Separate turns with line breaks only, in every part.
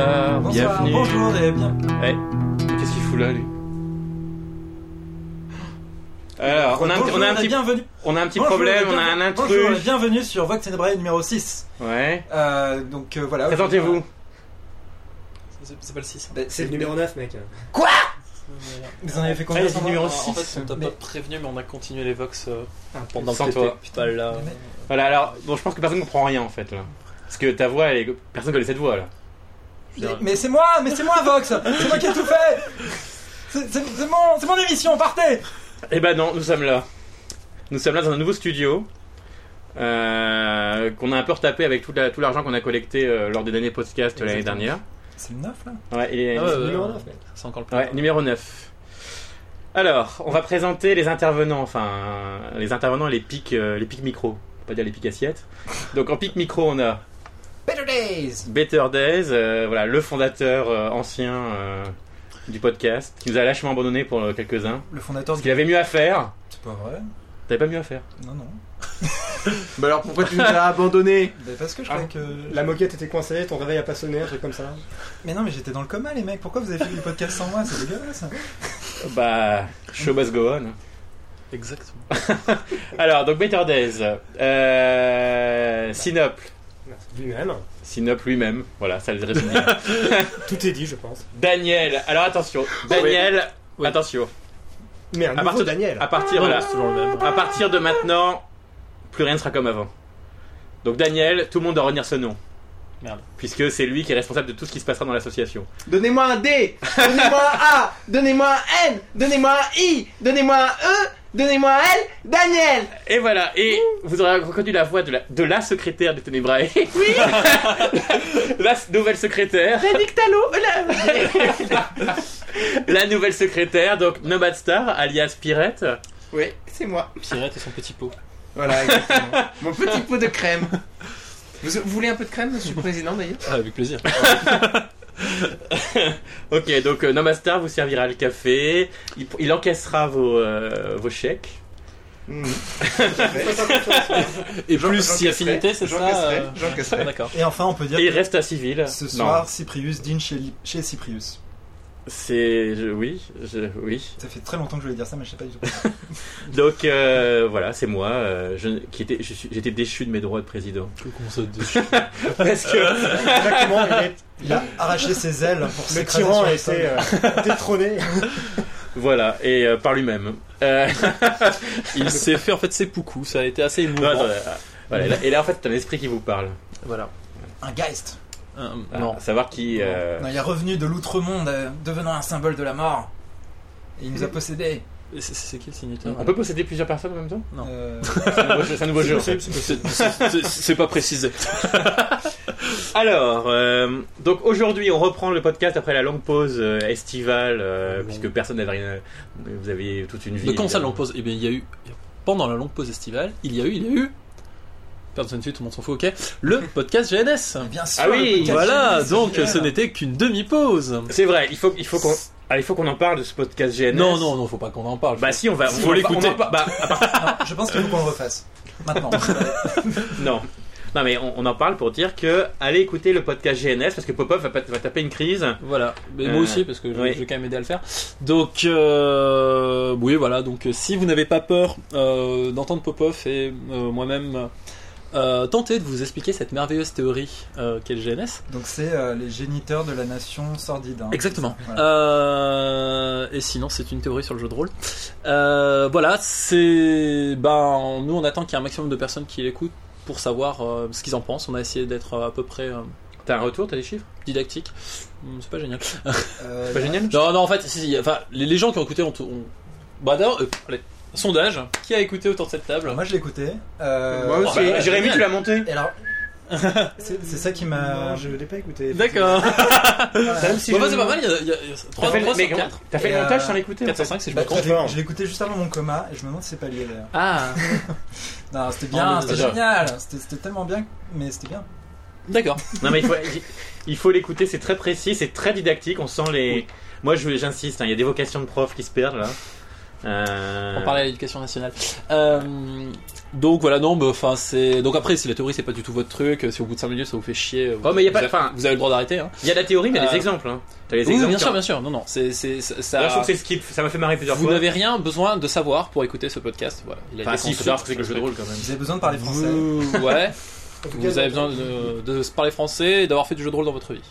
Bonsoir,
Bienvenue.
bonjour et bien.
Qu'est-ce qu'il fout là, lui Alors, on a, un,
Bonjour
on a un
et
petit,
bienvenue.
on a un petit
Bonjour et
problème, on a
bienvenue.
un
Bonjour et
intrus.
bienvenue sur Vox Braille numéro 6.
Ouais.
Euh, donc euh, voilà.
Présentez-vous. Ben,
C'est c'est pas le 6.
Bah, c'est
C'est le numéro 9, mec.
Vous en avez fait combien
Ah,
sans moi
numéro
Alors, en
6
fait,
On t'a
mais-
pas prévenu, mais on a continué les Vox euh, pendant
Sans
que t'étais-
toi.
Putain, là.
Voilà, alors, bon, je pense que personne ne comprend rien en fait là. Parce que ta voix, elle est... personne connaît cette voix là.
Mais, mais c'est moi, mais c'est moi Vox C'est moi qui ai tout fait C'est c'est- c'est mon, c'est mon émission, partez
Eh ben non, nous sommes là. Nous sommes là dans un nouveau studio. euh, qu'on a un peu retapé avec tout, la- tout l'argent qu'on a collecté euh, lors des derniers podcasts l'année dernière.
C'est le 9 là
Ouais, et-
Ah ouais,
C'est le
ouais,
numéro
ouais.
9, mec.
C'est encore le plus.
Ouais, numéro 9. Alors, on va présenter les intervenants, enfin, euh, les intervenants et les pics, euh, les pics micro, Faut pas dire les pics assiettes. Donc en pic micro, on a
Better Days
Better Days, euh, voilà, le fondateur euh, ancien euh, du podcast, qui nous a lâchement abandonné pour euh, quelques-uns.
Le fondateur
Parce
du.
qu'il avait mieux à faire.
C'est pas vrai
T'avais pas mieux à faire.
Non, non.
Bah alors pourquoi tu nous as abandonné
Mais Ben, parce que je
Ah.
croyais que.
La moquette était coincée, ton réveil a pas sonné, un truc comme ça.
Mais non, mais j'étais dans le coma les mecs, pourquoi vous avez fait du podcast sans moi C'est dégueulasse
Bah, show must go on.
Exactement.
Alors, donc Better Days, euh, Sinople,
Merci. Lui-même.
Sinople lui-même, voilà, ça le résume bien.
Tout est dit, je pense.
Daniel, alors attention, Daniel,
Oui. Ah.
attention.
Mais un nouveau
partir de-
Daniel.
À partir de là,
C'est toujours le même.
À partir de maintenant, plus rien ne sera comme avant. Donc Daniel, tout le monde doit retenir ce nom.
Merde.
Puisque c'est lui qui est responsable de tout ce qui se passera dans l'association.
Donnez-moi un D Donnez-moi un A Donnez-moi un N Donnez-moi un I Donnez-moi un E Donnez-moi un L Daniel
Et voilà, et vous aurez reconnu la voix de la, de la secrétaire de Ténébrae. Oui la, nouvelle secrétaire.
La Dictalo
La nouvelle secrétaire, donc Nomad Star, alias Pirate.
Oui, c'est moi.
Pirate et son petit pot.
Voilà, exactement. Mon petit pot de crème. Vous, vous voulez un peu de crème, monsieur le président d'ailleurs
Ah, avec plaisir.
Ok, donc euh, Nomad Star vous servira le café, il, il encaissera vos, euh, vos chèques.
Hmm.
Et
Jean-
plus
Jean
si affinité, c'est
Jean
ça
Castelet,
euh,
Jean Castelet.
ah, D'accord.
Et enfin, on peut dire
Et il
que
reste à civil.
ce
Non.
soir, Cyprius dîne chez, Li- chez Cyprius.
C'est. je- oui, je- oui.
Ça fait très longtemps que je voulais dire ça, mais je sais pas du tout.
Donc euh, voilà, c'est moi. euh, je, qui était, je suis- j'étais déchu de mes droits de président.
Qu'on se dé-
Parce que
Exactement, il est-
Il a arraché ses ailes pour
le
s'écraser
tyran
sur
a
le sol.
été euh, détrôné.
voilà, et euh, par lui-même. Euh,
Il s'est fait en fait ses poucous, ça a été assez
non,
émouvant.
attends, euh, voilà, et là- et là en fait, t'as un esprit qui vous parle.
Voilà.
Un Geist.
Euh,
Ah,
non.
Savoir qui. euh,
Non, il est revenu de l'outre-monde, euh, devenant un symbole de la mort. Et il nous a possédés.
Et C'est c'est qui le signateur
on peut posséder plusieurs personnes en même temps
Non.
Euh,
C'est un nouveau jeu. c'est un nouveau jeu, en fait.
C'est- c'est- c'est- C'est pas précisé.
Alors, euh, donc aujourd'hui, on reprend le podcast après la longue pause euh, estivale, euh,
Longue.
puisque personne n'avait rien. Vous avez toute une vie. euh,
Mais comment ça,
évidemment.
longue pause Eh bien, il y a eu. Pendant la longue pause estivale, il y a eu, il y a eu. Personne ne suit, tout le monde s'en fout, ok. Le podcast GNS.
bien sûr.
Ah oui,
le podcast
Voilà,
féministe,
donc
c'est
ce
génial.
n'était qu'une demi-pause.
C'est vrai, il faut, il faut qu'on ah, il faut qu'on en parle de ce podcast GNS.
Non, non, non, faut pas qu'on en parle.
Bah si, on va.
Faut
on va-
l'écouter.
on en par- bah,
Non, je pense qu'il faut qu'on le refasse. Maintenant.
Non. Non mais on, on en parle pour dire que allez écouter le podcast GNS parce que Popov va, pas- va taper une crise.
Voilà, mais
Euh,
moi aussi parce que je,
oui.
je vais quand même aider à le faire. Donc euh, oui, voilà. Donc euh, si vous n'avez pas peur euh, d'entendre Popov et euh, moi-même euh, tenter de vous expliquer cette merveilleuse théorie euh, qu'est le GNS.
donc c'est euh, les géniteurs de la nation sordide. hein.
Exactement.
Voilà.
Euh, et sinon, c'est une théorie sur le jeu de rôle. Euh, voilà, c'est ben nous on attend qu'il y ait un maximum de personnes qui l'écoutent pour savoir euh, ce qu'ils en pensent. On a essayé d'être euh, à peu près euh,
T'as un retour, t'as des chiffres
didactique. Hum, C'est pas génial.
Euh,
Pas génial
Non, non, en fait, si, si, enfin, les, les gens qui ont écouté ont. ont- Bah d'ailleurs, euh, allez, sondage. Qui a écouté autour de cette table
moi je l'ai écouté. Euh,
Moi aussi.
bah, ouais,
Jérémy,
génial.
tu l'as monté.
et alors, c'est c'est ça qui m'a.
Non, je l'ai pas écouté.
D'accord.
Voilà.
Même si
Bon, bah,
je-
c'est pas mal, il y a, il y a- il y a 3,
T'as fait,
3
le-
sur
mais
4.
t'as fait
Et,
le montage
euh,
sans l'écouter.
4 sur
en fait.
5, si je
Bah,
me
je
trompe.
l'ai- je l'ai écouté juste avant mon coma et je me demande si c'est pas lié d'ailleurs.
Ah,
Non, c'était
Non,
bien,
mais
c'était
déjà.
génial, c'était c'était tellement bien, mais c'était bien.
d'accord.
Non mais il faut, il faut l'écouter, c'est très précis, c'est très didactique. On sent les. Moi je- j'insiste, hein, il y a des vocations de prof qui se perdent là. Euh,
On parlait à l'éducation nationale. Euh, donc voilà, non, bah, enfin c'est. Donc après, si la théorie c'est pas du tout votre truc, euh, si au bout de 5 minutes ça vous fait chier, vous,
Oh, mais y a pas-
vous,
enfin-
vous avez le droit d'arrêter. Hein.
Il y a la théorie, mais il y a
Euh,
des exemples. Hein. T'as les
Oui,
exemples.
bien sûr, bien sûr. Non, non, c'est c'est ça-
D'ailleurs, je
ça.
trouve que c'est ce qui- ça m'a fait marrer plusieurs
Vous
fois.
n'avez rien besoin de savoir pour écouter ce podcast. Voilà. Il a
Enfin,
été
si, il faut
construit
savoir ce que c'est que le jeu de
sur
rôle quand même.
Vous avez besoin de parler français.
Vous- Ouais.
En tout cas,
vous avez besoin de, de se parler français et d'avoir fait du jeu de rôle dans votre vie.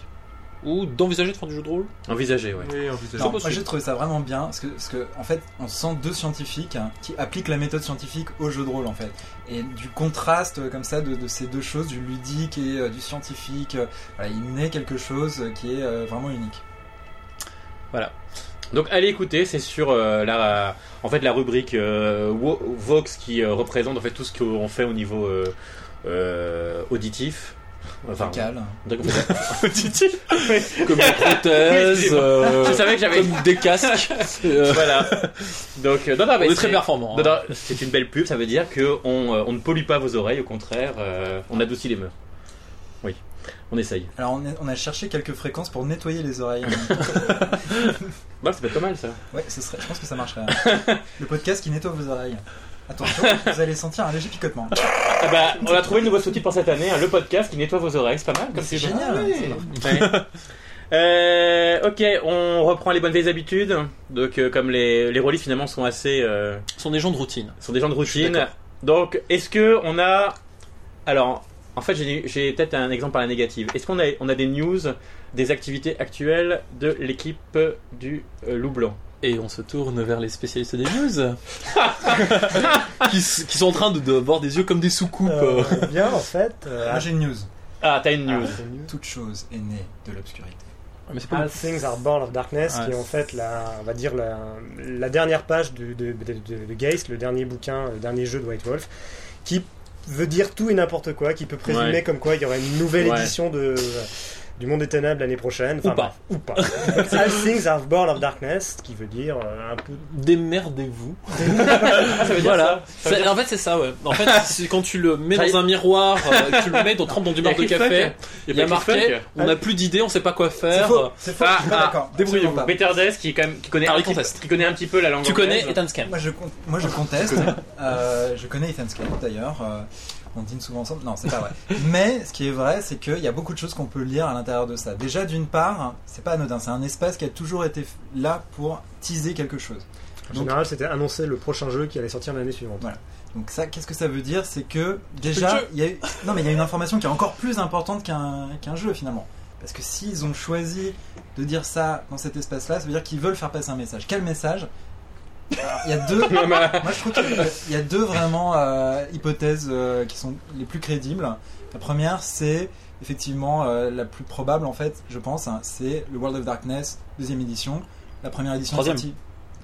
Ou d'envisager de faire du jeu de rôle.
Envisagé, ouais.
Oui, en fait,
Non, moi
possible.
j'ai trouvé ça vraiment bien parce que, parce que en fait on sent deux scientifiques hein, qui appliquent la méthode scientifique au jeu de rôle en fait et du contraste euh, comme ça de, de ces deux choses du ludique et euh, du scientifique euh, voilà, il naît quelque chose euh, qui est euh, vraiment unique
Donc allez écouter, c'est sur euh, la, en fait la rubrique euh, Wo- Vox qui euh, représente en fait tout ce qu'on fait au niveau euh, euh, auditif. Enfin,
Vocal.
donc-
Auditif Comme des prothèses,
Oui,
euh,
je savais que j'avais.
comme des casques. euh,
voilà. Donc euh, non, non,
on
mais
est
c'est-
très hein. performant.
non, non, c'est une belle pub. Ça veut dire que on, euh, on ne pollue pas vos oreilles, au contraire, euh, on adoucit les mœurs. Oui, on essaye.
alors on, est- on a cherché quelques fréquences pour nettoyer les oreilles en même temps.
Bah, ça peut être pas mal ça.
ouais ce serait, je pense que ça marcherait hein. le podcast qui nettoie vos oreilles attention vous allez sentir un léger picotement
Ah bah, on a trouvé le nouveau sous-titre pour cette année, hein, le podcast qui nettoie vos oreilles, c'est pas mal comme
c'est
sujet.
génial,
Ah
oui.
Ouais. Euh, ok, on reprend les bonnes vieilles habitudes. Donc, euh, comme les, les rôlistes finalement sont assez. euh,
Ce sont des gens de routine.
sont des gens de
suis
routine.
d'accord.
Donc, est-ce que on a. Alors, en fait, j'ai j'ai peut-être un exemple par la négative. Est-ce qu'on a, on a des news des activités actuelles de l'équipe du euh, Loup Blanc
Et on se tourne vers les spécialistes des news. qui, s- qui sont en train de, de voir des yeux comme des soucoupes. euh.
euh, bien, en fait. euh,
moi j'ai une news
Ah, t'as une news.
toute chose est née de l'obscurité
Ah, Mais c'est pas
All Things Are Born of Darkness,
Ouais.
qui est en fait la, on va dire la, la dernière page de, de, de, de- de Geist, le dernier bouquin, le dernier jeu de White Wolf, qui veut dire tout et n'importe quoi, qui peut présumer
Ouais.
comme quoi il y aura une nouvelle
Ouais.
édition de, du Monde Étonnable l'année prochaine.
Ou pas.
bref, Ou pas. All Things Are Born of Darkness, qui veut dire euh, un peu.
Démerdez-vous.
Ah, ça veut dire
Voilà.
ça. Ça veut
C'est-
dire-
En fait, c'est ça, ouais. En fait, c'est quand tu le mets
Ça y
dans un miroir, euh, que tu le mets dans trempe dans du
Il y a
beurre de
Chris
café.
Funk.
Il y a
pas Chris
marqué,
Funk
on n'a plus d'idées, on sait pas quoi
c'est
faire.
faux c'est faux je suis
Ah,
pas
ah,
d'accord
débrouillez-vous.
Absolument pas.
Peter Desk qui, est quand même, qui, connaît
Alors,
un
il
petit,
conteste.
qui connaît un petit peu la langue
Tu connais
anglaise.
Ethan Scam.
Moi je, con- moi je conteste. Euh, je connais Ethan Scott d'ailleurs. Euh, on dîne souvent ensemble. Non, c'est pas vrai. Mais ce qui est vrai, c'est qu'il y a beaucoup de choses qu'on peut lire à l'intérieur de ça. Déjà, d'une part, c'est pas anodin. C'est un espace qui a toujours été f- là pour teaser quelque chose.
En
Donc-
général, c'était annoncer le prochain jeu qui allait sortir l'année suivante.
Donc ça, qu'est-ce que ça veut dire C'est que déjà,
jeu.
il y a eu... non mais il y a une information qui est encore plus importante qu'un qu'un jeu finalement. Parce que s'ils ont choisi de dire ça dans cet espace-là, ça veut dire qu'ils veulent faire passer un message. Quel message Alors, Il y a deux. Moi je trouve qu'il y a deux vraiment euh, hypothèses euh, qui sont les plus crédibles. La première, c'est effectivement euh, la plus probable en fait, je pense. hein, c'est le World of Darkness deuxième édition. La première édition est
Troisième.
sortie-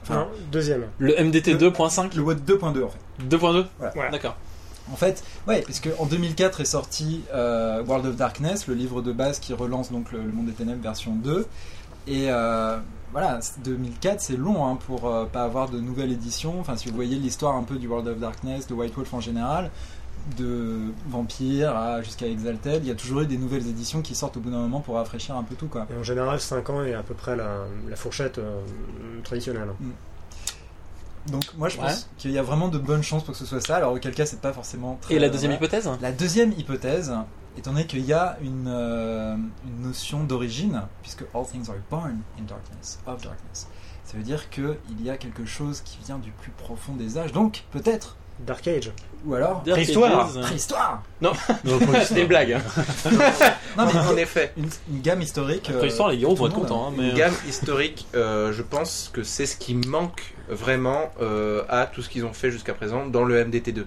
Enfin,
Non, Hein, deuxième.
Le MDT
Le-
2.5,
le WOD 2.2 en fait.
2.2
Ouais.
D'accord.
En fait, ouais, parce que en 2004 est sorti euh, World of Darkness, le livre de base qui relance donc le, le monde des ténèbres version 2. Et euh, voilà, c- 2004, c'est long hein, pour euh, pas avoir de nouvelle édition. Enfin, si vous voyez l'histoire un peu du World of Darkness, de White Wolf en général, de Vampire à- jusqu'à Exalted, il y a toujours eu des nouvelles éditions qui sortent au bout d'un moment pour rafraîchir un peu tout, quoi.
Et en général, 5 ans est à peu près la, la fourchette euh, traditionnelle.
Donc moi, je
Ouais.
pense qu'il y a vraiment de bonnes chances pour que ce soit ça. Alors auquel cas, c'est pas forcément. Très,
Et la deuxième
voilà.
hypothèse
La deuxième hypothèse, étant donné qu'il y a une, euh, une notion d'origine, puisque all things are born in darkness, of darkness, ça veut dire qu'il y a quelque chose qui vient du plus profond des âges, donc peut-être,
Dark Age.
ou alors
Préhistoire.
hein.
préhistoire.
C'est des blagues.
Non mais
En effet,
une, une gamme historique. euh,
Préhistoire, les gros,
tout
vont
le
être
monde,
contents. hein,
une
mais-
gamme historique, euh, je pense que c'est ce qui manque vraiment euh, à tout ce qu'ils ont fait jusqu'à présent dans le MDT2.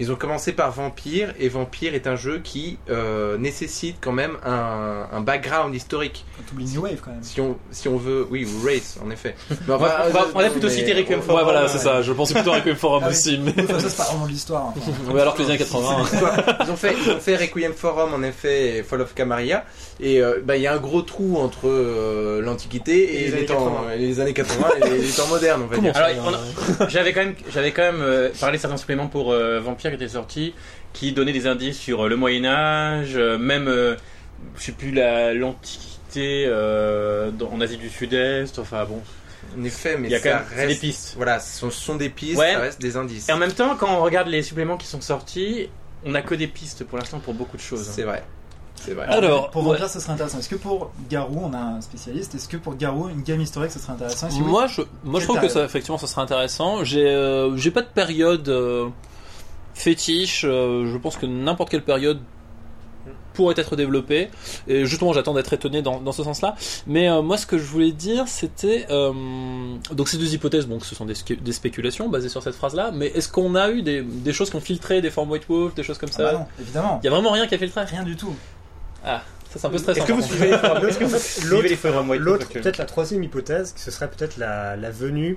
Ils ont commencé par Vampire, et Vampire est un jeu qui euh, nécessite quand même un- un background historique.
hein. T'oublies New Wave quand même.
Si on, si on veut, oui, ou Race, en effet. Mais
On va-
enfin,
on va-
euh,
on a plutôt
mais-
cité Requiem for
Ouais, voilà,
Horror.
c'est ça. Je pense plutôt à Requiem Forum
Ah oui.
aussi. Mais...
De toute façon, c'est pas vraiment de l'histoire. hein. enfin.
Ouais, alors que les années
Ah
80. hein.
Ils ont, fait, ils ont fait Requiem Forum, en effet, et Fall of Camaria. Et euh, bah, il y a un gros trou entre euh, l'Antiquité et,
Et les
les,
années
temps,
80.
et les années 80 et les temps modernes, on va
Comment
dire.
ça
Alors, J'avais quand même, j'avais quand même euh, parlé de certains suppléments pour euh, Vampire qui étaient sortis, qui donnaient des indices sur euh, le Moyen Âge, euh, même, euh, je sais plus, la- l'Antiquité euh, dans- en Asie du Sud-Est. Enfin bon,
En effet, mais
Il y a quand
ça
même c'est
reste.
des pistes.
Voilà, ce sont, ce sont des pistes,
Ouais.
ça reste des indices.
Et en même temps, quand on regarde les suppléments qui sont sortis, on n'a que des pistes pour l'instant pour beaucoup de choses.
C'est vrai. C'est
Ah,
vrai.
Alors,
pour
ouais.
vampire, ce serait intéressant. Est-ce que pour Garou, on a un spécialiste, est-ce que pour Garou, une gamme historique, ce serait intéressant Et si oui,
Moi, je, moi, je
Quelle
trouve que
période
ça, effectivement, ça serait intéressant. J'ai, euh, j'ai pas de période euh, fétiche. euh, je pense que n'importe quelle période pourrait être développée. Et justement, j'attends d'être étonné dans, dans ce sens-là. Mais euh, moi, ce que je voulais dire, c'était euh, donc ces deux hypothèses. Donc, ce sont des, sc- des spéculations basées sur cette phrase-là. Mais est-ce qu'on a eu des, des choses qui ont filtré, des formes White Wolf, des choses comme
Ah
ça
bah non, évidemment.
Il y a vraiment rien qui a filtré. Ah,
Rien du tout.
Ça, c'est un peu stressant.
Est-ce que vous
par contre.
suivez les forums Parce qu'en fait, Ah, l'autre-
les forums White
L'autre,
Paper.
peut-être la troisième hypothèse, que ce serait peut-être la, la venue,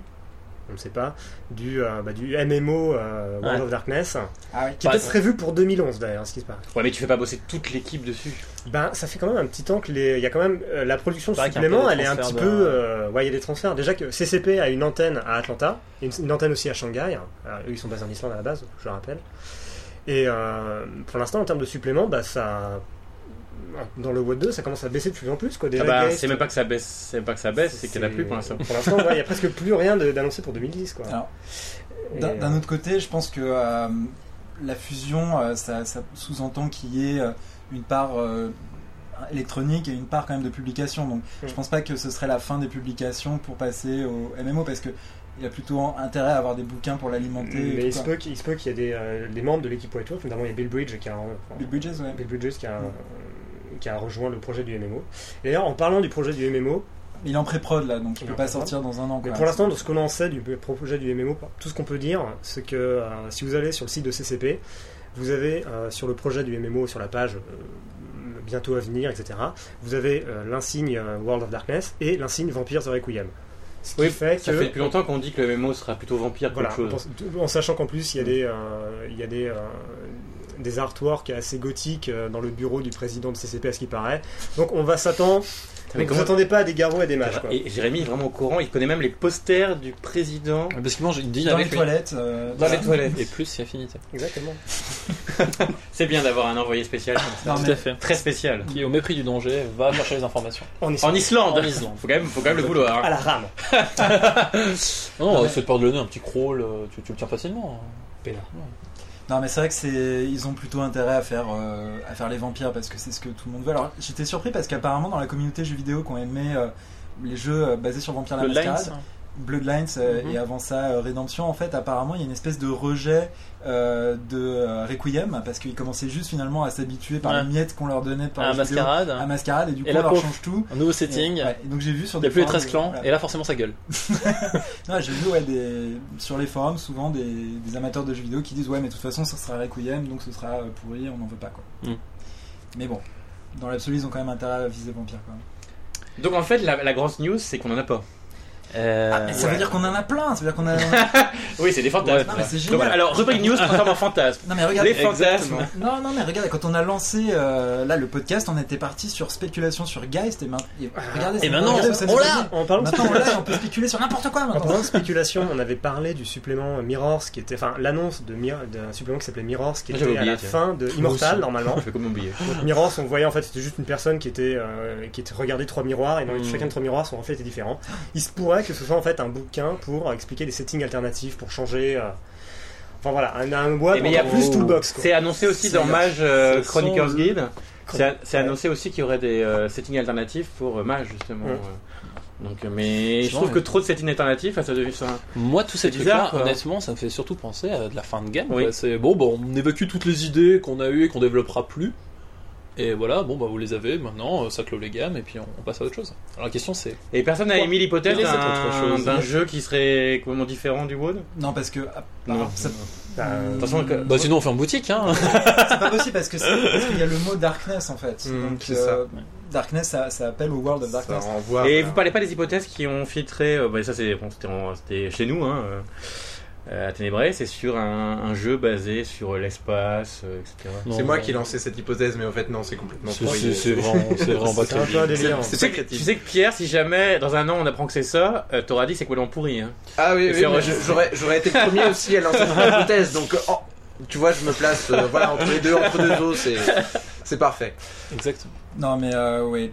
on ne sait pas, du, euh, bah, du MMO euh, World
Ouais.
of Darkness,
Ah ouais.
qui est
Par
peut-être prévu pour 2011 d'ailleurs, ce qui se passe.
Ouais, mais tu fais pas bosser toute l'équipe dessus.
Ben, ça fait quand même un petit temps que les... il y a quand même euh, la production de
Pareil qu'il y a
suppléments,
un peu
elle
des
est un petit
transferts
peu,
de-
euh, ouais, il y a des transferts. Déjà que CCP a une antenne à Atlanta, une, une antenne aussi à Shanghai. Alors, eux, ils sont basés en Islande à la base, je le rappelle. Et euh, pour l'instant, en termes de suppléments, bah ça, dans le Watt 2, ça commence à baisser de plus en plus, quoi. Déjà,
Ah bah,
Geist-
c'est même pas que ça baisse, c'est même pas que ça baisse, c'est qu'il y en a plus pour l'instant.
Pour l'instant, ouais, il n'y a presque plus rien de- d'annoncé pour 2010, quoi.
Alors,
Et,
D'un d'un autre côté, je pense que euh, la fusion, euh, ça, ça sous-entend qu'il y ait euh, une part euh, électronique et une part quand même de publication. Donc,
Mm.
je pense pas que ce serait la fin des publications pour passer au MMO parce que il y a plutôt intérêt à avoir des bouquins pour l'alimenter. et
euh, Mais
tout
il se
ça.
peut qu'il il se peut qu'il y ait des, euh, des membres de l'équipe White Wolf, notamment il y a Bill Bridge qui a, un-
Big Budgets, ouais.
Bill Bridges qui a,
Ouais.
qui a rejoint le projet du MMO. Et D'ailleurs, en parlant du projet du MMO,
Il est en pré-prod là, donc il
Il
peut
est en
pas
pré-prod.
sortir dans un an.
mais
quoi.
pour l'instant, de ce qu'on en sait du projet du MMO, tout ce qu'on peut dire, c'est que euh, si vous allez sur le site de CCP, vous avez euh, sur le projet du MMO, sur la page euh, bientôt à venir, etc., vous avez euh, l'insigne euh, World of Darkness et l'insigne Vampires the Requiem. Ce qui
Oui,
fait
Ça
que.
fait depuis longtemps qu'on dit que le MMO sera plutôt vampire
Voilà,
qu'autre chose. Mm.
en- en sachant qu'en plus il y a des, euh, il y a des, euh, des artworks assez gothiques euh, dans le bureau du président de CCP à ce qui paraît. Donc on va s'attendre.
Mais
Donc, Vous
comment-
attendez pas à des garros et des mages. quoi.
Et Jérémy est vraiment au courant, il connaît même les posters du président.
Parce qu'il mange une dîne
dans
avec
les
lui.
toilettes. euh,
Dans les
voilà.
toilettes.
Et plus, c'est affinité.
Exactement.
C'est bien d'avoir un envoyé spécial, comme ça.
Non,
Tout
mais-
à fait.
très spécial.
Qui, au mépris du danger, va chercher les informations.
En
En
Islande.
Islande. Ah.
En Islande.
Faut quand même, faut quand même le vouloir.
À la rame.
Non,
Ouais.
euh, ça te porte le nez, un petit crawl, euh, tu, tu le tiens facilement. hein.
Non mais c'est vrai que c'est ils ont plutôt intérêt à faire euh, à faire les vampires parce que c'est ce que tout le monde veut. Alors j'étais surpris parce qu'apparemment dans la communauté jeux vidéo qu'on aimait euh, les jeux euh, basés sur Vampire la Mascarade, Bloodlines euh,
Mhm.
et avant ça euh, Redemption en fait apparemment il y a une espèce de rejet euh, de euh, Requiem parce qu'ils commençaient juste finalement à s'habituer par
Ouais.
les miettes qu'on leur donnait par
Un
les jeux vidéo,
mascarade,
à mascarade et du
Et
coup
la
on leur
pauvre.
change tout.
un nouveau setting,
Et, Ah, ouais, et donc j'ai vu sur
il
des
n'y a plus les
forums,
13 clans,
voilà.
et là forcément ça gueule.
Non, Ah, j'ai vu ouais, des... sur les forums souvent des... des amateurs de jeux vidéo qui disent ouais mais de toute façon ça sera Requiem donc ce sera euh, pourri on n'en veut pas quoi.
Mm.
Mais bon, dans l'absolu ils ont quand même intérêt à viser Vampire quand même.
Donc en fait, la, la grosse news, c'est qu'on en a pas.
Euh,
Euh,
mais ça veut
ouais.
dire qu'on en a plein, ça veut dire qu'on a...
Oui, c'est des fantasmes.
non mais c'est
Donc,
génial.
alors, rubrique news transforme en fantasme.
Non mais regarde,
Les fantasmes.
non non mais regarde quand on a lancé euh, là le podcast on était parti sur spéculation sur Geist et, maintenant
Ah.
regardez
Et maintenant,
regardez où ça nous
on
a
l'a Ah,
mis.
En parlant de
Maintenant on l'a et on peut spéculer sur n'importe quoi
En
maintenant.
parlant de spéculation, on avait parlé du supplément Mirrors, qui était, enfin, l'annonce de Mi- d'un supplément qui s'appelait Mirrors, qui
Ah, J'avais
était à
oublié,
la
tiens.
fin de Immortal, normalement.
Je vais comme oublier.
Donc, Mirrors, on voyait en fait, c'était juste une personne qui était, euh, qui était regardait trois miroirs et
Hmm.
dans les-
Mm.
chacun de trois miroirs, son reflet était différent. Il se pourrait que ce soit en fait un bouquin pour euh, expliquer des settings alternatifs, pour changer. euh, Enfin voilà, un, un boîte
Et Eh, mais il y a
encore plus
plus-
toolbox. Quoi.
C'est annoncé aussi dans
C'est-
Mage euh,
ce sont
Chronicles
le-
Guide. C'est c'est annoncé aussi qu'il y aurait des euh, settings alternatifs pour euh, Mage, justement.
Ouais.
euh. Donc, euh, mais je
Sinon,
trouve
ouais.
que trop de settings alternatifs, ah, ça devient ça.
Moi, tous ces
C'est bizarre,
trucs-là,
quoi.
honnêtement, ça me fait surtout penser à de la fin de game.
Oui.
quoi. C'est bon, bon, on évacue toutes les idées qu'on a eues et qu'on développera plus. Et voilà, bon, bah vous les avez maintenant, euh, ça clôt les gammes et puis on, on passe à autre chose. Alors la question c'est.
Et personne n'a
Ouais.
émis l'hypothèse
Quelle est cette autre
d'un
chose
d'un jeu qui serait complètement différent du WoD
Non parce que... ah,
Non.
ça- hmm,
Bah, euh,
Attention, que-
Bah sinon on fait en boutique, hein
C'est pas possible parce que c'est- parce qu'il y a le mot darkness en fait.
Mm,
Donc
c'est
euh, darkness, ça, ça appelle au world of
Ça
darkness.
renvoie
Et
à-
vous parlez pas des hypothèses qui ont filtré, euh, bah, ça c'est, bon, c'était, en- c'était chez nous, hein, euh, euh, à Ténébré, c'est sur un, un jeu basé sur l'espace, euh, etc.
C'est moi qui lançais cette hypothèse, mais en fait, non, c'est complètement
C'est
pourri.
c'est- c'est vraiment, c'est vraiment pas
c'est un peu
crédible.
un
C'est-
délire.
C'est
Tu sais
pas
que-
créatif.
Tu sais que Pierre, si jamais dans un an on apprend que c'est ça, euh, t'auras dit c'est quoi l'en pourri. Hein.
Ah oui,
Et
oui,
c'est
mais
enregistré.
j'aurais, j'aurais été le premier aussi à lancer cette hypothèse, donc euh, oh, tu vois, je me place euh, voilà, entre les deux, entre deux os, c'est, c'est parfait.
Exactement.
Non mais euh, oui.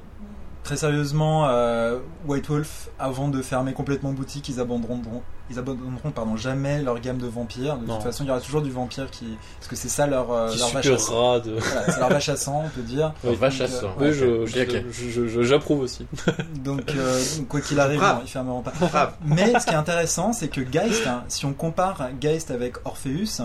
très sérieusement, euh, White Wolf, avant de fermer complètement boutique, ils abandonneront, ils abandonneront pardon, jamais leur gamme de vampires. De
Non.
toute façon, il y aura toujours du vampire qui. Parce que c'est ça leur, euh,
qui
leur vache à sang.
supérera de.
Voilà, c'est leur vache à sang, on peut dire.
Oui,
vache à
donc, euh,
sang.
Oui, je-
Ok.
je- je- je- j'approuve aussi.
Donc, euh, donc, quoi qu'il arrive,
Brave.
non, ils fermeront pas.
Brave.
Mais ce qui est intéressant, c'est que Geist, hein, si on compare Geist avec Orpheus,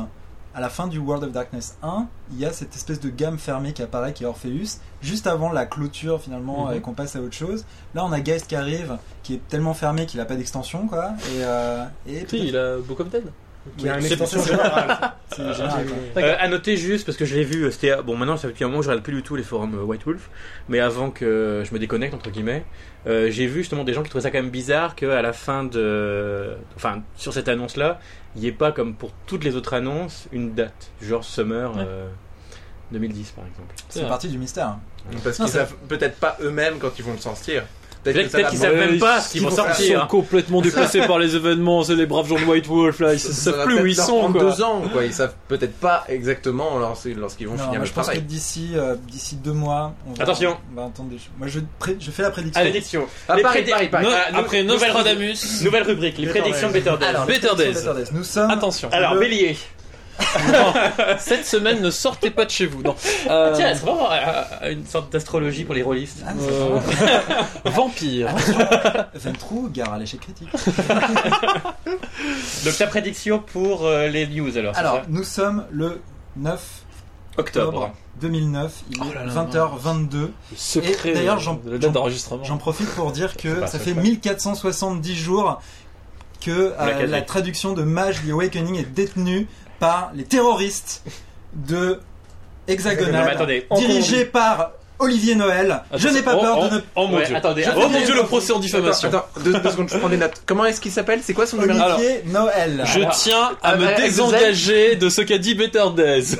à la fin du World of Darkness 1, il y a cette espèce de gamme fermée qui apparaît, qui est Orpheus, juste avant la clôture finalement,
Mhm.
et qu'on passe à autre chose. Là, on a Geist qui arrive, qui est tellement fermé qu'il n'a pas d'extension, quoi. Et, euh, et
Tu sais, il a Book of Dead.
Il y a une
C'est-
extension générale.
c'est génial, quoi.
Euh, à noter juste, parce que je l'ai vu, euh, c'était. Bon, maintenant, ça fait depuis un moment que je regarde plus du tout les forums euh, White Wolf, mais avant que euh, je me déconnecte, entre guillemets, euh, j'ai vu justement des gens qui trouvaient ça quand même bizarre qu'à la fin de. Enfin, sur cette annonce-là, il n'y ait pas, comme pour toutes les autres annonces, une date, genre summer
Ouais.
euh, 2010 par exemple.
C'est partie du mystère.
Parce
Non,
qu'ils
c'est-
savent peut-être pas eux-mêmes quand ils vont le sortir.
Peut-être
que ça
peut-être
va
qu'ils
demander-
savent même pas ce qu'ils vont sortir.
Ils sont complètement dépassés par les événements, c'est les braves gens de White Wolf là, ils
ça-
ne
ça va
savent plus
peut-être
où ils
leur
sont
prendre
quoi.
deux ans, quoi. Ils savent peut-être pas exactement lors- lorsqu'ils vont
Non,
finir
moi,
le
je pense que
travail.
d'ici euh, d'ici deux mois, on va,
Attention.
on va entendre des choses. Moi, je, pré- je fais la prédiction.
Allez, diction.
Ah,
Les
pareil,
prédé-
pareil, pareil.
No-
Ah, nou-
après
nouvelle-
Nostradamus,
Nouvelle rubrique, les
Better
prédictions de
Days.
Better Days.
Alors,
Better Days.
Nous sommes
Attention,
Alors,
le-
Bélier.
cette semaine ne sortez pas de chez vous. Non. Euh,
Tiens, c'est vraiment euh, euh, une sorte d'astrologie pour les rôlistes.
Ah, c'est
euh,
vrai.
vampire.
Ventrou, gare à l'échec critique.
Donc, ta prédiction pour euh, les news alors. c'est
Alors,
ça
nous sommes le 9 octobre 2009, il est
Oh là là,
20h22.
Le secret
Et d'ailleurs,
de-
j'en-
de la
j'en-
date d'enregistrement.
J'en profite pour dire que
pas
ça
ça,
fait
quoi.
1470 jours que euh,
On l'a casé.
la traduction de Mage The Awakening est détenue par les terroristes de
Non, mais
Hexagonal,
attendez.
dirigés par Olivier Noël. Je
Attention.
n'ai pas
Oh,
peur de
oh,
ne
Oh mon
Ouais,
dieu.
attendez,
Oh
attendez.
mon dieu, le procès en diffamation.
Attends, attends, deux, deux secondes, je prends des notes. Comment est-ce qu'il s'appelle C'est quoi son numéro
Alors,
Olivier Noël.
Je
Alors, euh,
tiens à
avec
me
Z.
désengager de ce qu'a dit Better Days.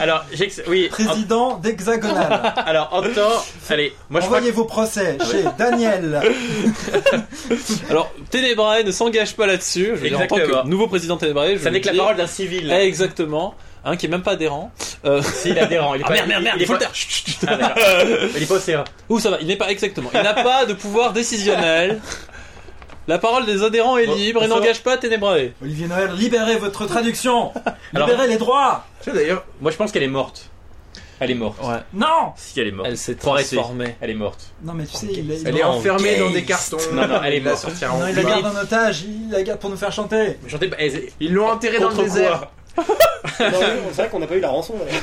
Alors, j'ai- oui. en-
Président d'Hexagonal.
Alors, en temps. Allez, moi je crois
Envoyez vos procès chez Daniel.
Alors, Ténébrae ne s'engage pas là-dessus. Je veux dire, en tant
Exactement.
que nouveau président Ténébrae,
que
je
ça
veux
n'est que la
dire-
parole d'un civil.
Eh, exactement. Un qui est même pas adhérent. Euh,
S'il est adhérent, il est
Ah
pas.
merde, merde, merde,
il est
il faut le
pas-
taire. Chut, chut, chut.
Ah, d'accord. Il est pas au CA.
Ouh, ça va, il n'est pas exactement. Il n'a pas de pouvoir décisionnel. La parole des adhérents est
Bon,
libre
ça
et
va.
n'engage pas Ténébrae.
Olivier Noël, libérez votre traduction.
Alors-
Libérez les droits.
Tu sais, D'ailleurs,
Moi je pense qu'elle est morte. Elle est morte.
Ouais.
Non.
Si elle est morte.
Elle s'est
Faut arrêter.
transformée.
Elle est morte.
Non mais tu sais, il, il-
elle est
Non,
enfermée dans des
Geist.
cartons.
Non, non, elle Oh, est
Ils la
morte.
sortiront
Non, il
pas.
la garde en otage, il la garde pour nous faire chanter.
Mais chantez pas- elle-
Ils l'ont enterrée dans le
Contre
désert.
quoi
Non, C'est vrai qu'on n'a pas eu la rançon. d'ailleurs.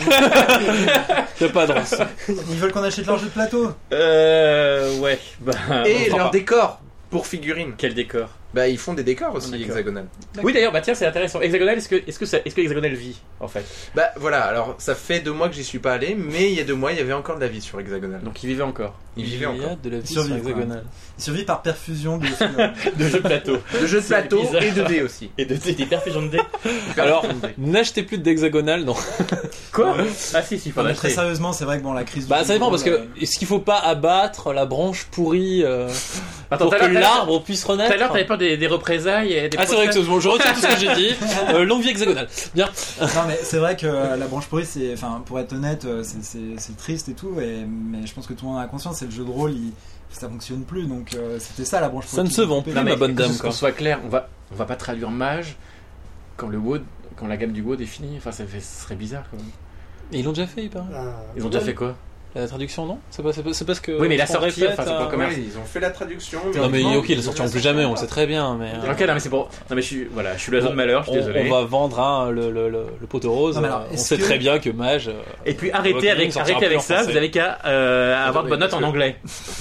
Il n'y a pas de raison.
Ils veulent qu'on achète leur jeu de plateau.
Euh. Ouais. Bah,
Et
on fera pas.
leur décor pour figurines.
Quel décor.
Bah, ils font des décors aussi
D'accord.
hexagonales.
Oui d'ailleurs, bah tiens, c'est intéressant. Hexagonal, est-ce que, est-ce que, ça- est-ce que Hexagonal vit en fait
Bah voilà, alors ça fait deux mois que j'y suis pas allé, mais il y a deux mois, il y avait encore de la vie sur hexagonale.
Donc il vivait encore.
Ils vivaient
Il y a
encore.
de la vie
Survivre,
sur hexagonale.
Il survit par perfusion de.
De jeux de plateau.
De jeux de
C'est
plateau
bizarre.
et de dés aussi.
Et de, des perfusions de dés.
Alors, n'achetez plus d'hexagonale, non.
Quoi Ah si, si, il faut
Non,
en
mais très
acheter.
sérieusement, c'est vrai que bon, la crise. du
Bah, ça dépend parce
football,
que est-ce qu'il faut pas abattre la branche pourrie euh,
Attends,
pour
tout à l'heure,
que
t'as-
l'arbre puisse
Tout
renaître
à l'heure, t'avais peur des, des représailles et des
Ah, c'est vrai que
procès.
c'est bon, je retiens tout ce que j'ai dit. Euh, longue vie hexagonale.
euh, Non, mais c'est vrai que euh, la branche pourrie, c'est, enfin, pour être honnête, euh, c'est- c'est c'est triste et tout, et mais je pense que tout le monde en a conscience. C'est le jeu de rôle, il- ça fonctionne plus, donc euh, c'était ça la branche
Ça
pourrie.
ne
qui-
se vend
qui-
plus.
Non, mais
ma bonne dame,
juste
quoi.
Qu'on soit clair, on va, on va pas traduire mage quand le WOD, quand la gamme du WOD est finie. Enfin, ça, fait, ce serait bizarre quand même.
Et ils l'ont déjà fait, il paraît.
Ah,
Ils ont déjà fait quoi
La traduction, non C'est pas- c'est pas- c'est parce que.
Oui, mais la
on
sortie,
répète,
enfin, c'est pas
euh,
comme- commerce.
ils ont fait la traduction.
Non, mais ok,
ils
la sortie, on plus jamais, on le sait très bien, mais. euh,
Ok, non, mais c'est pour. Non, mais je suis, voilà, je suis l'oiseau
Bon,
de malheur, je suis
on,
désolé.
on va vendre hein, le, le, le, le poteau rose.
Non, mais alors,
euh, on
est-ce
sait
que-
très bien que Mage. euh,
Et puis
Votre
arrêtez
ligne
avec,
sortira
arrêtez
plus
avec
en
ça,
français.
vous avez qu'à euh, avoir de
mais
bonnes notes
parce
en
que-
anglais.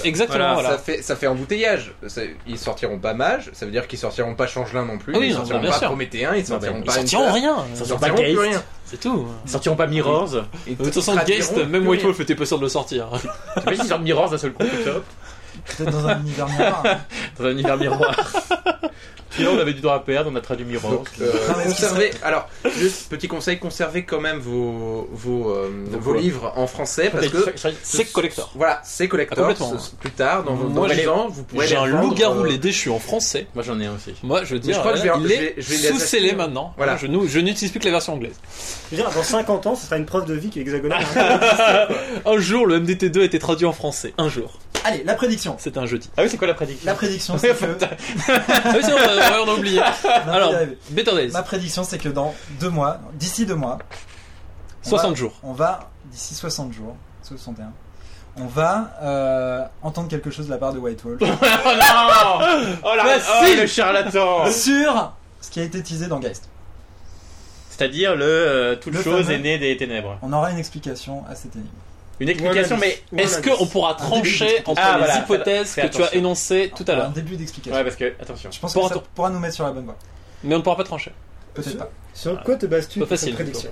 Exactement, voilà.
Ça, fait, ça fait embouteillage. Ça- Ils sortiront pas Mage, ça veut dire qu'ils sortiront pas Changelin non plus.
Ah oui,
ils
non,
sortiront
bien
pas
sûr.
Prométhéen, ils
mais
sortiront
Ils
pas.
sortiront rien,
Ils
sortiront
sortiront
pas
plus
Geist.
rien.
c'est tout. Euh,
Ils sortiront pas Mirrors.
Ils
De toute façon,
traduiront
Geist,
plus
même White
rien.
Wolf était pas sûr de le sortir. hein.
Je sais pas s'ils sortent Mirrors d'un seul coup, comme ça, hop,
Peut-être dans un univers noir.
dans un univers miroir. Puis là, on avait du droit à perdre, on a traduit Mirrors.
Donc, euh,
Non, mais est-ce
conservez. Alors, juste petit conseil, conservez quand même vos vos, euh,
Vos
vos
quoi
livres en français parce
Mais
que
ça- ça-
C'est collector.
voilà, c'est
Ah,
collector.
complètement.
ce- plus tard, dans, vos- dans
Moi,
les
j'ai-
ans, vous pourrez.
J'ai
les
un
vendre,
loup-garou
euh,
les déchus en français.
Moi, j'en ai un aussi.
Moi, je veux
Mais je
dire,
crois que je vais-
il
je vais-
est
je vais les
sous-scellé
acheter.
maintenant.
Voilà.
Je, nous- je n'utilise plus que la version anglaise.
Je veux dire, dans 50 ans,
Ah,
ce sera une preuve de vie que hexagonale.
Un jour, le MDT2 a été traduit en français. Un jour.
Allez, la prédiction.
C'est un jeudi.
Ah oui, c'est quoi la prédiction
La prédiction, c'est que...
Ah oui, c'est vrai, on a- on a oublié.
Non,
Alors,
faut y arriver.
Better Days,
ma prédiction, c'est que dans deux mois, d'ici deux mois, on
60
va-
jours.
on va, d'ici 60 jours, 61, on va euh, entendre quelque chose de la part de Whitehall
Oh non Oh, la... oh
Facile
le charlatan
sur ce qui a été teasé dans Geist.
C'est-à-dire le euh, toute
Le
chose
fameux.
est née des ténèbres.
On aura une explication à cette énigme.
Une explication, mais
Est-ce qu'on pourra trancher entre
Ah,
les
voilà,
hypothèses
fais
que tu as
attention. Ah.
énoncées tout à
Un
l'heure
début d'explication.
ouais parce que attention.
Je pense
Pour
que ça
un tour.
pourra nous mettre sur la bonne voie.
Mais on ne pourra pas trancher.
Peut-être
Sur-
pas.
Sur quoi te bases-tu
Pas
pour cette
facile,
prédiction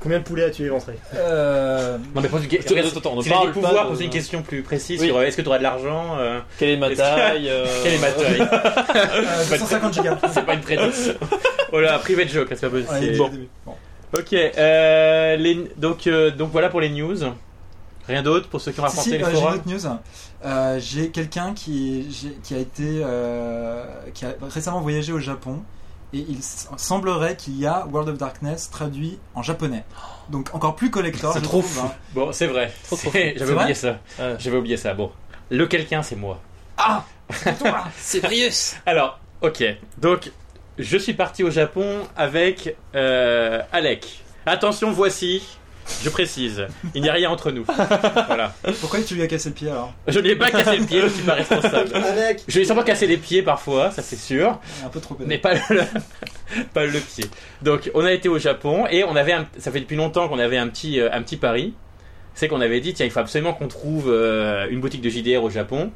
Combien de poulets as-tu éventré
Euh,
Non mais pose une question.
Attends, attends, on ne
Si j'avais
parle
des
pas
pouvoirs,
de-
poser une question plus précise
Oui.
sur euh, est-ce que tu auras de l'argent euh,
Quelle est ma
Est-ce que-
taille euh,
Quelle est ma taille
euh, 250 gigas.
C'est pas une prédiction. Oh là, private joke, là, c'est pas possible.
On l'a dit dès
Bon.
le début. Bon.
Ok, euh, les- donc, euh, donc voilà pour les news. Rien d'autre pour ceux qui ont rapporté
Si, si,
les
euh, j'ai une
forums.
autre news. Euh, j'ai quelqu'un qui, j'ai- qui a été, euh, qui a récemment voyagé au Japon et il s- semblerait qu'il y a World of Darkness traduit en japonais. Donc encore plus collector.
C'est
je
trop
trouve,
fou.
hein.
Bon, c'est vrai.
Trop,
C'est-
trop
fou.
J'avais
C'est
oublié
vrai
ça.
Ouais.
J'avais oublié ça. Bon, le quelqu'un, c'est moi.
Ah, c'est toi.
C'est Brius
Alors, ok. Donc, je suis parti au Japon avec euh, Alec. Attention, voici. Je précise, il n'y a rien entre nous. Voilà.
Pourquoi tu lui as cassé le pied alors
Je n'ai pas cassé le pied, je ne suis pas responsable.
Avec
Je lui ai sûrement cassé les pieds parfois, ça c'est sûr.
Il est Un peu trop
mais
pédé.
pas le, pas le pied. Donc on a été au Japon et on avait un- ça fait depuis longtemps qu'on avait un petit euh, un petit pari, c'est qu'on avait dit tiens il faut absolument qu'on trouve euh, une boutique de JDR au Japon.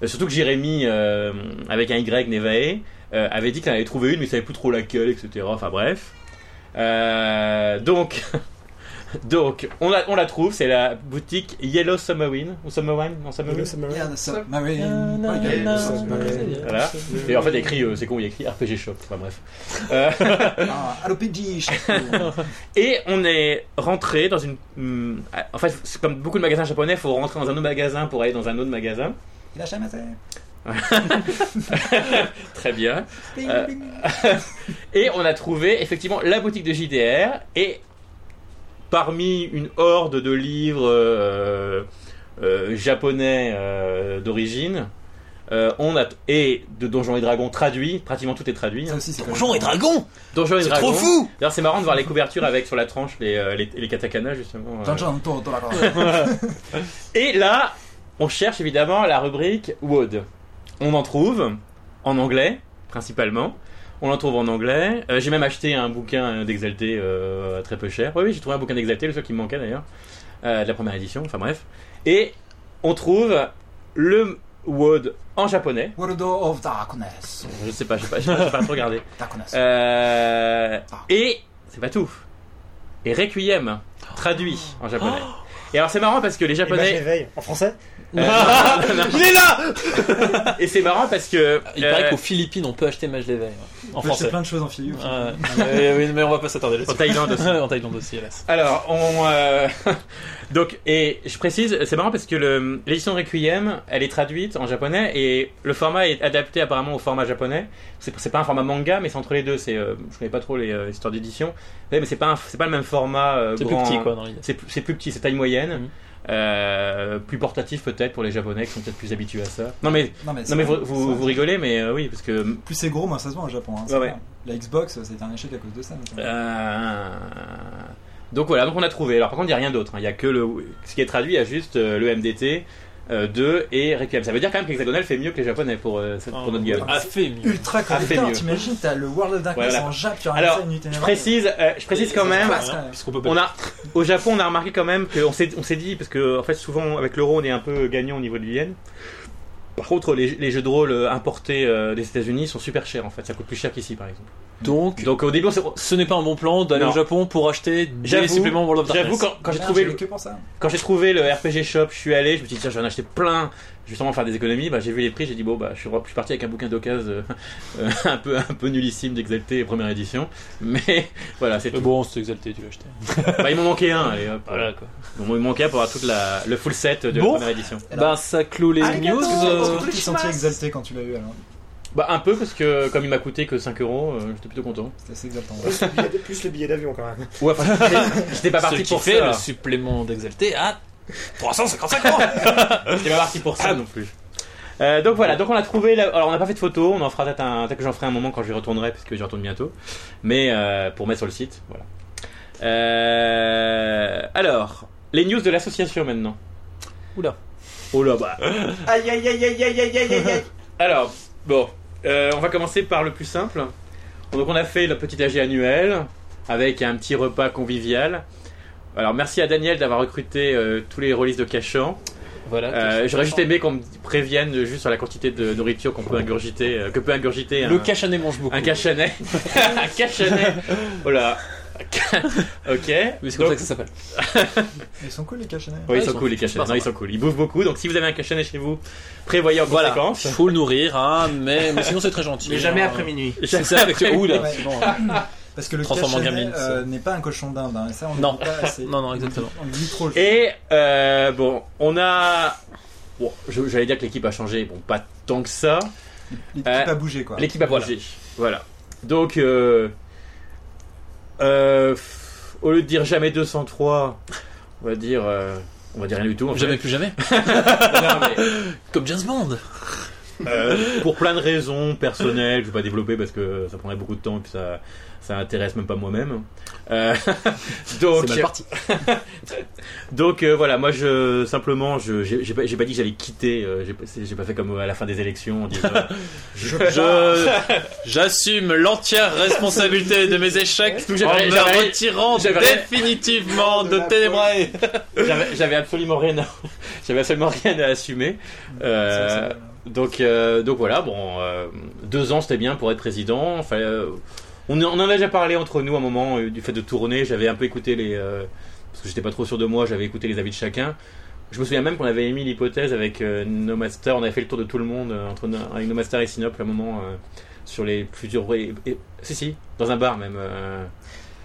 Euh, surtout que Jérémy euh, avec un Y Nevae euh, avait dit qu'il en avait trouvé une mais il savait plus trop laquelle etc. Enfin bref. Euh, donc donc on la on la trouve c'est la boutique Yellow Summerwin ou Summerwine non Summerwin.
Regarde ça. Bah oui. Oh, il y a-
na,
ça, c'est pas
na,
possible.
Voilà. Et en fait il y a écrit euh, c'est con il y a écrit RPG Shop. Enfin bref.
Ah, Allo PG, je sais
Et on est rentré dans une. hum, En fait, c'est comme beaucoup de magasins japonais, il faut rentrer dans un autre magasin pour aller dans un autre magasin.
Il a jamais fait.
Très bien. Euh, Et on a trouvé effectivement la boutique de JDR. Et parmi une horde de livres euh, euh, japonais euh, d'origine, euh, on a et de Donjons et Dragons traduits, pratiquement tout est traduit. hein.
Ça aussi, c'est
Donjon et dragon
Donjons et
C'est
Dragons.
trop fou
D'ailleurs, c'est marrant de voir les couvertures avec sur la tranche les, euh, les, les katakana justement. euh.
Donjon, tour, tour, tour.
Et là, on cherche évidemment la rubrique Wood. On en trouve en anglais, principalement. On en trouve en anglais. Euh, j'ai même acheté un bouquin d'Exalté euh, à très peu cher. Oui, oui, j'ai trouvé un bouquin d'Exalté, le seul qui me manquait d'ailleurs, euh, de la première édition, enfin bref. Et on trouve le Wood en japonais.
World of Darkness.
Je sais pas, je sais pas, je sais pas, j'ai pas trop regardé.
Darkness.
Euh, et c'est pas tout. Et Requiem, traduit en japonais. Et alors c'est marrant parce que les
Image
japonais...
éveil. En français
Il est là
Euh, Et c'est marrant parce que.
Il
euh,
paraît qu'aux Philippines, on peut acheter Mage l'éveil. ouais. En
On peut acheter
français.
plein de choses en filou.
Ouais, mais, mais- mais on va pas s'attarder là-dessus.
euh, En Thaïlande aussi.
en Thaïlande aussi, hélas.
Alors, on. euh, Donc, et je précise, c'est marrant parce que le- l'édition de Requiem, elle est traduite en japonais et le format est adapté apparemment au format japonais. C'est c'est pas un format manga, mais c'est entre les deux. C'est, euh, je connais pas trop les euh, histoires d'édition. Ouais, Mais c'est pas, un- c'est pas le même format. euh,
C'est plus
grand-
petit, quoi, dans l'idée.
C'est plus- c'est plus petit, c'est taille moyenne.
Mhm.
Euh, plus portatif peut-être pour les japonais qui sont peut-être plus habitués à ça. Non mais,
Non,
non,
mais,
mais
c'est-
vous, vous,
c'est-
vous rigolez, mais euh, oui, parce que
Plus c'est gros, moins ça se voit au Japon. hein, c'est
Ouais, ouais.
clair. La Xbox, c'était un échec à cause de ça. notamment.
Euh, Donc voilà, donc on a trouvé. Alors par contre, il n'y a rien d'autre. hein. Il n'y a que le. Ce qui est traduit, il y a juste euh, le MDT euh, 2 et Requiem. Ça veut dire quand même qu'Hexagonal fait mieux que les Japonais pour, euh, cette- pour notre gueule.
A Ah, fait mieux.
Ultra
Ah, fait
collector,
mieux.
t'imagines, t'as le World of Darkness
Voilà.
en Jap, tu as
Alors,
une Ah,
Je précise, euh, je précise quand même.
classe, quand même.
Puisqu'on peut
On a, au Japon, on a remarqué quand même qu'on s'est, on s'est dit, parce que en fait, souvent avec l'euro, on est un peu gagnant au niveau de l'yen. Par contre, les, les jeux de rôle euh, importés euh, des États-Unis sont super chers en fait. Ça coûte plus cher qu'ici par exemple.
Donc,
Donc au début, on s'est-
ce n'est pas un bon plan d'aller
Non.
au Japon pour acheter des
J'avoue-
suppléments World of
j'avoue,
Darkness.
quand, quand j'ai
Merde,
trouvé
j'y
le,
vais que pour ça.
Quand j'ai trouvé le RPG Shop, je suis allé, je me suis dit tiens, je vais en acheter plein, justement faire des économies. Bah, j'ai vu les prix, j'ai dit bon, bah, je suis, re- je suis parti avec un bouquin d'occasion euh, euh, un peu un peu nullissime d'Exalté première édition, mais voilà, c'est
Euh,
tout.
Bon, c'est exalté, tu l'as acheté.
Bah, il m'en manquait un, allez, hop,
Voilà, quoi.
Bon, il m'en manquait un pour avoir toute la le full set de
Bon.
la première édition.
Alors-
Bah, ça clôt les news.
Est-ce
euh,
que tu t'es senti exalté quand tu l'as eu alors
Bah un peu parce que comme il m'a coûté que 5 euros, euh, j'étais plutôt content.
C'était assez exaltant. ouais.
plus le billet- plus le billet d'avion quand même.
Ouais, enfin, j'étais- j'étais pas
ce
parti
qui
pour
fait
ça.
le supplément d'exalté à
355 ans J'étais pas parti pour ça
Ah.
non plus. Euh, donc voilà, donc on a trouvé. la- Alors on n'a pas fait de photo, on en fera peut-être un. Peut-être que j'en ferai un moment quand j'y retournerai, parce que j'y retourne bientôt. Mais euh, pour mettre sur le site, voilà. Euh, alors, les news de l'association maintenant.
Oula.
Oh là bah.
Aïe aïe aïe aïe aïe aïe aïe aïe aïe.
Alors, bon, euh, on va commencer par le plus simple. Donc on a fait le petit AG annuel avec un petit repas convivial. Alors merci à Daniel d'avoir recruté euh, tous les rôlistes de Cachan.
Voilà.
Euh, J'aurais juste aimé qu'on me prévienne juste sur la quantité de nourriture qu'on peut ingurgiter, euh, que peut ingurgiter un,
Le cachanet mange beaucoup.
un cachanet. un cachanet. Oh là. ok.
Mais c'est
Donc-
comme ça que ça s'appelle.
Ils sont cool les hein. cachanets.
oui,
Ah,
ils sont cool les cachanets. Non, ils sont cool. Ils bouffent beaucoup. Donc si vous avez un cachanet chez vous, prévoyez en
Voilà.
conséquence.
Il faut le nourrir, hein, mais, mais sinon c'est très gentil.
Mais jamais
hein.
après minuit.
C'est ça avec le. Oula.
Ouais.
sinon, hein.
Parce que le
Transforme en
cachanet
gamine,
euh, n'est pas un cochon d'Inde. hein, et ça, on
Non.
le dit pas assez.
Non, non, exactement.
On le dit trop. je-
Et euh, bon, on a. Bon, je- j'allais dire que l'équipe a changé. Bon, pas tant que ça.
L'équipe
euh,
a bougé quoi.
L'équipe a
Voilà.
bougé. Voilà. Donc, euh, euh, pff, au lieu de dire jamais 203, on va dire. euh, on va dire rien du tout. en fait.
Jamais plus jamais.
Non, mais,
Comme James Bond.
euh, pour plein de raisons personnelles, je vais pas développer parce que ça prendrait beaucoup de temps et puis ça, ça intéresse même pas moi-même. Euh, donc,
C'est mal parti.
Donc euh, voilà, moi je simplement, je j'ai j'ai pas, j'ai pas dit que j'allais quitter, euh, j'ai pas- c'est- j'ai pas fait comme à la fin des élections. en disant, euh, je,
Je j'assume l'entière responsabilité de mes échecs en
Surtout que j'avais-
me
Oh, j'avais-
retirant
j'avais-
définitivement de Ténébrae.
j'avais- j'avais absolument rien, à- j'avais absolument rien à assumer. Euh,
Ça, ça-
donc euh, donc voilà, bon, euh, deux ans c'était bien pour être président. Enfin, euh, on, en- on en a déjà parlé entre nous à un moment euh, du fait de tourner. J'avais un peu écouté les, euh, parce que j'étais pas trop sûr de moi, j'avais écouté les avis de chacun. Je me souviens même qu'on avait émis l'hypothèse avec euh, No Master, on avait fait le tour de tout le monde euh, entre, No- avec No Master et Sinople à un moment euh, sur les futurs. et- et- si, si, dans un bar même. euh,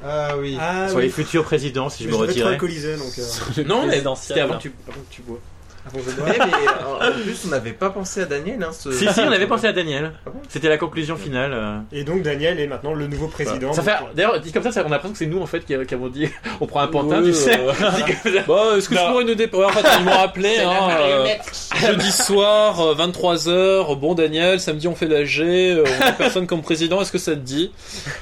Ah oui.
Ah,
sur
oui.
les futurs présidents, si je
Mais
me
devais trop
retirais.
alcoolisé donc. euh,
Non, mais
Présidentiel.
c'était avant que tu, avant que tu bois.
avant que je boive.
Eh, mais, euh, en plus, on n'avait pas pensé à Daniel. Hein, ce-
si, si, on avait pensé à Daniel.
Ah bon
C'était la conclusion finale. euh.
Et donc Daniel est maintenant le nouveau président.
Ça fait,
Donc,
d'ailleurs, dit comme ça, ça- on a l'impression que c'est nous en fait qui, qui avons dit on prend un pantin,
Ouais,
tu sais.
ouais.
Dit comme ça.
Bon, euh. Bah, est-ce que tu
Non.
pourrais nous dépanner En fait, ils m'ont appelé hein, euh, jeudi soir, euh, 23h. euh, Bon, Daniel, samedi on fait la G, euh, on a personne comme président, est-ce que ça te dit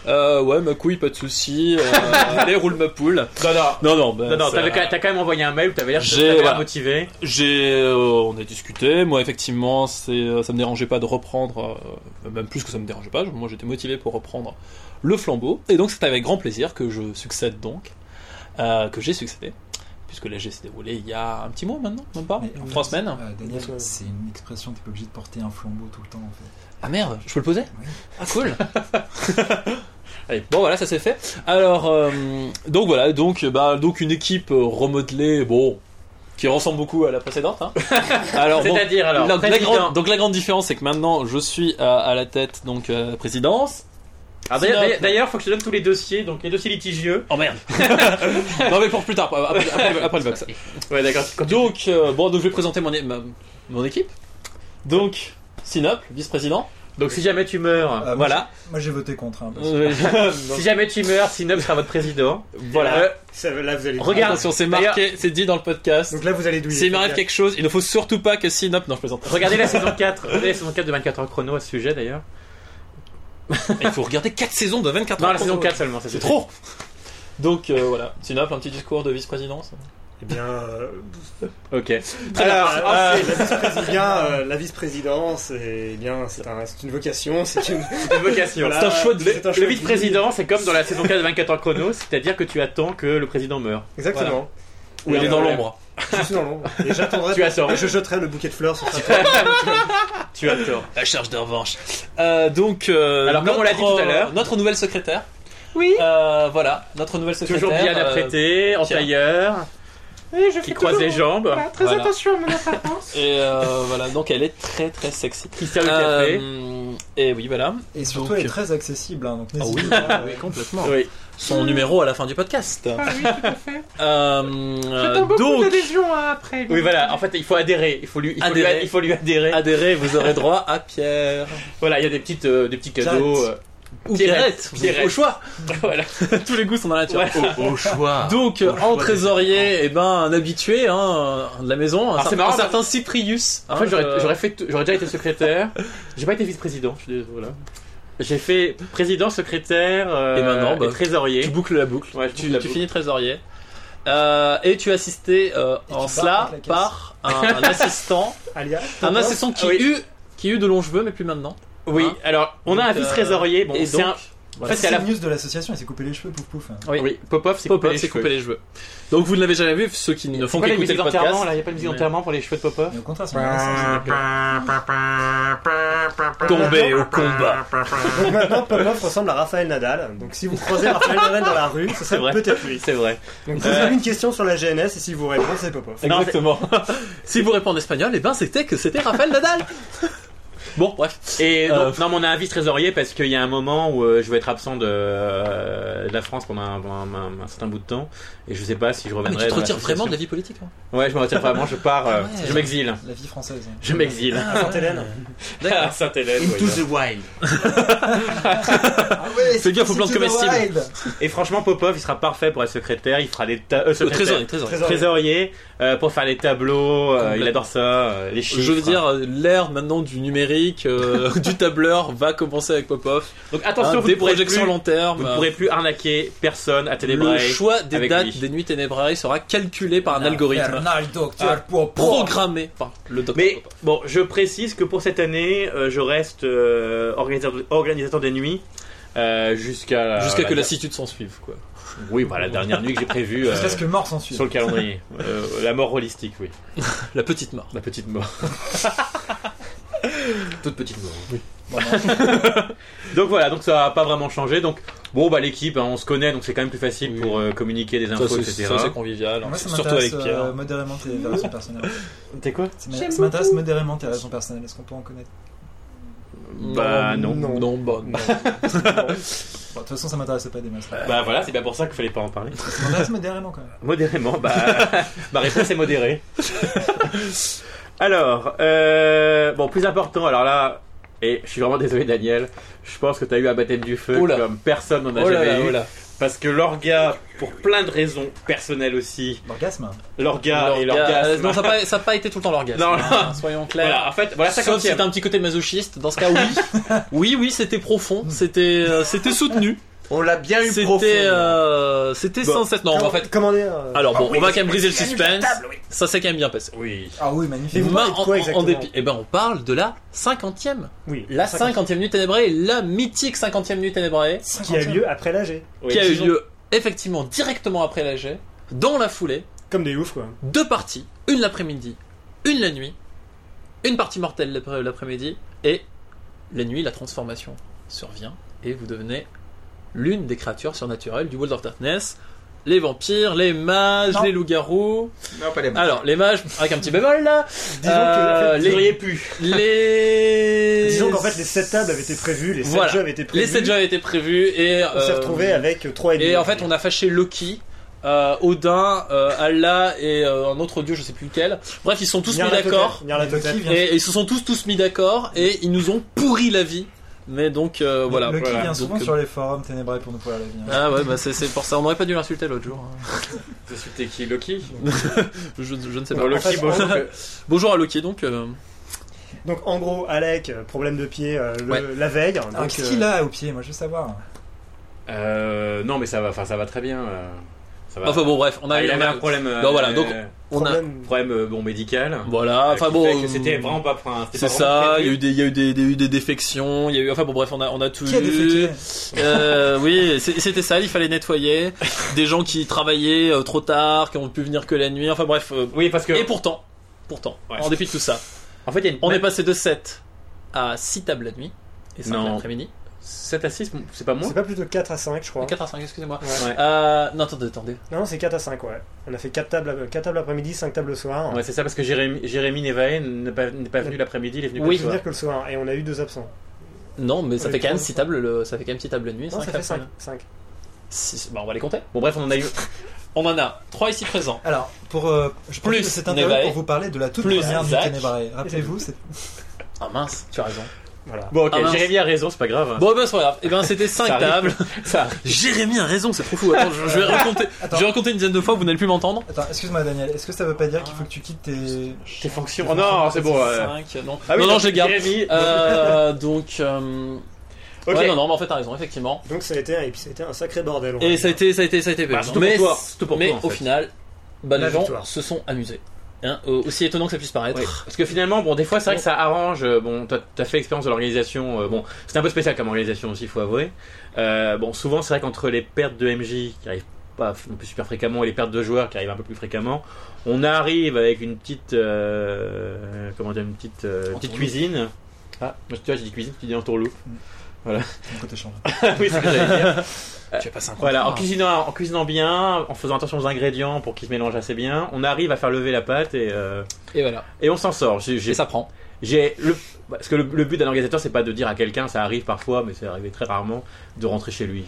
Euh, Ouais, ma couille, pas de soucis. euh, allez, roule ma poule.
Non, non.
Non, non, bah,
Non, non,
ça-
t'avais quand- t'as quand même envoyé un mail où t'avais l'air
J'ai-
t'avais l'air
voilà.
motivé.
J'ai, euh, on a discuté. Moi, effectivement, c'est, euh, ça me dérangeait pas de reprendre, euh, même plus que ça me dérangeait pas. Moi, j'étais motivé pour reprendre le flambeau. Et donc, c'est avec grand plaisir que je succède donc, euh, que j'ai succédé, puisque la G s'est déroulée il y a un petit mois maintenant, même pas,
Mais-
trois semaines.
Euh, Daniel, c'est une expression, t'es pas obligé de porter un flambeau tout le temps en fait.
Ah merde, je peux le poser
Oui.
Ah cool Allez, bon voilà, ça c'est fait. Alors, euh, donc voilà, donc, bah, donc une équipe euh, remodelée, bon, qui ressemble beaucoup à la précédente. hein. Alors, bon,
C'est-à-dire alors,
La- la
président.
grande- donc la grande différence, c'est que maintenant je suis à, à la tête donc euh, présidence.
Ah, d'ailleurs-
Synophe.
D'ailleurs, faut que je te donne tous les dossiers, donc les dossiers litigieux.
Oh merde Non mais pour plus tard, après, après- après le box.
Ouais, d'accord. Quand tu-
Donc euh, bon, donc je vais présenter mon, é- ma- mon équipe. Donc Sinople, vice-président.
Donc, si jamais tu meurs,
Euh, moi,
voilà.
j'ai- Moi j'ai voté contre. hein, parce que-
Euh,
si jamais tu meurs, Sinop sera votre président.
voilà.
Euh,
ça va- là vous allez.
Regarde.
Attention, c'est marqué, c'est dit dans le podcast.
Donc là vous allez douiller.
S'il m'arrive quelque chose, il ne faut surtout pas que Sinop. Non, je plaisante.
regardez la saison 4, regardez la saison 4 de 24 heures chrono à ce sujet d'ailleurs.
Il faut regarder 4 saisons de 24
Non,
heures.
la saison 4 seulement, ça,
C'est trop Donc euh, voilà, Sinop, un petit discours de vice-présidence.
Eh bien, euh,
Ok.
alors,
Alors, ah,
la vice-présidence, euh, la vice-présidence, eh bien, c'est un- c'est une vocation, c'est une,
c'est une vocation.
voilà,
c'est un choix de-
c'est un
Le
choix de vie.
vice-président, c'est comme dans la saison 4 de 24 heures chrono, c'est-à-dire que tu attends que le président meure.
Exactement.
Où il
Et,
est dans
euh,
l'ombre.
Je suis dans l'ombre. Et j'attendrai.
Tu as tort.
Euh, Je jeterai le bouquet de fleurs sur sa tête.
Tu as tort.
La charge de revanche. Euh, donc, euh,
Alors, comme on l'a dit
notre-
tout à l'heure-
notre nouvelle secrétaire.
Oui.
Euh, voilà, notre nouvelle secrétaire.
Toujours bien
euh,
apprêté, en
tiens.
tailleur,
Oui, je
qui
fais
croise les
toujours-
jambes,
Voilà, Très
Voilà.
attention à mon apparence.
Et euh, voilà, donc elle est très très sexy.
qui sert le café.
Euh, et oui, voilà.
Et surtout,
Donc,
elle est très accessible. hein, donc n'hésite
oui.
pas, euh,
complètement.
Oui.
Son numéro à la fin du podcast.
Ah oui, tout à fait.
Euh,
J'attends beaucoup
donc,
d'adhésion hein, après.
Oui, voilà, en fait, il faut adhérer. Il faut lui, il faut lui-
Adhérer.
il faut lui adhérer.
adhérez, vous aurez droit à Pierre.
Voilà, il y a des, petites, euh, des petits cadeaux.
J'arrête.
euh,
Ou
Pierrette.
Pierrette,
Pierrette.
au choix.
voilà.
Tous les goûts sont dans la nature.
Ouais.
Au, au choix.
Donc,
Au choix
en
des
trésorier, eh ben, un habitué hein, de la maison, un,
Alors, c'est
cer-
marrant,
un certain Cyprius.
En
hein,
fait, j'aurais
euh,
j'aurais fait tout- j'aurais déjà été secrétaire. J'ai pas été vice-président, je suis désolé. Voilà. J'ai fait président, secrétaire euh,
Et maintenant, bah,
trésorier.
Tu boucles la boucle.
Ouais, je
tu,
boucle la
tu
boucle.
finis trésorier. Euh, et tu es assisté euh,
Et
en
tu
cela
pars avec la
par un, un assistant.
Alia,
un assistant qui
Ah oui.
eut qui eut de longs cheveux, mais plus maintenant.
Oui,
Hein
alors on a un
Donc, euh,
vice-trésorier. Bon,
et
c'est
donc,
un.
voilà.
En fait, c'est à la.
le news de l'association, il s'est coupé les cheveux, pouf pouf. hein.
oui.
Oui, Popov s'est coupé
Popov
les
s'est
cheveux.
coupé les cheveux. Donc vous ne l'avez jamais vu, ceux qui ne
C'est
font
pas la
qu'écouter
musique
le podcast.
d'enterrement là, y a pas de musique d'enterrement pour les cheveux de Popov
Mais au contraire, c'est intéressant.
hein,
Tomber au combat.
Donc maintenant, Popov ressemble à Raphaël Nadal. Donc si vous croisez Raphaël Nadal dans la rue, ce serait
vrai.
peut-être lui.
C'est vrai. Euh,
Donc vous avez une question sur la GNS et si vous répondez, c'est Popov.
Non,
Exactement. si vous répondez espagnol, eh ben c'était que c'était Raphaël Nadal. bon, bref.
Et donc,
Euh,
non, mais on a un vice-trésorier parce qu'il y a un moment où euh, je vais être absent de, euh, de la France pendant un, pendant un- un- un certain bout de temps et je sais pas si je
Ah, Mais
reviendrai.
tu te
dans la
retires vraiment de la
situation.
vie politique. hein.
Ouais, je me retire vraiment, je pars, euh,
Ah ouais.
je m'exile.
La vie française. hein.
Je m'exile.
Sainte-Hélène.
Ah,
D'accord.
Sainte-Hélène.
Into
ouais.
the wild.
Ah ouais,
Fais gaffe au plan de
City of the
comestible.
Wild.
Et franchement, Popov, il sera parfait pour être secrétaire. Il fera des ta- euh,
Euh,
secrétaire.
Trésorier, trésorier.
Trésorier.
Trésorier euh, pour faire les tableaux. euh, il
Complètement.
adore ça. euh, les chiffres.
Je veux dire, euh, l'ère maintenant du numérique, euh, du tableur va commencer avec Popov.
Donc attention,
Hein,
vous
des
ne pourrez
projections
plus-
long terme.
Vous ne pourrez plus arnaquer personne à
le
Télébraille.
choix des
avec
dates
lui.
des nuits ténébrailles sera calculé
Ah,
par un algorithme
Infernal Docteur pour
programmé par le docteur
Mais
Popov.
bon, je précise que pour cette année, euh, je reste euh, organisateur, organisateur des nuits euh, jusqu'à
Jusqu'à que Ah, la lassitude s'en suive, quoi.
oui, bah, la dernière nuit que j'ai prévue euh,
Jusqu'à ce que mort s'en suive.
sur le calendrier. Euh, la mort holistique, oui,
La petite mort.
la petite mort. Toute petite mort.
Bon, non.
Donc voilà, donc ça n'a pas vraiment changé. Donc bon, bah l'équipe, hein, on se connaît, donc c'est quand même plus facile
Oui.
pour euh, communiquer des
Ça,
infos,
c'est-
etc.
ça, c'est convivial. hein.
Moi, ça
Surtout avec
m'intéresse
Pierre.
euh, modérément tes tes raisons personnelles.
T'es quoi
Ça m'a- ça m'intéresse modérément tes raisons personnelles. Est-ce qu'on peut en connaître
Bah non.
Non, bah, non.
Bon, De toute façon, ça m'intéresse pas des masses. Ça
Bah voilà, c'est bien pour ça qu'il fallait pas en parler.
m'intéresse modérément quand même.
Modérément, bah, ma réponse est modérée. alors, euh, bon, plus important, alors là, et je suis vraiment désolé, Daniel, je pense que tu as eu un baptême du feu
Oh là.
comme personne n'en a
Oh là
jamais
là,
eu.
oh là.
Parce que l'orga, pour plein de raisons personnelles aussi,
L'orgasme.
l'orga et
L'orgasme.
l'orgasme.
euh, non, ça n'a pas, ça a pas été tout le temps l'orgasme.
Non,
hein, soyons clairs.
Voilà, en fait, voilà ça
Sauf si
cinquantième.
t'as un petit côté masochiste, dans ce cas oui. oui, oui, c'était profond, c'était euh, c'était soutenu,
On l'a bien eu profond.
c'était euh, c'était
Bon.
sans cesse. Non, en fait,
Comment dire euh,
alors bon,
oui,
on va
c'est-
quand même briser le
c'est la nuit
suspense. Ça s'est quand même bien passé.
Oui.
Ah oui,
Et
magnifique.
vous
Ma-
parlez de quoi exactement
Eh ben, on parle de la cinquantième,
Oui.
la cinquantième nuit ténébrée, la mythique cinquantième nuit ténébrée,
Qui a lieu après l'AG.
Oui.
qui a eu lieu effectivement directement après la G, dans la foulée,
Comme des oufs, quoi.
deux parties, une l'après-midi, une la nuit, une partie mortelle l'après- l'après-midi, et la nuit, la transformation survient, et vous devenez l'une des créatures surnaturelles du World of Darkness. Les vampires, les mages,
Non.
les loups-garous.
Non, pas les mains.
Alors, les mages, avec un petit bémol là.
Disons
Euh,
que-
Vous
les,
auriez pu.
les...
Disons qu'en fait, les 7 tables avaient été prévues, les 7
Voilà.
jeux avaient été prévus.
Les sept jeux avaient été prévus et...
On s'est
euh,
retrouvé avec 3 et demi.
Et en fait, on a fâché Loki. euh, Odin, euh, Allah et euh, un autre dieu, je sais plus lequel. Bref, ils sont tous mis d'accord.
Loki vient-
Et, et ils se sont tous tous mis d'accord et ils nous ont pourri la vie. Mais donc euh, voilà.
Loki
voilà.
vient souvent
Donc, euh,
sur les forums ténébrés pour nous pouvoir la vie. hein.
Ah ouais, bah c'est c'est pour ça. On aurait pas dû l'insulter l'autre jour. hein.
Je suis t'es qui Loki
Je, je ne sais pas.
Bon, Loki,
fait,
bonjour.
Bonjour à Loki donc. euh,
Donc en gros, Alec, euh, problème de pied euh, le-
Ouais.
la veille.
Alors,
donc, euh,
euh,
qu'est-ce qu'il a au pied Moi, je veux savoir.
Euh, non, mais ça va, enfin, ça va très bien. euh, Ça va.
Enfin bon bref, on a,
Ah, il
on
avait
a-
un problème. euh,
Non, voilà, donc-
euh,
on a
problème-
problème euh, bon médical.
voilà.
Euh,
Enfin
qui
bon.
fait que
euh,
C'était vraiment pas pour un- c'était
C'est
pas vraiment
ça. Il y a
prévu.
eu des, il y a eu des, des, eu des défections. Il y a eu. Enfin bon bref, on a on a tout.
Qui a
eu.
déféqué
Euh, oui, c'est- c'était sale, il fallait nettoyer. Des gens qui travaillaient euh, trop tard, qui ont pu venir que la nuit, enfin bref. euh,
Oui, parce que.
et pourtant, pourtant,
Ouais.
en dépit de tout ça,
En fait, il y a une.
on est passé de 7 à 6 tables la nuit et 5
Non.
l'après-midi.
7 à 6, c'est pas moins
C'est pas plutôt 4 à 5, je crois.
4 à 5, excusez-moi.
Ouais,
Euh, non, attendez, attendez.
Non, non, c'est 4 à 5, ouais. On a fait 4 tables, 4 tables après-midi, 5 tables le soir.
Ouais, c'est ça parce que Jérémy, Jérémy Nevaé n'est pas, n'est pas venu l'après-midi, il est venu
Oui.
que
Je
le
veux
soir.
dire que le soir, et on a eu deux absents.
Non, mais ça
Ouais,
fait quand même
trois,
6 tables, le- ça fait quand même 6 tables la nuit.
Non, ça fait 5.
Bah, on va les compter.
Bon, bref, on en a eu.
On en a 3 ici présents.
Alors, pour, euh, je
Plus
profite de cette interview
Nevaeh.
pour vous parler de la toute
Plus
première nuit
Zach.
ténébrée. Rappelez-vous, c'est
Ah mince, tu as raison.
Voilà.
Bon, ok,
Ah, mince.
Jérémy a raison, c'est pas grave. hein.
Bon, ben, c'est pas grave. Et ben, c'était 5
arrive.
tables.
Ça arrive.
Jérémy a raison, c'est trop fou. Attends, je,
Euh,
je vais raconter,
Attends.
je vais raconter une dizaine de fois, vous n'allez plus m'entendre.
Attends, excuse-moi Daniel, est-ce que ça veut pas dire qu'il faut que tu quittes tes.
Tes fonctions. Oh non, c'est bon. euh.
Cinq, non,
Ah oui,
non, non,
donc,
je les garde.
Jérémy.
Euh, donc, euh,
Ok.
ouais, non, non, mais en fait, t'as raison, effectivement.
Donc ça a été un, et puis ça a été un sacré bordel. on va
Et
dire.
ça a été, ça a été, ça a été.
Bah,
pénible.
surtout pour
mais
toi, surtout pour
mais
toi, en
au
fait.
final, bah,
La
les gens
victoire.
se sont amusés. Hein, euh, aussi étonnant que ça puisse paraître.
Ouais. Parce que finalement, bon, des fois, c'est vrai que ça arrange. euh, Bon, t'as as fait l'expérience de l'organisation. euh, bon, c'est un peu spécial comme organisation aussi, faut avouer. Euh, bon, souvent, c'est vrai qu'entre les pertes de MJ qui arrivent pas non plus super fréquemment et les pertes de joueurs qui arrivent un peu plus fréquemment, on arrive avec une petite, euh, comment dire, une petite, euh, petite
Entourloupe.
cuisine. Ah, moi, tu vois, j'ai dit cuisine, tu dis entourloupe.
Ton côté chambre.
Ah oui, c'est Ah. ce que j'allais dire.
Tu as passé un
Voilà, en cuisinant, en cuisinant bien, en faisant attention aux ingrédients pour qu'ils se mélangent assez bien, on arrive à faire lever la pâte et, euh,
Et voilà.
et on s'en sort. J'ai-
Et
j'ai-
ça prend.
j'ai le- parce que le, le but d'un organisateur, c'est pas de dire à quelqu'un, ça arrive parfois, mais c'est arrivé très rarement, de rentrer chez lui.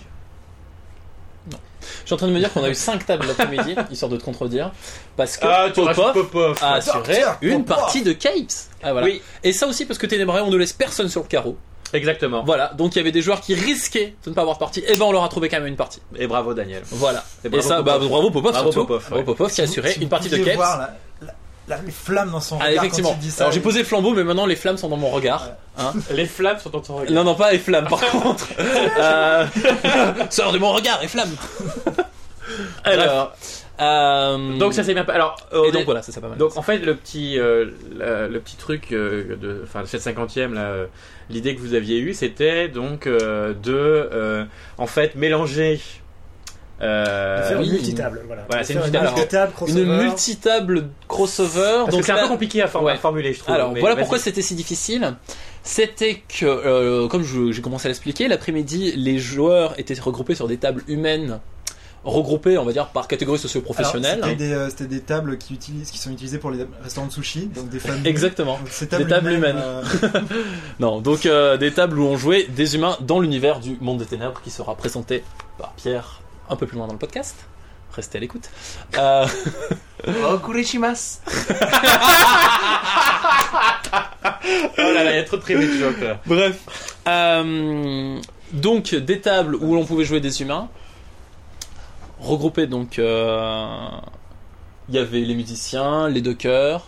Je suis en train de me dire qu'on a eu 5 tables l'après-midi, histoire de te contredire. Parce que
Ah,
Popov
Popov
a assuré
Docteur
une
Popov.
partie de Capes. Ah, voilà.
Oui.
Et ça aussi parce que Ténébrae, on ne laisse personne sur le carreau.
Exactement.
Voilà, donc il y avait des joueurs qui risquaient de ne pas avoir partie. Et ben on leur a trouvé quand même une partie.
Et bravo Daniel.
Voilà.
Et
Et,
bravo
ça,
Popov.
bah, bravo Popov,
Bravo
surtout.
Popov,
Bravo
Ah, ouais.
Popov qui a assuré
Si vous
une partie de
pouviez
Capes.
voir la, la, la- les flammes dans son
Ah,
regard
effectivement.
quand il dit ça.
Alors j'ai posé le flambeau, mais maintenant les flammes sont dans mon regard. Hein
Les flammes sont en ton regard.
non, non, pas les flammes, par contre. Euh, Sors de mon regard, les flammes. Alors, euh,
Donc ça s'est bien pas. Alors,
et
euh,
donc voilà, ça c'est pas mal.
Donc en fait le petit euh, la- le petit truc euh, de enfin cette cinquantième là euh, l'idée que vous aviez eue c'était donc euh, de euh, en fait mélanger euh,
De faire
oui.
une multitable. Voilà,
Voilà,
De
c'est
faire
une multitable.
multitable
une
crossover.
multitable crossover.
parce
donc
que c'est un
là-
peu compliqué à, form-
Ouais.
à formuler je trouve.
Alors
mais
voilà
vas-y.
pourquoi c'était si difficile. C'était que, euh, comme je- j'ai commencé à l'expliquer, l'après-midi, les joueurs étaient regroupés sur des tables humaines, regroupées, on va dire, par catégorie
Alors,
socio-professionnelle.
C'était des, euh, c'était des tables qui, utilisent, qui sont utilisées pour les restaurants de sushi, donc des familles.
Exactement.
Donc, Ces tables
Des tables
humaines.
humaines.
euh,
Non, donc euh, des tables où on jouait des humains dans l'univers du monde des ténèbres qui sera présenté par Pierre un peu plus loin dans le podcast. Restez à l'écoute. Euh,
Oh, Kurishimas.
Oh là là, il y a trop de privés de joke, là.
Bref. Euh, donc des tables où l'on pouvait jouer des humains. Regroupés donc... euh, Il y avait les musiciens, les dockers.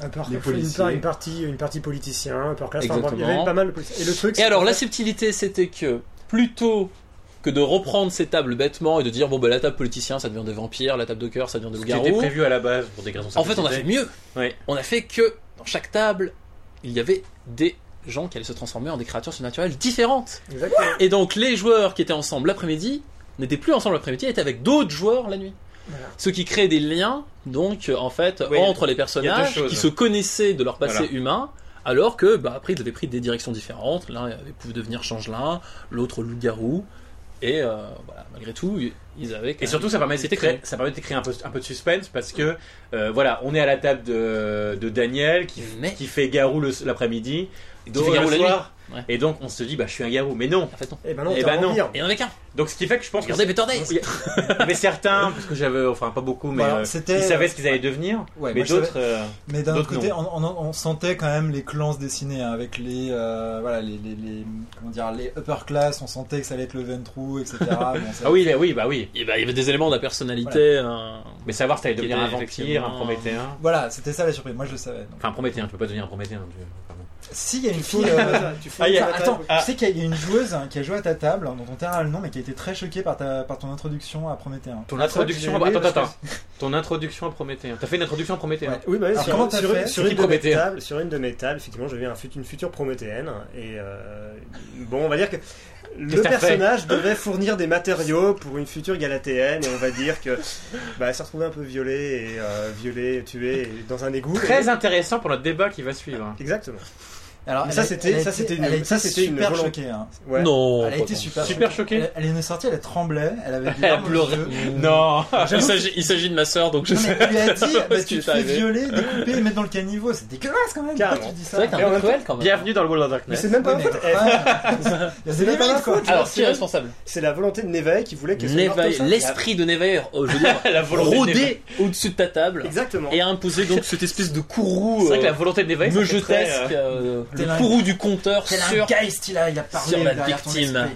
Un par-
Les
une par-
policiers.
une partie, une partie politicien, un par classe. enfin, bref, il y
Exactement.
avait pas mal de policiers. Et le truc.
Et
c'est-
alors la subtilité c'était que plutôt que de reprendre ces tables bêtement et de dire bon bah la table politicien ça devient des vampires, la table docker ça devient des
Ce qui était
loups-garous.
prévu à la base pour des raisons
En fait on a fait
simples.
mieux.
Oui.
On a fait que dans chaque table il y avait des gens qui allaient se transformer en des créatures surnaturelles différentes.
Exactement.
Et donc les joueurs qui étaient ensemble l'après-midi n'étaient plus ensemble l'après-midi, étaient avec d'autres joueurs la nuit.
Voilà.
Ce qui crée des liens, donc euh, en fait,
Oui,
entre les
il y a
personnages
deux choses.
qui se connaissaient de leur passé
Voilà.
humain, alors que bah, après ils avaient pris des directions différentes. L'un avait- pouvait devenir changelin, l'autre loup-garou, et euh, voilà, malgré tout, ils avaient. quand
Et
même-
surtout, ça permet de
C'était
créer,
créé.
ça permet de créer un peu, un peu de suspense parce que euh, voilà, on est à la table de, de Daniel qui,
Mais-
qui fait garou le- l'après-midi,
Mm. fait
Dora
garou
le
la
soir,
nuit. Ouais.
et donc on se dit bah je suis un garou, mais non.
En fait, non.
Et ben non,
Eh
t'es
ben
un
non.
vampire.
Il y en avait qu'un.
Donc ce qui fait que je pense que
Regardez Better Days.
mais certains, parce que j'avais, enfin pas beaucoup, mais
Voilà,
euh,
c'était-
ils savaient ce qu'ils allaient devenir,
Ouais,
mais
moi, je savais-
d'autres. euh,
Mais d'un autre
D'autres
côté, on, on- on sentait quand même les clans se dessiner hein, avec les, euh, voilà, les, les, les- comment dire, les upper class. On sentait que ça allait être le Ventrou, etc. Bon, ça-
Ah oui, bah oui, bah oui.
Et bah, il y avait des éléments de la personnalité. euh,
Mais savoir si t'allais
Qui
devenir un
était
vampire, un
effectivement-
prométhéen.
Voilà, c'était ça la surprise. Moi, je le savais. donc.
Enfin, un prométhéen, tu peux pas devenir un prométhéen. tu- pardon.
Si, il y a une fille. euh,
Tu fais
Ah, il y a-
Enfin, attends,
Ah.
tu sais qu'il y a une joueuse hein, qui a joué à ta table, hein, dont on taira le nom, mais qui a été très choquée par, ta, par ton introduction à hein. Prométhéen.
Ton
Ah, c'est vrai que
introduction,
j'ai aimé
attends, attends,
parce
attends. Ton introduction à Prométhée. T'as fait une introduction à Prométhée.
Ouais.
Oui, bah oui,
Alors,
sur,
comment t'as
sur
fait
une, sur
C'est qui
une de mes
Prométhée
tables- sur une de mes tables, effectivement, je deviens un fut- une future prométhéenne. Et euh, bon, on va dire que
Qu'est-ce
le
que t'as fait
personnage devait fournir des matériaux pour une future galatéenne. Et on va dire que bah, elle s'est retrouvée un peu violée, et, euh, violée, tuée et dans un égout.
Très
Et-
intéressant pour notre débat qui va suivre.
Exactement.
Alors,
Mais
elle
ça,
a-
c'était-
elle a
ça,
été-
c'était une-
elle a été
ça, c'était une
super
volonté.
choquée. hein.
Ouais.
Non.
elle a
pas
été
tant.
super,
Super choquée.
Elle, elle est sortie, elle tremblait, elle avait des
Elle a
larmes aux
pleuré.
yeux.
Non
Il s'agit- il s'agit de ma soeur, donc je
Non,
sais.
mais elle lui a dit,
Parce
bah,
qu'il
tu te
est
fais
arrivé.
violer, découper et mettre dans le caniveau. C'est dégueulasse quand même. Pourquoi
Carrément.
tu dis
C'est
ça
vrai que t'as un
Mais
peu
en même
cruel quand même.
Bienvenue dans le World of
Mais
Darkness.
c'est même
Ouais,
pas
mais
ma faute.
enfin, Il y a des
C'est
limites,
pas ma
quoi.
faute.
Alors,
C'est
qui est
la-
responsable
C'est la volonté de Néveil qui voulait que ce meurtre
L'éveil-
soit-
L'esprit de Néveilleur, je veux dire,
La volonté de
rodé au-dessus de ta table
Exactement.
et a imposé donc cette espèce de courroux
C'est vrai que la
euh,
volonté de Néveil, ça fait très,
meutesque,
euh,
euh,
Tel
le
un-
courroux du compteur
Tel un
sur,
geist, il a, il a parlé
sur la
derrière ton
victime.
esprit.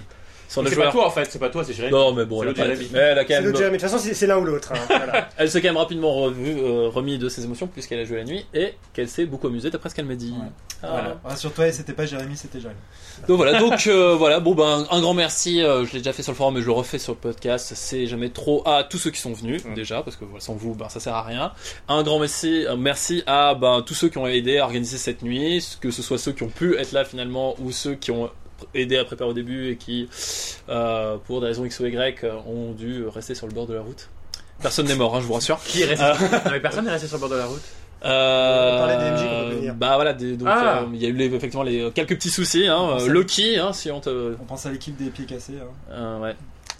sur le
C'est pas
joueur.
toi en fait, c'est pas toi, c'est Jérémy.
Non, mais bon,
C'est
elle, a
le
pas-
Jeremy.
mais elle a quand
C'est
même. euh,
le Jeremy. De toute façon, c'est c'est l'un ou l'autre. hein, voilà.
Elle s'est quand même rapidement revu- euh, remis de ses émotions puisqu'elle a joué la nuit et qu'elle s'est beaucoup amusée d'après ce qu'elle m'a dit.
Ouais.
Ah.
Voilà. Rassure-toi, et c'était pas Jérémy, c'était Jérémy.
Donc voilà, donc euh, voilà, bon ben un grand merci, euh, je l'ai déjà fait sur le forum mais je le refais sur le podcast, c'est jamais trop à tous ceux qui sont venus
Mm.
déjà parce que voilà, sans vous ben ça sert à rien. Un grand merci, euh, merci à ben, tous ceux qui ont aidé à organiser cette nuit, que ce soit ceux qui ont pu être là finalement ou ceux qui ont aidé à préparer au début et qui euh, pour des raisons X ou Y euh, ont dû rester sur le bord de la route. Personne n'est mort, hein, je vous rassure.
Qui est resté
Euh.
Non, mais personne n'est resté sur le bord de la route.
Euh,
On parlait des MJ qu'on peut venir.
Bah voilà, des- donc
Ah.
euh, il y a eu les- effectivement les quelques petits soucis,
Ah,
hein,
Ça-
euh, Loki, hein, si on te,
On pense à l'équipe des pieds cassés. hein.
euh, ouais.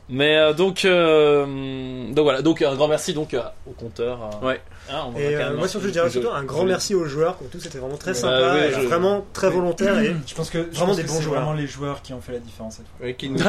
Mais euh, donc, euh, donc voilà, donc un grand merci donc euh, au compteur. euh,
Ouais.
hein, on va
Et
quand
euh,
même-
moi, surtout, je dirais surtout un grand
je-
merci aux joueurs. Pour tout, c'était vraiment très
Bah,
sympa.
oui,
et
je-
Vraiment très
Oui.
volontaire. Et
Je pense que, je
Vraiment
pense
des
que
bons
c'est
joueurs.
vraiment les joueurs qui ont fait la différence cette fois.
Ouais, qui nous-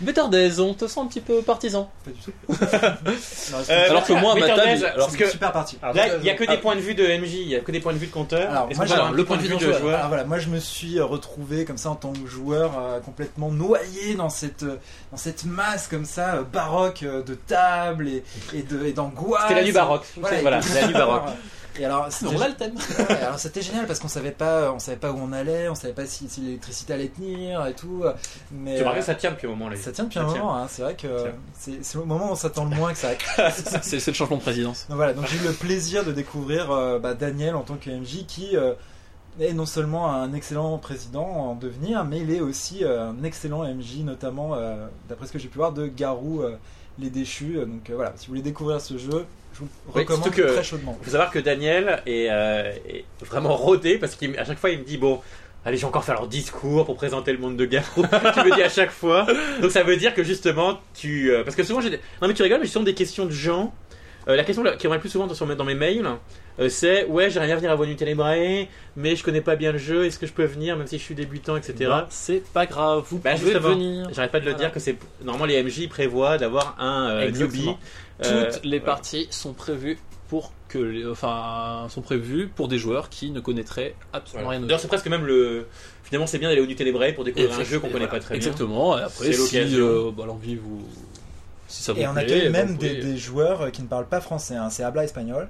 Bétardaise, on te sent un petit peu partisan.
Pas du tout. Euh,
alors que moi, à ma table,
Bétardaise,
Euh, alors
alors
parce que
super parti.
là, il n'y a que des points de vue de MJ, il n'y a que des points de vue de compteur.
Alors,
Est-ce
moi,
qu'on peut
j'ai
avoir
un
un
le
petit point de vue de
d'un
joueur.
Alors Ah, voilà, moi je me suis euh, retrouvé comme ça en tant que joueur euh, complètement noyé dans cette euh, dans cette masse comme ça euh, baroque euh, de table et et de et d'angoisse.
C'était la nuit baroque.
Voilà,
Voilà,
et-
la nuit baroque.
Et alors c'était
On a le thème.
Ouais, alors c'était génial parce qu'on savait pas euh, on savait pas où on allait, on savait pas si, si l'électricité allait tenir et tout euh, mais euh,
Tu remarques, ça tient depuis un moment là.
ça tient depuis un
Ça tient.
moment, hein. c'est vrai que
Ça tient.
c'est c'est au moment où on s'attend le moins que ça
C'est c'est le changement de présidence.
Donc voilà, donc j'ai eu le plaisir de découvrir euh, bah, Daniel en tant que MJ qui euh, est non seulement un excellent président en devenir, mais il est aussi euh, un excellent MJ, notamment euh, d'après ce que j'ai pu voir de Garou euh, les déchus. Donc euh, voilà, si vous voulez découvrir ce jeu, je vous le
Oui,
recommande
surtout que-
très chaudement.
Il faut savoir que Daniel est, euh, est vraiment rodé parce qu'à chaque fois il me dit bon. Allez, je vais encore faire leur discours pour présenter le monde de Garou. tu me dis à chaque fois. Donc ça veut dire que justement, tu. euh, parce que souvent, j'ai. des- Non, mais tu rigoles, mais souvent des questions de gens. Euh, la question là, qui revient le plus souvent sur mes- dans mes mails, euh, c'est Ouais, j'aimerais bien venir à Vonu Télébrae, mais je connais pas bien le jeu, est-ce que je peux venir même si je suis débutant, etc.
Bah, C'est pas grave, vous
Bah,
pouvez
justement.
venir.
J'arrête pas de le
Voilà.
dire que c'est. Normalement, les MJ prévoient d'avoir un euh,
Exactement.
newbie.
Toutes
Euh,
les
voilà.
parties sont prévues pour que, les- enfin, sont prévues pour des joueurs qui ne connaîtraient absolument
Voilà.
rien. au
D'ailleurs, c'est presque même le. Finalement, c'est bien d'aller au Nu Télébrae pour découvrir un jeu qu'on connaît pas très bien.
Exactement. Et après,
C'est
si
l'occasion.
euh, bah, l'envie vous, si ça vous
Et on
plaît,
accueille
bah,
même
vous
des,
pouvez- Ah,
des joueurs euh, qui ne parlent pas français, hein. c'est habla espagnol.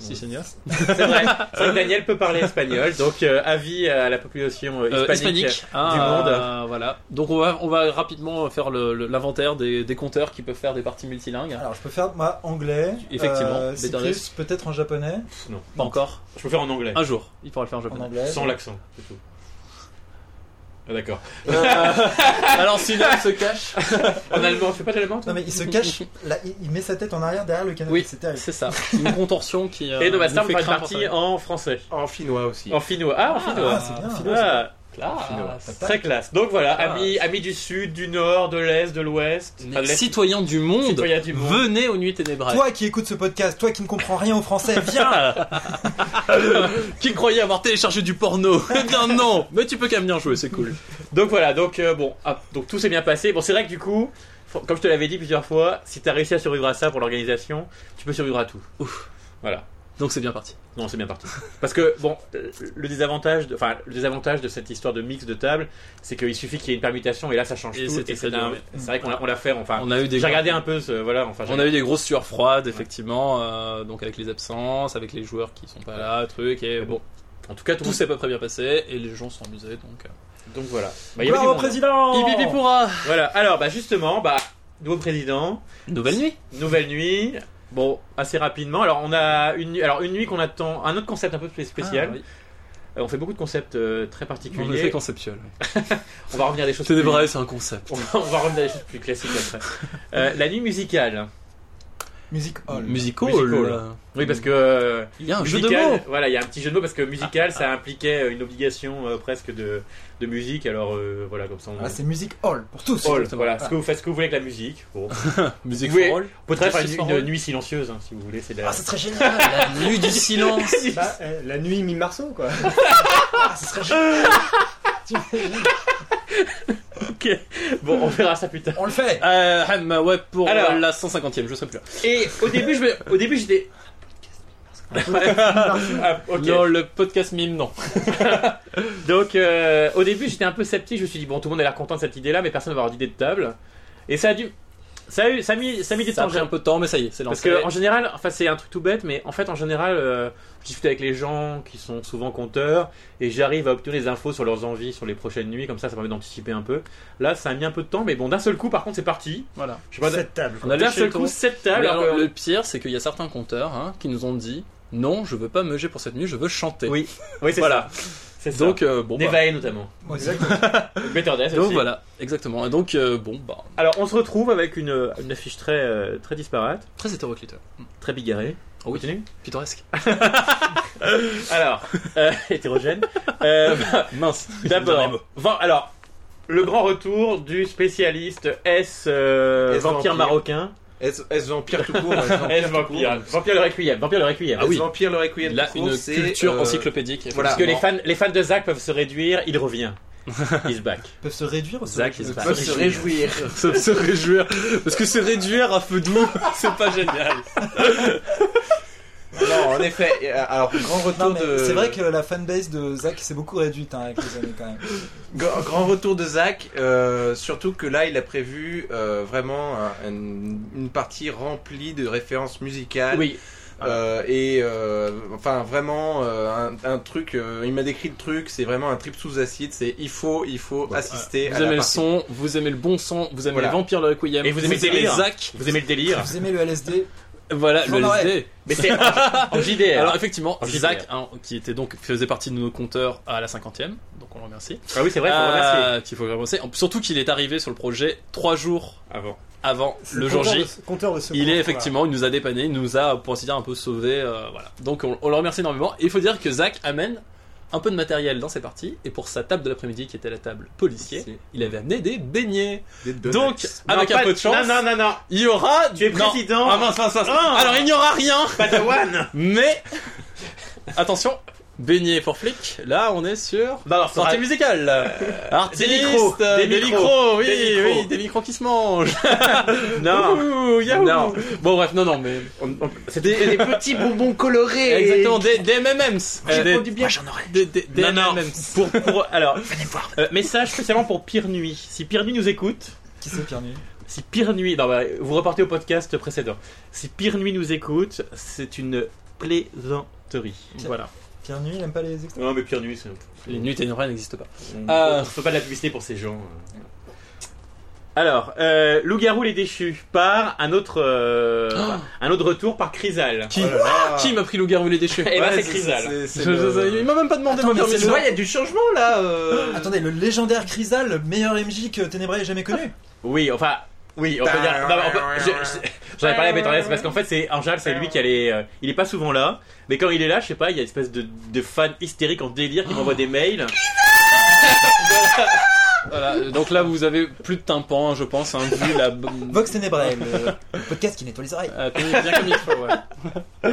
Si, seigneur.
C'est vrai. C'est vrai que Daniel peut parler espagnol, donc euh, avis à la population euh,
Euh,
hispanique. Ah,
hispanique hein,
du monde.
euh, voilà. Donc on va on va rapidement faire le- le- l'inventaire des, des compteurs qui peuvent faire des parties multilingues.
Alors je peux faire moi anglais,
Effectivement,
euh, Cyprus,
Bédarès.
peut-être en japonais,
Pff, non,
Pas encore.
je peux faire en anglais,
Un jour, il pourra le faire en
en
japonais.
anglais.
sans l'accent, c'est tout. Ah, D'accord.
Euh,
Alors sinon on se cache.
En allemand, tu fais pas d'allemand toi
Non mais il se cache, là, il, il met sa tête en arrière derrière le canapé,
Oui.
c'est terrible.
C'est ça. Une contorsion qui. euh,
Et nos
nous
Star, on
fait
fera une
craindre
partie
ça.
en français,
En finnois aussi.
en finnois. Ah, en
Ah,
finnois.
c'est bien.
Ah,
Classe.
très classe. Donc voilà,
Ah.
amis, amis du sud, du nord, de l'est, de l'ouest,
Mais
enfin, de l'est,
Citoyens du monde,
citoyens du monde.
venez aux nuits ténébreuses.
Toi qui écoutes ce podcast, toi qui ne comprends rien au français, viens
qui croyait avoir téléchargé du porno Eh bien non, mais tu peux quand même venir jouer, c'est cool.
Donc voilà, donc euh, bon, ah, donc tout s'est bien passé. Bon, c'est vrai que du coup, faut- comme je te l'avais dit plusieurs fois, si t'as réussi à survivre à ça pour l'organisation, tu peux survivre à tout.
Ouf.
Voilà.
Donc c'est bien parti.
Non, c'est bien parti. Parce que bon, euh, le désavantage, de, enfin le désavantage de cette histoire de mix de table, c'est qu'il suffit qu'il y ait une permutation et là ça change
Et
tout.
c'était
et C'est
très
d'un-
dur,
c'est vrai qu'on l'a- on l'a fait. Enfin,
On a eu des
Ah. j'ai regardé un peu, ce, voilà. Enfin, j'ai-
On a eu des grosses sueurs froides, effectivement, euh, donc avec les absences, avec les joueurs qui sont pas là, truc, et bon,
en tout cas, tout,
tout
le
s'est pas très bien passé, et les gens sont amusés, donc... euh.
monde- Donc voilà. Bah, il y avait du
Bravo
monde.
président
Hip, hip, hip, hurrah
Voilà. Alors, bah justement, bah nouveau président.
Nouvelle nuit
Nouvelle nuit. Bon, assez rapidement. Alors on a une nuit, alors une nuit qu'on attend, un autre concept un peu spé- spécial.
Ah, oui.
Euh, on fait beaucoup de concepts euh, très
En effet
particuliers. On,
conceptuel.
va revenir à des choses.
C'est
plus-
vrai, c'est un concept.
On va, on va revenir à des choses plus classiques après. Euh, la nuit musicale.
Musique Hall.
Musical.
Musical.
euh,
Oui, parce que euh,
Il y a un jeu de
musical-
mots Ah,
Voilà, il y a un petit jeu de mots parce que musical, ça impliquait euh, une obligation euh, presque de, de musique. Alors euh, voilà, comme ça. On...
Ah, c'est Musique Hall pour tous.
Hall,
exactement.
voilà,
Ah.
ce que vous faites, ce que vous voulez avec la musique. Bon. Vous
Musique
Oui.
for all
pouvez très bien
Justice
faire
for
une, une
all.
nuit silencieuse, hein, si vous voulez. C'est de la-
Ah, ça serait génial
La nuit du silence
Bah, euh, la nuit mi-marceau, quoi.
Ah, ça serait génial
Ok. Bon, on verra ça plus tard.
On le fait
euh, hum, ouais, pour euh,
Alors.
la 150ème, je serai plus là.
Et au début, je me- au début, j'étais. Ah, ok.
Non, le podcast mime, non.
Donc, euh, au début, j'étais un peu sceptique. Je me suis dit, bon, tout le monde a l'air content de cette idée-là, mais personne ne va avoir d'idée de table. Et ça a dû. Ça a, eu, ça a mis, ça a mis du
Ça a
temps.
pris un peu de temps, mais ça y est, c'est
Parce
lancé.
que en général, enfin c'est un truc tout bête, mais en fait en général, euh, je discute avec les gens qui sont souvent compteurs et j'arrive à obtenir des infos sur leurs envies sur les prochaines nuits, comme ça ça permet d'anticiper un peu. Là ça a mis un peu de temps, mais bon d'un seul coup par contre c'est parti.
Voilà.
Je sais pas,
Cette table.
On a
d'un
lâché
seul
le
coup
taureau.
sept tables.
Mais
alors
alors,
que-
le pire, c'est qu'il y a certains conteurs hein, qui nous ont dit non, je veux pas meuger pour cette nuit, je veux chanter.
Oui. Oui c'est
Voilà.
ça. C'est ça.
Donc euh, bon. bah,
Nevaeh notamment.
Exactement.
Better Death
donc
aussi.
voilà, exactement. Et donc euh, bon, bah
Alors on se retrouve avec une, une affiche très euh, très disparate,
très hétéroclite.
très bigarrée.
Oh oui.
Continue.
Pittoresque.
Alors euh, hétérogène. Euh,
Mince.
D'abord, van- alors, le grand retour du spécialiste S, euh,
S
vampire,
vampire.
marocain.
Est-ce est-ce vampire tout court est-ce
S
vampire tout court
vampire. Ah Vampire le requiem. Vampire le requiem.
Est-ce Vampire le Requiem
Ah Là,
tout court,
une
c'est,
culture
euh,
encyclopédique.
voilà.
Parce que les
non.
fans, les fans de Zach peuvent se réduire, il revient. He's back.
peuvent se réduire ou se
Zach
réduire
is back.
peuvent se réjouir.
Sauf se réjouir. Parce que se réduire à feu doux, c'est pas génial.
Non, en effet. et, euh, Alors, grand
Non,
retour
mais
de.
C'est vrai que la fanbase de Zach s'est beaucoup réduite hein, avec les années quand même.
Grand, grand retour de Zach, euh, surtout que là il a prévu euh, vraiment un- un- une partie remplie de références musicales
Oui.
euh, et euh, enfin vraiment euh, un, un truc. euh, il m'a décrit le truc, c'est vraiment un trip sous acide. C'est il faut, il faut assister à
Vous
la
aimez le
partie.
son, vous aimez le bon son, vous aimez
Voilà.
les vampires le requiem,
Et vous aimez le
les
délire.
Zach,
Vous aimez le délire
Vous aimez le LSD
voilà le
Non, non,
LSD.
Mais c'est en, en JDR.
Alors effectivement,
En
Zach,
JDR.
hein, qui était donc faisait partie de nos compteurs à la cinquantième, donc on le remercie.
ah oui, c'est vrai, faut remercier.
Euh, qu'il faut remercier. En- Surtout qu'il est arrivé sur le projet trois jours
Avant.
avant le jour
compteur
J.
de- compteur de secours,
Il est
voilà.
effectivement, il nous a dépanné, il nous a, euh, pour ainsi dire, un peu sauvé. euh, voilà. Donc on, on le remercie énormément. Et il faut dire que Zach amène un peu de matériel dans ses parties. Et pour sa table de l'après-midi, qui était la table policier,
Si.
il avait amené des beignets.
Des donuts.
Donc, avec
Non,
un
pas-
peu de chance,
Non, non, non, non.
il y aura.
Tu es
Non.
président.
Ah, mince, mince, mince.
Ah.
Alors il n'y aura rien.
Padawan.
Mais attention, beignet pour flic. Là, on est sur.
Non, non,
Sortie musicale Artiste
des micros,
euh,
des micros,
oui,
des micros.
oui, des micros qui se mangent
Non.
Ouh, yahoo.
Non.
Bon bref, non, non, mais...
On- on-
C'était des petits bonbons colorés.
Exactement, des, des MMs
J'ai
Euh, des-
vendu bien.
Des, des- des
Non, non.
MMs
Pour, pour, alors, euh, message spécialement pour Pire Nuit. Si Pire Nuit nous écoute,
Qui c'est Pierre Nuit
Si Pire Nuit, non, bah, vous repartez au podcast précédent. Si Pire Nuit nous écoute, c'est une plaisanterie. Voilà.
Pierre Nuit, il aime pas les extraits.
Non, mais Pire Nuit, c'est.
Les nuits ténébreuses n'existent pas.
On
Euh.
on fait pas de la publicité pour ces gens. euh. Alors, euh, Loup-garou les déchus par un autre, euh, un autre retour par Chrysal.
Qui,
Oh là là.
qui m'a pris loup-garou les déchets
Eh ben,
Ouais,
c'est Chrysal.
c'est- c'est
Je-
le-
je- Il m'a même pas demandé
Attends,
ma
mais c'est
permission
Ouais, il y a du changement là. euh.
Attendez, le légendaire Chrysal, le meilleur MJ que Ténébrae ait jamais connu.
Oui, enfin. Oui, on peut dire. non, mais on peut- je- je- J'en ai parlé à Bétardès parce qu'en fait, c'est en général, c'est lui qui allait. euh, il est pas souvent là, mais quand il est là, je sais pas, il y a une espèce de, de fan hystérique en délire qui m'envoie des mails.
Voilà, euh, donc là vous avez plus de tympan je pense, hein, vu la...
Vox Ténébrae, le le podcast qui nettoie les oreilles.
Euh, bien comme il faut, ouais.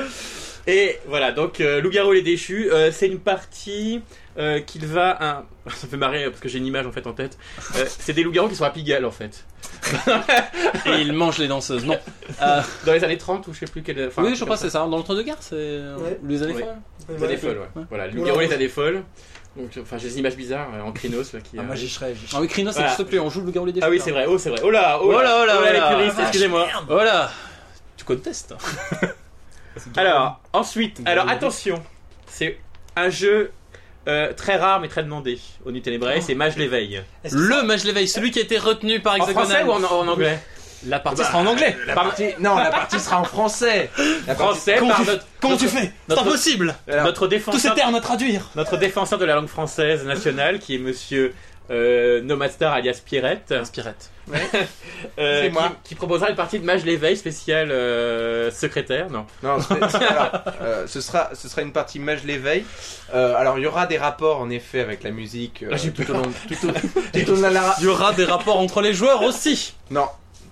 Et voilà, donc euh, Loup-garou les déchus, euh, c'est une partie euh, qu'il va. hein, Ça me fait marrer euh, parce que j'ai une image en fait en tête. Euh, c'est des loups-garous qui sont à Pigalle en fait.
Et il mange les danseuses, non Euh,
Dans les années 30 ou je sais plus quelle. enfin,
Oui je
comme
crois que
ça.
c'est ça, hein, dans le temps de guerre c'est... euh,
Ouais.
Les années
Ouais.
folles.
Les années folles, ouais. Voilà, loup-garou les années folles. Donc, enfin, j'ai des images bizarres euh, en crinos là qui.
Ah,
euh,
moi j'y serais. j'y
Ah
serais.
oui Crinos,
Voilà.
s'il te plaît, on joue loup-garou les déchets
Ah oui, c'est vrai, oh, c'est vrai. Oh là, oh là,
Voilà, oh là,
oh là,
oh
les
là.
puristes, excusez-moi.
Voilà Tu contestes
Alors, ensuite, alors attention, c'est un jeu euh, très rare mais très demandé au Nuit Ténébré,
Oh.
c'est Mage l'éveil.
Est-ce que
Le mage l'éveil, celui qui a été retenu par
En français
Hexagonal.
ou en, en anglais
La partie sera en anglais.
La partie- Non, la partie sera en français. La partie-
Français
Comment
par
tu-
notre,
Comment tu fais C'est
notre-
impossible.
Alors,
notre
Tous ces
défenseur
termes à traduire.
Notre défenseur de la langue française nationale, qui est monsieur euh, Nomadstar alias Pierrette,
Pirate.
euh,
C'est
qui,
moi.
qui proposera une partie de Mage l'éveil spéciale euh, secrétaire. Non.
Non, c'est- c'est- alors, euh, ce sera ce sera une partie mage l'éveil. Euh, alors il y aura des rapports en effet avec la musique euh,
Ah, j'ai
tout au long tout au, tout au long de la
Il y aura des rapports entre les joueurs aussi.
non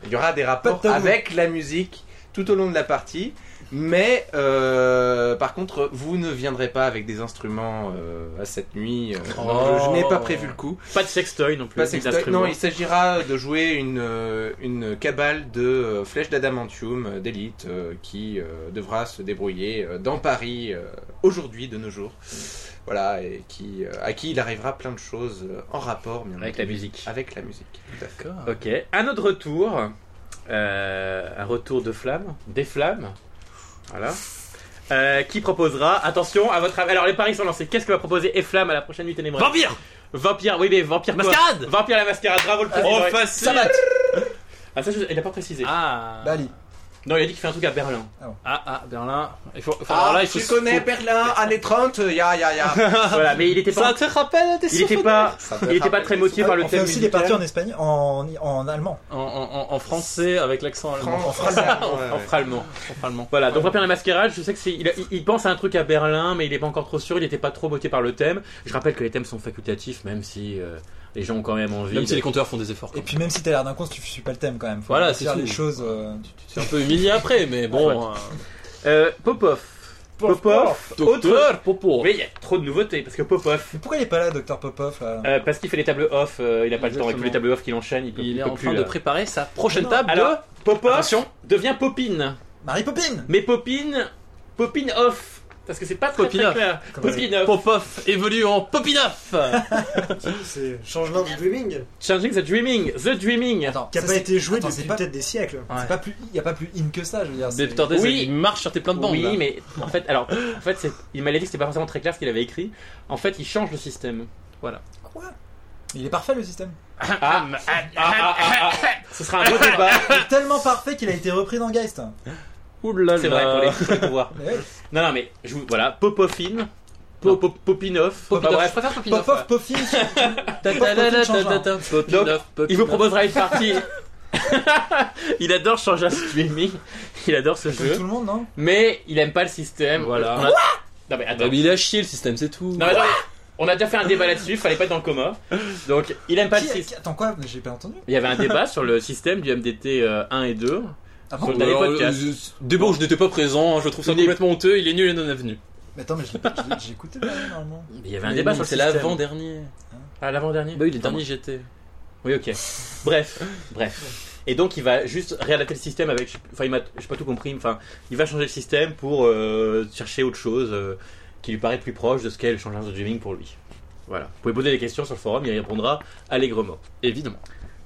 il y aura des rapports
tabou.
avec la musique tout au long de la partie. Mais euh, par contre, vous ne viendrez pas avec des instruments euh, à cette nuit. euh,
Oh.
donc je- je n'ai pas prévu le coup.
Pas de sextoy non plus.
Pas
ni
sextoy.
d'instrument.
Non, il s'agira de jouer une, euh, une cabale de euh, flèches d'adamantium euh, d'élite euh, qui euh, devra se débrouiller euh, dans Paris euh, aujourd'hui, de nos jours. Voilà, et qui, euh, à qui il arrivera plein de choses euh, en rapport, bien
Avec la
entendu,
musique.
Avec la musique, tout à fait.
Ok, à notre retour, euh, un retour de flamme, des flammes, voilà, Euh, qui proposera, attention, à votre avis, alors les paris sont lancés, qu'est-ce que va proposer Eflamme à la prochaine nuit ténébreuse
Vampire
Vampire, oui mais Vampire quoi
Mascarade
Vampire la mascarade, bravo le président
Oh, facile
Ah ça, je- il a pas précisé.
Ah
Bali.
Non, il a dit qu'il fait un truc à Berlin.
Ah, ah, Berlin. Il faut, faut-
Ah,
alors là, il faut,
tu connais
faut-
Berlin, années 30, ya ya ya.
voilà, mais il était pas...
Ah. Ça te rappelle des
Il était pas, il était pas très motivé par le
on
thème
fait aussi des
musical.
parties en espagnol, en, en allemand.
en, en- en- en français avec l'accent allemand.
en
France.
en allemand. Voilà, donc Vampire la Mascarade, je sais que c'est, il, il- il pense à un truc à Berlin, mais il est pas encore trop sûr, il était pas trop motivé par le thème. Je rappelle que les thèmes sont facultatifs, même si euh, les gens ont quand même envie.
Même si
de-
les compteurs font des efforts. quand
Et puis même si t'as l'air d'un con, si tu suis pas le thème quand même. Faut
Voilà, c'est
faire les
tout.
choses. euh,
même. C'est un peu humilié après, mais bon. euh,
Euh, Popov. Popov. Autre.
Docteur Popo.
Oh, Mais il y a trop de nouveautés, parce que Popov.
Mais pourquoi il est pas là, Docteur Popov là
euh, parce qu'il fait les tables off, euh, il a pas le temps, avec
Exactement.
tous les tables off qu'il enchaîne, il peut,
Il est
peut
en
plus,
train de
là.
préparer sa prochaine
Non.
table
Alors, Popov
Attention.
devient Popine.
Marie Popine
Mais Popine, Popine off. Parce que c'est pas très, très
Popinoff.
clair.
Comment
Popine
de
off.
Popov évolue en Popinoff
C'est Changelin du Dreaming,
Changing the Dreaming. The Dreaming.
Attends,
qui a
ça,
pas
c'est-
été joué
Attends,
depuis
c'est pas-
peut-être des siècles.
c'est pas plus, il y a pas plus in que ça, je veux dire. c'est-
Docteur Dez,
Oui.
il marche sur tes plans de bande.
Oui, mais en fait, alors, en fait, c'est, il m'avait dit que c'était pas forcément très clair ce qu'il avait écrit. En fait, il change le système.
Quoi Il est parfait le système.
Ah, ah, ah, ah, ah. Ce sera un beau débat.
Il est tellement parfait qu'il a été repris dans Geist.
Oulala.
C'est vrai pour les, pour les pouvoirs.
Mais ouais,
Non, non, mais je vous, voilà, Popofine, Po- Po- Popinoff.
Popinoff.
Enfin, bref, je préfère Popinoff.
Popov, Popine, hein.
Il vous proposera une partie. il adore changer un streaming. Il adore ce
tout
jeu,
le monde, hein. non
mais il aime pas le système.
Voilà.
On a- Non mais attends.
Bah, mais il a chié le système, c'est tout.
Non, mais attends, On a déjà fait un débat là-dessus. Fallait pas être dans le coma. Donc, il aime pas le
Qui-
système.
qui- Attends quoi J'ai pas entendu.
Il y avait un débat sur le système du MDT euh, 1 et 2.
Ah bon
Sur le- dans les
Alors,
podcasts.
euh, je- Débat où je n'étais pas présent, hein, je trouve ça
Il est-
complètement honteux, il est nul et non avenu.
Mais attends, mais je l'ai pas- je l'ai- j'ai écouté le dernier, normalement.
Mais Il y avait un débat sur le
c'est
système.
l'avant-dernier.
Ah, l'avant-dernier
Bah oui, le dernier GT.
Oui, ok. Bref, bref. Et donc, il va juste réadapter le système avec. Enfin, il m'a. J'ai pas tout compris. Enfin, il va changer le système pour euh, chercher autre chose euh, qui lui paraît plus proche de ce qu'est le changement de gaming pour lui. Voilà. Vous pouvez poser des questions sur le forum, il y répondra allègrement.
Évidemment.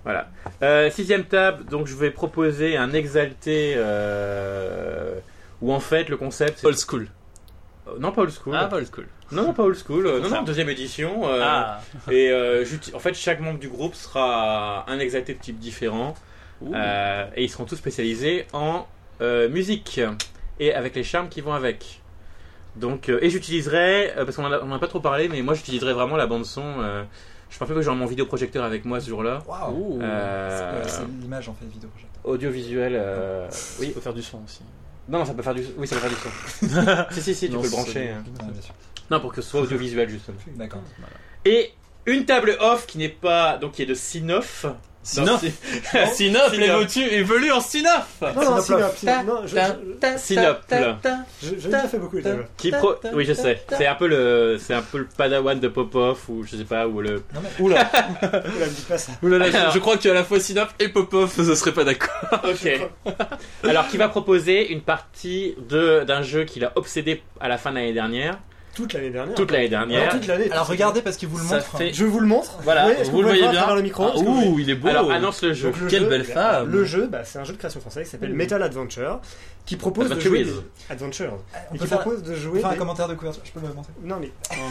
Voilà. Euh, sixième table, donc je vais proposer un exalté euh, où en fait le concept. c'est-
Old school.
Euh, Non, pas old school.
Ah, pas old school.
Non, non, pas old school. euh,
pour
Non,
ça.
non, deuxième édition. euh,
Ah.
Et euh, j'uti- en fait, chaque membre du groupe sera un exalté de type différent. euh, et ils seront tous spécialisés en euh, musique. Et avec les charmes qui vont avec. Donc, euh, et j'utiliserai, euh, parce qu'on en a- on en a pas trop parlé, mais moi j'utiliserai vraiment la bande-son. euh, je me rappelle que j'aurai mon vidéoprojecteur avec moi ce jour-là.
Waouh.
Ouh.
Euh,
C'est- C'est l'image en fait vidéo. projecteur.
Audiovisuel. euh,
Il
oui.
faut faire du son aussi.
Non, non, ça peut faire du, oui, ça peut faire du son. si, si, si, tu
Non,
peux le
c'est-
brancher. hein.
Ah, bien sûr.
Non, pour que ce soit audiovisuel justement.
D'accord.
Et une table off qui n'est pas, donc qui est de 6-9.
Sinof Sinof, les
Sinof.
motus évoluent en Sinof
Non,
Sinople.
non, Sinople, Sinople. Non, je- je-
Sinople.
je- j'ai déjà fait beaucoup les tables.
Qui pro... Oui, je sais. C'est un peu le, c'est un peu le Padawan de Popov ou je sais pas ou le.
Non mais
Oula,
Oula, me dites pas ça.
oulala, je-
Alors.
je crois qu'à la fois Sinof et Popov, ce serait pas d'accord.
Ok. Alors, qui va proposer une partie de d'un jeu qu'il a obsédé à la fin de l'année dernière,
Toute l'année dernière.
toute l'année
Non,
dernière.
toute l'année.
alors regardez parce qu'il vous le
Ça
montre.
fait-
Je vous le montre.
Voilà,
voyez- est-ce que
vous le voyez
voir à
bien.
travers le micro.
Ah,
Est-ce que vous voyez
il est beau.
Alors, annonce le jeu.
Donc, le
Quelle
jeu,
belle femme.
Le jeu, bah, c'est un jeu de création française qui s'appelle Metal Adventure, qui propose de jouer
Adventures.
Adventures.
On
Et
peut
qui
faire,
propose de
on peut
jouer.
faire un
Des...
commentaire de couverture. Je peux le montrer.
Non mais
On en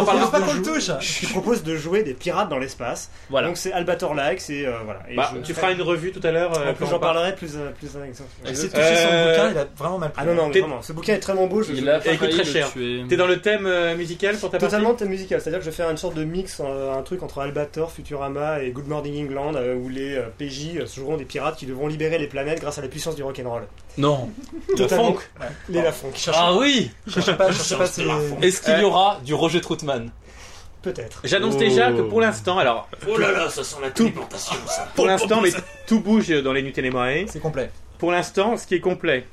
Faut
parlera.
pas qu'on
de
le touche.
qui propose de jouer des pirates dans l'espace.
Voilà.
Donc c'est Albator Like, c'est euh, voilà. Et
Bah,
je-
tu feras une revue tout à l'heure. euh,
En plus,
quand
j'en
on parle.
parlerai plus euh, plus un exemple.
Il s'est touché
Euh,
son bouquin, il a vraiment mal pris.
Ah non non, mais
T'es-
vraiment. Ce bouquin est tellement beau. Je,
Il
je-
a
Et il coûte
failli
très
le
cher.
tuer.
T'es dans le thème euh, musical pour ta partie.
Totalement thème musical, c'est-à-dire que je vais faire une sorte de mix, euh, un truc entre Albator, Futurama et Good Morning England, euh, où les euh, PJ euh, seront des pirates qui devront libérer les planètes grâce à la puissance du rock'n'roll.
Non.
Totalement.
funk.
Les Lafranc.
Ah oui
Je sais pas, je sais pas si.
Est-ce qu'il y
Euh.
aura du Roger Troutman
Peut-être.
J'annonce
Oh.
déjà que pour l'instant, alors
Oh là là, ça sent la téléportation, ça.
pour l'instant, mais tout bouge dans les nuits ténébrées.
C'est complet.
Pour l'instant, ce qui est complet,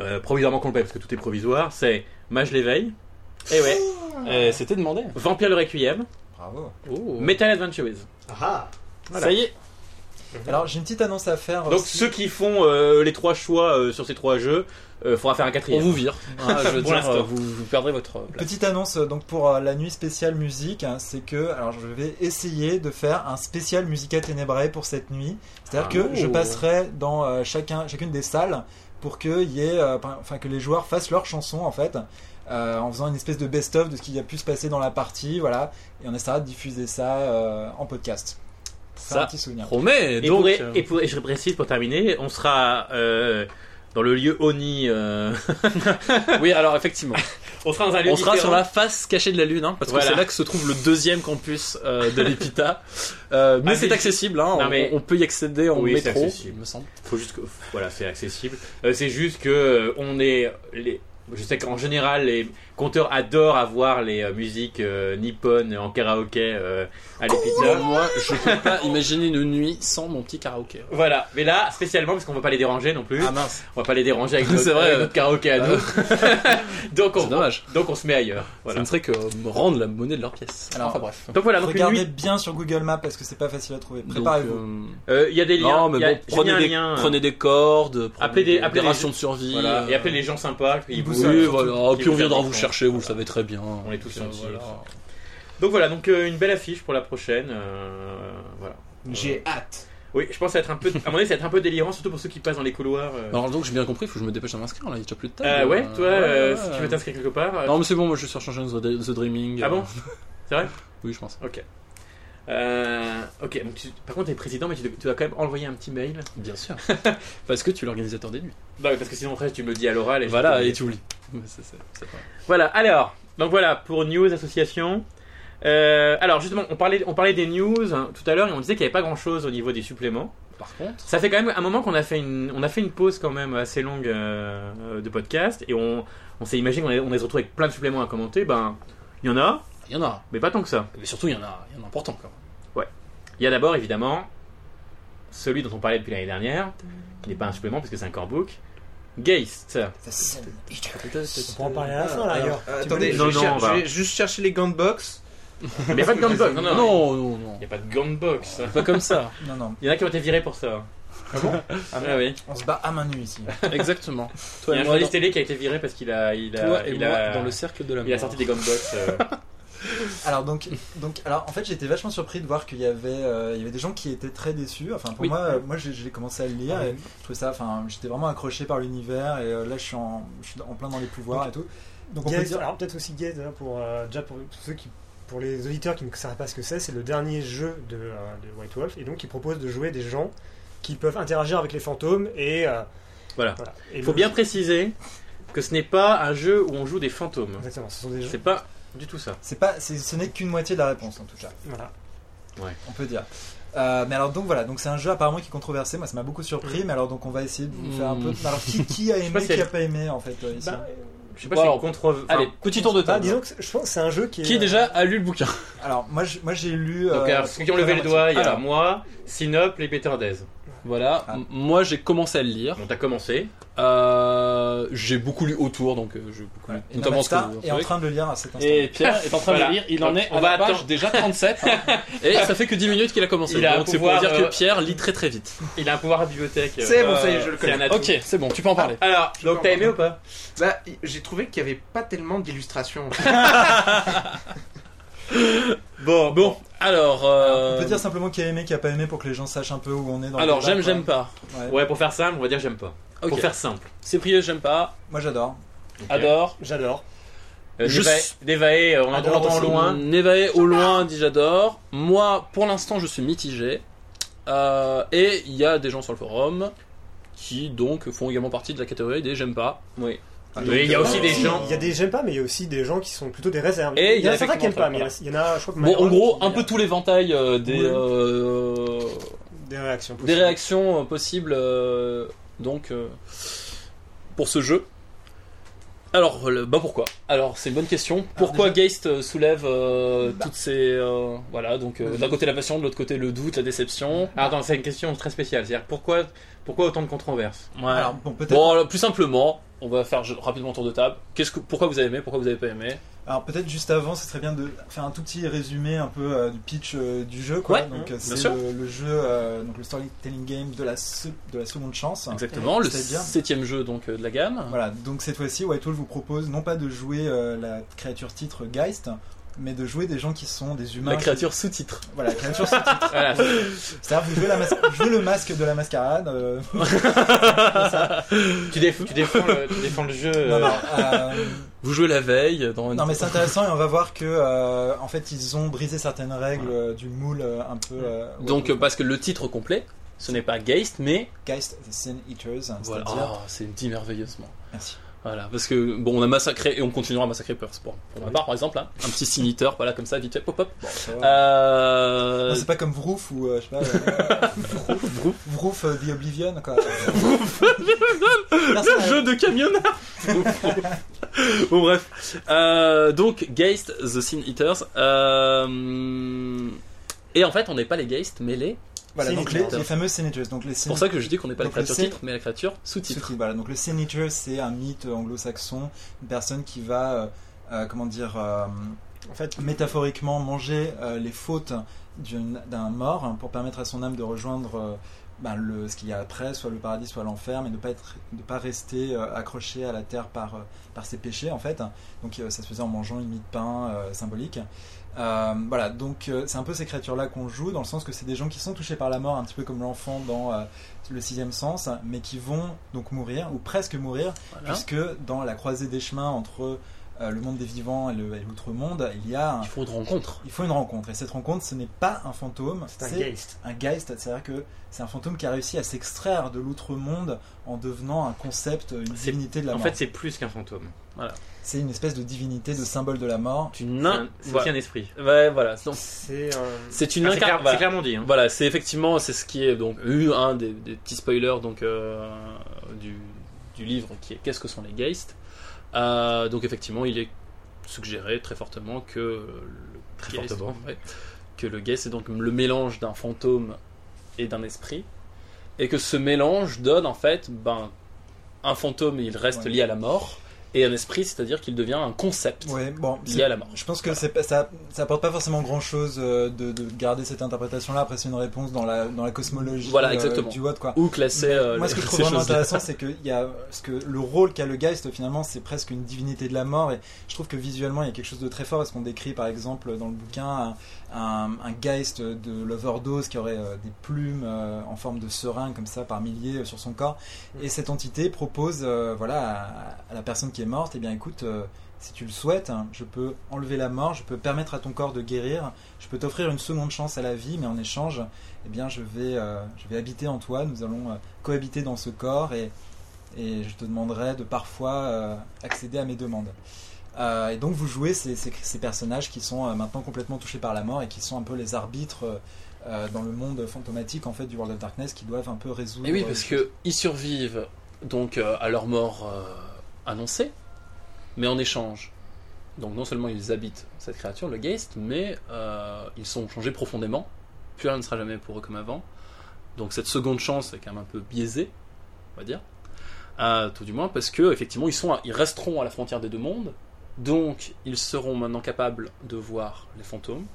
euh, provisoirement qu'on le paye, parce que tout est provisoire, c'est Mage l'éveil,
Eh ouais.
Ah.
Euh, C'était demandé.
Vampire le Requiem,
Bravo.
Metal Adventures.
Ah
Ça y est.
Alors j'ai une petite annonce à faire.
Donc
aussi.
ceux qui font euh, les trois choix euh, sur ces trois jeux, euh, faudra faire un
On
quatrième.
vous vire. Hein, je veux
Pour
dire,
l'instant.
euh, vous, vous perdrez votre euh, place.
Petite annonce euh, donc pour euh, la nuit spéciale musique, hein, c'est que alors je vais essayer de faire un spécial Musica Tenebrae pour cette nuit. C'est-à-dire
Ah.
que je
Oh.
passerai dans euh, chacun, chacune des salles pour que y ait, euh, par- enfin que les joueurs fassent leurs chansons en fait, euh, en faisant une espèce de best-of de ce qui a pu se passer dans la partie, voilà. Et on essaiera de diffuser ça euh, en podcast. Pour faire
Ça
un petit souvenir.
Promet.
Et,
donc,
pour-
euh,
et pour- et je précise pour terminer, on sera euh, dans le lieu Oni. euh,
oui, alors effectivement.
on sera dans un lieu
On sera
différent.
sur la face cachée de la lune, hein, parce
Voilà.
que c'est là que se trouve le deuxième campus euh, de l'EPITA. Euh, mais
Ah,
c'est
mais-
accessible, hein,
Non,
on-
mais-
on, peut y accéder en
Oui, c'est
métro, il
accessible.
me semble.
Faut juste que- voilà, c'est accessible. Euh, c'est juste que euh, on est les. Je sais qu'en général, les compteurs adorent avoir les euh, musiques euh, nippones en karaoké euh, à l'épita.
Moi, je peux pas imaginer une nuit sans mon petit karaoké.
Voilà, mais là, spécialement, parce qu'on va pas les déranger non
Ah,
plus.
mince,
On va pas les déranger avec
Ah. C'est
notre,
vrai,
avec
euh.
notre karaoké à
Ah,
nous. donc,
c'est
on,
dommage.
donc on se met ailleurs.
Ça
Voilà.
ne serait que euh, me rendre la monnaie de leur pièce.
Alors,
enfin bref.
Donc voilà, Ah, donc une
Regardez
nuit.
bien sur Google Maps parce que c'est pas facile à trouver.
Donc,
Préparez-vous.
euh,
Euh, Il y a des liens.
non, mais
il y a-
bon,
j'ai mis un
prenez des,
lien, euh,
prenez des cordes, prenez
Appelez des-
des,
appelez
des
les-
rations de survie.
Voilà,
euh,
et appelez les gens sympas. Puis ils
Ils
vous
vous
Oui,
savent,
euh,
voilà. Ah,
qui- qui
puis on
vous
viendra
aident.
vous chercher, vous le savez très bien. euh, On
est tous gentils. Donc voilà, donc euh, une belle affiche pour la prochaine. euh, voilà.
J'ai hâte.
Oui, je pense que ça va être un peu, à mon avis, ça va être un peu délirant, surtout pour ceux qui passent dans les couloirs. euh.
Alors donc j'ai bien compris, il faut que je me dépêche à m'inscrire là, il n'y a déjà plus de table.
Euh, ouais,
Euh,
toi, euh,
ouais,
si tu
ouais.
veux t'inscrire quelque part. euh,
Non mais c'est bon, moi je suis sur Shawshank The The Dreaming.
Ah
euh,
bon C'est vrai
Oui, je pense.
euh, ok, donc tu- par contre, t'es président, mais tu, dois- tu dois quand même envoyer un petit mail.
Bien sûr. Parce que tu es l'organisateur des nuits.
Non, mais Bah parce que sinon, après, tu me le dis à l'oral. Et je
Voilà,
te-
et tu oublies. Ouais, c'est- c'est- c'est pas-
Voilà, alors, donc voilà, pour News Association. Euh, alors justement, on parlait, on parlait des news hein, tout à l'heure et on disait qu'il n'y avait pas grand chose au niveau des suppléments.
Par contre,
Ça fait quand même un moment qu'on a fait une, on a fait une pause quand même assez longue euh, de podcast et on, on s'est imaginé qu'on allait- on allait se retrouver avec plein de suppléments à commenter. Ben, il y en a,
il y en a.
mais pas tant que ça.
Mais surtout, il y en a, il y en a important quand même.
Il y a d'abord évidemment celui dont on parlait depuis l'année dernière, qui n'est pas un supplément parce que c'est un core book. Geist.
Ça sonne.
On pourra en parler à la fin, là,
Alors,
ailleurs.
euh,
Tu
attendez,
veux-
je,
Non,
vais
non,
cher-
on va-
je vais juste chercher les gants de boxe.
Mais il n'y a pas de Gunbox. Non, non, non.
non, non. non.
Il n'y a pas de Gunbox.
Pas comme ça.
Non non,
Il y en a qui ont été virés pour ça. Ah bon Ah oui.
on se bat à main nue ici.
Exactement.
Il
Toi
y a un
et moi,
journaliste
dans,
télé qui a été viré parce qu'il a, il a,
toi et
il
moi
a,
dans le cercle de la mort.
il a sorti des gumbox. euh.
Alors donc, donc alors en fait j'étais vachement surpris de voir qu'il y avait euh, il y avait des gens qui étaient très déçus. Enfin pour
Oui.
moi euh, moi j'ai j'ai commencé à le lire et je trouvais ça enfin j'étais vraiment accroché par l'univers et euh, là je suis en je suis en plein dans les pouvoirs et tout. Donc on peut
Gaze,
dire
alors peut-être aussi Gaze, hein, pour, euh, déjà pour ceux qui, pour les auditeurs qui ne savent pas ce que c'est, c'est le dernier jeu de, euh, de White Wolf, et donc il propose de jouer des gens qui peuvent interagir avec les fantômes et euh,
Voilà.
Et
Il faut
le-
bien préciser que ce n'est pas un jeu où on joue des fantômes.
Exactement, ce sont des gens.
C'est pas du tout ça.
c'est pas c'est- ce n'est qu'une moitié de la réponse en tout cas.
Voilà.
On peut dire. Euh, mais alors donc voilà donc c'est un jeu apparemment qui est controversé. Moi ça m'a beaucoup surpris mais alors donc on va essayer de vous faire un peu. Alors qui, qui a
sais pas
aimé
si
qui a
elle-
pas aimé en fait euh, ici.
Bah,
Je sais pas
Bon,
si c'est
alors,
contre. enfin,
Allez, petit
Ah,
tour de
Bah,
table.
disons que c'est- je pense que c'est un jeu qui est.
euh,
Qui déjà a lu le bouquin
Alors moi je- moi j'ai lu. euh,
donc, alors, euh, ceux qui ont levé le doigt, il y a
Alors.
moi, Sinop, les Pétardaises.
Voilà,
Ah.
m- moi j'ai commencé à le lire.
Bon, t'as commencé.
Euh, j'ai beaucoup lu autour, donc euh, j'ai beaucoup lu.
Et
Notamment ce que
Namasta
vous
est en
savez.
train de le lire à cet instant.
Et Pierre est en train
Voilà.
de lire, il en
Donc,
est
on
à
va
la page
attendre.
déjà 37. et ça fait que 10 minutes qu'il a commencé.
Il a un
donc c'est pour
pouvoir,
dire
euh,
que Pierre lit très très vite.
Il a un pouvoir à bibliothèque. euh,
C'est bon, ça y est, je le
C'est un
connais.
atout.
Ok, c'est bon, tu peux en parler.
Alors,
Je
donc
peux
t'as
en
aimé ou pas
Bah, y- j'ai trouvé qu'il n'y avait pas tellement d'illustrations.
Bon,
Bon, alors. euh,
On peut dire simplement qui a aimé, qui a pas aimé pour que les gens sachent un peu où on est dans le
alors
débat,
j'aime,
quoi.
j'aime pas.
Ouais.
Ouais, pour faire simple, on va dire j'aime pas. Pour
Ok.
faire simple.
C'est prié, j'aime pas.
Moi j'adore.
Ok.
Adore.
J'adore.
Euh,
Je-
Nevae- Nevae, euh, on
Adore
l'entend au
aussi.
loin.
Mm, Nevaeh au loin dit j'adore. Moi, pour l'instant, je suis mitigé. Euh, et il y a des gens sur le forum qui donc font également partie de la catégorie des j'aime pas.
Oui.
Ah,
Oui, il y a aussi des gens.
Il y a des j'aime pas, mais il y a aussi des gens qui sont plutôt des réserves.
Et
il y en a certains
effectivement
qui aiment
ça,
pas, mais il y en a- il y en a, je crois que
Bon, en
Myron
gros,
qui-
un peu tout l'éventail euh, des,
Oui.
euh,
Des réactions.
des
possibles.
réactions euh, possibles euh, donc euh, pour ce jeu. Alors, le- bah pourquoi Alors, c'est une bonne question. Pourquoi Geist euh, soulève euh, toutes ces euh, voilà donc euh, d'un côté la passion, de l'autre côté le doute, la déception.
Ah, attends, c'est une question très spéciale. C'est-à-dire pourquoi, pourquoi autant de controverses
Ouais.
Alors bon, peut-être.
Bon, alors, plus simplement, on va faire je- rapidement tour de table. Qu'est-ce que, pourquoi vous avez aimé, pourquoi vous avez pas aimé
Alors peut-être juste avant, ce serait bien de faire un tout petit résumé un peu euh, du pitch euh, du jeu. Quoi.
Ouais, Mmh.
donc
bien
euh, c'est
sûr.
le, le jeu, euh, donc le storytelling game de la, se- de la seconde chance.
Exactement, le
C'est-à-dire
septième jeu donc euh, de la gamme.
Voilà, donc cette fois-ci, White Wolf vous propose non pas de jouer euh, la créature titre Geist, mais de jouer des gens qui sont des humains.
La créature sous-titre.
Voilà, la créature sous titre.
Voilà.
C'est-à-dire vous jouez, la mas- jouez le masque de la mascarade. euh,
tu, déf- tu défends le, tu défends le jeu.
non,
euh,
non, euh,
Vous jouez la veille euh, dans une-
non, mais c'est intéressant et on va voir que euh, en fait ils ont brisé certaines règles euh, du moule euh, un peu. euh,
Donc euh,
White Wolf.
parce que le titre complet, ce n'est pas Geist, mais
Geist the Sin Eaters. hein,
voilà,
c'est-à-dire-
Oh, c'est dit merveilleusement.
Merci.
Voilà, parce que bon, on a massacré et on continuera à massacrer Perth pour, pour ma part, par exemple, hein. un petit signiteur, voilà comme ça, vite fait, pop pop.
Bon, ça va.
Euh,
Non, c'est pas comme Vroof ou euh, je sais pas. euh, Vroof euh, The Oblivion quoi. Merci,
Le
euh,
jeu de camionneur Bon bref. Euh, donc Geist, The Sin Eaters. euh, et en fait on n'est pas les Geist mais les...
Voilà, donc les,
Signatures.
les fameux Signatures. Donc les
C'est
Signatures.
pour ça que je dis qu'on n'est pas la
Donc, le
créature
Sin-
titre mais la créature sous-titre.
Sous-titre, voilà. Donc le signature, c'est un mythe anglo-saxon, une personne qui va, euh, euh, comment dire, euh,
En fait,
métaphoriquement manger euh, les fautes d'une- d'un mort hein, pour permettre à son âme de rejoindre euh, ben, le, ce qu'il y a après, soit le paradis, soit l'enfer, mais de ne pas, être- de pas rester euh, accroché à la terre par, euh, par ses péchés, en fait. Donc euh, ça se faisait en mangeant une mie de pain euh, symbolique. Euh, voilà, donc euh, c'est un peu ces créatures-là qu'on joue, dans le sens que c'est des gens qui sont touchés par la mort, un petit peu comme l'enfant dans euh, le sixième sens, mais qui vont donc mourir, ou presque mourir,
Voilà.
puisque dans la croisée des chemins entre euh, le monde des vivants et le- et l'outre-monde, il y a un-
Il faut une rencontre.
il faut une rencontre. Et cette rencontre, ce n'est pas un fantôme,
c'est un geist.
un geist. C'est-à-dire que c'est un fantôme qui a réussi à s'extraire de l'outre-monde en devenant un concept, une
C'est-
divinité de la
En
mort.
fait, c'est plus qu'un fantôme.
c'est une espèce de divinité, de symbole de la mort.
C'est
C'est
une...
un-
in-
c'est aussi
voilà.
un esprit.
Ouais, voilà. Donc,
C'est euh, un-
C'est
Ah,
une
c'est, clair-
incarnation.
c'est clairement dit. hein.
Voilà, c'est effectivement c'est ce qui est donc eu un des, des petits spoilers donc euh, du, du livre qui est qu'est-ce que sont les Geist. Euh, donc effectivement, il est suggéré très fortement que le
Très
Geist,
fortement.
ouais, que le Geist est donc le mélange d'un fantôme et d'un esprit, et que ce mélange donne en fait ben un fantôme il reste
Ouais.
lié à la mort et un esprit c'est-à-dire qu'il devient un concept
Ouais, bon, c'est-
lié à la mort.
Je pense que c'est pas- ça, ça apporte pas forcément grand chose de, de garder cette interprétation-là. Après, c'est une réponse dans la, dans la cosmologie
Voilà,
euh,
exactement.
du what, quoi.
Ou classer euh,
Moi, ce que je trouve
ces
vraiment
choses-là.
intéressant, c'est que, il y a, ce que le rôle qu'a le Geist, finalement, c'est presque une divinité de la mort. Et je trouve que visuellement, il y a quelque chose de très fort. Parce qu'on décrit, par exemple, dans le bouquin, un, un- un Geist de l'overdose qui aurait euh, des plumes euh, en forme de seringue, comme ça, par milliers euh, sur son corps. Et cette entité propose euh, voilà, à, à la personne qui est morte Eh bien, écoute. euh, si tu le souhaites, hein, je peux enlever la mort, je peux permettre à ton corps de guérir, je peux t'offrir une seconde chance à la vie, mais en échange, eh bien, je vais, euh, je vais habiter en toi, nous allons euh, cohabiter dans ce corps et, et je te demanderai de parfois euh, accéder à mes demandes. Euh, et donc vous jouez ces, ces- ces personnages qui sont euh, maintenant complètement touchés par la mort et qui sont un peu les arbitres euh, euh, dans le monde fantomatique en fait du World of Darkness qui doivent un peu résoudre.
Et Eh oui, parce que ils survivent donc euh, à leur mort euh, annoncée, mais en échange. Donc non seulement ils habitent cette créature, le Geist, mais euh, ils sont changés profondément. Plus rien ne sera jamais pour eux comme avant. Donc cette seconde chance est quand même un peu biaisée, on va dire. Euh, tout du moins parce que effectivement ils sont, à- ils resteront à la frontière des deux mondes. Donc ils seront maintenant capables de voir les fantômes.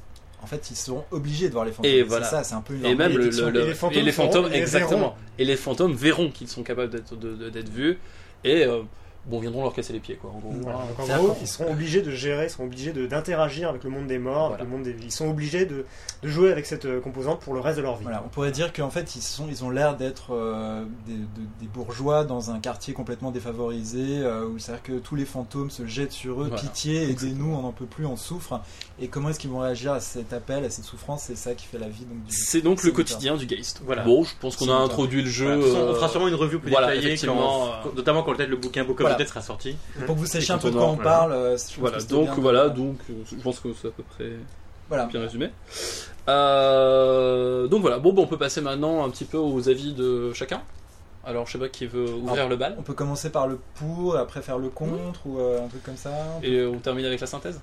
en fait ils seront obligés de voir les fantômes.
Et
C'est
voilà.
ça, c'est un peu une
Et même
les-
le-
les-
le- le-
et les fantômes
et les
seront-
fantômes,
et les
exactement.
verront.
Et les fantômes verront qu'ils sont capables d'être de- de- d'être vus et euh, bon viendront leur casser les pieds quoi. En gros.
Voilà, donc en
C'est
gros,
important.
ils seront obligés de gérer, ils seront obligés de- d'interagir avec le monde des morts, avec
Voilà.
le monde des Ils sont obligés de, de jouer avec cette euh, composante pour le reste de leur vie.
Voilà, on pourrait dire qu'en fait, ils, sont, ils ont l'air d'être euh, des, de- des bourgeois dans un quartier complètement défavorisé, euh, où c'est-à-dire que tous les fantômes se jettent sur eux,
Voilà,
pitié, aidez-nous, on n'en peut plus, on souffre. Et comment est-ce qu'ils vont réagir à cet appel, à cette souffrance C'est ça qui fait la vie donc, du
C'est donc le
C'est
quotidien du Geist.
Voilà.
Bon, je pense qu'on a
C'est
introduit le jeu.
Voilà. De toute façon, on
euh,
fera sûrement une review plus
voilà,
détaillée,
effectivement,
quand-
euh,
notamment quand peut-être le bouquin Book of
Voilà.
the Dead sera sorti.
Pour que vous sachiez
Et
un peu de quoi
contenant,
on
voilà.
parle, euh, je pense
Voilà,
que c'était
donc
bien de-
voilà, donc euh, je pense que c'est à peu près
Voilà.
bien résumé. Euh, donc voilà, bon, bon, on peut passer maintenant un petit peu aux avis de chacun. Alors je sais pas qui veut ouvrir le bal
On peut commencer par le pour, et après faire le contre, ou euh, un truc comme ça.
et euh, on termine avec la synthèse.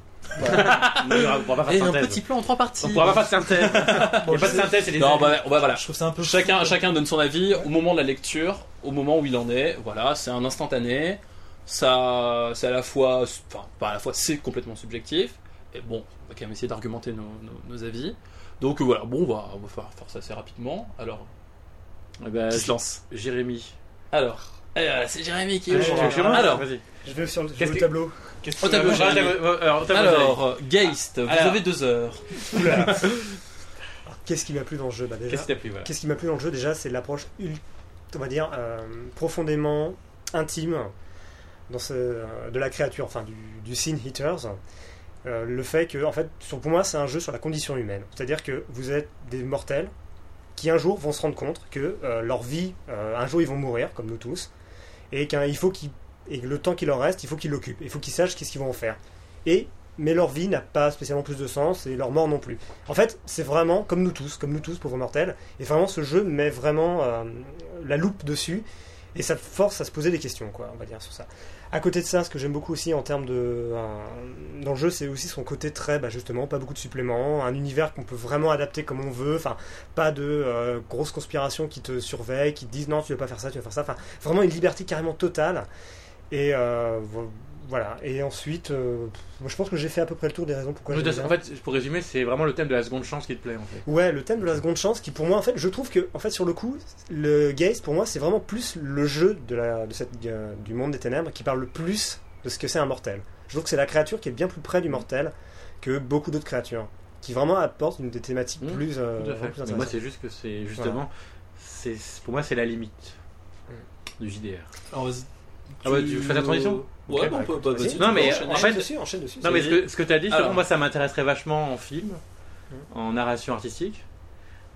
on ne pourra pas
Et
faire
un
de
petit
synthèse.
plan en trois parties.
On pourra pas faire de synthèse. Il n'y
Bon,
a pas de
je-
synthèse, c'est des
Non,
avis.
bah, bah, voilà.
Je trouve ça un peu
Chacun, chacun donne son avis au moment de la lecture, au moment où il en est. Voilà, c'est un instantané. ça, c'est à la fois, enfin, pas à la fois, c'est complètement subjectif. Et bon, on va quand même essayer d'argumenter nos, nos- nos avis. Donc euh, voilà, bon, on va, on va faire, faire ça assez rapidement. Alors,
Eh ben,
qui se lance
Jérémy.
Alors, eh, voilà, c'est Jérémy qui est
Allez,
au-
Tu veux
alors,
chez moi
alors,
vas-y.
Je vais sur le, je vais
Qu'est-ce
au
que-
tableau.
Au tableau,
Ah,
Jérémy.
t'as- alors, au tableau, Jérémy.
Alors, euh, Geist, vous
Alors.
avez deux heures.
Alors, Qu'est-ce qui m'a plu dans le jeu bah, déjà
qu'est-ce qui t'a plu voilà.
Qu'est-ce qui m'a plu dans le jeu déjà C'est l'approche, ul- on va dire, euh, profondément intime dans ce, euh, de la créature, enfin du, du Sin Hitters. Euh, le fait que, en fait, sur- pour moi, c'est un jeu sur la condition humaine. C'est-à-dire que vous êtes des mortels qui un jour vont se rendre compte que euh, leur vie, euh, un jour ils vont mourir, comme nous tous, et qu'il faut qu'ils, et que le temps qui leur reste, il faut qu'ils l'occupent, il faut qu'ils sachent qu'est-ce qu'ils vont en faire. Et mais leur vie n'a pas spécialement plus de sens et leur mort non plus. En fait, c'est vraiment comme nous tous, comme nous tous, pauvres mortels. Et vraiment, ce jeu met vraiment euh, la loupe dessus et ça force à se poser des questions, quoi, on va dire sur ça. À côté de ça, ce que j'aime beaucoup aussi en termes de euh, dans le jeu, c'est aussi son côté très, bah, justement, pas beaucoup de suppléments, un univers qu'on peut vraiment adapter comme on veut. Enfin, pas de euh, grosses conspirations qui te surveillent, qui te disent non, tu veux pas faire ça, tu veux faire ça. Enfin, vraiment une liberté carrément totale. Et euh, vo- voilà. Et ensuite, euh, pff, moi, je pense que j'ai fait à peu près le tour des raisons pourquoi.
Oui,
j'aime
de-
bien.
en fait, pour résumer, c'est vraiment le thème de la seconde chance qui te plaît en fait.
Ouais, le thème de la seconde chance, qui pour moi, en fait, je trouve que, en fait, sur le coup, le Gaze, pour moi, c'est vraiment plus le jeu de la, de cette, euh, du monde des ténèbres qui parle le plus de ce que c'est un mortel. Je trouve que c'est la créature qui est bien plus près du mortel que beaucoup d'autres créatures, qui vraiment apporte une des thématiques
Mmh,
plus, euh,
Tout à fait. Mais
vraiment plus
moi,
intéressantes.
c'est juste que c'est justement, c'est pour moi, c'est la limite du JDR.
Alors,
Ah bah, tu fais la transition
Ouais,
Ok.
bon, on peut- bah,
vas-y.
tu
Non,
peux
mais
enchaîner.
en
Enchaîne
fait-
dessus, enchaîne dessus.
Non, mais ce que, ce que tu as dit,
Alors.
justement, moi, ça m'intéresserait vachement en film, en narration artistique.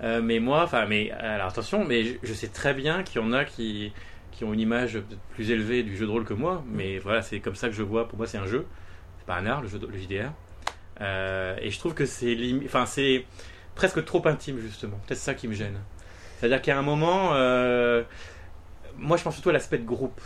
Euh, mais moi, enfin, mais alors attention, mais je, je sais très bien qu'il y en a qui, qui ont une image peut-être plus élevée du jeu de rôle que moi. Mais voilà, c'est comme ça que je vois. Pour moi, c'est un jeu. C'est pas un art, le, jeu de- le JDR. Euh, et je trouve que c'est limi- enfin, c'est presque trop intime, justement. Peut-être ça qui me gêne. C'est-à-dire qu'à un moment, euh, moi, je pense surtout à l'aspect de groupe.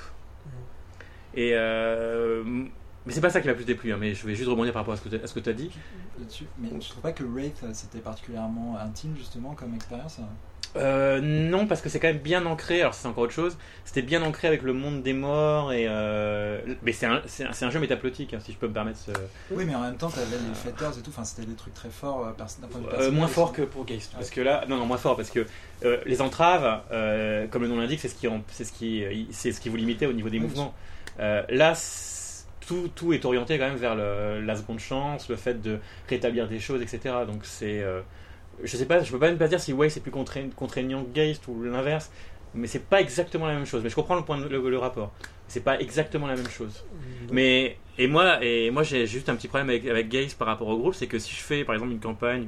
Et euh, mais c'est pas ça qui m'a plus déplu, hein, mais je vais juste rebondir par rapport à ce que tu as, dit.
là-dessus. Mais tu trouves pas que Wraith, euh, c'était particulièrement intime, justement, comme expérience hein
Euh, non, parce que c'est quand même bien ancré, alors c'est encore autre chose, c'était bien ancré avec le monde des morts, et euh, mais c'est un, c'est un- c'est un jeu métaplotique, hein, si je peux me permettre. ce-
Oui, mais en même temps, t'avais les Fighters et tout, enfin, c'était des trucs très forts euh, perso- d'un point de vue
Euh,
personnel
moins
aussi.
fort que pour Geist. Parce que là, non, non, moins fort, parce que euh, les entraves, euh, comme le nom l'indique, c'est ce, qui en- c'est ce, qui, euh, c'est ce qui vous limitait au niveau des
Oui,
mouvements. Euh, là, c'est- tout, tout est orienté quand même vers le- la seconde chance, le fait de rétablir des choses, etc. Donc c'est. euh, je sais pas, je peux pas même pas dire si Way c'est plus contraign- contraignant que Geist ou l'inverse, mais c'est pas exactement la même chose. Mais je comprends le, point de- le, le rapport. C'est pas exactement la même chose.
Mm.
Mais et moi et moi j'ai juste un petit problème avec, avec Gaze par rapport au groupe, c'est que si je fais par exemple une campagne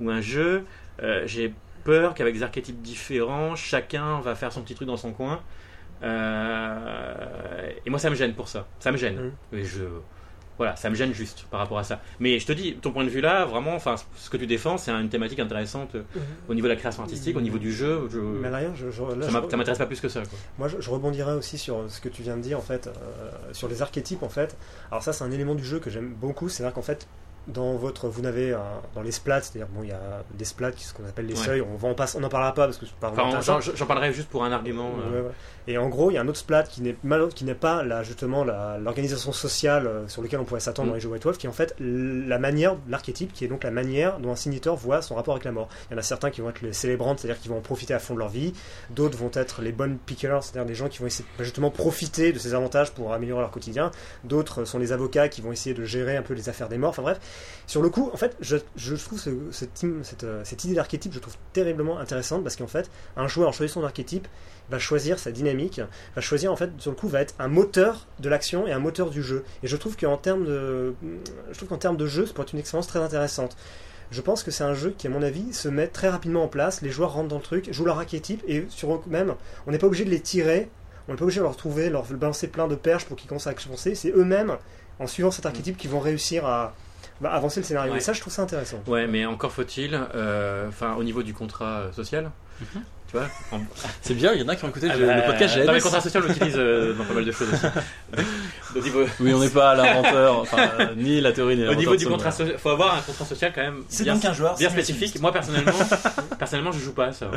ou, ou un jeu, euh, j'ai peur qu'avec des archétypes différents, chacun va faire son petit truc dans son coin. Euh, et moi ça me gêne pour ça, ça me
Mm.
gêne. Et je voilà, ça me gêne juste par rapport à ça. Mais je te dis, ton point de vue là, vraiment, enfin, ce que tu défends, c'est une thématique intéressante euh, au niveau de la création artistique, au niveau du jeu. je-
Mm. Mais Malarian, je, je- là,
ça
je-
m'a- ça m'intéresse pas plus que ça. Quoi.
Moi, je, je rebondirais aussi sur euh, ce que tu viens de dire, en fait, euh, sur les archétypes, en fait. Alors ça, c'est un élément du jeu que j'aime beaucoup. C'est-à-dire qu'en fait, dans votre, vous n'avez euh, dans les splats, c'est-à-dire bon, il y a des splats, qui sont ce qu'on appelle les
Ouais.
seuils. On va en passe, on en parlera pas parce que c'est pas
Enfin,
vraiment
on-
intéressant.
j'en j'en parlerai juste pour un argument. euh,
Ah, Ouais, ouais. Et en gros, il y a un autre splat qui n'est mal- qui n'est pas là justement la- l'organisation sociale euh, sur laquelle on pourrait s'attendre
Mm.
dans les jeux White Wolf, qui est en fait l- la manière, l'archétype, qui est donc la manière dont un signateur voit son rapport avec la mort. Il y en a certains qui vont être les célébrantes, c'est-à-dire qui vont en profiter à fond de leur vie. D'autres vont être les bonnes pickers, c'est-à-dire des gens qui vont essayer de- justement profiter de ces avantages pour améliorer leur quotidien. D'autres sont les avocats qui vont essayer de gérer un peu les affaires des morts. Enfin bref, sur le coup, en fait, je, je trouve ce- cette, team- cette, euh, cette idée d'archétype, je trouve terriblement intéressante parce qu'en fait, un joueur en choisissant son archétype va choisir sa dynamique, va choisir en fait sur le coup va être un moteur de l'action et un moteur du jeu. Et je trouve qu'en termes de, je trouve qu'en termes de jeu, ça pourrait être une expérience très intéressante. Je pense que c'est un jeu qui, à mon avis, se met très rapidement en place. Les joueurs rentrent dans le truc, jouent leur archétype et sur eux-mêmes, on n'est pas obligé de les tirer, on n'est pas obligé de leur trouver, leur balancer plein de perches pour qu'ils commencent à avancer. C'est eux-mêmes, en suivant cet archétype, qui vont réussir à bah, avancer le scénario.
Ouais.
Et ça, je trouve ça intéressant.
Ouais, mais encore faut-il, euh, enfin, au niveau du contrat euh, social, tu vois. en-
C'est bien, il y en a qui ont écouté
Ah
le,
bah,
le podcast
Non, mais le
GMS.
contrat social, on l'utilise euh, dans pas mal de choses aussi. au niveau,
Oui, on n'est pas l'inventeur, enfin, euh, ni la théorie, ni
au
l'inventeur.
niveau
de
du
ce
contrat
mot.
social, faut avoir un contrat social quand même
C'est
bien,
donc un joueur
bien
simulationniste.
spécifique. Moi, personnellement, personnellement, je joue pas à ça.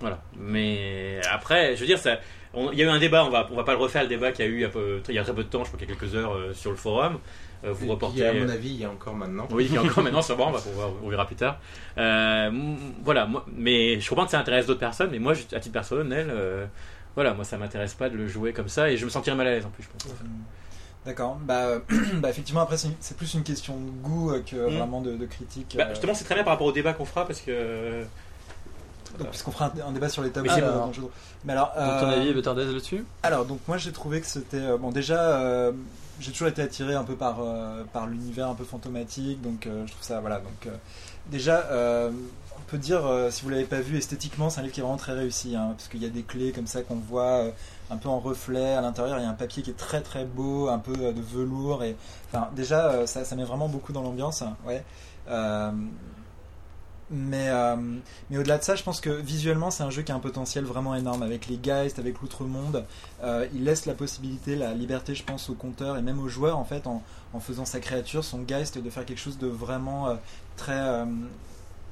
Voilà. Mais après, je veux dire, ça, on- il y a eu un débat, on va, on va pas le refaire, le débat qu'il y a eu il y a, peu- il y a très peu de temps, je crois qu'il y a quelques heures euh, sur le forum. Euh, vous
Qui,
reportez.
à mon avis, il y a encore maintenant.
Oui, il y a encore maintenant, sûrement, on, va pouvoir- on verra plus tard. Euh, m- voilà, moi, mais je comprends que ça intéresse d'autres personnes, mais moi, je- à titre personnel, euh, voilà, moi, ça m'intéresse pas de le jouer comme ça et je me sentirais mal à l'aise en plus, je pense.
D'accord. Bah, bah, effectivement, après, c'est c'est plus une question de goût euh, que
Mm.
vraiment de, de critique.
Bah,
euh,
justement, c'est très bien par rapport au débat qu'on fera parce que. euh,
donc, puisqu'on fera un, un débat sur les tableaux.
c'est
euh,
bon.
dans le jeu de rôle. Mais alors,
Donc ton
euh,
avis est Betardez là-dessus
Alors, donc moi j'ai trouvé que c'était. euh, bon, déjà, euh, j'ai toujours été attiré un peu par, euh, par l'univers un peu fantomatique, donc euh, je trouve ça. Voilà, donc. euh, déjà, euh, on peut dire, euh, si vous l'avez pas vu esthétiquement, c'est un livre qui est vraiment très réussi, hein, parce qu'il y a des clés comme ça qu'on voit euh, un peu en reflet à l'intérieur, il y a un papier qui est très très beau, un peu euh, de velours, et. Enfin, déjà, euh, ça, ça met vraiment beaucoup dans l'ambiance, hein, ouais. Euh, mais, euh, mais au-delà de ça, je pense que visuellement, c'est un jeu qui a un potentiel vraiment énorme avec les Geist, avec l'Outre-Monde. Euh, il laisse la possibilité, la liberté, je pense, au compteur et même au joueur, en fait, en, en faisant sa créature, son Geist, de faire quelque chose de vraiment euh, très, euh,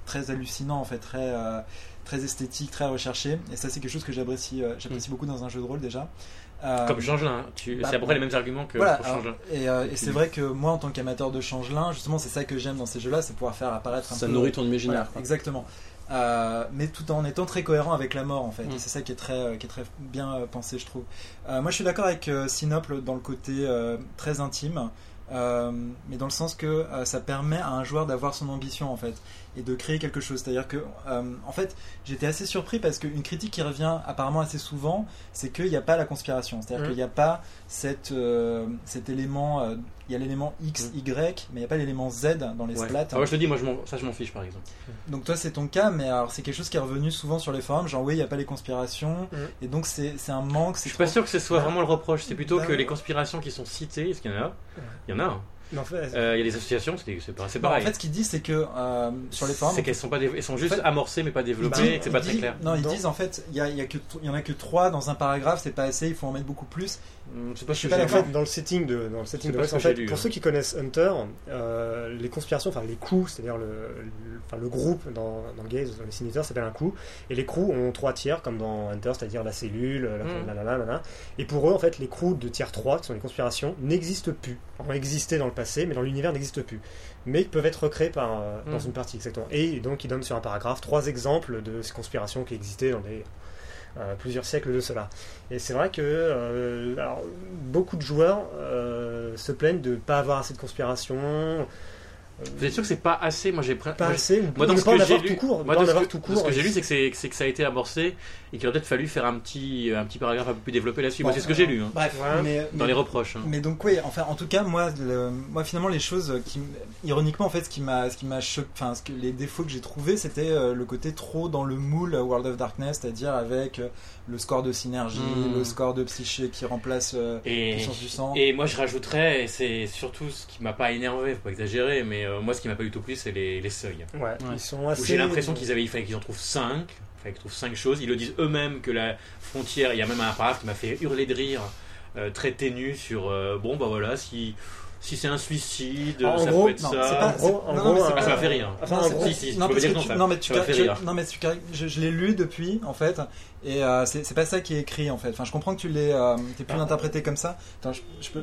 très hallucinant, en fait, très, euh, très esthétique, très recherché. Et ça, c'est quelque chose que j'apprécie euh, j'apprécie beaucoup dans un jeu de rôle déjà. Euh,
Comme Changelin, hein, tu-
bah,
c'est à peu près les mêmes arguments que
voilà,
pour
alors,
Changelin.
et, euh, et c'est vrai que moi, en tant qu'amateur de changelin, justement, c'est ça que j'aime dans ces jeux-là, c'est pouvoir faire apparaître un
Ça
peu.
nourrit ton
Voilà,
imaginaire. quoi.
exactement. Euh, mais tout en étant très cohérent avec la mort en fait.
Mm.
Et c'est ça qui est très, euh, qui est très bien euh, pensé, je trouve. Euh, moi, je suis d'accord avec euh, Sinople dans le côté euh, très intime, euh, mais dans le sens que euh, ça permet à un joueur d'avoir son ambition en fait et de créer quelque chose. C'est-à-dire que, euh, en fait, j'étais assez surpris parce qu'une critique qui revient apparemment assez souvent, c'est qu'il n'y a pas la conspiration. C'est-à-dire
Mm.
qu'il n'y a pas cette, euh, cet élément. euh, Il y a l'élément X, Y, mais il n'y a pas l'élément Z dans les
Ouais.
splats.
Ah ouais, je te dis, moi, je m'en- ça, je m'en fiche par exemple.
Donc toi c'est ton cas, mais alors c'est quelque chose qui est revenu souvent sur les forums, genre oui il n'y a pas les conspirations,
Mhm.
et donc c'est c'est un manque,
Je
c'est
suis pas
trop...
sûr que ce soit
Bah,
vraiment le reproche, c'est plutôt
bah,
que les conspirations qui sont citées, est-ce qu'il y en a Il y en a. hein.
Mais en fait,
Euh, Il y a des associations, c'est c'est pas- c'est
Non, Bah, en
pareil.
fait ce qu'il dit c'est que euh, sur les forums...
C'est qu'elles sont, pas dév- elles sont juste
fait, bah,
amorcées mais pas
ils
développées,
disent-
et que c'est pas
ils
très
disent-
clair.
Non, ils
Dans-
disent en fait, il y, a- il y a que t- il y en a que trois dans un paragraphe, c'est pas assez, il faut en mettre beaucoup plus.
Hmm, C'est pas
Je
ce
suis
que
pas
j'ai
en
d'accord.
vu.
fait, dans le setting de, dans le setting
C'est
de
pas
Vox,
ce que
en
j'ai
fait,
lu,
pour
hein.
ceux qui connaissent Hunter, euh, les conspirations, enfin les coups, c'est-à-dire le, le- enfin, le groupe dans, dans Gaze, dans les signateurs, s'appelle un coup, et les crews ont trois tiers, comme dans Hunter, c'est-à-dire la cellule, la,
Mm.
la, la, la, la, la. et pour eux, en fait, les crews de tiers 3, qui sont les conspirations, n'existent plus, ont existé dans le passé, mais dans l'univers n'existent plus, mais ils peuvent être recréés par, euh, dans
Mm.
une partie, exactement. Et donc, ils donnent sur un paragraphe trois exemples de ces conspirations qui existaient dans les euh, plusieurs siècles de cela. Et c'est vrai que euh, alors, beaucoup de joueurs euh, se plaignent de ne pas avoir assez de conspiration, euh,
Vous êtes sûr que c'est pas assez Moi j'ai pris-
pas
Bah,
moi,
assez, ou
Moi, dans
ne
ce
pas en
que j'ai
avoir
lu,
tout court. ne
Moi,
pas en
de ce
avoir
que-
tout
de
court. euh,
ce que j'ai lu, c'est que, c'est- c'est que ça a été amorcé et qu'il aurait peut-être fallu faire un petit, euh, un petit paragraphe un peu plus développé là-dessus. Moi,
Bon,
c'est ce que j'ai lu, hein,
Bref,
Ouais.
mais,
dans
mais-
les reproches. hein.
Mais donc oui, enfin en tout cas moi, le- moi finalement les choses qui, m- ironiquement en fait, ce qui m'a, ce qui m'a choqué, enfin ce que les défauts que j'ai trouvé, c'était euh, le côté trop dans le moule World of Darkness, c'est-à-dire avec euh, le score de synergie,
Hmm.
le score de psyché qui remplace euh,
Mm.
Et,
puissance du sang.
et moi, je rajouterais, et c'est surtout ce qui m'a pas énervé, faut pas exagérer, mais euh, moi, ce qui m'a pas du tout plu, c'est les, les seuils.
Ouais, ils sont
Où
assez.
J'ai l'impression qu'ils avaient, il fallait qu'ils en trouvent 5, il fallait qu'ils trouvent 5 choses. Ils le disent eux-mêmes que la frontière, il y a même un paragraphe qui m'a fait hurler de rire, euh, très ténu, sur euh, bon, bah voilà, si, si c'est un suicide,
En
ça
gros,
peut être
non,
ça.
c'est
En
pas-
gros, en
non,
gros,
mais c'est
un-
Ah, ça m'a fait rire.
Enfin,
Non,
en
c'est-
gros,
Si, si, je
non,
peux
parce
dire
que
non,
tu-
ça-
non, mais tu
ça m'a
car-
fait
je-
rire.
non, mais tu car- je, je l'ai lu depuis en fait et euh, c'est c'est pas ça qui est écrit en fait. Enfin je comprends que tu l'aies euh, t'aies
Ah.
pu l'interpréter comme ça. Attends, je, je peux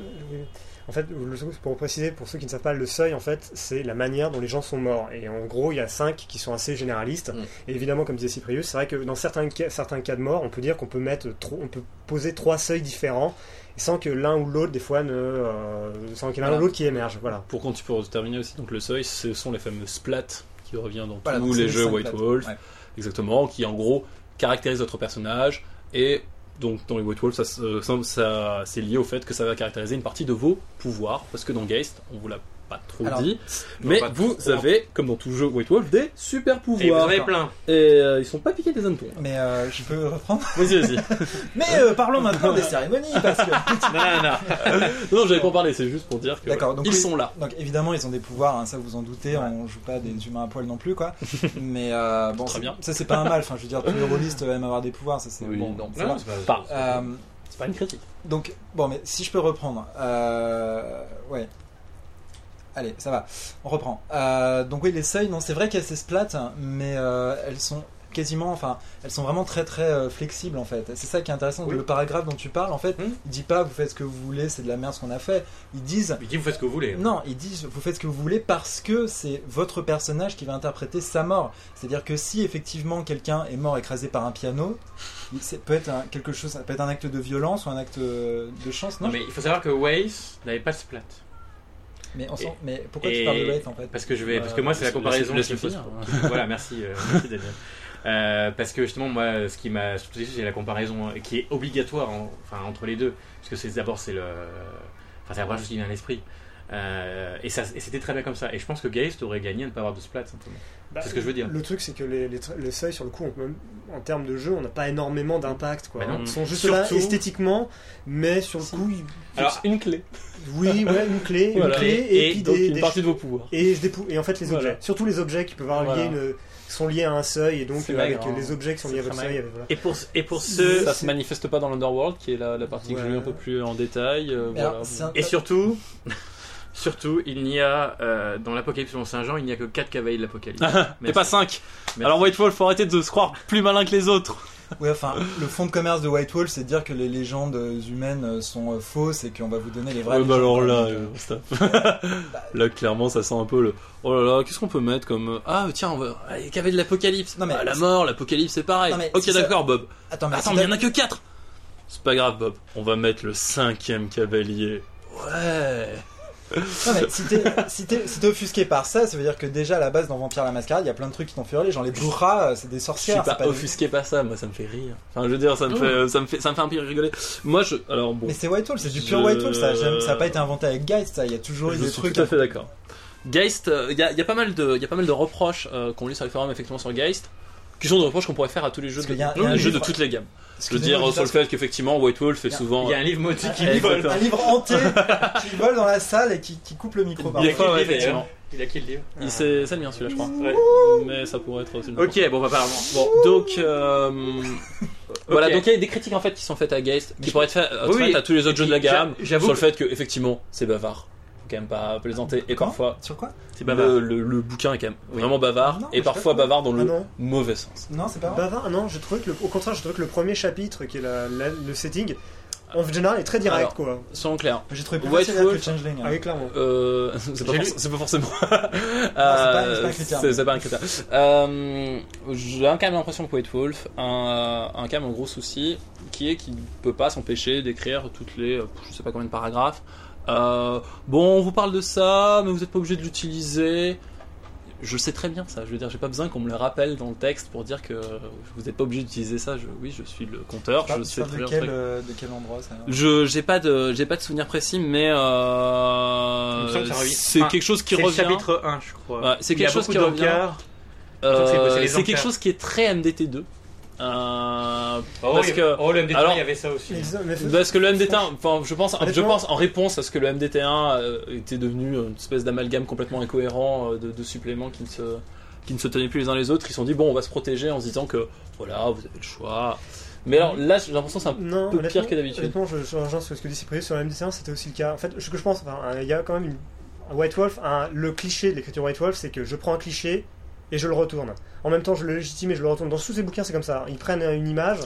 En fait, le- pour préciser, pour ceux qui ne savent pas, le seuil, en fait, c'est la manière dont les gens sont morts. Et en gros, il y a cinq qui sont assez généralistes.
Mm.
Et évidemment, comme disait Cyprius, c'est vrai que dans certains cas, certains cas de mort, on peut dire qu'on peut mettre, tro- on peut poser trois seuils différents sans que l'un ou l'autre, des fois, ne, euh, sans qu'il y en ait
Voilà.
l'un ou l'autre qui émerge. Voilà.
Pour quand tu peux terminer aussi, donc le seuil, ce sont les fameux splats qui reviennent dans
Voilà,
tous
donc c'est
les
les
jeux
cinq
White
plates.
Wolf,
Ouais.
exactement, qui en gros caractérisent votre personnage et donc dans les White Wolf, ça, se- ça- ça- c'est lié au fait que ça va caractériser une partie de vos pouvoirs parce que dans Geist, on vous l'a pas trop
Alors,
dit, mais
pas
vous
trop.
avez, comme dans tout jeu White Wolf, des super
Et vous en
pouvoirs et,
avez plein.
euh, ils sont pas piqués des hannetons.
mais euh, je peux reprendre.
Vas-y, vas-y.
Mais euh, parlons maintenant des cérémonies parce que
Non, non, non.
non, non, j'avais pas en parlé, c'est juste pour dire que
D'accord, donc
ils
oui.
sont là.
Donc évidemment ils ont des pouvoirs, hein, ça vous en doutez, on joue pas des humains à poil non plus quoi. Mais euh, bon,
Très
c'est-
bien.
ça c'est pas un mal, enfin je veux dire tous les rôlistes euh, aiment avoir des pouvoirs, ça c'est
Oui,
bon.
non,
ça
Non,
va.
non, c'est pas-
Pas.
Euh,
C'est pas une critique.
donc bon mais si je peux reprendre, euh, ouais. Allez, ça va, on reprend. Euh, donc oui les seuils, non c'est vrai qu'elles s'esplatent, mais euh, elles sont quasiment, enfin, elles sont vraiment très très euh, flexibles en fait. C'est ça qui est intéressant.
Oui.
Le paragraphe dont tu parles, en fait,
Hmm.
il dit pas vous faites ce que vous voulez, c'est de la merde ce qu'on a fait. Ils disent
Il dit vous faites ce que vous voulez. hein.
non, ils disent vous faites ce que vous voulez parce que c'est votre personnage qui va interpréter sa mort. C'est-à-dire que si effectivement quelqu'un est mort écrasé par un piano, il- ça peut être un, quelque chose, ça peut être un acte de violence ou un acte euh, de chance, non
Non, mais il faut savoir que Waze n'avait pas de splat.
Mais on s'en-
Et-
mais pourquoi tu
et-
parles de Wraith en fait
Parce que je vais,
Euh,
parce que moi c'est la
laisse-
comparaison.
laisse-
que je pose
laisse-le finir.
pour- pour- voilà, merci, euh, merci Daniel. Euh, parce que justement, moi, ce qui m'a surtout dit, c'est la comparaison euh, qui est obligatoire, en- enfin entre les deux, parce que c'est d'abord c'est le, enfin c'est la première chose qui vient à l'esprit. Euh, et ça, et c'était très bien comme ça. Et je pense que Geist aurait gagné à ne pas avoir de splat simplement.
Bah,
C'est ce que je veux dire.
Le truc, c'est que les, les tra- les seuils, sur le coup, on- même en termes de jeu, on n'a pas énormément d'impact. quoi.
Bah non.
Ils sont juste
Surtout-
là esthétiquement, mais sur le coup, ils-
Alors-
une clé.
oui, ouais, une clé,
Voilà.
une clé, et,
Et
puis
Donc
des,
une
des-
partie de vos pouvoirs.
et, je dépou- et en fait, les
Voilà.
objets. Surtout les objets qui peuvent avoir
Voilà.
lié une- sont liés à un seuil, et donc
C'est
euh,
maigre,
avec
hein.
les objets qui sont
C'est
liés à votre
très
seuil.
maigre.
avec- voilà.
Et pour, et pour ceux,
Ça se manifeste pas dans l'Underworld, qui est la, la partie que je
Ouais.
mets un peu plus en détail.
Alors,
euh, voilà.
c'est un-
et surtout, surtout, il n'y a euh, dans l'Apocalypse selon Saint Jean, il n'y a que quatre cavaliers de l'Apocalypse.
Et
Merci.
pas 5
Merci.
Alors Whitefall, faut arrêter de se croire plus malin que les autres.
Ouais, enfin, le fond de commerce de Whitehall, c'est de dire que les légendes humaines sont euh, fausses et qu'on va vous donner les vraies.
Ouais, bah alors
légendes.
là, euh, stop.
Bah,
là, clairement, ça sent un peu le. Oh là là, qu'est-ce qu'on peut mettre comme. euh, Ah, tiens, on va. Allez, cavalier de l'apocalypse.
Non, mais-
Ah, la mort, l'apocalypse, c'est pareil.
Non, mais
ok,
si ça-
d'accord, Bob.
Attends, mais
Attends,
si
mais
t'as-
il en a que 4 C'est pas grave, Bob. On va mettre le cinquième cavalier. Ouais.
Non, mais si t'es si t'es- si t'es offusqué par ça, ça veut dire que déjà à la base dans Vampire la Mascarade, il y a plein de trucs qui t'ont fait hurler, genre les bourras, euh, c'est des
Je
sorcières.
suis pas,
c'est pas des-
offusqué par ça, moi ça me fait rire. Enfin, je veux dire, ça me, fait, ça me, fait, ça me fait un peu rigoler. Moi, je. Alors bon.
Mais c'est Whitehall, c'est du
Je-
pur Whitehall, ça, a jamais- ça a pas été inventé avec Geist, ça, il y a toujours eu
Je
des
suis
trucs. hein.
tout à fait d'accord. Geist, il y, a- y a pas mal de, y a pas mal de reproches euh, qu'on lit sur les forums effectivement sur Geist, qui sont des reproches qu'on pourrait faire à tous les jeux,
Parce
de,
qu'il y a-
tous
il y a un
les jeux de
livre-
toutes les gammes. Je veux
Excusez-moi,
dire euh,
Peter,
sur le fait qu'effectivement White Wolf fait
Il y a-
souvent.
Il y a un livre maudit qui
un
Eh,
livre-
exactement.
un livre hanté qui vole dans la salle et qui, qui coupe le micro.
Il y a
pardon.
qui le
Ouais,
livre, effectivement.
Il a qui le livre
Il- C'est c'est le mien celui-là, je crois. Mais ça pourrait être aussi le mien.
Ok, bon, bah, apparemment.
Bon, donc euh, voilà,
Ok.
donc il y a des critiques en fait qui sont faites à Geist, qui pourraient être faites, être
Oui, oui.
faites à tous les
Et
autres jeux de la
puis, j'a-
gamme,
j'avoue
sur le
que-
fait que effectivement c'est bavard. Faut quand même pas plaisanter et
Comment
parfois
Sur quoi
c'est pas mal.
le, le- le bouquin est quand même vraiment bavard
Non,
et
je
parfois bavard dans
Ah
le
non,
mauvais sens.
Non, c'est pas
Bah,
vrai.
bavard, non, je trouvais que le- au contraire, je trouvais que le premier chapitre, qui est la- la- le setting, en général, est très direct.
Ah. Alors. ah.
quoi.
Soyons clairs.
J'ai trouvé plus
White
facile à dire que
Wolf-
Changeling. hein.
Ah oui, clairement.
Euh, c'est pas,
J'ai lu-
forc- c'est pas forcément.
Ah, pas- c'est pas un
Euh,
critère.
c'est- c'est pas un critère. Euh, J'ai un- quand même l'impression que White Wolf a un, un quand même un gros souci qui est qu'il ne peut pas s'empêcher d'écrire toutes les euh, je sais pas combien de paragraphes. Euh, bon, on vous parle de ça, mais vous n'êtes pas obligé de l'utiliser. Je le sais très bien ça. Je veux dire, j'ai pas besoin qu'on me le rappelle dans le texte pour dire que vous n'êtes pas obligé d'utiliser ça. Je, oui, je suis le compteur.
Tu parles-
je
tu
sais
parles
très
de
bien
quel,
ce truc.
euh, de quel endroit ça
Je j'ai pas de j'ai pas de souvenir précis, mais
Il me
euh,
semble que ça revient.
c'est
Enfin,
quelque chose qui
C'est le
revient.
chapitre 1, je crois.
Ouais, c'est
Il y a
quelque chose
beaucoup
qui revient.
d'encarts.
Euh,
C'est les
c'est quelque
encarts.
chose qui est très MDT2. Euh,
Oh,
Parce
il y a-
que-
oh, le MDT,
alors-
il y avait ça aussi.
Mais- mais-
parce que le MDT1, enfin, je pense, je
Honnêtement-
pense en réponse à ce que le MDT1 euh, était devenu une espèce d'amalgame complètement incohérent euh, de, de suppléments qui ne se qui ne se tenaient plus les uns les autres. Ils se sont dit bon, on va se protéger en se disant que voilà, vous avez le choix. Mais alors là, j'ai l'impression que c'est un
Non,
peu
honnêtement-
pire que d'habitude.
Honnêtement, je, je rejoins sur ce que dit Cyprien sur la MDC1, c'était aussi le cas. En fait, ce que je pense, enfin, il y a quand même une. un White Wolf, un- le cliché de l'écriture White Wolf, c'est que je prends un cliché et je le retourne. En même temps, je le légitime et je le retourne. Dans tous ces bouquins, c'est comme ça. Ils prennent une image.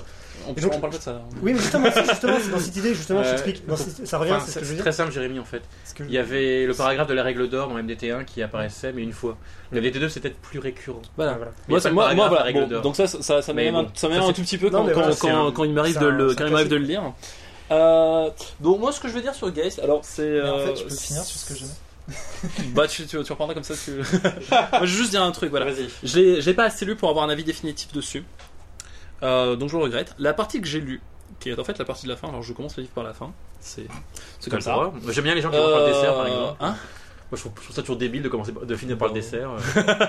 on,
Et donc-
on parle pas de ça.
Oui, mais justement, c'est- justement, c'est dans cette idée, justement,
Euh,
je t'explique. Dans cette- Ça revient,
Enfin,
c'est ce
c'est
que je veux dire.
très simple, Jérémy, en fait.
Ce que je-
Il y avait le paragraphe de la règle d'or dans MDT1 qui apparaissait, mais une fois. Le MDT2, c'est peut-être plus récurrent.
Voilà.
Ah, voilà.
Moi,
Il y a pas
ça,
de
moi, moi,
paragraphe à
voilà.
règle
bon,
d'or.
donc ça, ça, ça, ça
Mais
m'énerve
bon,
un, ça m'énerve
ça,
un tout petit peu
Non,
quand,
mais
quand,
voilà,
c'est
quand-
un-
quand il m'arrive
c'est
de
un-
le,
c'est
quand
un
il m'arrive de le lire. Euh, donc moi, ce que je veux dire sur Geist, alors c'est.
Mais en fait,
euh,
je peux finir sur ce que j'aimais.
Bah, tu, tu, tu reprendras comme ça. Tu... Moi, je veux juste dire un truc. Voilà.
Vas-y.
Je l'ai- je l'ai pas assez lu pour avoir un avis définitif dessus. Euh, donc je le regrette. La partie que j'ai lue, qui est en fait la partie de la fin. Alors je commence le livre par la fin. C'est c'est comme ça.
Moi, J'aime bien les gens qui vont faire le dessert, par
Euh,
exemple.
hein
Moi, je trouve, je trouve ça toujours débile de, commencer, de finir par le
Bon.
dessert. euh.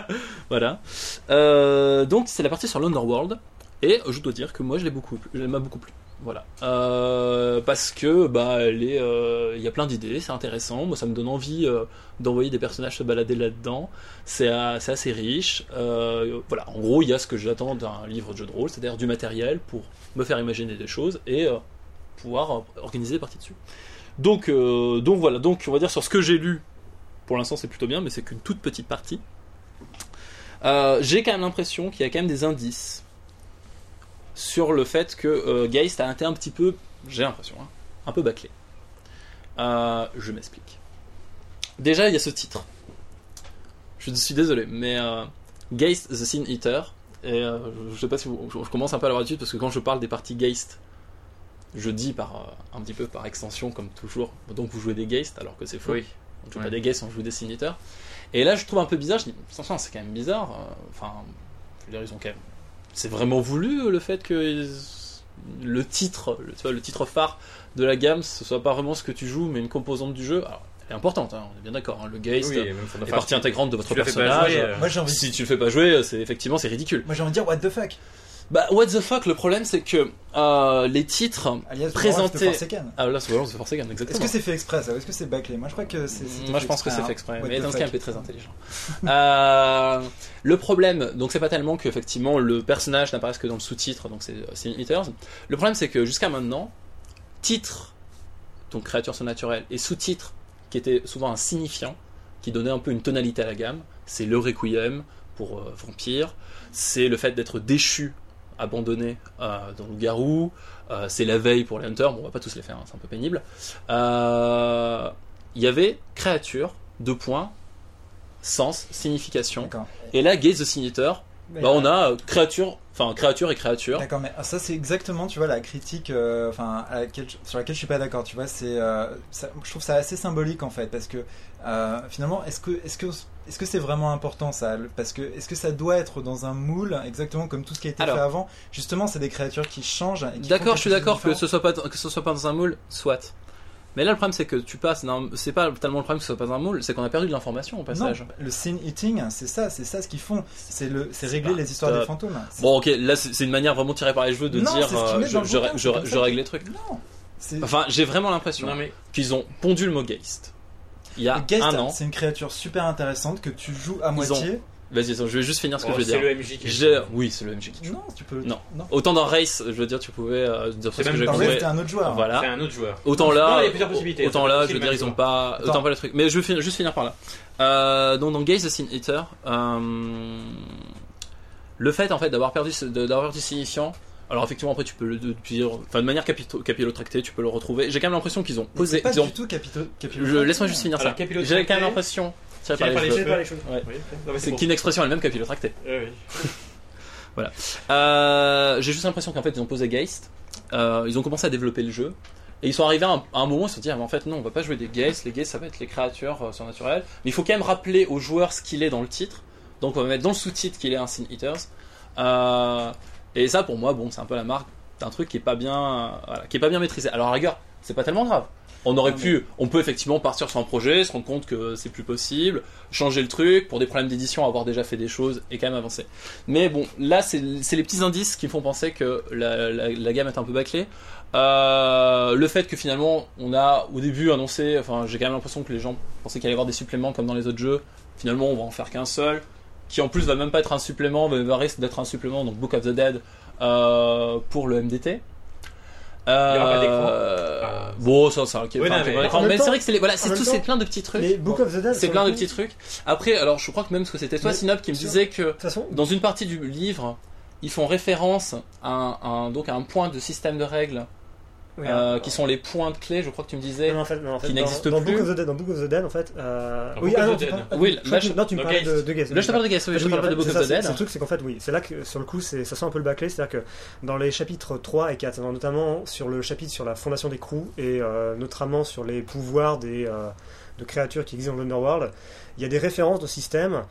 Voilà. Euh, donc c'est la partie sur l'Underworld et je dois dire que moi je l'ai beaucoup, plu- elle m'a beaucoup plu. Voilà. Euh, parce que bah elle est, euh, il y a plein d'idées, c'est intéressant. Moi ça me donne envie euh, d'envoyer des personnages se balader là-dedans. C'est a- c'est assez riche. Euh, voilà. En gros il y a ce que j'attends d'un livre de jeu de rôle, c'est-à-dire du matériel pour me faire imaginer des choses et euh, pouvoir euh, organiser des parties dessus. Donc euh, donc voilà. Donc on va dire sur ce que j'ai lu. Pour l'instant c'est plutôt bien, mais c'est qu'une toute petite partie. Euh, j'ai quand même l'impression qu'il y a quand même des indices sur le fait que euh, Geist a été un petit peu, j'ai l'impression, hein, un peu bâclé. Euh, je m'explique. Déjà, il y a ce titre. Je suis désolé, mais euh, Geist the Sin Eater, et euh, je- je sais pas si vous- je, je commence un peu à l'avoir l'habitude parce que quand je parle des parties Geist, je dis par, euh, un petit peu par extension, comme toujours, donc vous jouez des Geist alors que c'est faux.
Oui.
On joue
Ouais.
pas des Geist, on joue des Sin Eater. Et là, je trouve un peu bizarre, je dis, franchement, c'est quand même bizarre. euh, Enfin, je veux dire, ils ont quand même. C'est vraiment voulu euh, le fait que ils- le titre, le, tu vois, le titre phare de la gamme, ce soit pas vraiment ce que tu joues, mais une composante du jeu. Alors, elle est importante, hein, on est bien d'accord. hein, le Geist
Oui, et même Son
est
of Art,
partie intégrante de votre
tu l'as fait pas
personnage.
jouer, euh,
Moi j'ai envie,
Ah Si tu le fais pas jouer, c'est effectivement c'est ridicule.
moi, j'ai envie de dire what the fuck.
Bah, what the fuck, le problème c'est que euh, les titres.
Alias
Présenté.
Lawrence de Forsaken.
Ah, là, c'est Valence de Forsaken,
Est-ce
exactement.
que c'est fait exprès ça ou est-ce que c'est bâclé Moi je crois que c'est. c'était
Moi,
fait
je pense que c'est
hein.
fait exprès.
What
Mais
the
Dance
fuck.
Camp est très intelligent. Euh, le problème, donc, c'est pas tellement que effectivement le personnage n'apparaisse que dans le sous-titre, donc c'est euh, Sin Eaters. Le problème, c'est que jusqu'à maintenant, titre, donc créature surnaturelle, et sous-titre, qui était souvent un signifiant, qui donnait un peu une tonalité à la gamme, c'est le Requiem pour euh, vampire, c'est le fait d'être déchu, abandonné euh, dans le garou, euh, c'est la veille pour les hunters, bon, on va pas tous les faire, hein, c'est un peu pénible. Euh, il y avait créature, deux points, sens, signification.
D'accord.
Et là, Gaze the Signator, bah, on a euh, créature, enfin créature et créature.
D'accord, mais ah, ça c'est exactement, tu vois, la critique, euh, enfin, à laquelle je- sur laquelle je suis pas d'accord. Tu vois, c'est, euh, ça- je trouve ça assez symbolique en fait, parce que euh, finalement, est-ce que, est-ce que, est-ce que c'est vraiment important ça le- Parce que, est-ce que ça doit être dans un moule exactement comme tout ce qui a été
Alors.
fait avant Justement, c'est des créatures qui changent. et qui font
D'accord,
quelque
je suis
chose de
d'accord que
différent.
ce soit pas que ce soit pas dans un moule, soit. Mais là, le problème, c'est que tu passes. d'un- C'est pas tellement le problème que ce soit pas dans un moule, c'est qu'on a perdu de l'information au
Non,
passage.
le scene eating, c'est ça, c'est ça ce qu'ils font. C'est le, c'est
C'est
régler
pas
les histoires
top.
des fantômes. C'est-
Bah, Bon, ok, là, c'est c'est une manière vraiment tirée par les cheveux de
Non,
dire
c'est ce qu'ils
euh,
mettent
je,
dans le
je-
bouquin,
je-
c'est comme
je
ça.
règle les trucs.
Non, c'est
Enfin, j'ai vraiment l'impression
Non, mais
qu'ils ont pondu le mot Geist il y a
le Geist, hein.
un an.
c'est une créature super intéressante que tu joues à
Ils ont-
moitié.
Vas-y, attends, je vais juste finir ce que
oh,
je veux
c'est
dire.
le MJ qui
J'ai- Oui, c'est le MJ qui joue.
Non, tu peux.
Non.
non.
Autant dans Race, je veux dire, tu pouvais. euh, dire ce
C'est
que
même
j'ai
dans
Par
Race,
compris.
c'était un autre joueur.
Voilà.
C'est un autre joueur.
Autant
Non,
là,
il y a plusieurs possibilités.
autant
C'est
là,
possible,
je veux
mais
dire, ils
tu
ont
vois.
pas,
Attends.
autant pas le truc. Mais je vais finir- juste finir par là. Euh, donc dans Gaze the Sin Eater, euh, le fait en fait d'avoir perdu, ce- de- d'avoir du signifiant. Alors effectivement après tu peux le dire, enfin de manière capito- capillotractée, tu peux le retrouver. J'ai quand même l'impression qu'ils ont
Mais c'est
posé.
Pas
ils ont-
du tout capito- capito-
je laisse-moi juste finir
Alors,
ça. J'ai quand même l'impression. tiré par les cheveux.
cheveux.
Ouais.
Oui, non, mais
C'est
c'est
qu'une expression elle-même capillotractée.
bon. Euh, oui.
Euh, j'ai juste l'impression qu'en fait ils ont posé Geist, euh, ils ont commencé à développer le jeu. Et ils sont arrivés à un, à un moment, ils se sont dit, ah, mais en fait, non, on va pas jouer des Geist, les Geist ça va être les créatures euh, surnaturelles. Mais il faut quand même rappeler aux joueurs ce qu'il est dans le titre. Donc on va mettre dans le sous-titre qu'il est un Sin Eaters. Euh, et ça, pour moi, bon, c'est un peu la marque d'un truc qui est pas bien, euh, voilà, qui est pas bien maîtrisé. Alors, à la rigueur, c'est pas tellement grave. On aurait
Ah,
Non,
pu, on peut effectivement partir sur un projet, se rendre compte que c'est plus possible, changer le truc pour des problèmes d'édition, avoir déjà fait des choses et quand même avancer. Mais bon, là, c'est c'est les petits indices qui me font penser que la, la- la gamme est un peu bâclée. Euh, le fait que finalement, on a au début annoncé, enfin, j'ai quand même l'impression que les gens pensaient qu'il allait y avoir des suppléments comme dans les autres jeux. Finalement, on va en faire qu'un seul, qui en plus va même pas être un supplément, va, va risque d'être un supplément, donc Book of the Dead, euh, pour le MDT. Euh,
Il y aura pas d'écran.
euh, bon, ça, ça, ok.
Oui,
enfin,
non, mais-
ok, bon,
en même
mais c'est
temps-
vrai que c'est les- voilà,
en
c'est
même
tout,
temps,
c'est plein de petits trucs.
Mais Book of the Dead,
C'est
sur
plein
le
de
coup,
petits trucs. Après, alors, je crois que même ce que c'était toi,
Mais-
Synop, qui me
Sûr.
disait que
De toute façon,
dans une partie du livre, ils font référence à un, un- donc à un point de système de règles
oui,
euh,
alors-
qui sont les points de clé, je crois que tu me disais.
Non, non, en fait, non, en fait,
qui
dans-
n'existe
dans
plus.
Book of the Dead, dans Book of the Dead, en fait. euh,
Dans
Oui,
Book
ah
of
non,
the
tu
Dead.
parles- ah,
Oui,
je
là,
crois que
je-
tu- non, tu me
dans
parlais
Geist.
de, de Geist.
Là, je te parle de Gatsby,
Ah Oui,
je te parle
en
de
fait,
Book
c'est
of
ça,
the
c'est-
Dead.
c'est Le truc, c'est qu'en fait, oui, c'est là que sur le coup, c'est ça sent un peu le bâclé. C'est-à-dire que dans les chapitres 3 et 4, notamment sur le chapitre sur la fondation des crews et euh, notamment sur les pouvoirs des, euh, de créatures qui existent dans l'Underworld, il y a des références de système.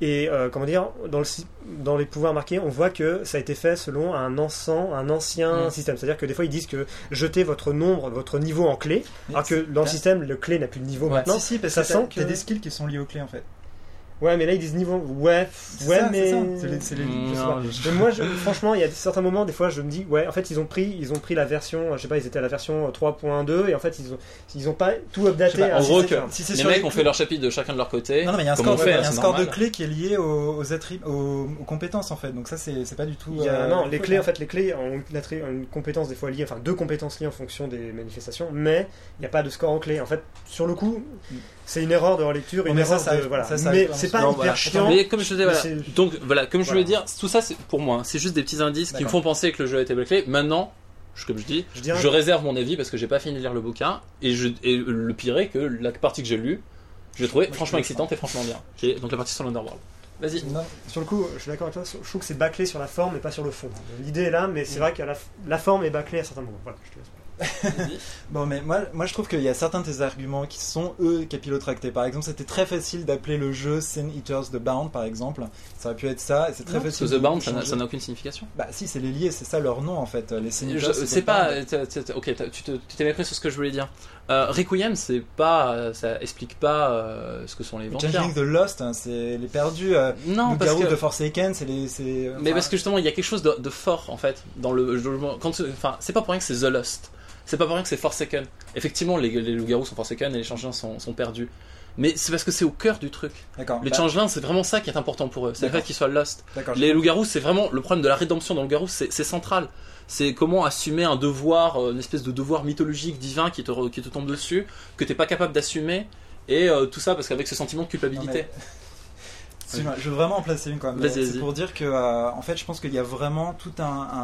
Et euh, comment dire, dans, le, si- dans les pouvoirs marqués, on voit que ça a été fait selon un, ancien, un ancien
Mm.
système. C'est-à-dire que des fois, ils disent que jetez votre nombre, votre niveau en clé,
Mais
alors que
c'est-
dans le système, le clé n'a plus de niveau
Ouais.
maintenant.
si, si, parce
ça
que t'as-
sent que-
t'as des skills qui sont liés aux clés en fait.
Ouais, mais là ils disent niveau. Ouais,
C'est
ouais,
ça,
mais.
C'est ça. C'est les- c'est les-
Mm.
Je sais
Non,
pas.
je-
Mais moi, je- franchement, il y a certains moments, des fois, je me dis, ouais, en fait, ils ont pris, ils ont pris la version, je sais pas, ils étaient à la version euh, 3.2 et en fait, ils ont, ils ont pas tout updaté.
Je sais pas, en
à
gros,
cette
que-
version.
Si c'est
Les
sur
mecs
les
ont
clés-
fait leur chapitre de chacun de leur côté.
Non, non, mais il y a un
Comment
score,
on fait,
il y a un
c'est
score de
normal.
clés qui est lié aux, aux attri- aux, aux compétences en fait. Donc ça, c'est c'est pas du tout.
Il y a-
euh,
non, les clés, en fait, les clés ont une, attri- ont une compétence des fois liée, enfin deux compétences liées en fonction des manifestations, mais il n'y a pas de score en clé. En fait, sur le coup, c'est une erreur de relecture,
Bon,
une
mais ça,
erreur
ça
de.
arrive-
Voilà.
ça, ça
mais
arrive
c'est pas
Non,
hyper
voilà.
chiant.
Mais comme je disais,
mais
voilà.
c'est-
Donc voilà, comme je
Voilà.
voulais dire, tout ça c'est pour moi, hein, c'est juste des petits indices qui me
D'accord.
font penser que le jeu a été bâclé. Maintenant, je- comme je dis,
Je dirais-
je réserve mon avis parce que j'ai pas fini de lire le bouquin et, je, et le pire est que la partie que j'ai lue, je l'ai trouvée franchement excitante et franchement bien. J'ai- Donc la partie sur l'Underworld. Vas-y.
Non, sur le coup, je suis d'accord avec toi. Je trouve que c'est bâclé sur la forme et pas sur le fond. L'idée est là, mais c'est vrai que la, la forme est bâclée à certains moments. Voilà, je te laisse.
Bon, mais moi, moi je trouve qu'il y a certains de tes arguments qui sont, eux, capillotractés. Par exemple, c'était très facile d'appeler le jeu Sin Eaters the Bound, par exemple. Ça aurait pu être ça, et c'est très
Non, parce que
facile. de
The Bound, ça n'a-
changer.
ça n'a aucune signification.
Bah, si, c'est les liés, c'est ça leur nom en fait. Les Sin
Je-
Eaters.
C'est
The
pas.
Bound.
t'as- t'as- t'as- Ok, t'as- tu te- tu t'es mépris sur ce que je voulais dire. Euh, Requiem, c'est pas. euh, Ça explique pas euh, ce que sont les vampires.
Changeling the Lost, hein, c'est les perdus. euh,
Non,
le
parce
garou
que.
de Forsaken, c'est les. c'est-
Mais
enfin,
parce que justement, il y a quelque chose de, de fort en fait dans le. je- Quand, enfin, c'est pas pour rien que c'est The Lost. C'est pas pour rien que c'est Forsaken. Effectivement, les, les loups-garous sont Forsaken et les changelins sont, sont perdus. Mais c'est parce que c'est au cœur du truc.
D'accord.
Les
bah,
changelins, c'est vraiment ça qui est important pour eux. C'est le fait
D'accord.
qu'ils soient Lost.
D'accord.
Les loups-garous, c'est vraiment le problème de la rédemption dans le loup-garou, c'est c'est central. C'est comment assumer un devoir, euh, une espèce de devoir mythologique, divin qui te, re- qui te tombe dessus, que t'es pas capable d'assumer, et euh, tout ça parce qu'avec ce sentiment de
Non,
culpabilité.
mais- Excuse-moi, je veux vraiment en placer une quand même.
Vas-y,
Mais
vas-y.
C'est pour dire que, euh, en fait, je pense qu'il y a vraiment tout un,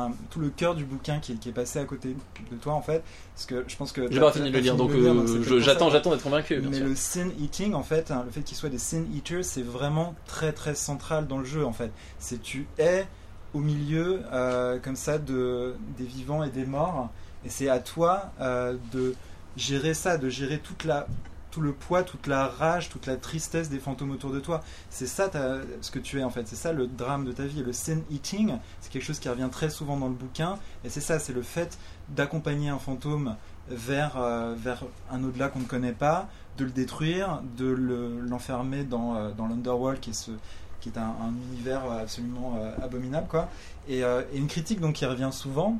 un- tout le cœur du bouquin qui, est- qui est passé à côté de toi, en fait, parce que je pense que
J'ai
t'as-
pas fini de
t'as
le lire, donc
le lire, donc c'est
euh,
peut-être
je-
pour ça
j'attends,
que-
j'attends d'être convaincu. bien
Mais
sûr.
le sin eating, en fait, hein, le fait qu'il soit des sin eaters, c'est vraiment très très central dans le jeu, en fait. C'est tu es au milieu, euh, comme ça, de, des vivants et des morts, et c'est à toi euh, de gérer ça, de gérer toute la tout le poids, toute la rage, toute la tristesse des fantômes autour de toi. C'est ça ta- ce que tu es en fait. C'est ça le drame de ta vie. Et le sin eating, c'est quelque chose qui revient très souvent dans le bouquin. Et c'est ça, c'est le fait d'accompagner un fantôme vers, euh, vers un au-delà qu'on ne connaît pas, de le détruire, de le- l'enfermer dans, euh, dans l'Underworld, qui est, ce, qui est un, un univers euh, absolument euh, abominable. Quoi. Et, euh, et une critique donc, qui revient souvent,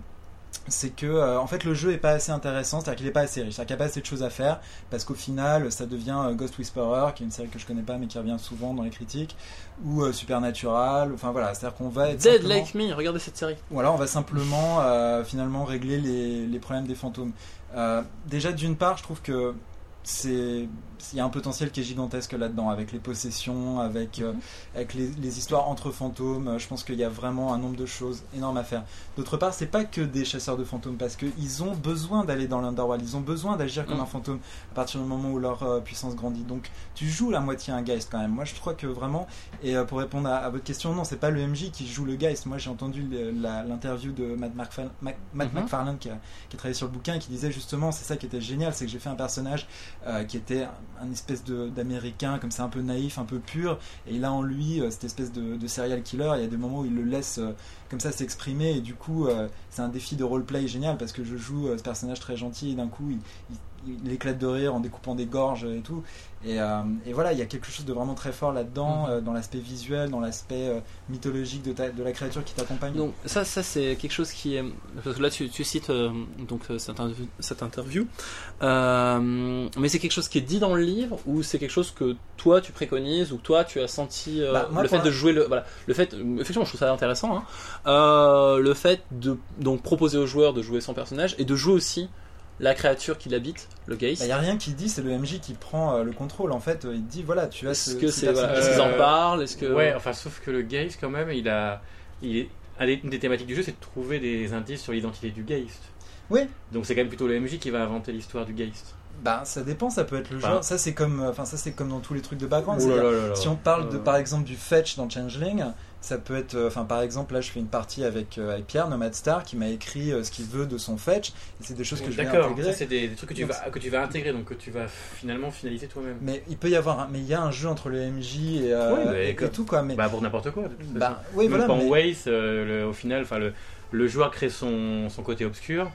c'est que euh, en fait, le jeu n'est pas assez intéressant, c'est-à-dire qu'il n'est pas assez riche, c'est-à-dire qu'il n'y a pas assez de choses à faire, parce qu'au final, ça devient euh, Ghost Whisperer, qui est une série que je connais pas, mais qui revient souvent dans les critiques, ou euh, Supernatural, enfin voilà, c'est-à-dire qu'on va être...
Dead
simplement-
Like Me, regardez cette série.
ou alors on va simplement euh, finalement régler les, les problèmes des fantômes. Euh, déjà d'une part, je trouve que c'est il y a un potentiel qui est gigantesque là-dedans avec les possessions, avec euh, avec les, les histoires entre fantômes. Euh, Je pense qu'il y a vraiment un nombre de choses énormes à faire. D'autre part, c'est pas que des chasseurs de fantômes parce que ils ont besoin d'aller dans l'underworld, ils ont besoin d'agir comme
Mm.
un fantôme à partir du moment où leur euh, puissance grandit. Donc tu joues la moitié un geist quand même. Moi, je crois que vraiment et euh, pour répondre à, à votre question, non, c'est pas le MJ qui joue le Geist. Moi, j'ai entendu le- la- l'interview de Matt, Marfa- Mac- Matt
Mhm.
McFarlane qui a, qui a travaillé sur le bouquin et qui disait justement, c'est ça qui était génial, c'est que j'ai fait un personnage euh, qui était un, un espèce de- d'américain, comme ça, un peu naïf, un peu pur, et il a en lui euh, cette espèce de, de serial killer. Il y a des moments où il le laisse euh, comme ça s'exprimer, et du coup, euh, c'est un défi de roleplay génial parce que je joue euh, ce personnage très gentil et d'un coup, il, il- il éclate de rire en découpant des gorges et tout. Et, euh, et voilà, il y a quelque chose de vraiment très fort là-dedans,
Mm-hmm.
euh, dans l'aspect visuel, dans l'aspect euh, mythologique de, ta- de la créature qui t'accompagne.
Donc ça, ça c'est quelque chose qui est... Parce que là, tu, tu cites euh, donc, euh, cette, interview, cette interview. Euh, mais c'est quelque chose qui est dit dans le livre ou c'est quelque chose que toi, tu préconises ou que toi, tu as senti euh,
Bah, moi,
le
pour
fait de
la-
jouer le... Voilà, le fait... Effectivement, je trouve ça intéressant. hein. Euh, le fait de donc, proposer aux joueurs de jouer son personnage et de jouer aussi la créature qui l'habite, le
Bah, Il
Geist.
n'y a rien qui dit, c'est le MJ qui prend euh, le contrôle. En fait, euh, il te dit voilà, tu as ce,
Est-ce que
ce
c'est... Voilà,
personnage.
est-ce qu'ils en
Euh,
parlent Est-ce que...
Ouais, enfin, sauf que le Geist, quand même, il a. Il est... un des- Une des thématiques du jeu, c'est de trouver des indices sur l'identité du Geist.
Oui.
Donc c'est quand même plutôt le MJ qui va inventer l'histoire du Geist.
Bah, ça dépend, ça peut être le
Bah.
genre. Ça, c'est comme, euh, enfin, ça, c'est comme dans tous les trucs de background.
Ouh là
c'est-à-dire,
là là là.
Si on parle de,
Euh.
par exemple, du fetch dans Changeling, ça peut être, euh, enfin, par exemple, là, je fais une partie avec, euh, avec Pierre, Nomad Star, qui m'a écrit euh, ce qu'il veut de son fetch. Et c'est des choses que je vais
D'accord,
intégrer.
ça c'est des, des trucs que tu,
Donc,
vas, que tu vas intégrer, donc que tu vas finalement finaliser toi-même.
Mais il peut y avoir, un- mais il y a un jeu entre le MJ et, euh,
Oui, mais
et- et
comme-
tout quoi. Mais
Bah pour n'importe quoi. de toute façon.
bah, oui,
Même
voilà.
pas en
mais-
Waze, euh, le- au final, enfin le, le joueur crée son, son côté obscur,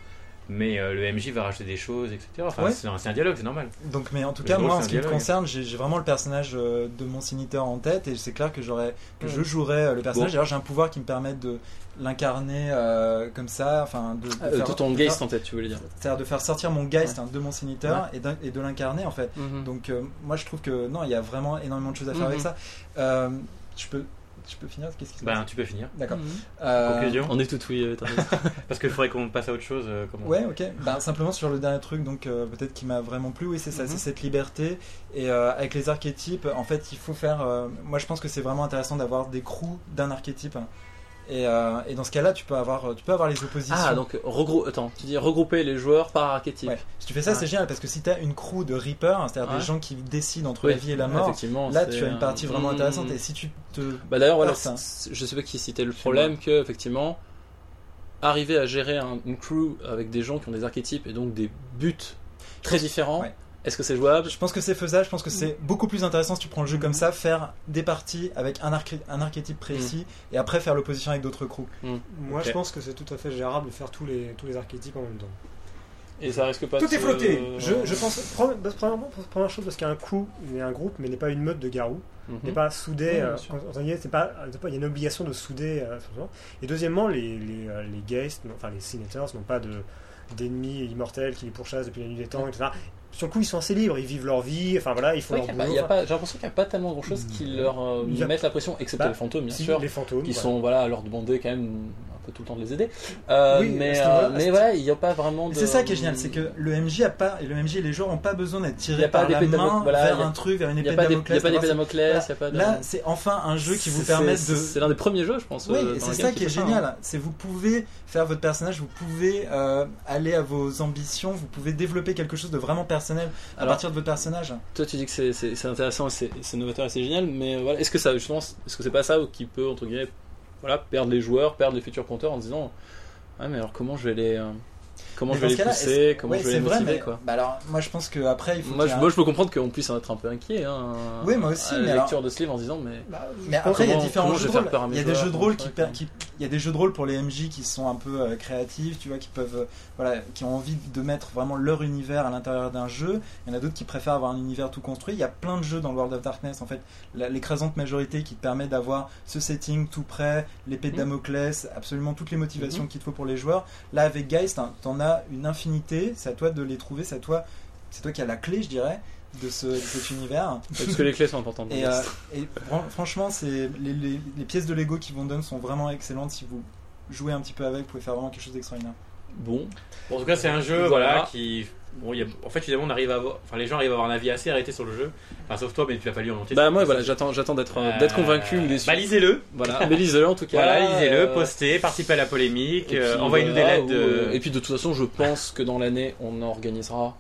mais euh, le MJ va rajouter des choses, etc. Enfin,
Ouais.
c'est un, c'est un dialogue, c'est normal.
Donc, mais en tout
Le
cas,
jeu,
moi,
c'est
en
un
ce qui me
dialogue.
concerne, j'ai j'ai vraiment le personnage euh, de mon signiteur en tête, et c'est clair que j'aurais, que je jouerais euh, le personnage.
Mm. Bon.
D'ailleurs, j'ai un pouvoir qui me permet de l'incarner euh, comme ça, enfin, de, de
Euh,
faire-
de ton
de
Geist
faire-
en tête, tu voulais dire.
c'est-à-dire de faire sortir mon geist hein, de mon signiteur et d'in- et de l'incarner en fait.
Mhm.
Donc euh, moi je trouve que non, il y a vraiment énormément de choses à faire avec
Mhm.
ça. Euh, je peux je peux finir Qu'est-ce qui se passe
Ben, tu peux finir.
D'accord. Euh,
Conclusion
On est tout oui, euh, t'as raison.
Parce qu'il faudrait qu'on passe à autre chose. euh, comment-
Ouais, ok. Bah, simplement sur le dernier truc, donc euh, peut-être qui m'a vraiment plu, oui, c'est
Mhm.
ça, c'est cette liberté. Et euh, avec les archétypes, en fait, il faut faire. euh, moi, je pense que c'est vraiment intéressant d'avoir des crews d'un archétype. Et, euh, et dans ce cas-là, tu peux avoir, tu peux avoir les oppositions.
Ah, donc regrou- Attends, tu dis regrouper les joueurs par archétype.
Ouais. Si tu fais ça, c'est génial parce que si t'as une crew de Reaper, c'est-à-dire
Ah. Ouais.
des gens qui décident entre
Oui,
la vie et la mort,
effectivement,
là,
c'est
tu as une
un-
partie vraiment
Mm.
intéressante. Et si tu te
Bah d'ailleurs, voilà,
Ah, ça.
c'est- je sais pas qui citait le problème que effectivement arriver à gérer un- une crew avec des gens qui ont des archétypes et donc des buts très différents,
ouais.
est-ce que c'est jouable
Je pense que c'est faisable, je pense que c'est beaucoup plus intéressant si tu prends le jeu
Mhm.
comme ça, faire des parties avec un, arché- un archétype
Mhm.
précis et après faire l'opposition avec d'autres crews.
Moi,
Ok.
je pense que c'est tout à fait gérable de faire tous les, tous les archétypes en même temps.
Et ça risque pas de
Tout est
se-
flotté
Euh,
je, je pense, pre- bah, premièrement, pre- première chose, parce qu'il y a un coup, il y a un groupe, mais n'est pas une meute de garous,
Mhm.
n'est pas soudé,
Ouais,
euh,
bien sûr.
entre guillemets, c'est pas, c'est pas- il y a une obligation de souder. euh, forcément. et deuxièmement, les, les, euh, les guests, non, enfin les signators n'ont pas de d'ennemis immortels qui les pourchassent depuis la nuit des temps, etc. Sur le coup, ils sont assez libres, ils vivent leur vie, enfin voilà, ils font
Ouais,
leur
y a
bah,
pas-
boulot,
y a
hein.
enfin,
pas- J'ai l'impression qu'il n'y a pas tellement grand chose qui
Mm.
leur euh,
Y a-
mettent la pression, excepté
Bah,
les fantômes, bien
si,
sûr,
les fantômes.
qui
voilà.
sont voilà, à leur demander quand même un peu tout le temps de les aider. Euh,
Oui, à
mais
ce niveau-là,
euh,
à ce-
mais voilà, il n'y a pas vraiment de.
C'est ça qui est génial, c'est que le MJ a pas, et le MJ et les joueurs n'ont pas besoin d'être
Y a
tirés
pas
par la
d'épée de
main
Damoclès, voilà,
vers
y a-
un truc, vers une
Il n'y
épée
a
de
pas d'ép- y a
Damoclès,
pas d'épée
savoir
Damoclès, il a pas
si-
de.
Là, c'est enfin un jeu qui vous
C'est-
permet
c'est-
de.
C'est l'un des premiers jeux, je pense.
Oui,
euh,
et
dans
c'est
lesquels
ça
tu
qui est
fais ça, hein.
génial. C'est vous pouvez faire votre personnage, vous pouvez euh, aller à vos ambitions, vous pouvez développer quelque chose de vraiment personnel à
Alors-
partir de votre personnage.
Toi, tu dis que c'est- c'est c'est intéressant, et c'est c'est novateur et c'est génial, mais euh, voilà, est-ce que ça, justement, c'est- est-ce que c'est pas ça qui peut, entre guillemets, voilà, perdre les joueurs, perdre les futurs compteurs en se disant, ouais, mais alors comment je vais les, euh, comment
Mais
je
dans
vais
ce
les
cas-là,
pousser,
est-ce-
comment
ouais,
je vais
c'est
les
vrai,
motiver,
mais-
quoi.
bah alors, moi je pense que après il faut. qu'il
Moi
y
je,
ait un-
moi, je peux comprendre qu'on puisse en être un peu inquiet. Hein,
Oui, moi aussi,
À la
mais
lecture de ce livre en se disant, mais.
Bah, je
Mais
pense-
après, il y a
Comment-
différents
comment
jeux de
je vais faire
rôle.
peur à mes
Il y a des
joueurs,
jeux de rôle qui,
comment je
per-
fais,
qui- il y a des jeux de rôle pour les MJ qui sont un peu euh, créatifs, tu vois, qui peuvent, euh, voilà, qui ont envie de mettre vraiment leur univers à l'intérieur d'un jeu. Il y en a d'autres qui préfèrent avoir un univers tout construit. Il y a plein de jeux dans World of Darkness, en fait, la- l'écrasante majorité qui te permet d'avoir ce setting tout prêt, l'épée de
Mhm.
Damoclès, absolument toutes les motivations
Mm.
qu'il te faut pour les joueurs. Là, avec Geist, hein, t'en as une infinité. C'est à toi de les trouver. C'est à toi, c'est toi qui as la clé, je dirais, de, ce, de cet univers.
Parce que les clés sont importantes.
Et, euh, et fran- franchement, c'est les, les- les pièces de Lego qui vont donner sont vraiment excellentes. Si vous jouez un petit peu avec, vous pouvez faire vraiment quelque chose d'extraordinaire.
Bon,
Bon, en tout cas, c'est un jeu
Voilà.
voilà. qui. Bon, il y a- En fait, finalement, on arrive à avoir... enfin, les gens arrivent à avoir un avis assez arrêté sur le jeu. Enfin, sauf toi, mais tu l'as pas lu en entier.
bah moi voilà, j'attends, j'attends d'être, euh, d'être
Euh,
convaincu ou déçu.
Bah, lisez-le.
Voilà, mais lisez-le en tout cas.
Voilà, lisez-le,
euh,
postez, participez à la polémique,
Et
euh,
puis,
envoyez-nous
voilà,
des lettres.
ou,
de-
euh, Et puis de toute façon, je pense que dans l'année, on en organisera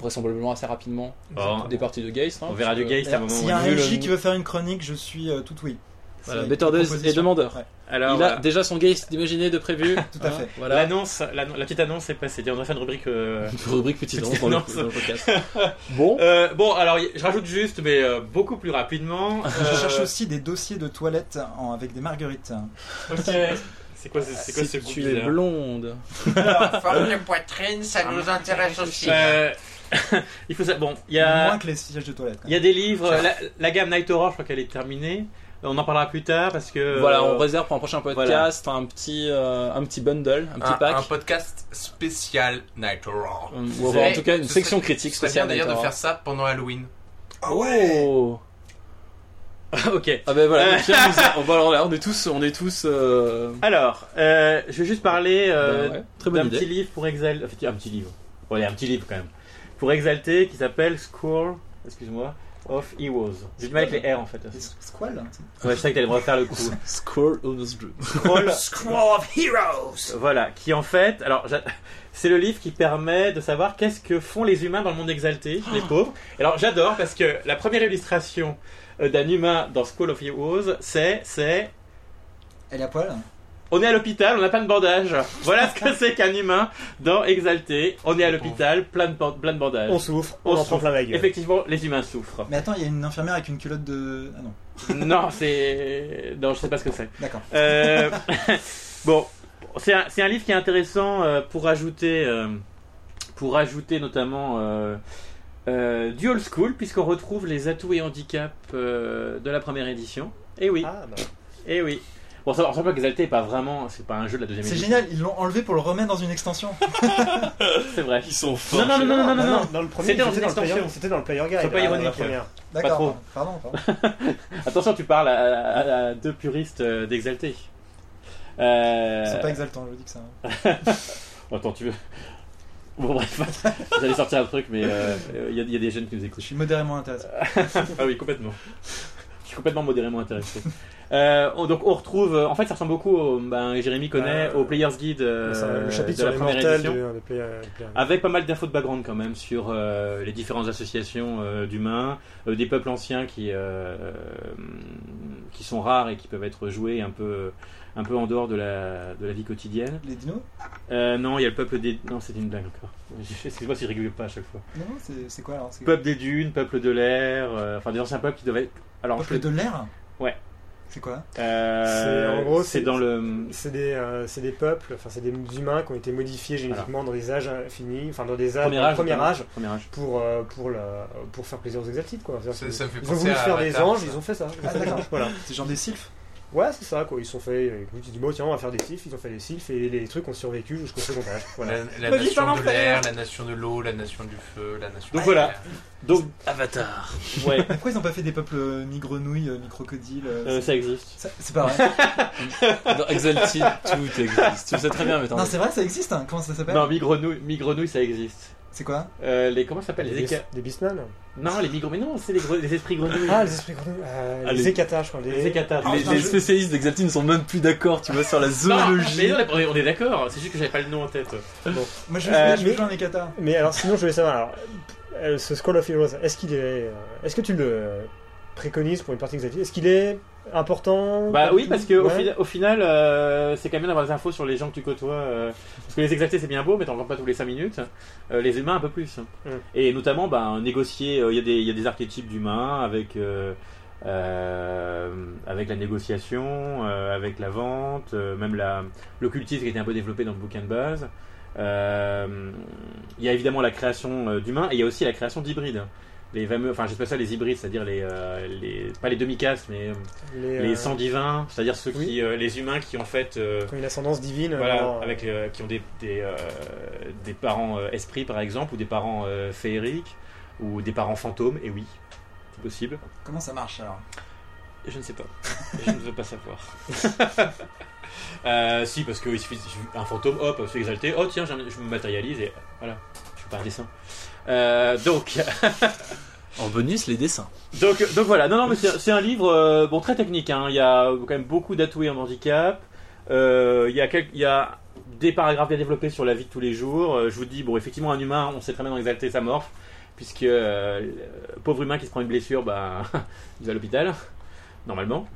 vraisemblablement assez rapidement
Bon,
des parties de Geist. hein,
on verra
parce
du
que-
Geist à un
D'ailleurs,
moment.
S'il
ou
y a
un
un
autre.
nul,
MJ
euh,
qui veut faire une chronique, je suis euh, tout oui.
Voilà,
C'est
Better
une
Days est
proposition.
demandeur.
Ouais,
Alors, euh,
Il a
voilà.
déjà son Geist imaginé de prévu. Hein,
Tout
Ah.
à fait.
Voilà.
l'annonce, l'annon- la petite annonce, c'est passée. On a fait une rubrique. euh,
Rubrique petite annonce dans
Petite
le, dans le podcast. bon.
Euh, bon, alors y- je rajoute juste, mais euh, beaucoup plus rapidement.
Je
euh,
cherche aussi des dossiers de toilettes en- avec des marguerites.
ok. C'est quoi, ce- c'est quoi ce
si
goût
tu es
bizarre
blonde.
Forme de poitrine, ça nous intéresse aussi.
Euh, Il faut ça. Bon, il y a.
Moins que les sièges de toilettes. quand
Il y a des livres, la, la gamme Night Horror, je crois qu'elle est terminée. On en parlera plus tard parce que.
voilà, on
euh,
réserve pour un prochain podcast un petit euh, un petit bundle, un petit
un, un
pack.
podcast spécial Night Raw.
Euh, ou avoir en
Mais
tout cas une
ce
section
serait-
critique
Ce serait bien
spéciale
d'ailleurs de
Night
faire
Horror.
ça pendant Halloween.
Ah
Ah
Oh.
ok.
Ah ben voilà,
Euh.
donc Pierre nous a- on, voilà, on est tous on est tous euh,
Alors, euh, je vais juste parler euh,
ben ouais, très
d'un
bonne idée.
petit livre pour exalter. un petit livre. Bon, allez, un petit livre quand même. Pour exalter qui s'appelle School. Excuse-moi. Of Heroes. J'ai du mal avec les R en fait.
même. Squall
Ouais, je sais que t'allais me refaire le coup.
Squirrel of the Drew.
Scroll.
Scroll of Heroes
Voilà, qui en fait, alors j'a- c'est le livre qui permet de savoir qu'est-ce que font les humains dans le monde exalté,
Oh.
les pauvres. Alors j'adore parce que la première illustration euh, d'un humain dans School of Heroes, c'est c'est
Elle est à poil
on est à l'hôpital, on n'a pas de bandage. Voilà ce que c'est qu'un humain dans Exalté. On est à l'hôpital, plein de, ban- plein de bandages.
On souffre,
euh, On
on, en prend
souffre.
plein la gueule.
Effectivement, les humains souffrent.
Mais attends, il y a une infirmière avec une culotte de. Ah non,
non, c'est non, je sais pas ce que c'est.
d'accord.
Euh, bon, c'est un, c'est un livre qui est intéressant euh, pour ajouter, euh, pour ajouter notamment euh, euh, du old school, puisqu'on retrouve les atouts et handicaps euh, de la première édition. Et oui,
Ah, bah,
et oui. Bon, ça, on sait pas qu'Exalté est pas vraiment. C'est pas un jeu de la deuxième
C'est
édition.
génial, ils l'ont enlevé pour le remettre dans une extension.
C'est vrai.
Ils sont forts.
Non, non, non, non, non, non, non, non.
dans le premier,
C'était dans
c'était
une
dans, le player-
extension.
c'était dans le player guide.
Sois pas
euh, la
ironique.
première.
D'accord.
trop.
Pardon, pardon.
Euh.
Attention, tu parles à, à- à deux puristes euh, d'Exalté. Euh...
C'est pas exaltant, je vous dis que ça.
Attends, tu veux. Bon, bref, j'allais sortir un truc, mais euh, il y, a- y a des jeunes qui nous écoutent.
Je suis modérément intéressé.
Ah oui, complètement. Je suis complètement modérément intéressé. Euh, on- donc on retrouve, euh, en fait, ça ressemble beaucoup, au, ben, Jérémy connaît,
Euh,
au Players Guide euh,
Ça,
de
le chapitre
la
sur les
première
mortels
édition,
du euh, des player- euh, player-
avec pas mal d'infos de background quand même sur euh, les différentes associations euh, d'humains, euh, des peuples anciens qui euh, qui sont rares et qui peuvent être joués un peu un peu en dehors de la de la vie quotidienne.
Les dinos
Euh, non, il y a le peuple des non, c'était une blague encore. Je- Excuse-moi si je rigole pas à chaque fois.
Non, non, c'est- c'est quoi alors C'est
Peuple des dunes, peuple de l'air, euh, enfin des anciens peuples qui devaient. être- Alors je
Peuple de l'air
Ouais.
C'est quoi
Euh,
C'est- en gros,
c'est
c'est-
dans le.
C'est des, euh, c'est des peuples, enfin c'est des humains qui ont été modifiés génétiquement dans des âges infinis, enfin dans des âges,
Premier
dans le
âge.
premier
notamment.
âge,
Premier âge.
pour, euh, pour, la- pour faire plaisir aux exaltites quoi. C'est-à-dire
Ça-
que
ça me fait
ils ont
penser
voulu
à
faire des
Avatar,
anges,
ça.
ils ont fait ça. Ils
Ah,
ont fait des
d'accord.
anges, voilà.
C'est genre des sylphes
Ouais, c'est ça quoi. Ils se sont fait, euh, écoute, ils se disent bon tiens on va faire des sylphes, ils ont fait des sylphes et les trucs ont survécu jusqu'au second âge. Voilà.
La, la
Ma vie est
nation
un
de
enfer.
l'air, la nation de l'eau, la nation du feu, la nation.
Donc
de
voilà.
l'air.
Donc,
Avatar.
ouais,
Pourquoi ils ont pas fait des peuples euh, mi-grenouilles, euh, mi-crocodiles euh,
euh,
c'est-
ça existe.
ça- C'est pas vrai.
Dans Exalted, tout existe. Tu le sais très bien, mais t'en
non, c'est vrai, ça existe. hein. Comment ça s'appelle
Non, mi-grenouille, mi-grenouille, ça existe.
C'est quoi
Euh, les, comment ça s'appelle les
Des,
éca-
bis- des bisman
Non, les migros, mais non, c'est les, gre- les esprits grenouilles.
Ah les Ah, esprits grenouilles, euh,
Ah,
les
les-
écatas je crois. Les,
les écatares.
Les, les spécialistes d'Exalted ne sont même plus d'accord, tu vois, sur la
Non,
zoologie.
mais non, on est- on est d'accord, c'est juste que j'avais pas le nom en tête.
Moi, je
Euh,
veux jouer
mais-
un Ekata.
Mais alors sinon je voulais savoir, alors, euh, ce Scroll of Heroes, est-ce qu'il est, euh, est-ce que tu le euh, préconises pour une partie exaltée Est-ce qu'il est important
Bah
pas
oui,
tout
parce que au,
Euh, Ouais.
fina- au final, euh, c'est quand même bien d'avoir des infos sur les gens que tu côtoies. euh, parce que les exaltés, c'est bien beau, mais t'en rencontres pas tous les 5 minutes. Euh, les humains, un peu plus.
Mm.
Et notamment, ben, négocier. euh, Il y, a des- il y a des archétypes d'humains avec. euh, euh, avec la négociation, euh, avec la vente, euh, même la- l'occultisme qui était un peu développé dans le bouquin de base. Euh, il y a évidemment la création euh, d'humains et il y a aussi la création d'hybrides. Les fameux, enfin j'appelle ça les hybrides, c'est-à-dire les, euh, les, pas les demi-castes, mais euh,
les,
les
euh,
sangs divins, c'est-à-dire ceux
oui.
qui, euh, les humains qui en fait, euh,
qui ont une ascendance divine.
voilà,
alors, euh,
avec euh, qui ont des des, euh, des parents euh, esprits par exemple, ou des parents euh, féeriques, ou des parents fantômes. Et oui, c'est possible.
Comment ça marche alors
Je ne sais pas. Je ne veux pas savoir. Euh, si, parce qu'il suffit un fantôme, hop, se exalté. Oh tiens, j'en ai- je me matérialise et voilà, je suis pas un dessin. Euh, donc,
En bonus, les dessins.
Donc, donc voilà, non, non, mais c'est c'est un livre euh, bon, très technique. hein. Il y a quand même beaucoup d'atouts en handicap. Euh, il, y a quelques- il y a des paragraphes bien développés sur la vie de tous les jours. Euh, je vous dis, bon, effectivement, un humain, on sait très bien dans Exalté, sa morphe, puisque euh, le pauvre humain qui se prend une blessure, bah, il va à l'hôpital, normalement.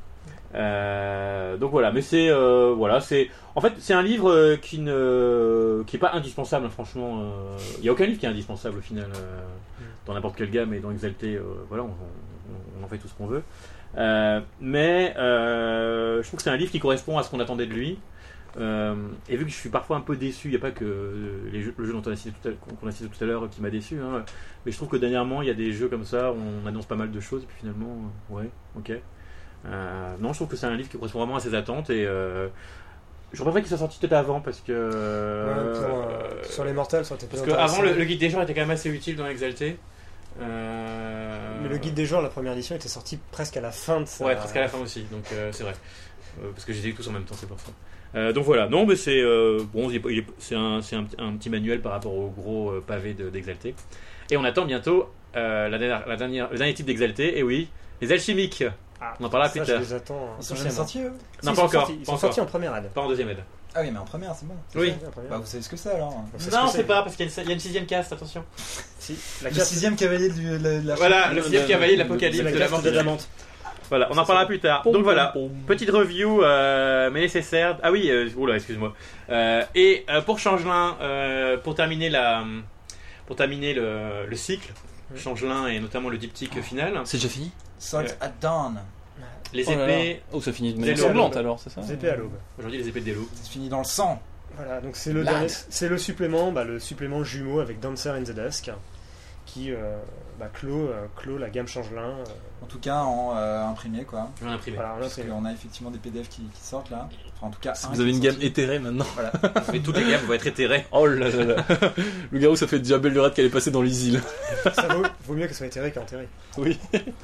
Euh, donc voilà, mais c'est euh, voilà, c'est en fait c'est un livre euh, qui ne qui est pas indispensable, hein, franchement. euh, Il y a aucun livre qui est indispensable au final. euh, dans n'importe quelle gamme et dans Exalté, euh, voilà, on, on- on en fait tout ce qu'on veut. Euh, mais euh, je trouve que c'est un livre qui correspond à ce qu'on attendait de lui. Euh, et vu que je suis parfois un peu déçu, il n'y a pas que euh, les jeux, le jeu dont on a cité tout à, qu'on- qu'on a cité tout à l'heure qui m'a déçu, hein, mais je trouve que dernièrement il y a des jeux comme ça, on annonce pas mal de choses, et puis finalement, euh, ouais, ok. Euh, non, je trouve que c'est un livre qui correspond vraiment à ses attentes, et euh, je préfère qu'il soit sorti peut-être avant, parce que.
ouais,
euh,
pour, euh, sur les mortels, ça aurait été
parce
plus
qu'avant, le,
intéressant.
le guide des gens était quand même assez utile dans Exalté. Euh,
Mais le guide des joueurs, la première édition, était sorti presque à la fin de ça.
Ouais, presque à la fin aussi, donc euh, c'est vrai. Euh, parce que j'étais tous en même temps, c'est pour ça. Euh, donc voilà, non, mais c'est euh, bon, il est- il est- c'est un, c'est un petit- un petit manuel par rapport au gros euh, pavé de- d'Exalté. Et on attend bientôt euh, la dernière, la dernière- le dernier type d'Exalté, et oui, les alchimiques.
Ah,
On en parlera
ça,
plus
je
tard.
les attends.
Ils sont jamais
impatiemment.
sortis eux
Si,
Non, pas
ils sont
encore.
sortis, Ils
pas
sont
encore.
sortis en première année.
Pas en deuxième aide.
Ah oui, mais en première, c'est bon.
Oui.
En première
Bah, vous savez ce que c'est alors
On sait ce
Non,
que
c'est pas, parce qu'il y, a une- il y a une sixième caste, attention.
Si, la
Le
caste,
sixième cavalier de la- de la.
Voilà, le sixième cavalier de
c'est
l'apocalypse,
la
de la
caste
mort
de
de
l'adamante.
Voilà, on en parlera plus tard. Donc voilà, petite review, euh, mais nécessaire. Ah oui, euh, oula, excuse-moi. Euh, et euh, pour Changelin, euh, pour terminer la, pour terminer le, le cycle, Changelin et notamment le
Oh.
diptyque final,
C'est déjà fini
Salt
Ouais.
at dawn.
les
Oh là là.
épées.
Oh, ça finit de manière
Zélo.
semblante alors, c'est ça
ZP à l'aube.
Aujourd'hui, les épées de Délo.
C'est fini dans le sang.
Voilà, donc c'est le
Lad.
dernier- c'est le supplément, bah, le supplément jumeau avec Dancer in the Dusk, qui euh, bah, clôt, euh, clôt la gamme Changelin. euh,
En tout cas, en euh, imprimé, quoi.
Je vais l'imprimer.
voilà, en
Parce
imprimé.
qu'on a effectivement des PDF qui, qui sortent là. Enfin, en tout cas,
Si
un
vous
qui
avez
est
une gamme
sorti.
éthérée maintenant.
Voilà.
Mais toutes les gammes vont être éthérées.
Oh là là là. Le garou, ça fait déjà belle lurette qu'elle est passée dans les îles.
Ça vaut, vaut mieux qu'elle soit éthérée qu'enterrée.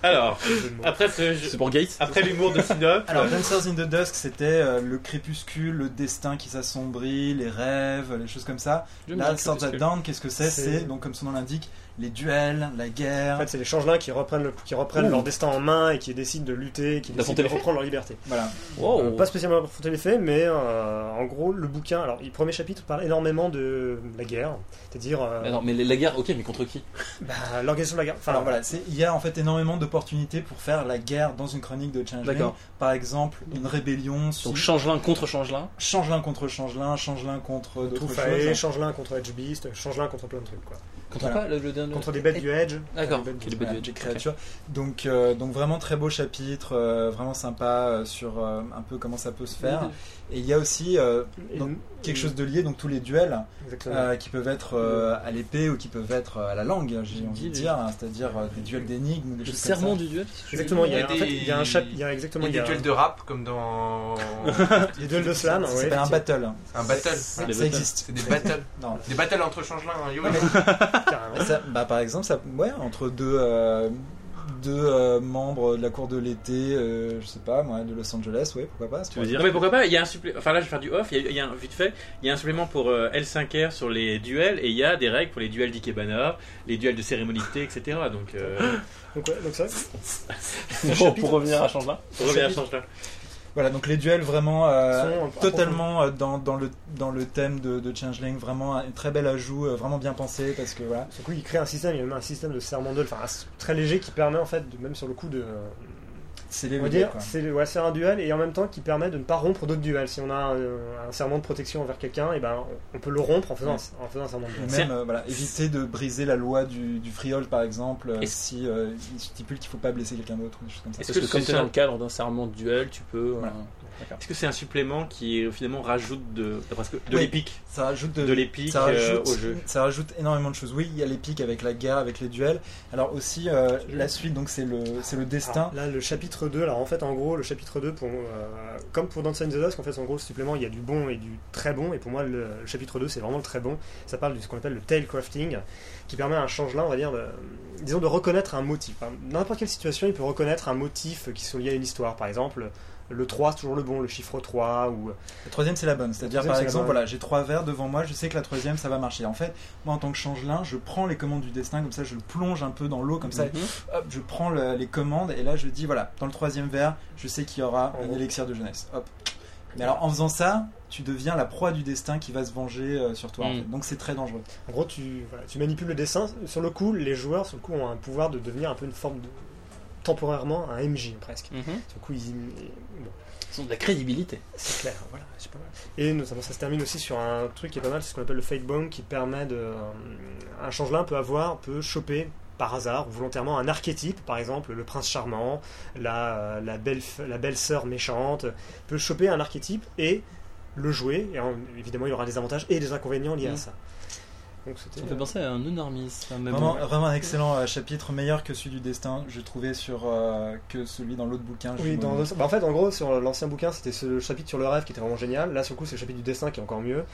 Alors,
Jeu de
Ah.
mots.
après ce
C'est
jeu-
pour Gates
Après l'humour de Synop,
Alors, Dancers in the Dusk, c'était euh, le crépuscule, le destin qui s'assombrit, les rêves, les choses comme ça. Là, Swords at Dawn, qu'est-ce que c'est
C'est-
C'est, donc, comme son nom l'indique, les duels, la
En
guerre.
fait, c'est les changelins qui reprennent, le- qui reprennent
Ouh.
leur destin en main et qui décident de lutter, qui
D'affronter
décident de
les faits.
reprendre leur liberté.
Voilà.
Wow.
Euh, pas spécialement affronter les faits, mais euh, en gros, le bouquin, alors, le premier chapitre parle énormément de la guerre, c'est-à-dire euh,
Ah non, mais la guerre, ok, mais contre qui
bah, l'organisation de la guerre. Enfin,
Alors voilà, c'est- il y a en fait énormément d'opportunités pour faire la guerre dans une chronique de Changeling.
D'accord.
Par exemple, une rébellion, sur
Donc changelin contre changelin.
changelin contre changelin, changelin contre d'autres
hein.
Troufae,
choses.
changelin contre Edge Beast, changelin contre plein de trucs, quoi.
Contre
Voilà.
quoi le, le dernier
Contre des bêtes du Edge.
D'accord.
des bêtes
Ok,
du-
les bêtes
Voilà,
du-
des
ok.
créatures. Donc, euh, donc vraiment très beau chapitre, euh, vraiment sympa euh, sur euh, un peu comment ça peut se faire. Et il y a aussi euh,
Et-
Donc, quelque chose de lié, donc tous les duels
Exactement.
euh, qui peuvent être euh, à l'épée ou qui peuvent être euh, à la langue, j'ai envie de dire, hein, c'est-à-dire euh, des duels d'énigmes ou des
Le
choses comme ça.
serment du duel
Exactement, il y
Il y
a,
a
en fait,
des-
il y a un chapitre, il y a
Il
exactement,
y a des
il y a
duels de rap comme dans.
des duels de slam,
Ça
ouais,
s'appelle un
effectivement,
battle. hein.
un battle.
Ah,
Ça,
Les
ça
battles.
existe.
C'est des battles.
Non.
Des battles entre changelins, hein, yo.
carrément.
Ça- bah, par exemple, ça, ouais, entre deux, euh, deux euh, membres de la cour de l'été, euh, je sais pas, moi, de Los Angeles, ouais, pourquoi pas. c'est
Tu veux
pas-
dire
Non mais pourquoi pas, il y a un supplément, enfin là je vais faire du off, il y a, il y a un, vite fait, il y a un supplément pour euh, L5R sur les duels et il y a des règles pour les duels d'Ikebana, les duels de cérémonie de thé, etc. Donc euh,
Donc, ouais, donc ça,
Bon, pour revenir à changelin.
on revient à change là.
Voilà, donc les duels vraiment euh,
Sont un- un
totalement euh, dans, dans, le, dans le thème de, de Changeling, vraiment un très bel ajout, euh, vraiment bien pensé parce que voilà.
Du coup, il crée un système, il y a même un système de serment de, enfin, un- très léger qui permet en fait, de, même sur le coup de, euh,
C'est les
on va
duels,
dire,
quoi.
c'est ouais, c'est un duel et en même temps qui permet de ne pas rompre d'autres duels. Si on a euh, un, un serment de protection envers quelqu'un, et ben, on peut le rompre en faisant, un- en faisant un serment de
Et
duel.
même euh, voilà, éviter de briser la loi du, du friol par exemple euh,
Est-ce-
si euh, il stipule qu'il faut pas blesser quelqu'un d'autre ou des choses comme ça.
Est-ce
Parce que
que
comme
c'est
c'est
ça
dans le cadre d'un serment de duel, tu peux. euh,
Voilà.
Est-ce que c'est un supplément qui euh, finalement rajoute de, d'après ce que- de
Oui.
l'épique
Ça rajoute de,
De l'épique
ça
euh,
rajoute,
au jeu.
ça rajoute énormément de choses. Oui, il y a l'épique avec la guerre, avec les duels. Alors aussi euh, la suite donc c'est le c'est le destin.
Alors, Ah, là, le chapitre 2, alors en fait, en gros, le chapitre 2, pour, euh, comme pour Dance in the Dusk, en fait, en gros, ce supplément, il y a du bon et du très bon, et pour moi, le, le chapitre 2, c'est vraiment le très bon. Ça parle de ce qu'on appelle le tail crafting, qui permet à un changelin, on va dire, de- disons, de reconnaître un motif. Hein, Dans n'importe quelle situation, il peut reconnaître un motif qui sont liés à une histoire. Par exemple, le 3, c'est toujours le bon, le chiffre 3, ou
La troisième c'est la bonne. C'est-à-dire
troisième,
par
c'est la
exemple
bonne.
voilà j'ai trois verres devant moi, je sais que la troisième ça va marcher. En fait moi en tant que changelin je prends les commandes du destin comme ça je le plonge un peu dans l'eau comme ça hop je prends le- les commandes et là je dis voilà dans le troisième verre je sais qu'il y aura
En
un
gros.
élixir de jeunesse. Hop. Mais alors en faisant ça tu deviens la proie du destin qui va se venger euh, sur toi. en
Mm.
fait. Donc c'est très dangereux.
En gros, tu, voilà, tu manipules le dessin. Sur le coup, les joueurs, sur le coup, ont un pouvoir de devenir un peu une forme de temporairement un MJ presque.
Mhm.
Sur le coup, ils, bon,
Ils ont de la crédibilité.
c'est clair, voilà, c'est pas mal. Et notamment, ça se termine aussi sur un truc qui est pas mal, c'est ce qu'on appelle le fate bomb, qui permet de, euh, un changelin peut avoir, peut choper par hasard ou volontairement un archétype, par exemple le prince charmant, la, euh, la belle la belle sœur méchante, peut choper un archétype et le jouer. Et en- évidemment, il aura des avantages et des inconvénients liés à
Mhm.
ça. Donc c'était. euh,
Ça me fait penser à un unarmis. ça, mais
Vraiment,
bon.
vraiment un excellent euh, chapitre, meilleur que celui du destin, je trouvais sur euh, que celui dans l'autre bouquin. je
Oui,
me-
dans l'autre- bah, en fait, en gros, sur l'ancien bouquin, c'était ce chapitre sur le rêve qui était vraiment génial. Là, sur le coup, c'est le chapitre du destin qui est encore mieux.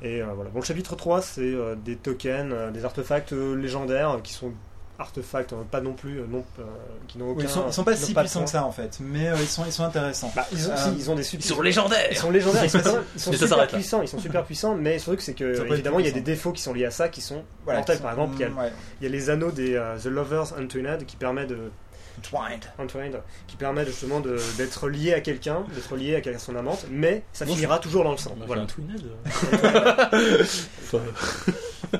Et euh, voilà. Bon, le chapitre 3, c'est euh, des tokens, euh, des artefacts euh, légendaires euh, qui sont artefacts euh, pas non plus, euh, non, euh, qui n'ont aucun.
Oui, ils, sont, ils sont pas
qui n'ont
si
de
puissants
points.
que ça en fait, mais euh, ils, sont, ils sont intéressants.
euh, Bah, ils, ont,
Euh,
si, ils ont des super. Ils
légendaires
sont légendaires, ils sont, ils sont
Mais ça
super
s'arrête là.
puissants, ils sont super puissants, mais le truc c'est
Ça peut
que
être
évidemment il y a des
puissant.
défauts qui sont liés à ça qui sont
Voilà,
mortels.
ils
Par
sont-
exemple, il y a,
mm, ouais.
il y a les anneaux des euh, The Lovers Untrained qui permet de
Twined.
Antoine, qui permet justement de- d'être lié à quelqu'un, d'être lié à quelqu'un- son amante, mais ça finira toujours dans le sang.
Voilà,
Voilà.
un euh, twinade.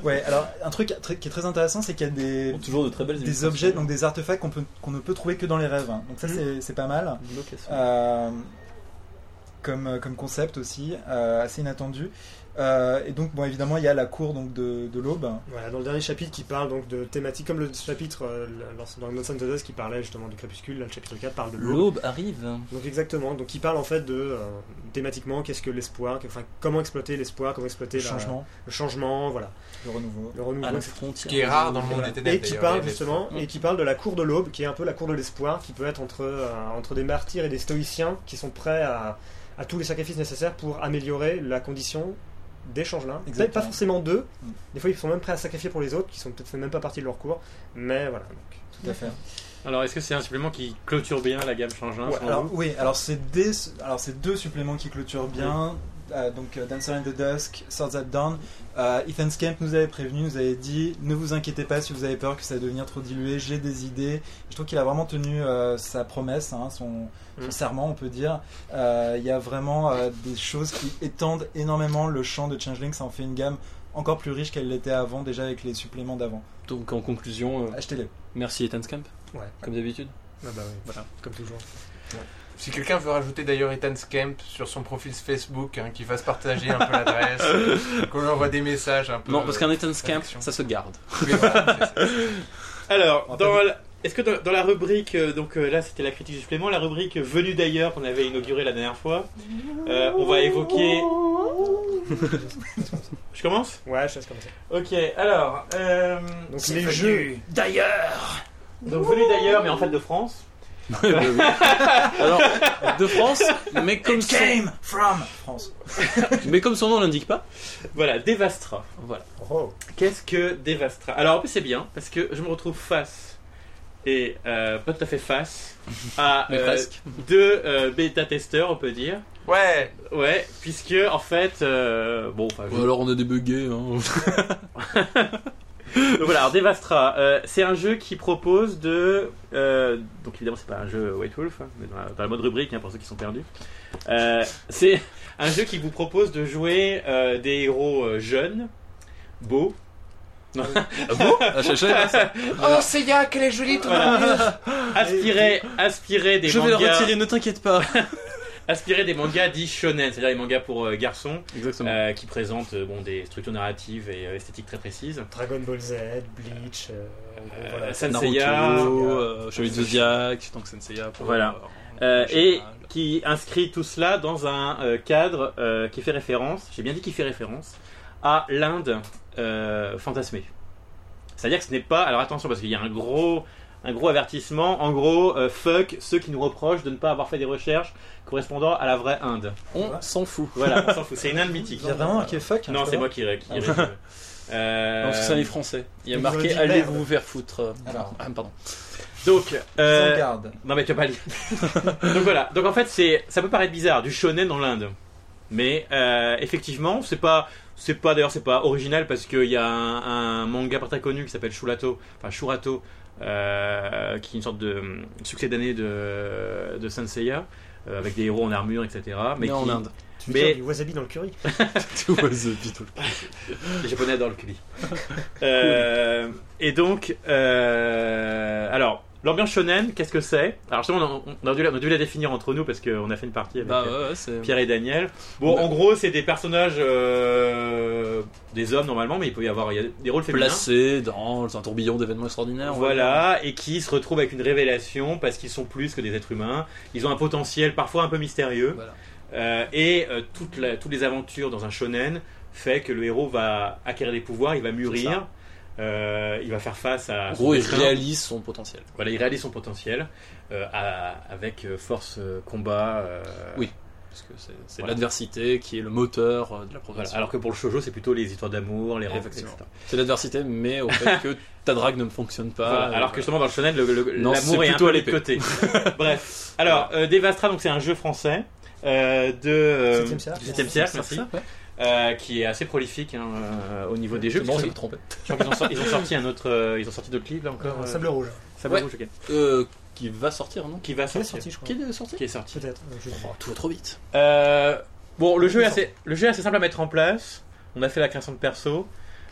Ouais, alors un truc très- qui est très intéressant, c'est qu'il y a des,
Bon, Toujours de très belles
des objets, donc des artefacts qu'on peut- qu'on ne peut trouver que dans les rêves. hein. Donc ça,
Mhm.
c'est- c'est pas mal.
Location.
Euh, comme, comme concept aussi, euh, assez inattendu. Euh, et donc, bon, évidemment, il y a la cour donc, de, de l'aube.
Voilà, dans le dernier chapitre qui parle donc de thématiques, comme le chapitre euh, le- dans Nonsense of Us qui parlait justement du crépuscule, là le chapitre 4 parle de l'eau.
L'aube arrive.
Donc exactement, donc il parle en fait de euh, thématiquement qu'est-ce que l'espoir, que- enfin comment exploiter l'espoir, comment exploiter
Le
la-
changement, Ah,
le changement, voilà,
le renouveau.
le renouveau.
À la
etc.
frontière.
qui est rare dans le monde
Voilà.
des ténèbres.
Et qui
d'ailleurs,
parle
les-
justement et qui parle de la cour de l'aube, qui est un peu la cour de l'espoir, qui peut être entre euh, entre des martyrs et des stoïciens qui sont prêts à, à tous les sacrifices nécessaires pour améliorer la condition des changelins. Peut-être
Exactement.
pas forcément d'eux.
Mm.
Des fois, ils sont même prêts à sacrifier pour les autres, qui sont peut-être même pas partie de leur cours. Mais voilà. donc.
Tout à fait.
Alors, est-ce que c'est un supplément qui clôture bien la gamme Changelin
Ouais,
Hein, selon
alors,
vous
oui, alors c'est des, alors c'est deux suppléments qui clôturent bien. Euh, donc euh, Dancer in the Dusk, Swords at Dawn. Euh, Ethan Scamp nous avait prévenu, nous avait dit ne vous inquiétez pas si vous avez peur que ça va devenir trop dilué. J'ai des idées. Je trouve qu'il a vraiment tenu euh, sa promesse, hein, son, son
Mm.
serment, on peut dire. Euh, Il y a vraiment euh, des choses qui étendent énormément le champ de Changeling. Ça en fait une gamme encore plus riche qu'elle l'était avant, déjà avec les suppléments d'avant.
Donc en conclusion, euh,
Achetez-les.
merci Ethan Scamp,
Ouais.
comme d'habitude.
Ah bah oui, voilà, comme toujours.
Si quelqu'un veut rajouter d'ailleurs Ethan Scamp sur son profil Facebook, hein, qu'il fasse partager un peu l'adresse, euh, qu'on lui envoie des messages un peu.
Non, parce qu'un Ethan Scamp,
réflexion.
ça se garde.
Oui, voilà, c'est ça.
On va
Alors,
pas
dans la- est-ce que dans, dans la rubrique, euh, donc euh, là c'était la critique du supplément, la rubrique venue d'ailleurs qu'on avait inaugurée la dernière fois, euh, on va évoquer. Je commence
Ouais, je sais comme ça.
Ok, alors. euh,
Donc
C'est
les
venu
jeux.
D'ailleurs,
donc venu d'ailleurs, mais en fait de France.
Alors, de France, mais comme
It
son,
came from France.
mais comme son nom l'indique pas.
Voilà, Devastra.
Voilà.
Oh,
Qu'est-ce que Devastra Alors en plus c'est bien, parce que je me retrouve face, et euh, pas tout à fait face, à
Mais
euh,
presque.
deux euh, bêta-testeurs, on peut dire.
Ouais,
Ouais, puisque en fait, euh, bon, enfin, je-
Ou bah alors on a débugué. Hein.
Donc voilà, alors Devastra, euh, c'est un jeu qui propose de. euh, donc évidemment, c'est pas un jeu White Wolf, hein, mais dans la, dans la mode rubrique, hein, pour ceux qui sont perdus. Euh, c'est un jeu qui vous propose de jouer euh, des héros euh, jeunes, beaux.
Ah bon ah, je, je savais pas ça.
Oh, Seiya, quelle est jolie ton
Voilà. Aspirer, aspirer des
Je vais le
mangas.
retirer, ne t'inquiète pas.
Aspirer des mangas dits shonen, c'est-à-dire des mangas pour euh, garçons,
Exactement.
euh, qui présentent euh, bon, des structures narratives et euh, esthétiques très précises.
Dragon Ball Z, Bleach. euh, en gros, voilà.
Saint
Naruto,
Seiya.
euh, Chevalier de Zodiac, Tank Senseiya. pour-
Voilà.
en- en
Euh, et
général.
qui inscrit tout cela dans un euh, cadre euh, qui fait référence, j'ai bien dit qui fait référence, à l'Inde euh, fantasmée. C'est-à-dire que ce n'est pas. Alors attention, parce qu'il y a un gros, un gros avertissement. En gros, euh, fuck ceux qui nous reprochent de ne pas avoir fait des recherches correspondant à la vraie Inde.
On s'en fout.
Voilà, on s'en fout. C'est une Inde mythique.
Il y a vraiment marqué fuck. hein,
Non,
je
c'est
vois.
moi qui. qui
Ah.
qui- Euh,
Non, parce que c'est un livre français. Il y a
Ils ont
marqué
dit
Allez
merde.
vous faire foutre.
Alors.
Ah, pardon.
donc,
Sans
euh,
garde.
Non mais tu vas pas lire. Donc voilà. Donc en fait c'est ça peut paraître bizarre du shonen dans l'Inde, mais euh, effectivement c'est pas c'est pas d'ailleurs c'est pas original parce qu'il y a un, un manga pas très connu qui s'appelle Shurato, enfin Shurato, euh, qui est une sorte de hum, succès d'année de de Saint Seiya, euh, avec des héros en armure etc. Mais
Ah, Mais en
qui-
Inde.
Tu veux
mais-
dire du wasabi dans le curry
Tout was a bit all-
Les Japonais adorent le curry. Euh, et donc, euh, alors, l'ambiance shonen, qu'est-ce que c'est Alors, justement, on, on a dû, la- on a dû la définir entre nous parce qu'on a fait une partie avec
Bah
euh,
ouais, ouais, c'est.
Pierre et Daniel. Bon, en gros, c'est des personnages, euh, des hommes normalement, mais il peut y avoir il y a des rôles féminins.
Placé dans un tourbillon d'événements extraordinaires. on va dire.
Voilà, et qui se retrouvent avec une révélation parce qu'ils sont plus que des êtres humains. Ils ont un potentiel parfois un peu mystérieux.
Voilà.
Euh, et euh, toute la- toutes les aventures dans un shonen fait que le héros va acquérir des pouvoirs, il va
C'est
mûrir, euh, il va faire face à.
En
son
gros, il
destin.
réalise son potentiel.
Voilà, il réalise son potentiel euh, à- avec euh, force, euh, combat. euh,
Oui. Parce que c'est c'est
Voilà.
l'adversité qui est le moteur euh, de la
voilà.
progression.
Alors que pour le shoujo, c'est plutôt les histoires d'amour, les rêves, etc.
Effectivement. C'est l'adversité, mais au fait que ta drague ne fonctionne pas.
Voilà,
euh,
alors que justement dans le shonen, le- le-
Non, c'est
l'amour est, un
plutôt
peu
à
à
l'épée.
côté. Bref, alors euh, Devastra, donc c'est un jeu français euh, de euh,
Septième siècle.
du septième siècle, merci,
Ouais.
euh, qui est assez prolifique hein, euh, au niveau des jeux.
C'est bon, je
puisque-
me trompais.
je crois qu'ils ont sorti- ils, ont sorti un autre, euh, ils ont sorti d'autres livres là encore.
Euh,
euh,
Sable rouge.
Sable
Ouais.
Rouge, ok.
Euh, qui va sortir, non
Qui va
Qui est
sortir.
sorti, je crois.
Qui est sorti
Qui est sorti.
Peut-être. euh, je sais pas.
Tout va trop vite.
Euh, bon, le jeu, est assez, le jeu est assez simple à mettre en place. On a fait la création de perso.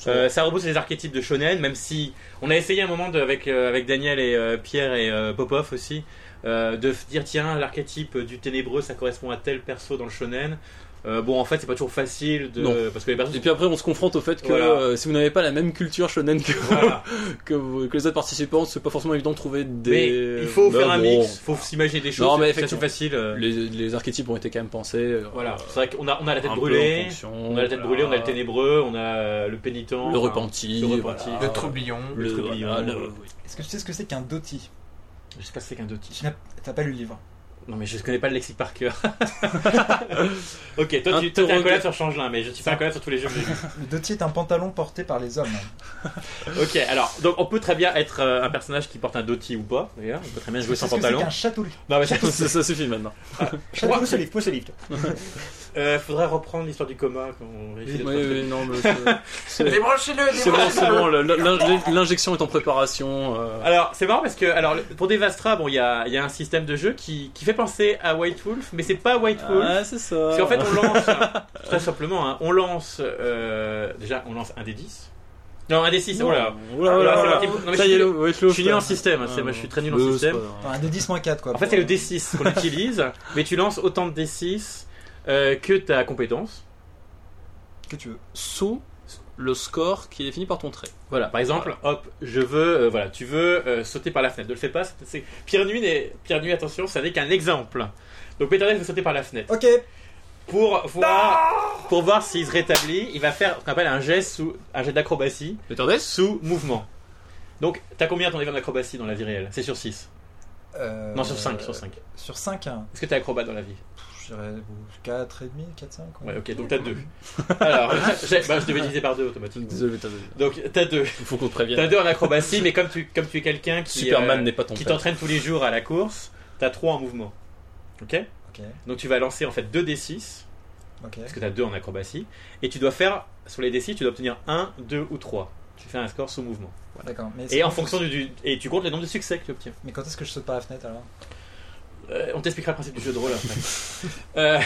Euh, ça repousse les archétypes de shonen, même si on a essayé un moment de- avec, euh, avec Daniel et euh, Pierre et euh, Popov aussi euh, de f- dire tiens l'archétype du ténébreux ça correspond à tel perso dans le shonen. Euh, bon, en fait, c'est pas toujours facile de.
Non.
Parce que les personnes.
Et puis après, on se confronte au fait que
Voilà.
euh, si vous n'avez pas la même culture shonen que,
Voilà.
que, vous- que les autres participants, c'est pas forcément évident de trouver des.
Mais il faut
Bah,
faire un
bon.
mix, faut s'imaginer des choses.
Non, mais
c'est assez
effectivement.
facile. euh,
Les, les archétypes ont été quand même pensés. euh,
Voilà, c'est vrai qu'on a, on a la
un
tête
peu en
brûlée,
fonction,
on a la tête
voilà.
brûlée, on a le ténébreux, on a euh, le pénitent,
le
enfin,
repenti,
le repenti.
voilà.
Le troublion.
Le
Le-
troublion.
voilà, le-
Est-ce que tu sais ce que c'est qu'un doti
Je sais pas c'est qu'un doti.
Tu n'as- T'as pas lu le livre.
Non mais je connais pas le lexique par cœur. ok, toi tu toi, t'es un
Interrogateur.
collab sur Changelin, mais je suis pas un collab sur tous les jeux. que j'ai vus.
Le doti est un pantalon porté par les hommes.
ok, alors donc on peut très bien être euh, un personnage qui porte un doti ou pas. D'ailleurs, on peut très bien jouer
Tu sais
sans
ce que
pantalon.
C'est qu'un château
Non mais
ça, ça suffit maintenant.
Pose ce livre, pose ce livre.
euh, faudrait reprendre l'histoire du coma quand on réussit
Oui,
d'être-
oui, non, mais c'est c'est-
Débranchez-le,
c'est bon,
débranchez-le.
c'est bon. le- l'in- L'injection est en préparation. euh,
Alors, c'est marrant parce que alors, le- pour Devastra, bon, il y a, il y a un système de jeu qui, qui fait penser à White Wolf, mais c'est pas White Wolf.
Ah, c'est ça.
Parce qu'en fait, on lance, hein, très simplement, hein, on lance, euh, déjà, on lance un des 10. Non, un des 6, oh là.
Oula, oula,
Alors,
oula.
c'est parti. Non, mais
Ça
je
y est,
suis-
le- ouais,
Je
le-
suis nul en système, hein, c'est- moi, je suis très nul en
Euh, c'est
système.
pas grave.
Enfin, un de 10-4 quoi.
En fait, c'est le D6 qu'on utilise, mais tu lances autant de D6 euh, que ta compétence.
que tu veux.
Sous le score qui est défini par ton trait.
Voilà, par exemple, hop, je veux, euh, voilà, tu veux euh, sauter par la fenêtre. Ne le fais pas, c'est- c'est- Pierre Nuit, n'est- Pierre Nuit, attention, ça n'est qu'un exemple. Donc, Peter Nuit veut sauter par la fenêtre.
Ok,
pour voir, pour voir s'il se rétablit, il va faire ce qu'on appelle un geste sous un jet d'acrobatie
Peter Death
sous mouvement. Donc, t'as combien ton événement d'acrobatie dans la vie réelle C'est sur 6.
Euh,
Non, sur 5, sur 5.
Sur 5, hein.
Est-ce que t'es acrobate dans la vie
je dirais 4,5, 4-5.
Ouais, ok, donc t'as 2. Alors, j'ai- bah, je devais diviser par 2 automatiquement.
Désolé, Peter Death.
Donc, t'as 2.
Il faut qu'on te
T'as
prévienne.
2 en acrobatie, mais comme tu, comme tu es quelqu'un qui,
Superman
euh,
n'est pas ton
qui
père.
t'entraîne tous les jours à la course, t'as 3 en mouvement. Ok
Ok,
Donc, tu vas lancer en fait 2d6,
ok.
parce que t'as 2 en acrobatie, et tu dois faire, sur les d6, tu dois obtenir 1, 2 ou 3. Tu fais un score sous mouvement.
D'accord. Mais,
Et en fonction du, du- et tu comptes le nombre de succès que tu obtiens.
mais quand est-ce que je saute par la fenêtre alors
Euh, on t'expliquera le principe du jeu de rôle après. Euh,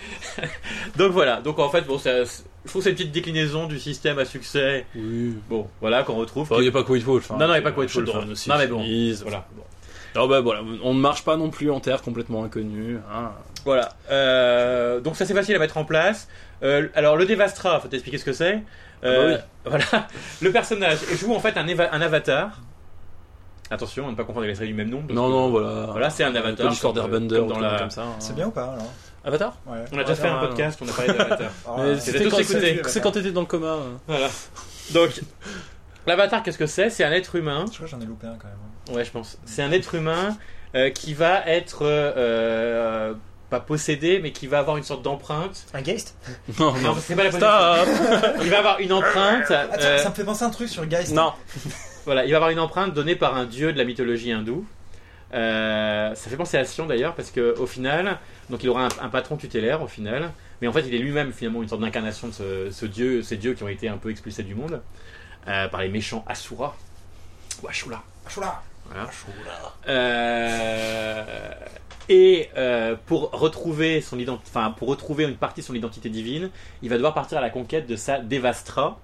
donc voilà. Donc en fait, bon, ça- je trouve que c'est une petite déclinaison du système à succès.
Oui.
Bon, voilà qu'on retrouve.
Enfin, il n'y a pas que White Wolf.
Non, non, il y a pas que White Wolf,
Shadowrun
hein.
aussi,
Non, mais bon.
Chemise,
Voilà. Bon.
Non, bah, voilà, On ne marche pas non plus en terre complètement inconnue. hein.
Voilà. Euh, donc ça c'est facile à mettre en place. Euh, alors le Devastra, faut t'expliquer ce que c'est.
Ah
Euh,
bah
Voilà. Le personnage joue en fait un, éva- un avatar. Attention, à ne pas confondre avec la série du même nom. parce
Non,
que-
non, voilà.
Voilà, c'est un
Pas
avatar.
d'histoire
comme, euh,
d'Airbender
comme
ou
dans
comme,
la-
comme ça. hein.
C'est bien ou pas alors
Avatar
Ouais.
On a déjà fait un
Ouais,
podcast, on a parlé d'avatar.
Ah,
Mais
ouais.
c'est- tous
quand-
écoutés.
c'est- C'est quand t'étais dans le coma. hein.
Voilà. Donc, l'avatar, qu'est-ce que c'est C'est un être humain.
Je crois que j'en ai loupé un quand même.
Ouais, je pense. C'est un être humain euh, qui va être euh, euh, pas possédé, mais qui va avoir une sorte d'empreinte.
Un Geist
Non,
Non,
non.
c'est pas la possession.
Stop
Il va avoir une empreinte.
Ah, tiens,
euh,
ça me fait penser à un truc sur Geist.
Non.
voilà, il va avoir une empreinte donnée par un dieu de la mythologie hindoue. Euh, ça fait penser à Sion d'ailleurs, parce que au final, donc il aura un, un patron tutélaire au final, mais en fait il est lui-même finalement une sorte d'incarnation de ce, ce dieu, ces dieux qui ont été un peu expulsés du monde euh, par les méchants Asura ou Ashula.
Ah, Choula
Euh, et euh, pour retrouver son ident- enfin pour retrouver une partie de son identité divine, il va devoir partir à la conquête de sa Devastra,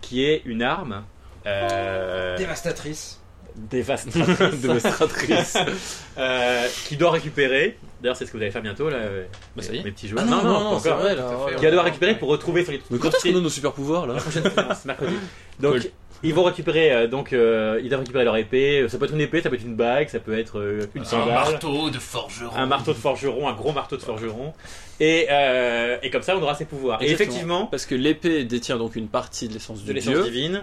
qui est une arme. euh,
Dévastatrice.
dévastatrice,
Dévastatrice.
euh, qui doit récupérer. D'ailleurs, c'est ce que vous allez faire bientôt là, euh,
Bah, ça y est.
mes petits
Ah
joueurs.
non, non,
pas
non, c'est
encore.
vrai
Tout
là.
à fait,
ouais.
Il va devoir récupérer pour retrouver son
Mais quand est-ce qu'on a nos super pouvoirs là
la prochaine séance, mercredi. Donc ils vont récupérer euh, donc euh, ils doivent récupérer leur épée. Ça peut être une épée, ça peut être une bague, ça peut être euh, une
Un
sandale.
marteau de forgeron.
un marteau de forgeron, un gros marteau de forgeron, et, euh, et comme ça on aura ses pouvoirs. Et
Exactement.
effectivement,
Parce que l'épée détient donc une partie de l'essence
de
du
l'essence
dieu,
divine,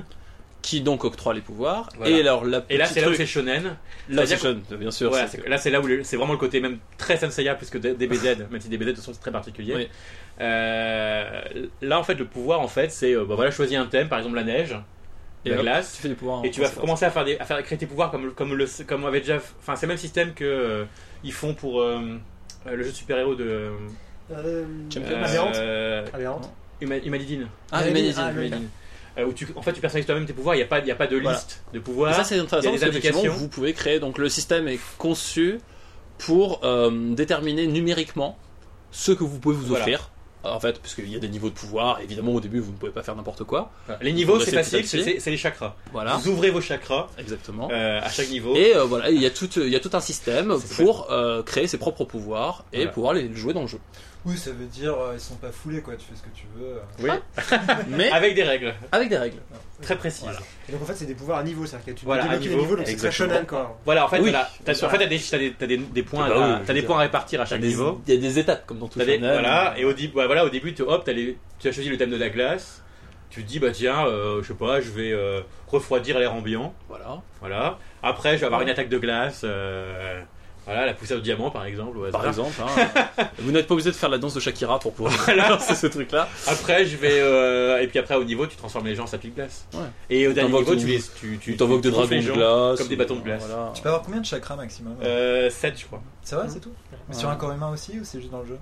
qui donc octroie les pouvoirs.
Voilà.
Et alors la
et là
petit
c'est là où
truc-
c'est shonen.
la
c'est-à-dire
session, bien sûr.
Voilà,
c'est
c'est-
que-
là c'est là où le- c'est vraiment le côté même très Senseiya plus que D- DBZ, même si DBZ de sont très particuliers.
Oui.
Euh, là en fait le pouvoir en fait c'est euh, bah, voilà choisis un thème par exemple la neige,
Et
la
hop,
glace.
tu fais des pouvoirs. en
Et tu vas
conséquence.
commencer à faire des, à faire créer tes pouvoirs comme comme le comme on avait déjà, enfin c'est le même système que euh, ils font pour euh, euh, le jeu de super héros de euh,
Champions.
Aberrant.
euh,
Aberrante.
Huma- Humanidine.
Ah,
Humanidine,
Humanidine,
ah, le-
Humanidine.
Euh, où tu, en fait, tu personnalises toi-même tes pouvoirs. Il n'y a pas, il y a pas de
Voilà.
liste de pouvoirs.
Et ça c'est
Il y a
intéressant
des
parce qu'effectivement
indications.
vous pouvez créer donc le système est conçu pour euh, déterminer numériquement ce que vous pouvez vous
Voilà.
offrir. En fait, parce qu'il y a des niveaux de pouvoir, évidemment au début vous ne pouvez pas faire n'importe quoi.
Voilà. Les niveaux,
Vous
c'est
restez
facile.
petit à petit.
C'est c'est les chakras.
Voilà,
Vous ouvrez vos chakras
exactement.
euh, à chaque niveau.
Et euh, voilà, il y a tout, euh, il y a tout un système
C'est
pour euh, créer ses propres pouvoirs et
Voilà.
pouvoir les jouer dans le jeu.
Oui, ça veut dire euh, ils sont pas foulés quoi, tu fais ce que tu veux. euh.
Oui. Ah.
Mais
Avec des règles
avec des règles.
très précises. Voilà,
Et donc en fait, c'est des pouvoirs à niveau, c'est-à-dire que tu
Voilà, à
débloques les
Ah, niveau,
niveaux, donc c'est très
exactement.
shonen quoi.
en fait,
Oui.
voilà. T'as- en fait, t'as des, t'as des, t'as des, des points, à-
Bah oui,
t'as
je
des
veux
points à répartir à
Il y a
chaque
des-
niveau.
il y a des étapes comme dans tout
T'as des-
shonen.
voilà, et au, dé- ouais, voilà, au début, tu, hop, t'as les- tu as choisi le thème de la glace. Tu te dis, bah tiens, euh, je sais pas, je vais euh, refroidir l'air ambiant.
Voilà.
Voilà. Après, je vais avoir une attaque de glace. euh, voilà, la poussière de diamant, par exemple. au
Par
hasard.
exemple, hein. vous n'êtes pas obligé de faire la danse de Shakira pour pouvoir lancer ce truc-là.
Après, je vais. euh, et puis après, au niveau, tu transformes les gens en sapis de glace.
Ouais.
Et au dernier
t'invoques
niveau,
des-
tu les. Tu, tu,
Tu t'invoques des
tu
dragons
transformes les
de
gens.
glace.
comme des bâtons de glace.
Voilà.
Tu peux avoir combien de chakras maximum
Euh, 7, je crois.
Ça va, c'est tout Mais Sur un corps humain aussi ou c'est juste dans le jeu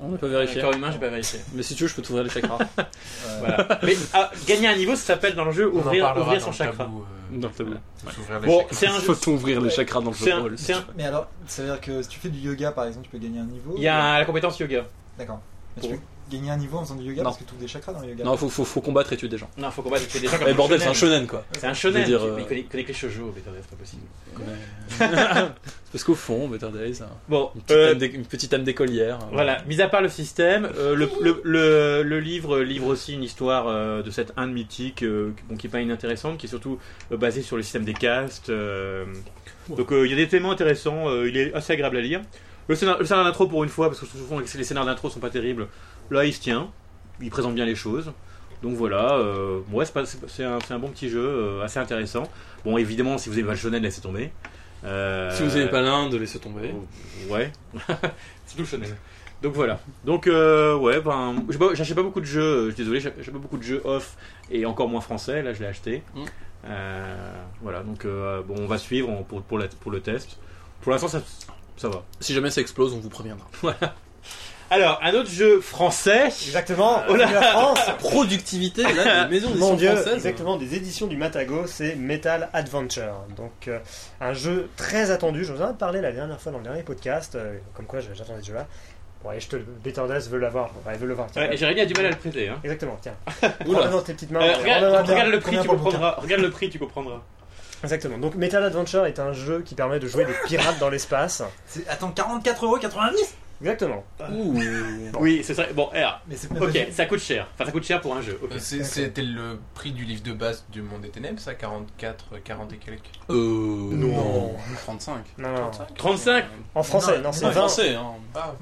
On ne peut
Encore
vérifier.
Corps humain, j'ai pas vérifié.
Mais si tu veux, je peux t'ouvrir les chakras.
Euh,
Voilà. Mais ah, gagner un niveau, ça s'appelle dans le jeu
On en
ouvrir,
parlera
ouvrir
dans
son
le
chakra.
tabou, euh,
Non, c'est bon.
s'ouvrir les
Bon,
chakras.
c'est un jeu.
Faut ouvrir les chakras dans le
C'est
jeu de
un,
rôle.
c'est un-
Mais alors, ça veut dire que si tu fais du yoga par exemple, tu peux gagner un niveau
Il y a un- la compétence yoga.
D'accord. Mais
Pour-
tu peux gagner un niveau en faisant du yoga
Non.
parce que tu ouvres des chakras dans le yoga.
Non, faut, faut, faut combattre et tuer des gens.
Non, faut combattre des gens comme
Mais
un
Eh, bordel, c'est
shonen.
un shonen quoi.
C'est un shonen.
Je veux dire,
tu-
euh,
Mais il connaît, connaît que les shoujo, mais attendez, c'est pas possible.
C'est parce qu'au fond, Better Days, hein,
Bon,
une petite,
euh,
âme d'é- une petite âme d'écolière. hein.
voilà. Mis à part le système, euh, le, le, le, le livre livre aussi une histoire euh, de cette Inde mythique, euh, bon, qui est pas inintéressante, qui est surtout euh, basée sur le système des castes. euh. Donc euh, il y a des éléments intéressants. euh, il est assez agréable à lire. Le scénar, le scénar d'intro pour une fois, parce que souvent les les scénars d'intro sont pas terribles. Là, il se tient. Il présente bien les choses. Donc voilà, euh, ouais, c'est pas- c'est- c'est un, c'est un bon petit jeu, euh, assez intéressant. Bon, évidemment, si vous aimez pas le shonen, laissez tomber. Euh,
Si vous n'avez pas l'un, de laisser tomber.
Oh. Ouais. Surtout le shonen. Donc voilà. Donc euh, ouais, ben, j'ai pas- j'achète pas beaucoup de jeux. euh, Je suis désolé, j'achète pas beaucoup de jeux off et encore moins français. Là, je l'ai acheté.
Mm.
Euh, voilà. Donc euh, bon, on va suivre on- pour pour, la- pour le test. Pour l'instant, ça ça va.
Si jamais ça explose, on vous préviendra.
Alors, un autre jeu français.
Exactement, on est la France
Productivité, là, des maisons
Mon
d'édition
dieu,
françaises.
exactement, des éditions du Matago, c'est Metal Adventure. Donc, euh, un jeu très attendu. Je vous en ai parlé la dernière fois dans le dernier podcast, euh, comme quoi j'attendais ce jeu-là. Bon, allez, je te le. Better Days veut l'avoir. Ouais, veut le voir. tiens.
Ouais, et Jérémy a du mal à le prêter. Hein.
Exactement, tiens.
Oula.
Prends-le dans tes petites mains.
Euh,
Prends-le dans la
regarde,
bière.
regarde le
Prends-le
prix, tu
pour le bouquin.
comprendras. Regarde le prix, tu comprendras.
Exactement. Donc, Metal Adventure est un jeu qui permet de jouer des pirates dans l'espace.
C'est- Attends, 44,90€
Exactement.
Oui, c'est vrai. Bon, R.
Mais c'est même
Ok,
pas-
ça coûte cher. Enfin, ça coûte cher pour un jeu. ok.
Euh, c'est- C'était le prix du livre de base du Monde des Ténèbres, ça 44, euh, 40 et quelques.
Euh. Non.
35.
Non, non, non.
35
En français,
Non,
non, c'est
C'est
20.
français, hein.
Ah,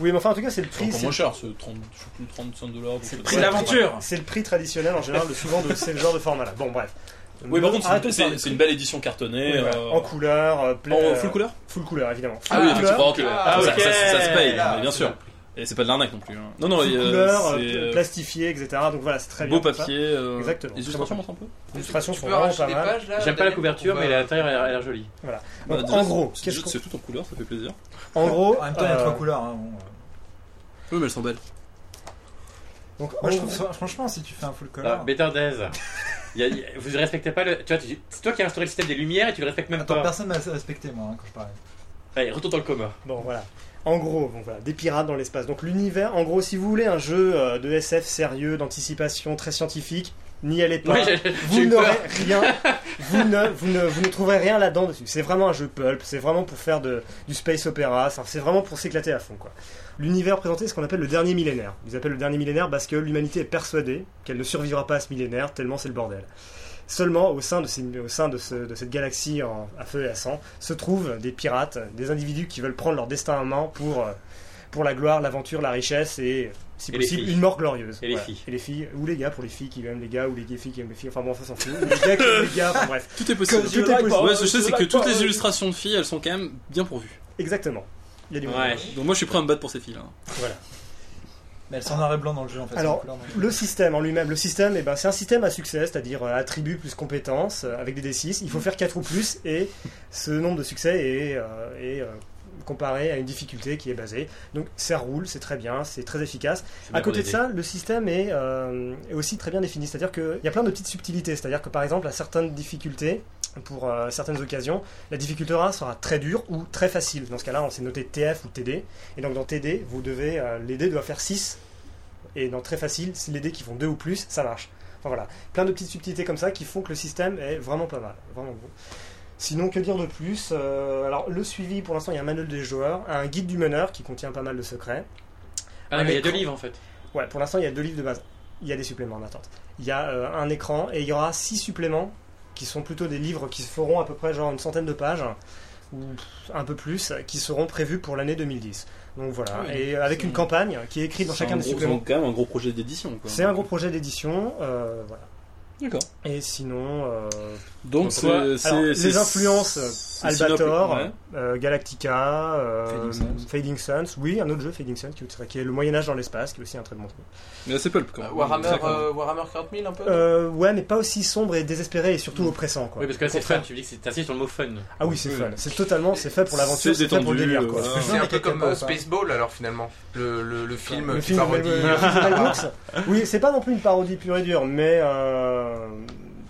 Oui, mais enfin, en tout cas, c'est le
C'est
prix.
encore
c'est-
moins cher, c'est 30, je sais plus 35 dollars. donc
le
ça
prix
C'est
doit être-
l'aventure
C'est le prix traditionnel en général, de souvent, de, c'est le genre de format là. Bon, bref.
Oui, par
Non,
contre,
arrêtez
c'est-
de
c'est
parler.
c'est une belle édition cartonnée.
Oui, voilà.
euh,
En couleur, euh, plein-
en full couleur
Full couleur, évidemment.
Ah, oui, effectivement, ok.
Ah,
Ça,
ok.
ça- ça- ça se paye,
Là,
Ah,
hein, bien sûr. Et c'est pas de l'arnaque non plus. hein. Non, non,
Full
il y a-
couleur,
c'est,
euh,
euh,
plastifié, etc. Donc voilà, c'est très
beau
bien.
papier. euh,
Exactement.
Les illustrations montrent un peu
Les illustrations
tu
sont
peux
vraiment
arracher
pas
des
mal.
pages, là,
J'aime pas la
Daniel,
couverture,
pour
mais
voir-
l'intérieur a l'air jolie.
Donc,
Bah, déjà,
en gros,
c'est-
qu'est-ce qu'on-
C'est tout en couleur, ça fait plaisir.
en gros,
Ah, En même temps, il y a
euh,
trois couleurs. hein, bon.
Oui, mais elles sont belles.
Donc, en
Moi, je
gros,
trouve ça- franchement, si tu fais un full color.
Ah, Better Days. Y a- y a- vous respectez pas le. Tu vois, tu- c'est toi qui as instauré le système des lumières et tu le respectes même
Attends,
pas.
personne m'a respecté moi hein, quand je parlais.
Allez, retourne dans le coma.
Bon, voilà. En gros, bon, voilà, des pirates dans l'espace. Donc l'univers, en gros, si vous voulez un jeu euh, de SF sérieux, d'anticipation, très scientifique, n'y allez pas.
Ouais, j'ai- j'ai
vous
eu peur.
n'aurez rien, vous ne, vous, ne, vous ne trouverez rien là-dedans dessus. C'est vraiment un jeu pulp, c'est vraiment pour faire de, du space opéra, ça- c'est vraiment pour s'éclater à fond. quoi. L'univers présenté est ce qu'on appelle le dernier millénaire. Ils appellent le dernier millénaire parce que l'humanité est persuadée qu'elle ne survivra pas à ce millénaire, tellement c'est le bordel. Seulement, au sein de, ces- au sein de, ce- de cette galaxie en- à feu et à sang, se trouvent des pirates, des individus qui veulent prendre leur destin en main pour, euh, pour la gloire, l'aventure, la richesse et, si
Et les
possible,
filles.
une mort glorieuse.
Et les filles.
Et les filles, ou les gars pour les filles qui aiment les gars, ou les gays filles qui aiment les filles, enfin bon, enfin, s'en fout. Ou les gars qui aiment les gars, enfin bref.
Tout est possible.
Tout est possible.
Ouais, ce que je sais, c'est que toutes les illustrations de filles, elles sont quand même bien pourvues.
Exactement. Il y a du monde.
Ouais.
Donc moi, je suis prêt à me battre pour ces filles. hein.
Mais elles sont en noir et blanc dans le jeu en fait.
Alors,
c'est en couleur dans le jeu.
Le système en lui-même, le système, eh ben, c'est un système à succès, c'est-à-dire euh, attribut plus compétence euh, avec des D6. Il faut faire 4 ou plus et ce nombre de succès est, euh, est, euh, comparé à une difficulté qui est basée. Donc ça roule, c'est très bien, c'est très efficace. À côté de ça, le système est, euh, est aussi très bien défini, c'est-à-dire qu'il y a plein de petites subtilités, c'est-à-dire que par exemple, à certaines difficultés, pour euh, certaines occasions, la difficulté aura- sera très dure ou très facile. Dans ce cas-là, on s'est noté TF ou TD. Et donc dans TD, vous devez, euh, les dés doivent faire 6 et dans très facile, c'est les dés qui font 2 ou plus, ça marche. Enfin voilà, plein de petites subtilités comme ça qui font que le système est vraiment pas mal, vraiment bon. Sinon, que dire de plus Euh, Alors, le suivi, pour l'instant, il y a un manuel des joueurs, un guide du meneur qui contient pas mal de secrets.
Ah, mais il y a
écran.
deux livres en fait.
Ouais, pour l'instant, il y a deux livres de base. Il y a des suppléments en attente. Il y a euh, un écran et il y aura six suppléments qui sont plutôt des livres qui se feront à peu près genre une centaine de pages ou un peu plus qui seront prévus pour l'année 2010. Donc voilà,
Ah oui,
et avec
c'est-
une campagne qui est écrite dans
C'est
chacun
un
des
gros-
suppléments.
C'est quand même un gros projet d'édition. quoi.
C'est un gros projet d'édition, euh, voilà.
D'accord.
Et sinon, euh,
Donc,
Donc, toi,
c'est.
alors,
c'est-
les
c'est-
influences,
c'est
Albator,
Sinop- ouais.
euh, Galactica, euh,
Fading Suns.
Fading Suns, oui, un autre jeu Fading Suns qui, qui est le Moyen Âge dans l'espace, qui est aussi un très bon jeu.
Mais là, c'est Pulp quand même.
Warhammer,
C'est quand même.
euh, Warhammer 40 000 un peu
Euh, ouais, mais pas aussi sombre et désespéré et
Mm.
surtout oppressant quoi.
Oui, parce que là
Au
c'est fun,
contraire.
tu dis que c'est- t'insistes sur le mot fun.
Ah oui, c'est fun. C'est totalement, c'est fait pour
C'est
l'aventure, c'est fait pour le
détendu,
délire quoi.
voilà.
C'est un peu
quelqu'un
comme
pas,
euh,
ça.
Spaceball alors finalement, le, le, le film
Le
qui
film de
parodie.
Mel- Mel Brooks. Oui, c'est pas non plus une parodie pure et dure, mais euh,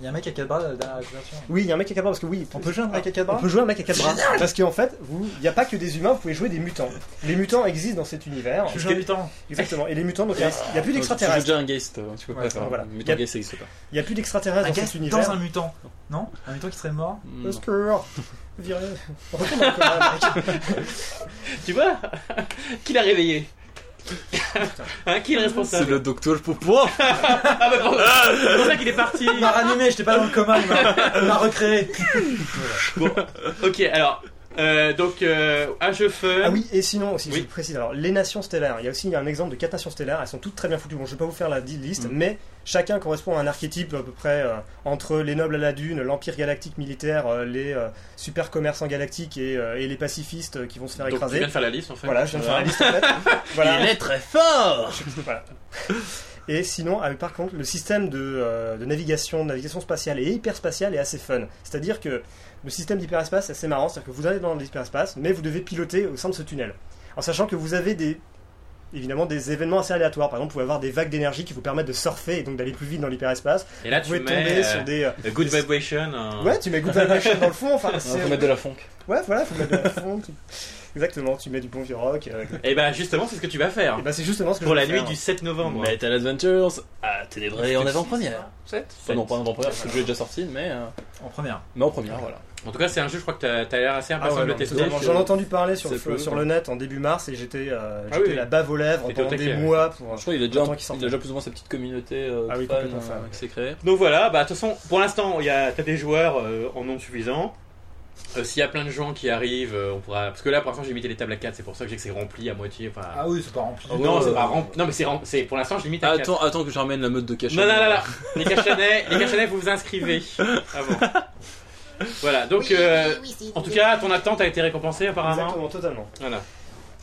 Il y a un mec à 4 bras euh, derrière la couverture. Ah.
oui, il y a un mec à quatre bras parce que oui,
On peut jouer un mec à 4
On
bras
peut jouer un mec à quatre bras. Parce qu'en fait, vous- il n'y a pas que des humains, vous pouvez jouer des mutants. Les mutants existent dans cet univers.
Je suis un mutant.
Exactement. Et les mutants, donc il n'y a, il y
Non,
a plus
tu- Tu joues
d'extraterrestres.
déjà un Geist, euh, tu peux
Ouais,
pas faire.
voilà.
Mais
Y
ton
a-
Geist n'existe pas.
Il n'y a plus
Un
d'extraterrestres dans
gars
cet
dans un
univers.
mutant. Non Un mutant qui serait mort
Hmm.
Au secours Virez. Retourne dans le coma, mec.
Tu vois Qui l'a réveillé Hein, qui est le
C'est
responsable
le docteur Poupoir
Ah bah bon, c'est pour ça qu'il est parti
Il m'a ranimé, j'étais pas dans le coma, il m'a il m'a recréé.
Ok, alors, euh, donc, euh, un jeu fun.
Ah oui, et sinon aussi,
Oui.
je précise, alors les nations stellaires, il y a aussi un exemple de quatre nations stellaires, elles sont toutes très bien foutues. Bon, je vais pas vous faire la di- liste,
Mm.
mais chacun correspond à un archétype à peu près euh, entre les nobles à la dune, l'empire galactique militaire, euh, les euh, super commerçants galactiques et, euh, et les pacifistes euh, qui vont se faire
donc, tu viens
écraser.
de faire la liste en fait.
Voilà, je viens de faire la liste en fait. Voilà.
est très fort
Voilà. Et sinon, avec- par contre, le système de, euh, de navigation, de navigation spatiale et hyperspatiale est assez fun. C'est-à-dire que le système d'hyperespace est assez marrant, c'est-à-dire que vous allez dans l'hyperespace, mais vous devez piloter au sein de ce tunnel. En sachant que vous avez des évidemment des événements assez aléatoires. Par exemple, vous pouvez avoir des vagues d'énergie qui vous permettent de surfer et donc d'aller plus vite dans l'hyperespace.
Et là,
Vous
Ah, tu
pouvez
mets
tomber
euh,
sur des...
a Good Vibration. hein. un-
Ouais, tu mets Good Vibration dans le fond. Enfin,
On
c'est...
va mettre de la funk.
Ouais, voilà, faut mettre de la fond. tu- Exactement, tu mets du bon vieux rock. euh,
Et bah, justement, c'est ce que tu vas faire.
Et ben c'est justement ce que
Pour
je
la
vais
nuit
faire.
du 7 novembre.
Metal Adventures à télébré en avant-première.
7
Enfin, non, pas en avant-première parce que le jeu est déjà sorti, mais, euh,
En première.
mais en première, voilà.
En tout cas, c'est un jeu, je crois que t'as t'as l'air assez
Ah
impatient
ouais,
de le
non,
tester. Euh,
totalement. J'en ai entendu parler sur,
Ça
le,
peut,
sur
ouais.
le net en début mars et j'étais euh,
Ah
j'étais
oui,
la
oui.
bave aux lèvres
T'étais au
pendant des
taquet, ouais.
mois pour.
Je crois qu'il a, déjà
Attends
un-
qu'il sorte.
il a déjà plus ou moins sa petite communauté euh,
Ah oui,
fan,
complètement fan,
euh,
ouais.
qui s'est créée.
Donc voilà, bah, de toute façon, pour l'instant, il y a- t'as des joueurs euh, en nombre suffisant. Euh, S'il y a plein de gens qui arrivent, euh, on pourra. Parce que là, pour l'instant, j'ai limité les tables à 4, c'est pour ça que j'ai que c'est rempli à moitié. Enfin...
Ah oui, c'est pas rempli.
Ah
non,
ouais,
c'est
ouais.
pas rempli. Non, mais c'est rempli. c'est- Pour l'instant, je limite à 4.
Attends, attends que je ramène la meute de cachet.
Non, non, non, non. Les Cachanais, les Cachanais, vous vous inscrivez. Avant. Voilà, donc euh, en tout cas, ton attente a été récompensée apparemment.
Exactement, totalement.
Voilà.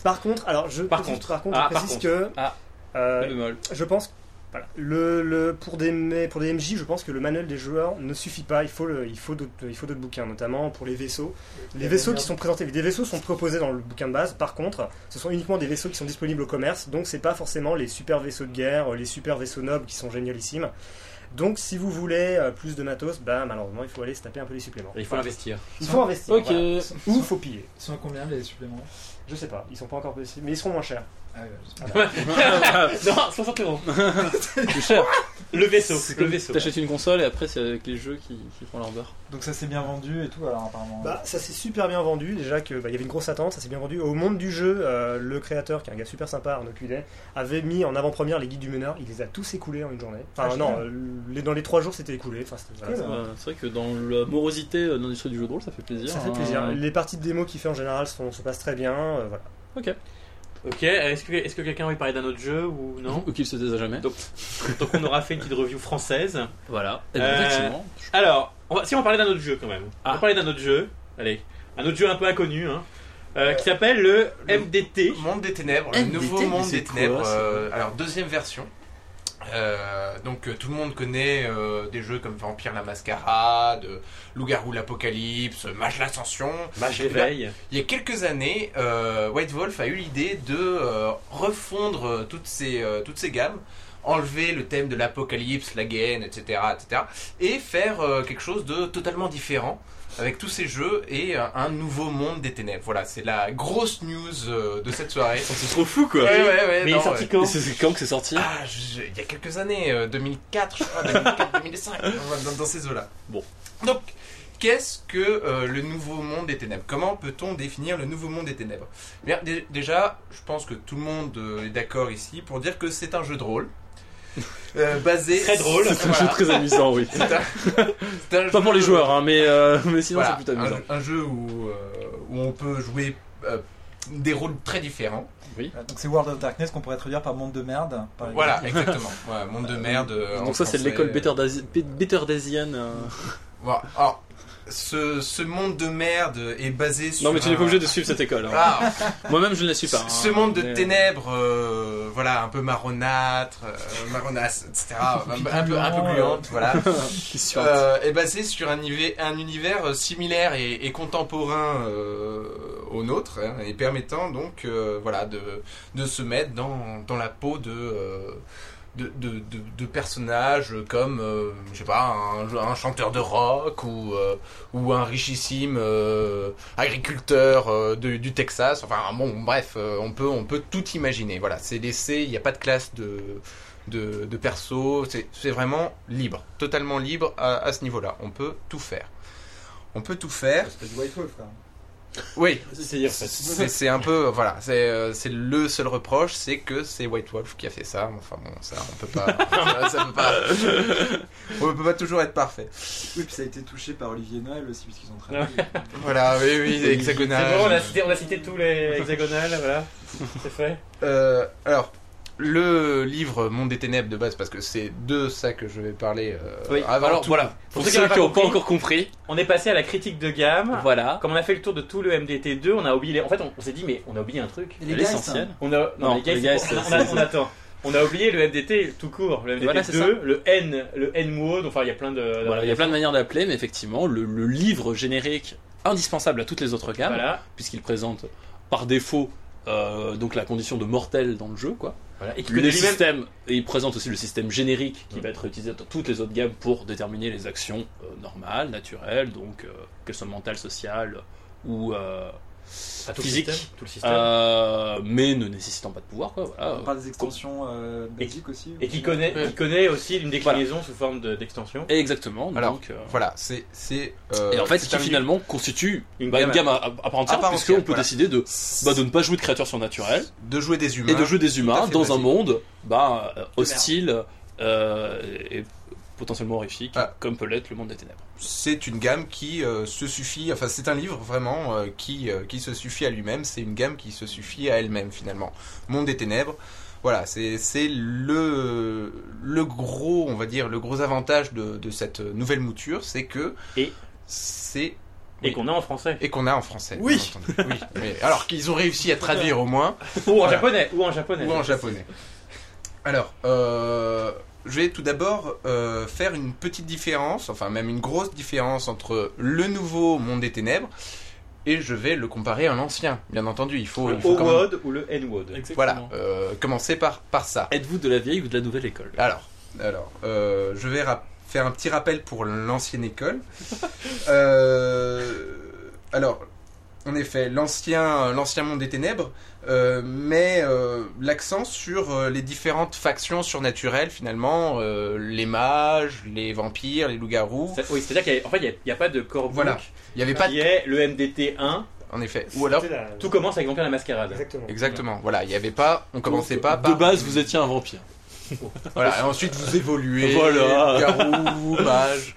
Par contre, alors je
Par
précise-
contre.
par contre,
Ah,
je
par
précise
contre.
que
Ah.
euh,
Le bémol.
je pense. Voilà. Le, le- pour, des, mais- pour des MJ, je pense que le manuel des joueurs ne suffit pas. Il faut, le- il faut d'autres il faut d'autres bouquins, notamment pour les vaisseaux. Les vaisseaux qui sont présentés, des vaisseaux sont proposés dans le bouquin de base. Par contre, ce sont uniquement des vaisseaux qui sont disponibles au commerce, donc c'est pas forcément les super vaisseaux de guerre, les super vaisseaux nobles qui sont génialissimes. Donc, si vous voulez euh, plus de matos, bah malheureusement, il faut aller se taper un peu les suppléments.
Il faut investir.
Il faut investir.
Ok.
voilà. Ou faut piller.
Sont à combien les suppléments
Je sais pas, ils sont pas encore possibles, mais ils seront moins chers.
Ah oui, je sais pas.
Ah.
Non, 60 euros.
Plus cher.
Le vaisseau. Le vaisseau.
T'achètes une console et après, c'est avec les jeux qui, qui font leur beurre.
Donc ça s'est bien vendu et tout, alors apparemment.
Bah, ça s'est super bien vendu, déjà qu'il y avait une grosse attente, ça s'est bien vendu. Au monde du jeu, euh, le créateur, qui est un gars super sympa, Arnaud Cudet, avait mis en avant-première les guides du meneur, il les a tous écoulés en une journée. Enfin,
Ah,
non,
génial.
euh, les- dans les trois jours, c'était écoulé. Enfin, c'était- voilà,
Cool.
ça-
Euh, c'est vrai que dans la morosité euh, de l'industrie du jeu de rôle, ça fait plaisir.
ça fait
hein.
Ah,
plaisir. Les parties de démo qu'il fait en général sont- se passent très bien. euh, voilà.
Ok, est-ce que, est-ce que quelqu'un a envie de parler d'un autre jeu ou non
Ou qu'il se taise à jamais.
Donc- Donc on aura fait une petite review française.
voilà.
Euh,
Effectivement.
Alors, on va- si on parlait d'un autre jeu quand même. On
Ah.
va parler d'un autre jeu. Allez, un autre jeu un peu inconnu, hein, euh, qui s'appelle le MDT.
Monde des ténèbres, le
MDT,
nouveau
mais
monde
c'est
des
quoi,
ténèbres.
ça
euh, alors deuxième version. Euh, donc euh, tout le monde connaît euh, des jeux comme Vampire la Mascarade, euh, Loup-garou l'Apocalypse, Mage l'Ascension.
Mage l'éveil.
Il y a quelques années, euh, White Wolf a eu l'idée de euh, refondre euh, toutes ces, euh, toutes ces gammes, enlever le thème de l'apocalypse, la gaine, etc., etc., et faire euh, quelque chose de totalement différent avec tous ces jeux et euh, un nouveau monde des ténèbres. Voilà, c'est la grosse news euh, de cette soirée.
C'est trop fou quoi.
Ouais, ouais, ouais,
Mais il est
non,
sorti
ouais.
quand
Et C'est c'est quand que c'est sorti
Ah, je- il y a quelques années, euh, 2004, je crois, 2004, 2005, dans, dans ces eaux-là.
Bon.
Donc, qu'est-ce que euh, le nouveau monde des ténèbres Comment peut-on définir le nouveau monde des ténèbres Bien, dé- Déjà, je pense que tout le monde euh, est d'accord ici pour dire que c'est un jeu de rôle. euh, basé
Très drôle.
Voilà.
C'est un jeu très amusant, oui.
C'est un- c'est un
Pas pour les
jeu-
joueurs, hein, mais, euh, mais sinon
voilà,
c'est plutôt amusant.
un, un jeu où, euh, où on peut jouer euh, des rôles très différents.
Donc c'est World of Darkness qu'on pourrait traduire par monde de merde. Par exemple.
Voilà, exactement. Ouais, monde de merde. euh, en
Donc ça c'est de
français.
l'école Better Dasi- Be- Better Dasian. euh.
Voilà. Alors, ce, ce monde de merde est basé sur.
Non mais tu n'es pas
un-
obligé de suivre cette école. hein.
Ah,
Moi-même je ne la suis pas.
Ce- Ce
hein,
monde de
mais, euh,
ténèbres, euh, voilà, un peu marronâtre, euh, marronasse, etc. un, peu- un peu, un peu gluante, voilà.
qui se suinte.
Euh, est basé sur un, nive- un univers euh, similaire et, et contemporain euh, au nôtre, hein, et permettant donc, euh, voilà, de, de se mettre dans, dans la peau de. euh, de, de- de- de personnages comme euh, je sais pas un, un chanteur de rock ou euh, ou un richissime euh, agriculteur euh, de- du Texas. Enfin bon, bref, euh, on peut on peut tout imaginer. Voilà, c'est laissé, il n'y a pas de classe de de, de perso. C'est c'est vraiment libre, totalement libre à, à ce niveau-là. On peut tout faire. On peut tout faire.
C'est du White Wolf. là.
Oui,
C'est-à-dire,
c'est- c'est c'est un peu voilà, c'est euh, c'est le seul reproche, c'est que c'est White Wolf qui a fait ça. Enfin bon, ça on peut pas, ça, ça peut pas, on peut pas toujours être parfait.
Oui, puis ça a été touché par Olivier Noël aussi, puisqu'ils ont travaillé.
Voilà, oui, oui, hexagonal.
C'est bon, on a, cité, on a cité tous les hexagonales, voilà. C'est fait.
Euh, alors, le livre Monde des Ténèbres de base, parce que c'est de ça que je vais parler euh,
Oui.
avant
Alors,
tout.
voilà.
Pour
Pour
ceux qui n'ont pas
compris,
encore compris,
on est passé à la critique de gamme.
voilà.
Ah. Comme on a fait le tour de tout le MDT2, on a oublié. les- En fait, on, on s'est dit, mais on a oublié un truc.
Et les hein. gars,
L'essentiel.
On a.
Non,
mais
les
c'est-
gars, c'est-
on, on
c'est-
a- on attend. On a oublié le MDT tout court, le MDT2,
Voilà, c'est ça.
le N, le N mode. Enfin, il y a plein de.
Voilà, il y a plein de manières d'appeler, mais effectivement, le, le livre générique indispensable à toutes les autres gammes,
Voilà.
puisqu'il présente par défaut euh, donc la condition de mortel dans le jeu, quoi.
voilà. Et qui
Le
connaît lui-même.
système, et il présente aussi le système générique qui va être utilisé dans toutes les autres gammes pour déterminer les actions euh, normales, naturelles, donc euh, qu'elles soient mentales, sociales ou euh,
Enfin, tout le
physique.
système, Tout le système.
euh, mais ne nécessitant pas de pouvoir, quoi. Voilà.
On parle des extensions euh, basiques aussi.
Et qui connaît, qui connaît aussi une déclinaison sous forme de- d'extension.
Et Exactement.
Alors,
donc, euh,
Voilà, c'est. c'est, euh,
et en fait,
c'est
qui
un livre-
finalement constitue
Une
bah, une
gamme.
gamme à, à- à part entière,
À part
puisqu'on
entière,
peut
voilà.
décider de, bah, de ne pas jouer de créatures surnaturelles.
de jouer des humains.
et de jouer des
Tout à
humains
fait
dans un
basique.
monde bah, euh, hostile euh, et potentiellement horrifique,
Ah.
comme peut l'être le monde des ténèbres.
C'est une gamme qui euh, se suffit. Enfin, c'est un livre vraiment euh, qui, euh, qui se suffit à lui-même. C'est une gamme qui se suffit à elle-même finalement. Monde des ténèbres. Voilà, c'est c'est le, le gros, on va dire, le gros avantage de, de cette nouvelle mouture, c'est que
Et-
c'est
Et qu'on a en français.
Et qu'on a en français.
Oui.
bien entendu. Oui, mais alors qu'ils ont réussi à traduire au moins,
Ou en japonais. Ou en japonais.
ou en japonais. Alors, euh, je vais tout d'abord euh, faire une petite différence, enfin même une grosse différence entre le nouveau Monde des Ténèbres et je vais le comparer à l'ancien. Bien entendu, il faut,
Le
il faut quand même-
O-word ou le N-word.
voilà, euh, commencer par, par ça.
Êtes-vous de la vieille ou de la nouvelle école
Alors, alors euh, je vais rap- faire un petit rappel pour l'ancienne école. Euh, alors, en effet, l'ancien l'ancien monde des ténèbres euh, met euh, l'accent sur euh, les différentes factions surnaturelles, finalement, euh, les mages, les vampires, les loups-garous.
Ça- Oui, c'est-à-dire qu'il n'y a, en fait, il y a- il y a pas de corps
Voilà. Il n'y avait pas
qui
de...
est le MDT1.
En effet. Ou alors...
C'était la-
Tout commence avec Vampire la Mascarade.
Exactement.
Exactement, voilà, il n'y avait pas, on commençait
Donc,
pas par...
De base, vous étiez un vampire.
Voilà, et ensuite vous évoluez,
Voilà.
loups-garous, mages...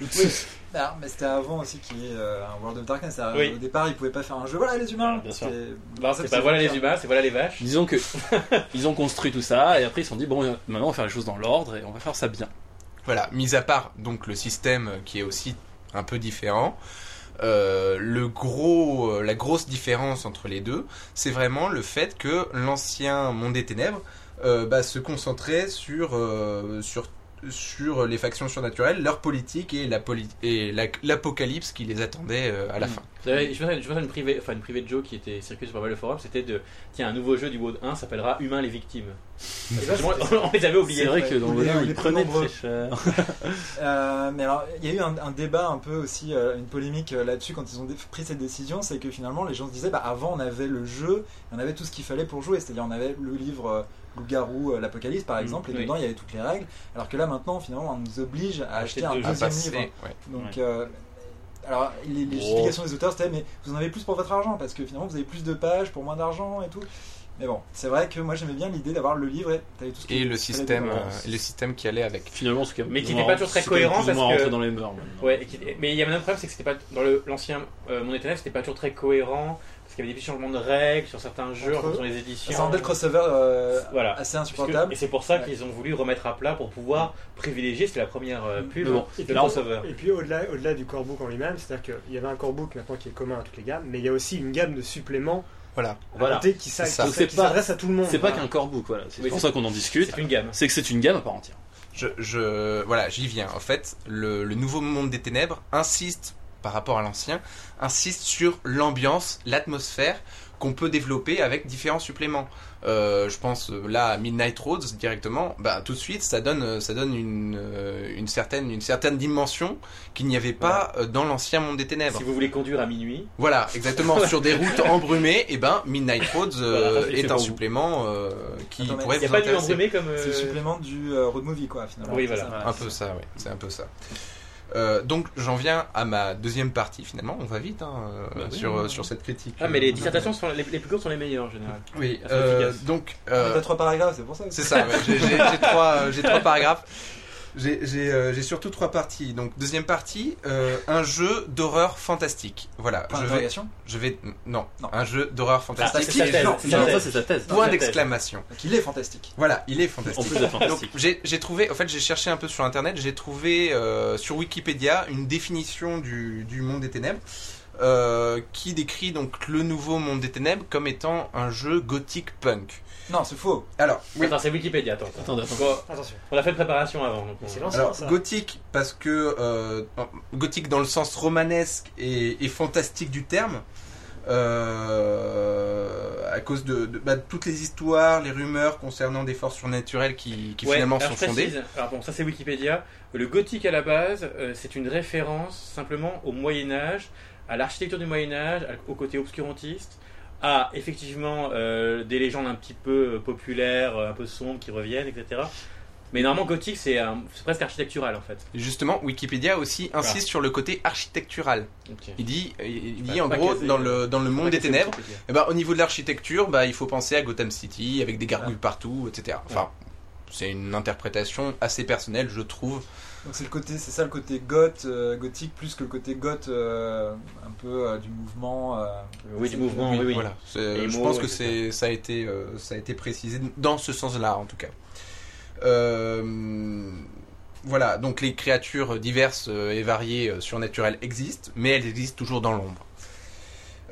Ah, mais c'était avant aussi qu'il y ait euh, un World of Darkness. Alors,
Oui.
Au départ, ils pouvaient pas faire un jeu. Voilà les humains.
Ah, bien sûr.
C'était-
Bah, c'est pas voilà les humains, c'est voilà les vaches.
Disons que ils ont construit tout ça et après ils se sont dit bon, euh, maintenant on va faire les choses dans l'ordre et on va faire ça bien.
Voilà, mis à part donc le système euh, qui est aussi un peu différent, euh, le gros, euh, la grosse différence entre les deux, c'est vraiment le fait que l'ancien monde des ténèbres euh, bah, se concentrait sur, euh, sur, sur les factions surnaturelles, leur politique et la poli- et la- l'apocalypse qui les attendait euh, à la
Mm.
fin.
Vous savez, Je me souviens d'une privée, enfin une privée de Joe qui était circulée sur pas mal de forums, c'était de tiens un nouveau jeu du WoD 1 s'appellera Humains les victimes. Justement, on, les avait oubliés.
C'est vrai
Ouais.
que dans
Vous
le
les-
jeu,
vous
ils
les
prenaient
prenez
très cher.
Euh, mais alors, il y a eu un, un débat un peu aussi, euh, une polémique euh, là-dessus quand ils ont dé- pris cette décision, c'est que finalement les gens se disaient, bah avant on avait le jeu, on avait tout ce qu'il fallait pour jouer, c'est-à-dire on avait le livre euh, Loup-garou, euh, l'Apocalypse par exemple, et
oui.
dedans il y avait toutes les règles, alors que là maintenant finalement on nous oblige à
Acheter
acheter un
deux
deuxième
passer,
livre.
ouais.
Donc, euh, Alors, les, les justifications des auteurs, c'était mais vous en avez plus pour votre argent, parce que finalement, vous avez plus de pages pour moins d'argent et tout. Mais bon, c'est vrai que moi, j'aimais bien l'idée d'avoir le livre et t'avais tout ce que-
Et le
fallait
système,
dedans.
euh, le système qui allait avec.
Finalement, ce qui
Mais qui n'est pas toujours très cohérent, parce que-
dans les mœurs. maintenant.
Ouais, et qui- mais il y avait un autre problème, c'est que c'était pas dans le- l'ancien euh, Mon Éternel, c'était pas toujours très cohérent parce qu'il y avait des petits changements de règles sur certains jeux,
Entre eux.
sur les
Ça
éditions.
rendait le crossover euh,
Voilà.
assez
Parce que-
insupportable.
et c'est pour ça qu'ils ont voulu remettre à plat pour pouvoir privilégier, c'était la première euh, pub,
Mais bon,
le
puis,
crossover.
Et puis au-delà au-delà du core book en lui-même, c'est-à-dire qu'il y avait un core book maintenant qui est commun à toutes les gammes, mais il y a aussi une gamme de suppléments
Voilà.
à
Voilà.
côté qui s'a-
C'est ça.
qui
C'est
s'a- qui
pas-
s'adresse à tout le monde.
C'est pas
Voilà.
qu'un core book, voilà. C'est
Oui,
pour
c'est-
ça qu'on en discute.
C'est une gamme.
C'est que c'est une gamme à part entière.
Je, je- voilà, j'y viens. En fait, le, le nouveau monde des ténèbres insiste, par rapport à l'ancien, insiste sur l'ambiance, l'atmosphère qu'on peut développer avec différents suppléments. Euh, je pense euh, là à Midnight Roads directement, bah, tout de suite ça donne, euh, ça donne une, euh, une, certaine, une certaine dimension qu'il n'y avait pas euh, dans l'ancien monde des ténèbres.
Si vous voulez conduire à minuit,
Voilà, exactement. sur des routes embrumées, et ben Midnight Roads euh,
Voilà, ça, c'est
est
pour
un
vous.
supplément euh, qui
Attends, mais
pourrait
il n'y a
vous
pas du
intéresser.
embrumé comme. euh,
C'est le supplément du euh, road movie, quoi, finalement.
Oui,
C'est
voilà.
ça.
Un peu ça, oui. C'est un peu ça. Euh, donc j'en viens à ma deuxième partie finalement, on va vite hein, euh, sur, euh, sur cette critique.
Ah, mais les dissertations sont les, les plus courtes sont les meilleures en général.
Oui,
elles sont
euh,
efficaces.
donc
T'as
euh,
trois paragraphes, c'est pour Ah, ça. aussi.
c'est ça, ouais, j'ai j'ai- j'ai trois, euh, j'ai trois paragraphes. J'ai- J'ai euh, j'ai surtout trois parties. Donc deuxième partie, euh, un jeu d'horreur fantastique. Voilà,
Point
je vais,
d'interrogation.
je vais... Non,
Non.
un jeu d'horreur
Ah,
c'est
fantastique.
sa thèse.
Non,
c'est
non,
sa
ça,
thèse.
c'est sa thèse.
Point d'exclamation.
Donc, il est fantastique.
Voilà, il est
En
fantastique.
plus de
Donc
fantastique.
j'ai j'ai trouvé, en fait j'ai cherché un peu sur internet, j'ai trouvé euh, sur Wikipédia une définition du, du monde des ténèbres euh, qui décrit donc le nouveau monde des ténèbres comme étant un jeu gothique punk.
Non, c'est faux.
Alors, oui,
Attends, c'est Wikipédia, attends. attends.
Attends, attends.
Donc, on-
Attention,
on a fait de préparation avant. donc on-
mais c'est l'ancien
alors
ça.
gothique parce que euh, gothique dans le sens romanesque et, et fantastique du terme. euh, à cause de, de- bah, de toutes les histoires, les rumeurs concernant des forces surnaturelles qui, qui
Ouais,
finalement
alors
sont
je
fondées.
précise, alors bon, ça c'est Wikipédia. Le gothique à la base, euh, c'est une référence simplement au Moyen Âge, à l'architecture du Moyen Âge, à- au côté obscurantiste, à effectivement euh, des légendes un petit peu euh, populaires, euh, un peu sombres qui reviennent, etc. Mais normalement, gothique, c'est un- c'est presque architectural en fait.
Et Justement, Wikipédia aussi insiste sur le côté architectural. Il dit, il il dit en
pas
gros,
casser,
dans
euh,
le, dans le monde
Ouais,
des
c'est
ténèbres,
Wikipédia.
eh ben, au niveau de l'architecture, bah, il faut penser à Gotham City avec des gargouilles partout, etc. Enfin, c'est une interprétation assez personnelle, je trouve.
Donc c'est le côté, c'est ça le côté goth, euh, gothique plus que le côté goth euh, un peu euh, du mouvement. euh,
Oui, du mouvement, Oh, oui, oui.
Voilà. C'est-
Et
Je
moi,
pense
ouais,
que
c'est
c'est, ça, a été, euh, ça a été précisé dans ce sens-là, en tout cas. Euh, voilà, donc les créatures diverses euh, et variées euh, surnaturelles existent, mais elles existent toujours dans l'ombre.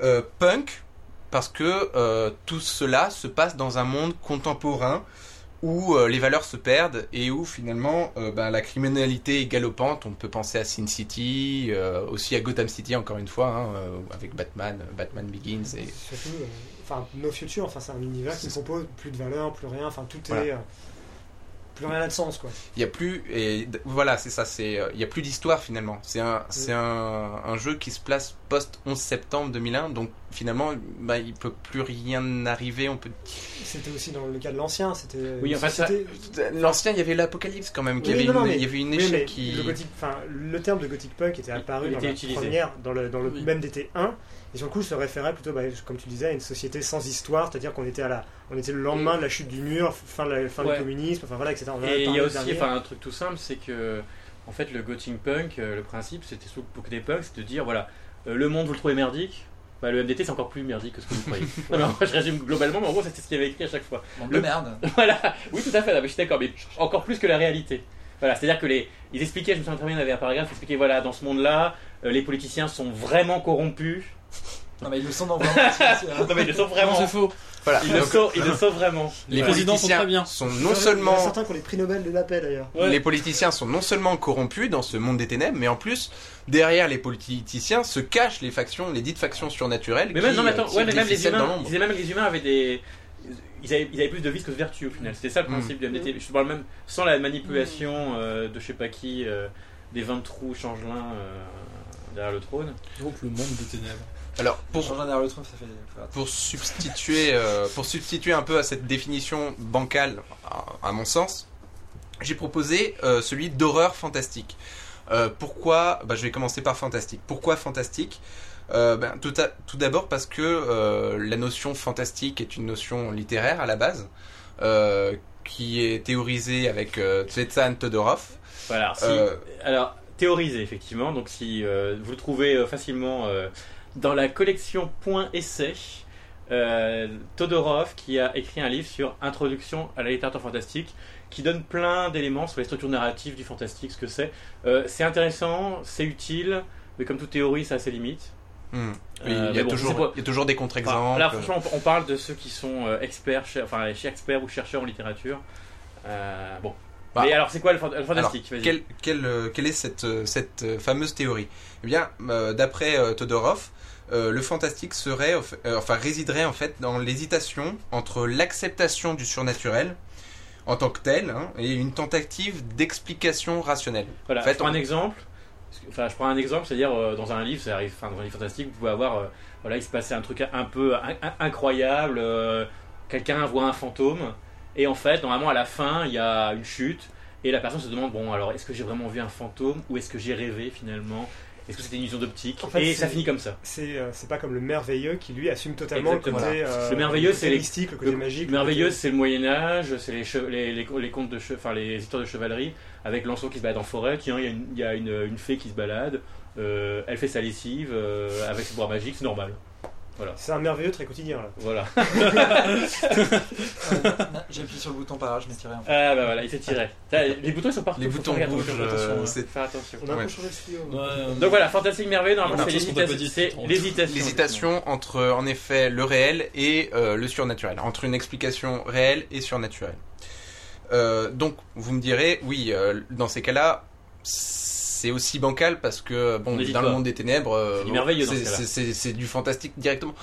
Euh, punk, parce que euh, tout cela se passe dans un monde contemporain où euh, les valeurs se perdent et où finalement euh, ben, la criminalité est galopante. On peut penser à Sin City, euh, aussi à Gotham City encore une fois, hein, euh, avec Batman, euh, Batman Begins. Et...
Surtout, euh, enfin, No Future, enfin, c'est un univers qui ne propose plus de valeur, plus rien, enfin, tout est.
Voilà.
euh, plus rien n'a de sens, quoi.
Il y a plus et d- voilà c'est ça c'est euh, il y a plus d'histoire finalement c'est un c'est un, un jeu qui se place post 11 septembre 2001 donc finalement bah, il peut plus rien arriver on peut
C'était aussi dans le cas de l'ancien, c'était.
Oui,
une
enfin, ça-
société-
l'ancien il y avait l'apocalypse quand même qui
Oui,
avait
non, non,
une,
mais-
il y avait une
Oui, mais
échelle qui
le, gothique- enfin, le terme de gothic punk était apparu
il
dans
était
la
utilisé.
première, dans le, dans le
Oui.
même DT1, et sur le coup, je se référait plutôt, bah, comme tu disais, à une société sans histoire, c'est-à-dire qu'on était à la, on était le lendemain de la chute du mur, fin, de la, fin
Ouais.
du communisme, enfin voilà, etc. On en
Et il y
parlé
a
le
aussi
dernier.
enfin, un truc tout simple, c'est que en fait le gothic punk, euh, le principe c'était sous le des punks, c'est de dire voilà, euh, le monde vous le trouvez merdique, bah, le MDT c'est encore plus merdique que ce que vous croyez. non, mais en vrai, je résume globalement, mais en gros c'était ce qu'il y avait écrit à chaque fois.
Monde
Le-
de merde.
voilà, oui tout à fait, non, mais je suis d'accord, mais encore plus que la réalité. Voilà, c'est-à-dire que les, ils expliquaient, je me souviens très bien, il y avait un paragraphe qui expliquait voilà, dans ce monde-là, euh, les politiciens sont vraiment corrompus.
Non mais ils le sont dans vraiment. si, si, hein.
Ah, Non mais ils le sont vraiment.
faux.
voilà
Ils le
Donc,
sont, ils le sont vraiment.
les
Voilà.
présidents sont
politiciens
très bien.
sont
Il y en a- Il y
non
en a
seulement
certains qui ont les prix Nobel de la paix, d'ailleurs.
Ouais.
les politiciens sont non seulement corrompus dans ce monde des ténèbres mais en plus derrière les politiciens se cachent les factions les dites factions surnaturelles
Mais même,
qui,
non, mais
euh,
attends,
qui
ouais, mais même les
officiellent dans
humains,
l'ombre.
ils disaient même que les humains avaient des. Ils avaient, ils avaient plus de vices que de vertus au final. C'était ça le
Mm.
principe du MDT. Je te parle même sans la manipulation euh, de je sais pas qui, euh, des 20 trous changelins euh, derrière le trône.
Donc le monde des ténèbres.
alors pour
Changer derrière le trou, ça fait. faut attendre.
pour substituer, euh, pour substituer un peu à cette définition bancale, à, à mon sens, j'ai proposé euh, celui d'horreur fantastique. Euh, pourquoi bah, Je vais commencer par fantastique. Pourquoi fantastique Euh, ben, tout, à- tout d'abord parce que euh, la notion fantastique est une notion littéraire à la base, euh, qui est théorisée avec euh, Tsetsan Todorov.
Voilà, alors, si-
Euh,
alors, théorisé, effectivement. Donc, si euh, vous le trouvez euh, facilement euh, dans la collection Point Essai, euh, Todorov qui a écrit un livre sur Introduction à la littérature fantastique qui donne plein d'éléments sur les structures narratives du fantastique, ce que c'est. Euh, c'est intéressant, c'est utile, mais comme toute théorie, ça a ses limites.
hmm. Oui,
Euh,
il, y
mais
a
bon,
toujours,
c'est pas-
il y a toujours des contre-exemples.
Enfin, là, franchement, on, on parle de ceux qui sont euh, experts, cher- enfin, les experts ou chercheurs en littérature. Euh, bon.
Bah,
mais alors, c'est quoi le, fan- le fantastique Vas-y.
Quelle, quelle, euh, quelle est cette, euh, cette euh, fameuse théorie Eh bien, euh, d'après euh, Todorov, euh, le fantastique serait, en fait- euh, enfin, résiderait en fait dans l'hésitation entre l'acceptation du surnaturel en tant que tel hein, et une tentative d'explication rationnelle.
Voilà,
En fait,
je prends
on-
un exemple. Enfin, je prends un exemple, c'est-à-dire euh, dans un livre, ça arrive, enfin, dans un livre fantastique, vous pouvez avoir, euh, voilà, il se passait un truc un peu in- in- incroyable, euh, quelqu'un voit un fantôme, et en fait, normalement, à la fin, il y a une chute, et la personne se demande, bon, alors, est-ce que j'ai vraiment vu un fantôme, ou est-ce que j'ai rêvé finalement Est-ce que c'était une illusion d'optique
En fait,
Et ça
c'est-
finit comme ça.
C'est euh, c'est pas comme le merveilleux qui lui assume totalement le côté.
Exactement.
euh,
Le merveilleux,
côté
c'est les-
mystique, le côté
le-
magique. le
Merveilleuse,
côté-
c'est le Moyen Âge, c'est les, che- les, les, les contes de che- enfin les histoires de chevalerie avec Lancelot qui se balade en forêt. Tiens, il y a une, il y a une, une fée qui se balade. euh, elle fait sa lessive euh, avec ses pouvoirs magiques, c'est normal.
C'est un merveilleux très quotidien là.
Voilà.
Ah, Non, J'ai appuyé sur le bouton par là, je m'étirais en fait.
Ah bah voilà, il s'est tiré. T'as- Les boutons ils sont partout.
Les
faut
boutons
faire
bougent,
attention,
euh,
attention,
c'est-
faire attention.
On a un
Ouais.
peu changé de studio.
Donc voilà, fantastique
Il
merveilleux.
y
Normalement,
a
c'est
plein de choses qu'on t'a pas
l'hésitation.
dites,
C'est
on-
l'hésitation.
L'hésitation entre, en effet, le réel et euh, le surnaturel, entre une explication réelle et surnaturelle. Euh, donc, vous me direz, oui, euh, dans ces cas-là, c'est aussi bancal parce que,
On
bon,
n'hésite
dans le
pas.
monde des ténèbres, euh,
C'est du merveilleux dans ce
c'est-
cas-là.
c'est- c'est c'est du fantastique directement.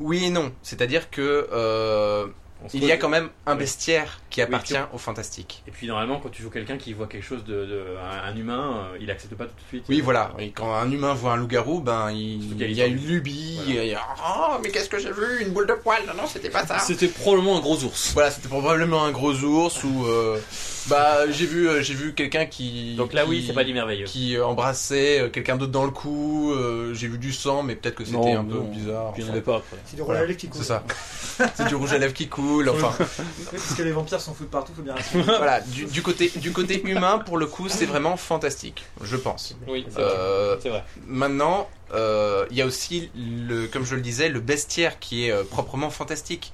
Oui et non, c'est-à-dire que euh,
On se
il y a
pose-
quand même un
Oui.
bestiaire qui
Oui, tu-
appartient au fantastique.
Et puis normalement, quand tu joues quelqu'un qui voit quelque chose de, de- un, un humain, euh, il accepte pas tout de suite.
Oui,
Il-
voilà. Et quand un humain voit un loup-garou, ben, il,
Surtout qu'il y a
il y a
les-
une lubie.
Voilà.
il y a, oh, mais qu'est-ce que j'ai vu Une boule de poil Non, non, c'était pas ça.
C'était probablement un gros ours.
Voilà, c'était probablement un gros ours ou euh, bah j'ai vu euh, j'ai vu quelqu'un qui
Donc là, oui,
qui-
c'est pas du merveilleux.
qui embrassait euh, quelqu'un d'autre dans le cou, euh, j'ai vu du sang mais peut-être que c'était
Non,
un peu
non.
bizarre.
Puis il n'y en
enfin,
avait pas après.
C'est du
Voilà,
rouge à lèvres qui coule.
c'est ça. c'est du rouge à lèvres qui coule, enfin
Oui, Parce que les vampires s'en foutent partout, faut bien assumer.
voilà, du, du côté du côté humain pour le coup, c'est vraiment fantastique, je pense.
Oui,
Euh,
c'est vrai.
Maintenant, euh, il y a aussi, le, comme je le disais, le bestiaire qui est euh, proprement fantastique.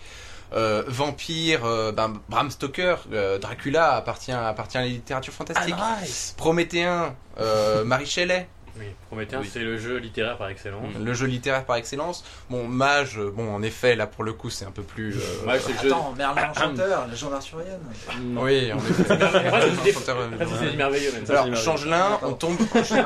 Euh, vampire, euh, ben, Bram Stoker, euh, Dracula appartient, appartient à la littérature
Ah,
fantastique. Prométhéen, euh, Marie Shelley,
Oui, Prométhée,
Oui.
c'est le jeu littéraire par excellence.
le jeu littéraire par excellence. Bon, Mage, euh, bon, en effet, là pour le coup, c'est un peu plus. euh,
Moi, c'est le jeu.
Attends, Merlin l'Enchanteur, la Jean arthurienne.
Oui, en effet.
Moi, je dis-
Chanteur, euh,
Ça, c'est merveilleux même.
Alors, Changelin,
Pardon.
on tombe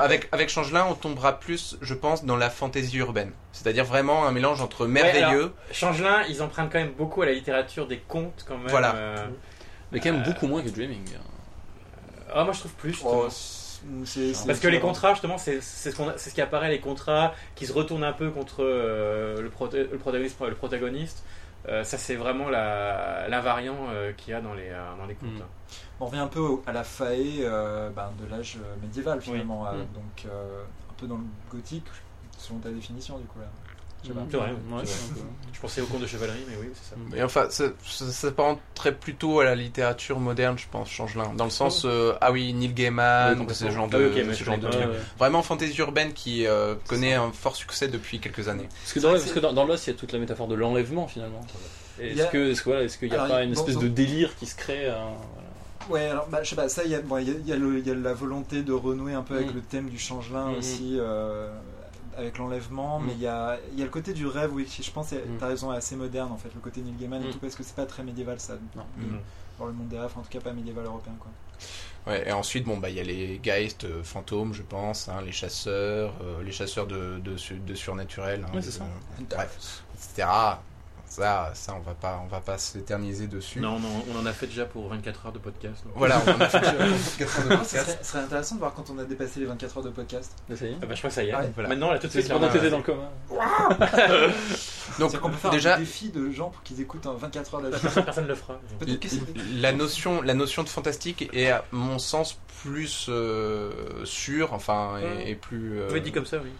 avec avec Changelin, on tombera plus, je pense, dans la fantaisie urbaine. C'est-à-dire vraiment un mélange entre merveilleux.
Changelin, ils empruntent quand même beaucoup à la littérature des contes quand même.
Voilà.
Euh,
Mais quand même
Euh,
beaucoup moins que Dreaming.
Ah, moi je trouve plus. justement.
Oh, c'est- c'est-
Parce
c'est-
que les contrats, justement, c'est c'est ce, qu'on a- c'est ce qui apparaît, les contrats qui se retournent un peu contre euh, le, prota- le protagoniste. Le protagoniste. Euh, ça, c'est vraiment la- l'invariant euh, qu'il y a dans les, euh, dans les contes.
On revient un peu au- à la faée euh, ben, de l'âge euh, médiéval finalement, euh,
Mm.
donc euh, un peu dans le gothique, selon ta définition du coup. Là. Je sais pas.
C'est vrai, c'est vrai. Je pensais aux contes de chevalerie, mais oui, c'est ça.
Mais enfin, ça, ça, ça s'apparenterait plutôt à la littérature moderne, je pense, Changelin. Dans le sens, euh, ah oui, Neil
Oui,
Gaiman,
complètement.
ce genre
Ah oui,
de,
ok, mais
ce
je
genre de
connais
truc.
pas, ouais.
Vraiment fantasy urbaine qui euh, connaît un fort succès depuis quelques années.
Parce que dans,
Ah,
parce que dans, dans Lost, il y a toute la métaphore de l'enlèvement finalement. Et
Il y
Est-ce
a-
que est-ce que, voilà, est-ce qu'il n'y a
Alors,
pas
il-
une
bon,
espèce
bon.
de délire qui se crée euh,
Ouais, alors bah, je sais pas, ça il y a, bon, il y a- il y a le- il y a la volonté de renouer un peu avec
Mm.
le thème du changelin
Mm.
aussi, euh, avec l'enlèvement, mais il y a, il y a le côté du rêve, oui, qui, je pense, est-
Mm.
t'as raison, est assez moderne en fait, le côté Neil Gaiman et
Mm.
tout, parce que c'est pas très médiéval ça,
Non.
de-
Mm.
dans le monde des rêves, en tout cas pas médiéval européen quoi.
Ouais, et ensuite, bon, bah, il y a les geists, euh, fantômes, je pense, hein, les chasseurs, euh, les chasseurs de, de, su- de surnaturel, hein,
Ouais,
de-
c'est ça.
euh, bref, etc. Ça, ça, on va pas, on va pas s'éterniser dessus.
Non, non, on en a fait déjà pour 24 heures de podcast. donc.
Voilà, on a fait 4 heures de
Ce
podcast.
Ah, serait, ce serait intéressant de voir quand on a dépassé les 24 heures de podcast.
Ah bah, je crois que ça y est.
Ah ouais,
voilà.
Maintenant, là, tout de suite, là,
pendant
on
que
a-
t'étais dans le coma.
Donc,
C'est-à-dire qu'on peut faire
déjà,
un défi de gens pour qu'ils écoutent en 24 heures d'affilée.
personne ne le fera.
Peut-être que c'est-
la notion, la notion de fantastique est, à mon sens, plus euh, sûre, enfin,
Mm.
et, et plus, euh,
Vous dit comme ça, oui.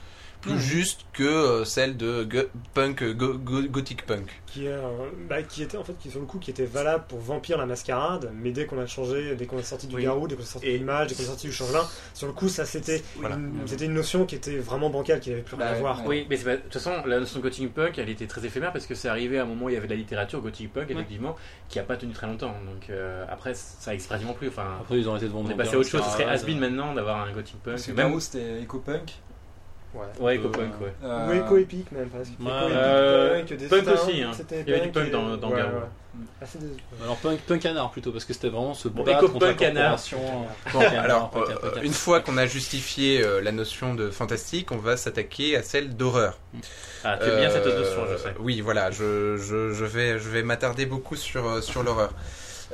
plus juste que euh, celle de gu- punk, euh, go- go- gothic punk.
qui, est un- bah, qui était en fait qui sur le coup qui était valable pour Vampire la Mascarade, mais dès qu'on a changé, dès qu'on est sorti du
Oui.
Garou, dès qu'on est sorti
Et-
de l'image, dès qu'on est sorti du Changelin, sur le coup ça c'était
Voilà.
une, c'était une notion qui était vraiment bancale, qui n'avait plus rien
Bah,
à voir.
ouais.
Oui, mais c'est pas- de toute façon, la notion de gothic punk, elle était très éphémère parce que c'est arrivé à un moment où il y avait de la littérature gothic punk, effectivement, qui a pas tenu très longtemps. Donc euh, après, ça existe pratiquement plus. Enfin,
Après, ils ont arrêté de
on
vendre.
est passé à autre chose. Ce serait has-been maintenant d'avoir un gothic punk.
Parce que
Même
Garou, c'était éco-punk.
ouais, éco-punk, ouais.
Euh,
Ou éco-épique même presque.
Ouais,
Éco-épique,
euh,
punk, destin,
punk aussi, hein.
c'était
Il y avait du punk
et-
dans- dans
ouais,
Garou.
ouais. Assez désolé.
euh. Alors punk, punk canard plutôt parce que c'était vraiment ce
Bon,
battre
éco-
contre la
punk canard.
corporation.
Bon,
Punk canard,
alors,
punk
euh,
canard, punk
euh,
canard.
une fois qu'on a justifié euh, la notion de fantastique, on va s'attaquer à celle d'horreur.
Ah, t'aimes bien
Euh,
cette notion, je sais.
Oui, voilà, je, je- je vais, je vais m'attarder beaucoup sur, euh, sur l'horreur.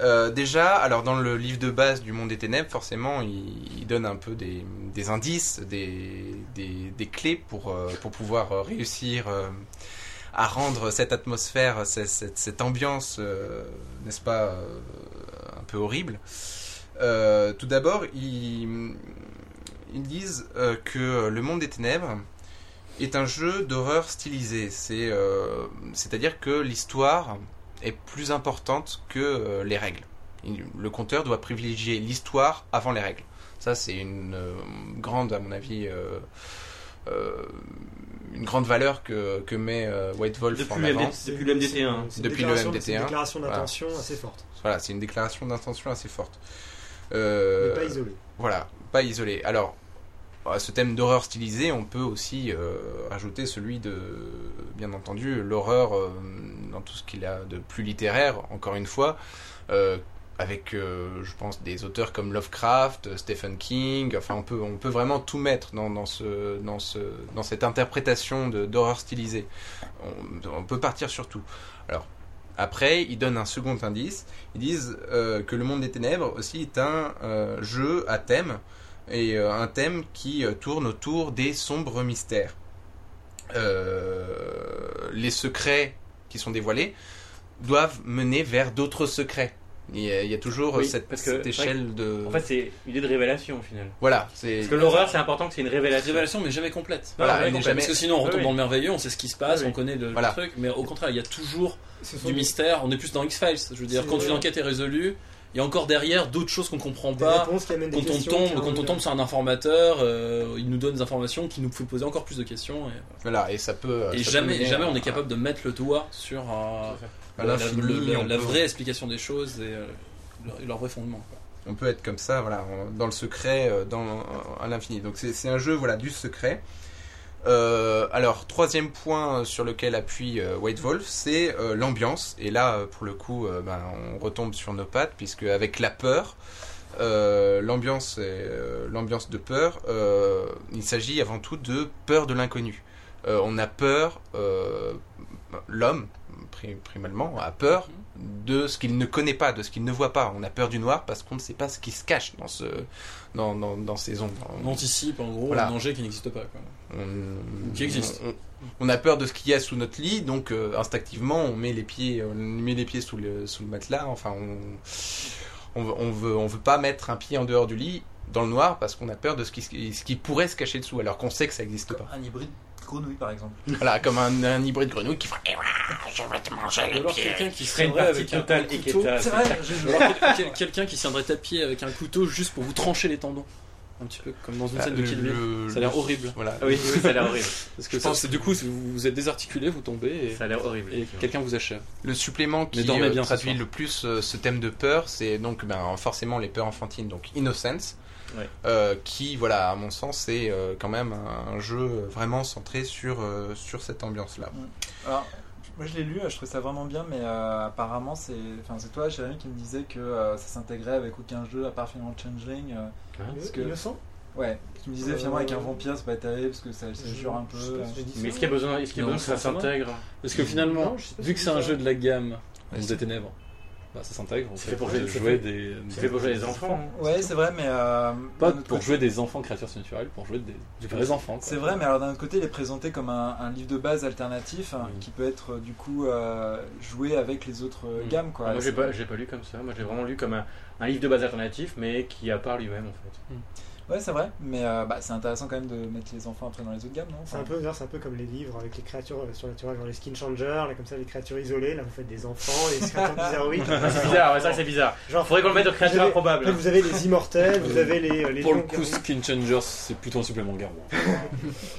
Euh, déjà, alors dans le livre de base du Monde des Ténèbres, forcément, il, il donne un peu des, des indices, des, des, des clés pour, euh, pour pouvoir euh, réussir euh, à rendre cette atmosphère, cette, cette- cette ambiance, euh, n'est-ce pas, euh, un peu horrible. Euh, tout d'abord, ils, ils disent euh, que le Monde des Ténèbres, est un jeu d'horreur stylisé. C'est, euh, c'est-à-dire que l'histoire est plus importante que euh, les règles. Il- le compteur doit privilégier l'histoire avant les règles. Ça, c'est une euh, grande, à mon avis, euh, euh, une grande valeur que, que met euh, White Wolf
Depuis
en
le
avant.
MDT. Depuis le MDT1.
C'est une
Depuis le
déclaration-
MDT1,
c'est une déclaration
hein. voilà.
d'intention assez forte,
Voilà, c'est une déclaration d'intention assez forte.
mais
Euh,
pas isolée.
voilà, pas isolé. Alors, à ce thème d'horreur stylisée, on peut aussi euh, ajouter celui de, bien entendu, l'horreur euh, dans tout ce qu'il a de plus littéraire, encore une fois, euh, avec, euh, je pense, des auteurs comme Lovecraft, euh, Stephen King, enfin, on peut, on peut vraiment tout mettre dans, dans, ce, dans, ce, dans cette interprétation de- d'horreur stylisée. On, on peut partir sur tout. Alors, après, il donne un second indice. Ils disent euh, que le monde des ténèbres aussi est un euh, jeu à thème et euh, un thème qui euh, tourne autour des sombres mystères. Euh, les secrets qui sont dévoilés doivent mener vers d'autres secrets. Il y a, il y a toujours euh,
Oui,
cette,
parce que
cette
c'est vrai
échelle de.
En fait, c'est une idée de révélation au final.
voilà, c'est.
Parce que l'horreur, c'est important que c'est une
La
révélation.
révélation mais jamais complète.
Voilà,
Ouais,
il n'est
complète.
jamais.
Parce que sinon on retombe
Oui.
dans le merveilleux, on sait ce qui se passe,
Oui.
on connaît le, le
Voilà.
truc, mais au contraire il y a toujours
Ce sont
du
des-
mystère, on est plus dans X-Files. Je veux dire,
C'est
quand une
vrai.
enquête est résolue, il y a encore derrière d'autres choses qu'on comprend
des
pas.
réponses qui amènent des
Quand on
questions qui
tombe, quand on
amènent-
tombe sur un informateur, euh, il nous donne des informations qui nous font poser encore plus de questions. et-
Voilà, et ça peut. euh,
Et,
ça peut
jamais,
mener
jamais
à-
on est capable de mettre le doigt sur euh,
à
la,
l'infini,
le- la-
on
la
peut-
vraie explication des choses et euh, leur, leur vrai fondement. quoi.
On peut être comme ça, voilà, en- dans le secret, euh, dans euh, à l'infini. Donc c'est c'est un jeu, voilà, du secret. Euh, alors troisième point sur lequel appuie euh, White Wolf, c'est euh, l'ambiance. Et là, euh, pour le coup, euh, ben, on retombe sur nos pattes puisque avec la peur, euh, l'ambiance, est, euh, l'ambiance de peur, euh, il s'agit avant tout de peur de l'inconnu. Euh, on a peur, euh, l'homme pri- primalement a peur de ce qu'il ne connaît pas, de ce qu'il ne voit pas. On a peur du noir parce qu'on ne sait pas ce qui se cache dans, ce, dans, dans, dans ces ombres.
On anticipe en gros
Voilà.
un danger qui n'existe pas. quoi.
On-
Qui existe.
On, on a peur de ce qu'il y a sous notre lit, donc euh, instinctivement on met les pieds, on met les pieds sous le, sous le matelas. Enfin, on, on, veut- on veut, on veut pas mettre un pied en dehors du lit dans le noir parce qu'on a peur de ce qui, se- ce qui pourrait se cacher dessous, alors qu'on sait que ça n'existe pas.
Un hybride grenouille, par exemple.
Voilà, comme un, un hybride grenouille qui ferait Je vais te manger
Ou
les
alors
pieds.
quelqu'un qui
serait une
serait
partie
avec un
totale et
couteau.
C'est vrai, j'ai
Ou
joué.
alors quel- quel- quelqu'un qui tiendrait à pied avec un couteau juste pour vous trancher les tendons. Un petit peu comme dans une
Ah,
scène de
le-
Kill Bill.
le-
Ça a l'air
le-
horrible.
Voilà.
Ah oui, oui, ça a l'air horrible.
Parce que
Je
ça,
pense
c'est-
que-
du coup, vous vous êtes désarticulé, vous tombez
Ça a l'air
et,
horrible.
et
effectivement.
quelqu'un vous achève.
Le supplément qui
Mais dormez
euh,
bien ce
traduit
soir.
le plus euh, ce thème de peur, c'est donc ben, forcément les peurs enfantines, donc Innocence,
Ouais.
euh, qui, voilà, à mon sens, est euh, quand même un, un jeu vraiment centré sur, euh, sur cette ambiance-là.
Alors, moi je l'ai lu, je trouvais ça vraiment bien, mais euh, apparemment c'est, enfin c'est toi, Jérémy, qui me disait que euh, ça s'intégrait avec aucun jeu à part finalement Changeling. euh,
Euh,
parce que-
Innocent
Ouais. Tu me disais finalement avec un vampire c'est pas terrible parce que ça, ça
Je-
jure un peu.
Euh,
euh,
je sais pas si j'ai dit ça.
Mais est-ce qu'il y a besoin, est-ce qu'il y a
Non,
besoin que ça
forcément.
s'intègre
Parce que finalement,
Non, je sais pas
vu
si
que c'est
c'est
un
ça.
jeu de la gamme, on
Ouais,
se des ténèbres. Bah, ça s'intègre. en
C'est
fait,
fait pour
de
jouer- c'est
jouer
fait-
des.
C'est fait pour jouer les enfants. hein.
Ouais, c'est vrai, mais. euh,
Pas
d'un autre
pour
côté-
jouer des enfants créatures surnaturelles, pour jouer des, des vrais enfants. quoi.
C'est vrai, mais alors d'un autre côté, il est présenté comme un, un livre de base alternatif hein,
Oui.
qui peut être euh, du coup euh, joué avec les autres euh,
Mm.
gammes. Quoi.
Ah, moi, j'ai
C'est-
pas, j'ai pas lu comme ça. Moi, j'ai vraiment lu comme un, un livre de base alternatif, mais qui a part lui-même en fait.
Ouais, c'est vrai, mais euh, bah, c'est intéressant quand même de mettre les enfants après dans les autres gammes, non
C'est
Enfin,
un peu bizarre, c'est un peu comme les livres avec les créatures euh, surnaturelles, genre les skin changers, là, comme ça, les créatures isolées, là vous faites des enfants, les créatures bizarroïdes.
Ah, C'est bizarre, ouais, ça c'est bizarre.
Genre,
Faudrait qu'on le mette aux créatures
Vous avez-
improbables.
Vous avez les immortels, vous avez les, euh, les
Pour le
gens qui-
coup, Skin Changers, c'est plutôt un supplément garou. hein.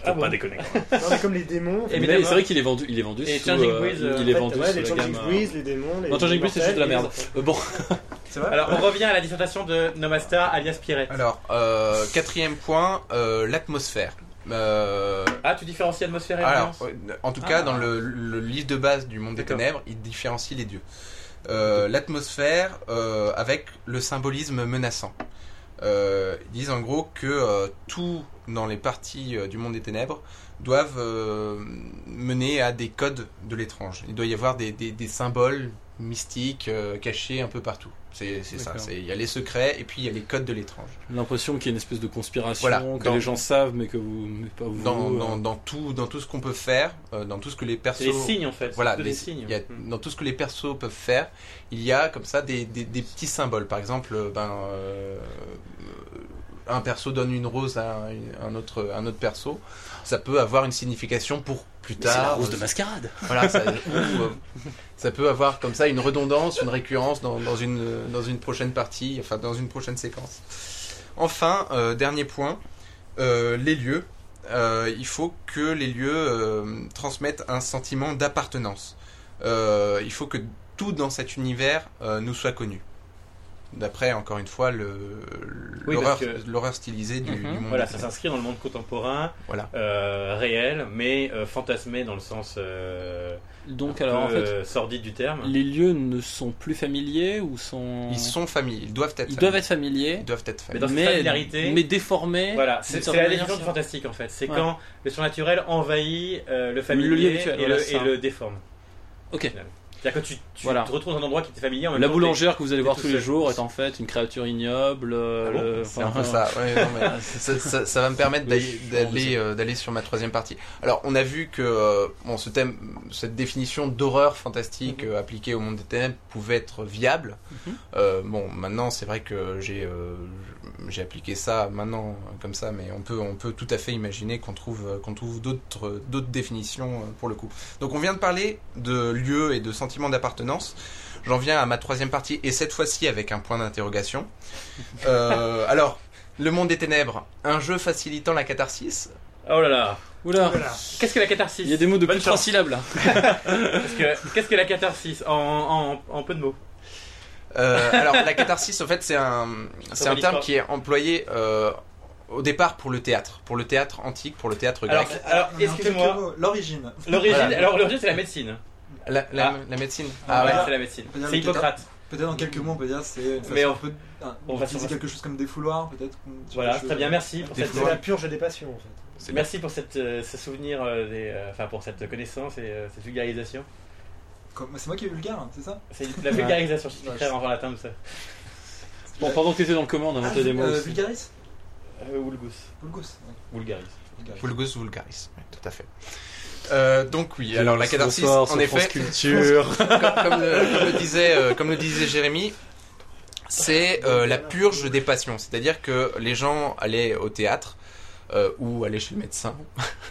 Faut pas déconner.
Non, mais comme les démons.
Et
Mais
Évidemment.
c'est vrai qu'il est vendu. Il est vendu.
Et
sous,
Changing
euh,
Breeze, euh,
il est
en fait,
vendu
ouais,
sous
les
la
Changing
gamme. euh,
Breeze, les démons. Les
Non, Changing Breeze, c'est juste de la merde.
immortels,
Euh, Bon,
C'est vrai
Alors, on revient à la dissertation de Nomasta alias Pirate.
Alors, euh, quatrième point, euh, l'atmosphère. Euh,
Ah, tu différencies atmosphère et
alors,
ambiance
euh, en tout
Ah.
cas, dans le, le livre de base du Monde des
D'accord.
Ténèbres, il différencie les dieux. Euh, L'atmosphère euh, avec le symbolisme menaçant. Euh, ils disent en gros que euh, tout dans les parties euh, du Monde des Ténèbres doivent euh, mener à des codes de l'étrange. Il doit y avoir des, des- des symboles mystiques euh, cachés un peu partout. C'est c'est ça.
D'accord.
c'est- Il y a les secrets et puis il y a les codes de l'étrange.
l'impression qu'il y a une espèce de conspiration
Voilà,
que
dans-
les gens savent, mais que vous, mais pas vous.
dans,
euh,
dans, dans tout dans tout ce qu'on peut faire euh, dans tout ce que les persos
C'est les signes en fait. c'est
voilà
plutôt
les-
des signes.
il y a-
Mm.
dans tout ce que les persos peuvent faire il y a comme ça des, des, des petits symboles par exemple euh, ben euh, un perso donne une rose à un, un autre un autre perso ça peut avoir une signification pour plus
mais C'est la
tard
rose de mascarade.
voilà ça, ou, euh, ça peut avoir comme ça une redondance une récurrence dans, dans une euh, dans une prochaine partie enfin dans une prochaine séquence enfin euh, dernier point euh, les lieux Euh, il faut que les lieux euh, transmettent un sentiment d'appartenance Euh, il faut que tout dans cet univers euh, nous soit connu d'après encore une fois le
Oui,
l'horreur
parce que-
l'horreur stylisée du,
Mhm.
du monde
Voilà, ça s'inscrit dans le monde contemporain,
Voilà.
euh, réel, mais euh, fantasmé dans le sens euh,
Donc
un
alors en
peu,
fait,
euh, sordide du terme.
les lieux ne sont plus familiers ou sont.
ils sont familles ils doivent être
Ils
familles.
doivent être familiers.
ils doivent être
Mais
familles
dans cette familiarité-
mais déformés.
Voilà,
d'une
c'est c'est
certaine
la
manière,
définition du
ça.
fantastique en fait. C'est
Ouais.
quand le surnaturel envahit euh, le familier
Le lieu habituel,
et,
voilà,
le,
c'est
et
ça.
le déforme.
Ok.
C'est-à-dire que tu, tu
Voilà.
te retrouves dans un endroit qui t'est familier en même
La
temps,
boulangère que vous allez
t'es
voir
tout
tous les
seul.
jours est en fait une créature ignoble. euh,
Ah bon
le-
C'est un
enfin,
peu ça. ouais, non, mais ça, ça- ça va me permettre d'aller- d'aller euh, d'aller sur ma troisième partie. Alors, on a vu que euh, bon, ce thème, cette définition d'horreur fantastique euh, appliquée au monde des ténèbres pouvait être viable. Euh, bon, maintenant, c'est vrai que j'ai euh, j'ai appliqué ça maintenant euh, comme ça, mais on peut on peut tout à fait imaginer qu'on trouve euh, qu'on trouve d'autres d'autres définitions euh, pour le coup. Donc, on vient de parler de lieu et de sentiment d'appartenance. J'en viens à ma troisième partie et cette fois-ci avec un point d'interrogation. Euh, alors, le Monde des Ténèbres, un jeu facilitant la catharsis.
Oh là là
euh, Oula,
Voilà.
Qu'est-ce que la catharsis
il y a des mots de
Bonne
plus de trois
chance.
syllabes là.
Parce que- Qu'est-ce que la catharsis en, en- en peu de mots
Euh, alors, la catharsis, en fait, c'est un, c'est un
relie
terme
pas.
qui est employé euh, au départ pour le théâtre, pour le théâtre antique, pour le théâtre grec.
Alors, alors
Ah, Non, mais en quelques
excuse-moi,
mots, L'origine.
l'origine,
Voilà.
alors l'origine c'est la médecine.
La, la-
Ah.
la médecine.
Ah
Ah ouais,
ouais.
c'est la médecine.
On peut dire
C'est
le catharsis.
Hippocrate.
Peut-être en quelques mots, on peut dire c'est. une
Mais
façon
on-
un peu- un-
on va
d'utiliser
sur-
quelque chose comme défouloir, peut-être. qu'on-
Voilà,
quelque
très bien,
chose-
merci pour
Des
cette,
C'est la purge des passions en fait.
C'est
merci pour cette, euh, ce souvenir, euh, des, euh, enfin pour cette connaissance et euh, cette vulgarisation.
Comme- C'est moi qui ai vulgaire, hein, c'est ça
C'est la vulgarisation, si tu préfères en latin de ça.
Bon, pendant que t'étais dans le commande, on a inventé des mots.
Euh,
aussi.
Vulgaris
Euh, Vulgus.
Vulgus. ouais,
Vulgaris.
vulgaris.
Vulgus vulgaris. Ouais, tout à fait. Euh, donc oui, alors la catharsis,
Bonsoir sur
en effet,
France Culture.
comme, comme le, comme le disait, euh, comme le disait Jérémy, c'est euh, la purge des passions. C'est-à-dire que les gens allaient au théâtre euh, ou allaient chez le médecin.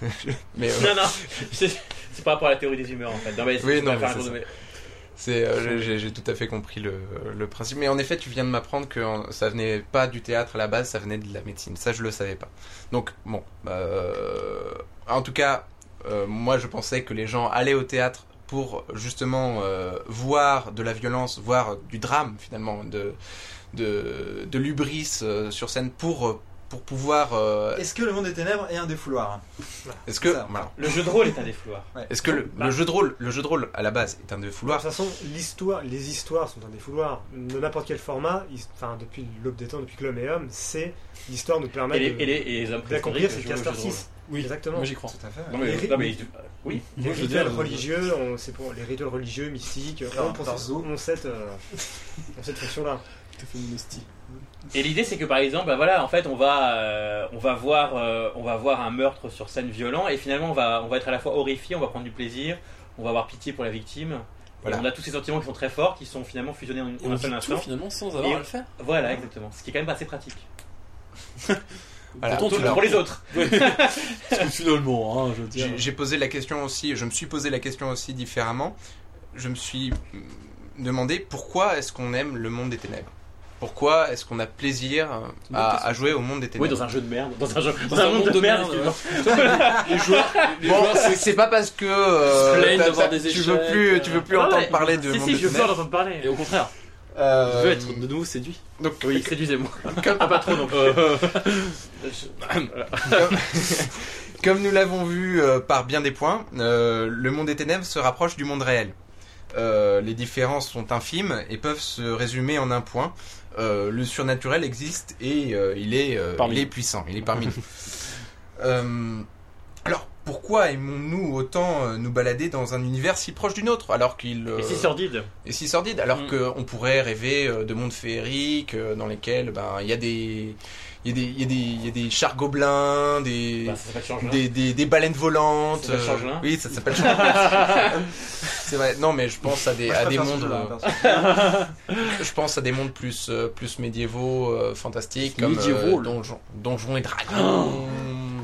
mais euh,
Non, non, c'est c'est par rapport à la théorie des humeurs en fait. Non, mais
Oui,
tu vas
non,
faire
mais
un
c'est
cours de-
c'est, euh, j'ai j'ai tout à fait compris le, le principe. Mais en effet, tu viens de m'apprendre que euh, ça venait pas du théâtre à la base, ça venait de la médecine. Ça, je le savais pas. Donc bon, euh, en tout cas, euh, moi, je pensais que les gens allaient au théâtre pour justement euh, voir de la violence, voir du drame finalement, de, de, de l'ubris euh, sur scène pour euh, pour pouvoir. euh,
Est-ce que le monde des ténèbres est un défouloir
Est-ce que
ça.
voilà.
Le jeu de rôle est un hein. défouloir.
Est-ce que
Bah.
le, le jeu de rôle, le jeu de rôle à la base est un
De
défouloir
toute façon, l'histoire, les histoires sont un défouloir. De n'importe quel format, his- enfin depuis l'aube des temps, depuis que l'homme est homme, c'est l'histoire nous permet
Et les,
de-
et les, et les hommes préhistoriques
d'accomplir ce
jouaient au jeu
Castor
de rôle.
6. exactement.
Moi j'y crois.
Tout à fait.
Non mais,
Les-
non, mais- oui,
Les
moi, je veux
rituels
dire,
religieux, on, c'est bon, les rituels religieux, mystiques,
Ah,
on, pense,
Tarzo.
on cette, euh, ont cette fonction-là.
Et l'idée, c'est que par exemple, bah voilà, en fait, on va, euh, on va voir, euh, on va voir un meurtre sur scène violent, et finalement, on va, on va être à la fois horrifié, on va prendre du plaisir, on va avoir pitié pour la victime.
Voilà.
Et on a tous ces sentiments qui sont très forts, qui sont finalement fusionnés en, une- en
On
un
dit
seul
tout
instant.
finalement sans avoir
Et-
à le faire.
Voilà, exactement. Ce qui est quand même assez pratique
Voilà.
Pourtant, tu
Alors,
pour les autres.
Parce que finalement, hein, je veux dire.
J'ai j'ai posé la question aussi, je me suis posé la question aussi différemment. Je me suis mm, demandé pourquoi est-ce qu'on aime le monde des ténèbres Pourquoi est-ce qu'on a plaisir euh,
une bonne
à,
question.
à jouer au monde des
euh,
ténèbres
Oui, dans un jeu de merde. Dans un, jeu, dans
Dans
un monde de merde,
ouais.
euh.
excuse-moi.
les joueurs, bon, c'est- c'est pas parce que euh,
Ils se plaignent
t'as-
d'avoir
t'as-
des
tu veux
échecs,
plus,
euh.
tu veux plus
Ah
entendre
ouais.
parler de
Si,
monde
si,
des
je veux
ténèbres.
d'entendre parler.
Et au contraire,
Euh,
je veux être de nouveau séduit.
donc,
Oui, séduisez-moi. Ah, pas trop non plus.
Comme nous l'avons vu euh, par bien des points, euh, le monde des ténèbres se rapproche du monde réel. Euh, les différences sont infimes et peuvent se résumer en un point. Euh, le surnaturel existe et euh, il, est, euh,
Parmi
il est
nous.
puissant, il est parmi nous. Euh, alors, pourquoi aimons-nous autant euh, nous balader dans un univers si proche du nôtre alors qu'il euh,
Et si sordide.
et si sordide alors
Mm.
qu'on pourrait rêver euh, de mondes féeriques euh, dans lesquels ben il y a des il y a des il y a des il y a des chars gobelins des
Bah, ça s'appelle Changelin.
des, des, des baleines volantes. euh,
Ça s'appelle Changelin.
oui, ça s'appelle Changelin. c'est vrai. Non, mais je pense à des,
Moi, je
à des
préfère ce
mondes.
jeu-là,
euh,
perso.
je pense à des mondes plus euh, plus médiévaux, euh, fantastiques, comme
Médiévaux,
euh,
là.
donjons, donjons et dragons.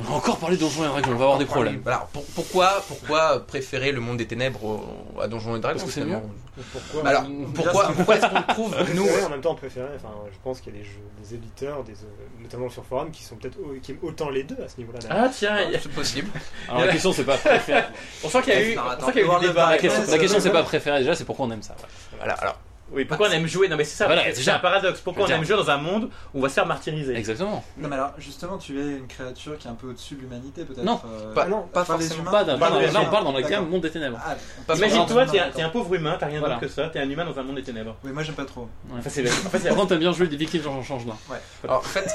On va encore parler de Donjons et Dragons, on va avoir des
Ah,
problèmes.
Alors pour- pourquoi pourquoi préférer le monde des ténèbres au- à donjons et dragons
Parce que c'est
finalement
Pourquoi
Bah Alors pourquoi pourquoi est-ce qu'on trouve nous
Nous, en même temps, préféré, enfin, je pense qu'il y a des, jeux, des éditeurs, des, euh, notamment sur forum, qui sont peut-être au- qui aiment autant les deux à ce niveau-là. d'ailleurs.
Ah tiens, il y a-
c'est possible
Alors la question c'est pas préféré.
on sent qu'il y a eu,
Non,
on
attends,
sent qu'il y a eu
World
des
of
débats.
La
Darkness,
question, la question, c'est pas préféré déjà, c'est pourquoi on aime ça. ouais.
Voilà, alors
Oui, pourquoi on aime jouer Non mais c'est ça.
Voilà,
parce que c'est
déjà.
un paradoxe. Pourquoi on
Je veux
aime jouer dans un monde où on va se faire martyriser
Exactement.
Non, mais alors, justement, tu es une créature qui est un peu au-dessus de l'humanité, peut-être
Non,
euh,
pas-
ah non,
pas
par les
forcément.
humains.
Pas d'un-
Par
non,
les
là on
humains.
parle dans la gamme
D'accord.
monde des ténèbres.
Ah,
pas
Imagine-toi,
forcément.
t'es un, t'es un pauvre humain, t'as rien
Voilà.
d'autre que ça, t'es un humain dans un monde des ténèbres.
Oui, moi j'aime pas trop.
Enfin, c'est, en fait, c'est-
Pourtant t'aimes bien jouer des victimes, j'en change là.
Alors, en fait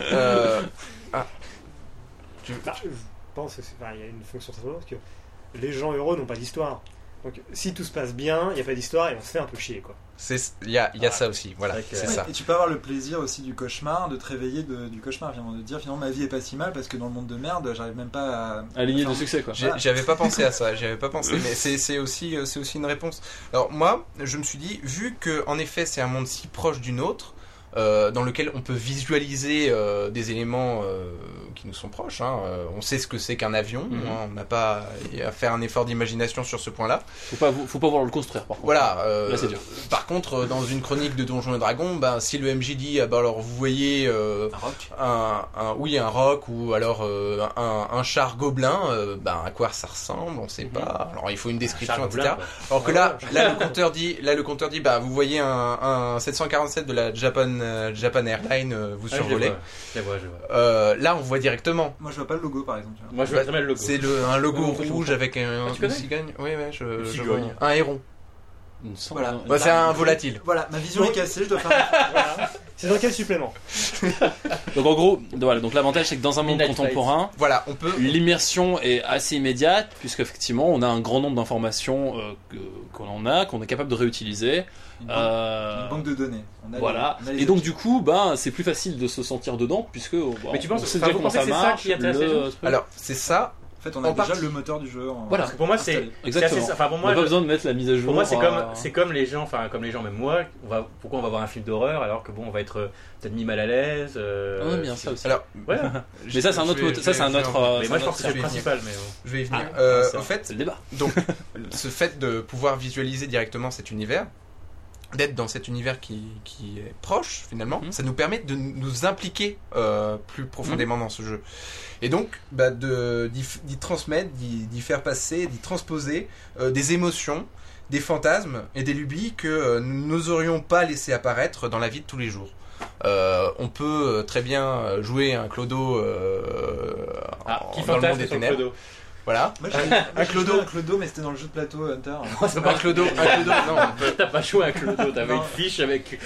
euh,
Bah, je pense que c'est- enfin, il y a une fonction très importante parce que les gens heureux n'ont pas d'histoire. Donc si tout se passe bien, il n'y a pas d'histoire et on se fait un peu chier quoi.
c'est il y a il y a ça aussi voilà
C'est vrai que-
c'est
Ouais,
ça
Et tu peux avoir le plaisir aussi du cauchemar, de te réveiller de- du cauchemar, finalement, de dire finalement ma vie est pas si mal parce que dans le monde de merde, j'arrive même pas à.
Aligné
Enfin,
de succès quoi.
J'ai- J'avais pas pensé à ça, j'avais pas pensé, mais c'est c'est aussi, euh, c'est aussi une réponse. Alors moi, je me suis dit, vu que en effet c'est un monde si proche du nôtre, euh, dans lequel on peut visualiser euh, des éléments euh, qui nous sont proches, hein, euh, on sait ce que c'est qu'un avion,
Mhm.
hein, on n'a pas à faire un effort d'imagination sur ce point-là.
Faut pas, vou- faut pas vouloir le construire par contre.
Voilà. euh,
Là, c'est dur.
Par contre, euh, dans une chronique de Donjons et Dragons, ben, si le MJ dit, ah, ben, alors vous voyez euh, un, un- oui, un rock ou alors euh, un, un char gobelin, euh, ben, à quoi ça ressemble, on sait pas. Alors il faut une
Ah,
description,
Charles
etc.
Blin, quoi.
alors que là, là le compteur dit, là le compteur dit, bah vous voyez un, un 747 de la Japan euh, Japan Airlines euh, vous
Ah, je les
survoler.
vois, je les vois, je les vois.
Euh, là on voit directement.
Moi je vois pas le logo par exemple. tu vois.
Moi, je vois très mal le logo.
C'est le un logo
Non, je
rouge avec
Ah,
un,
tu
une
connais
cigogne. Oui, oui, je,
Une
je
cigogne.
vois. un héron.
Il me semble.
Voilà.
Bah, c'est un volatile.
Voilà, ma vision est cassée, je dois faire.
Voilà. c'est dans quel supplément
Donc en gros, voilà, donc l'avantage c'est que dans un monde
Midnight
contemporain,
Voilà, on peut.
l'immersion est assez immédiate puisque effectivement on a un grand nombre d'informations euh, que- qu'on en a, qu'on est capable de réutiliser.
Une banque,
Euh,
une banque de données. On a les-
Voilà.
on a les
Et donc
objets.
du coup, bah, c'est plus facile de se sentir dedans puisque on,
Mais tu penses-
on sait
enfin,
déjà
vous
comment
pensez
ça
que c'est ça
marche.
qui intéresse les
le-
gens
truc.
Alors c'est ça.
En fait, on a
en
déjà
partie-
le moteur du jeu. en-
Voilà.
Parce que pour
Ah,
moi, c'est.
Installé.
c'est assez-
exactement.
Enfin, pour
on n'a
moi,
pas
je-
besoin de mettre la mise à jour.
Pour moi, c'est
euh,
comme, c'est comme les gens, enfin, comme les gens, même moi, on va, pourquoi on va voir un film d'horreur alors que bon, on va être euh, peut-être mis mal à l'aise.
Ah
euh,
ouais, bien ça aussi.
Alors
Ouais,
mais ça, c'est un
je
autre,
vais-
mot-
je
ça,
vais-
c'est un
je vais
autre.
en-
euh,
mais
c'est
moi,
un
je
autre
pense que c'est le
sujet.
principal. Mais bon.
je vais y venir.
Ah,
Euh,
c'est
au
vrai.
fait,
c'est le débat.
Donc, ce fait de pouvoir visualiser directement cet univers, d'être dans cet univers qui, qui est proche, finalement,
Mhm.
ça nous permet de nous impliquer euh, plus profondément
Mhm.
dans ce jeu. Et donc, bah, de- d'y f- d'y transmettre, d'y d'y faire passer, d'y transposer euh, des émotions, des fantasmes et des lubies que euh, nous n'oserions pas laisser apparaître dans la vie de tous les jours. Euh, on peut euh, très bien jouer un Clodo euh,
Ah,
en-
qui
dans le monde
fantasme
des
sur le
ténèbres.
clodo.
Voilà.
Moi, j'ai- moi,
un
j'ai joué
Clodo.
à Clodo, mais c'était dans le jeu de plateau Hunter. Ah,
Non, c'est pas un Clodo. Un Clodo. Non, on peut-
T'as pas joué un clodo, t'avais
Non.
une fiche avec.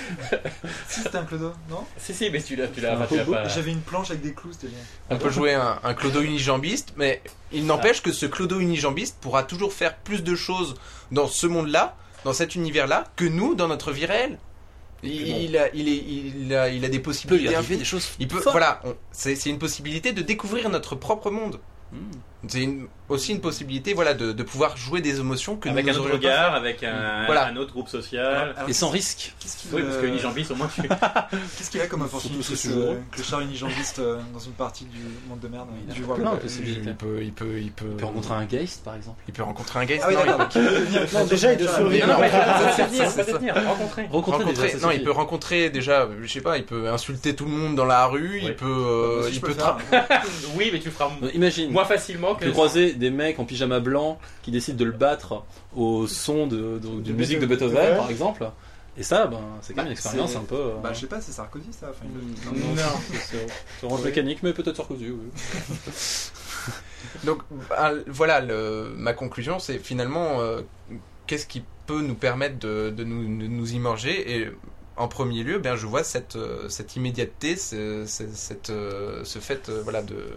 Si, c'était un Clodo, non
Si, si, mais tu l'as tu l'as- enfin, Ah, bah, tu l'as
Clodo.
pas.
J'avais une planche avec des clous, c'était bien.
on peut jouer un, un Clodo unijambiste, mais il n'empêche que ce Clodo unijambiste pourra toujours faire plus de choses dans ce monde-là, dans cet univers-là, que nous dans notre vie réelle. Il, il a, il, est- il a, il a des
peut y
possibilités
arriver des choses.
Il peut,
Fort.
voilà, on- c'est c'est une possibilité de découvrir notre propre monde. C'est une- aussi une possibilité, voilà, de, de pouvoir jouer des émotions que
Avec
nous
un autre
aurions pas
regard, avec un,
Voilà.
un autre groupe social.
Alors,
Et sans risque.
Qu'est-ce qu'il
Oui, parce que
Ah. euh,
unijambis, au moins tu.
qu'est-ce qu'il a comme opportunité
Surtout ce
ce-
sujet.
que le char unijambiste euh, dans une partie du monde de merde
Il a
du voir
plein de
fait.
possibilités.
Il peut, il peut, il peut,
On peut rencontrer un geist par exemple.
il peut rencontrer un gay.
Ah oui,
non, il-
d'accord, donc il peut devenir
Non, déjà, il doit
Hunter.
survivre.
Non,
Non,
mais
mais
ça, ça,
pas
ça,
te tenir,
ça,
pas
ça.
te tenir, rencontrer.
Rencontrer,
rencontrer-
des
non, il peut rencontrer déjà, je sais pas, il peut insulter tout le monde dans la rue,
Oui.
il peut, euh,
Si je
il
peux
peut
le faire.
tra-
Oui, mais tu le feras
Euh, Imagine.
moins facilement que.
Tu croisais des mecs en pyjama blanc qui décident de le battre au son de, de- d'une
De
musique de
Beethoven.
Beethoven, par exemple. Et ça, ben, c'est quand même une
Bah,
expérience
c'est-
un peu. euh,
Bah, je sais pas, c'est Sarkozy ça. Enfin, il-
non, non, c'est- c'est c'est euh, orange mécanique, mais peut-être Sarkozy. Oui.
Donc bah, voilà, le- ma conclusion, c'est finalement euh, qu'est-ce qui peut nous permettre de, de nous, de nous immerger et en premier lieu, ben, je vois cette, euh, cette immédiateté, ce, ce- cette, euh, ce fait euh, voilà, de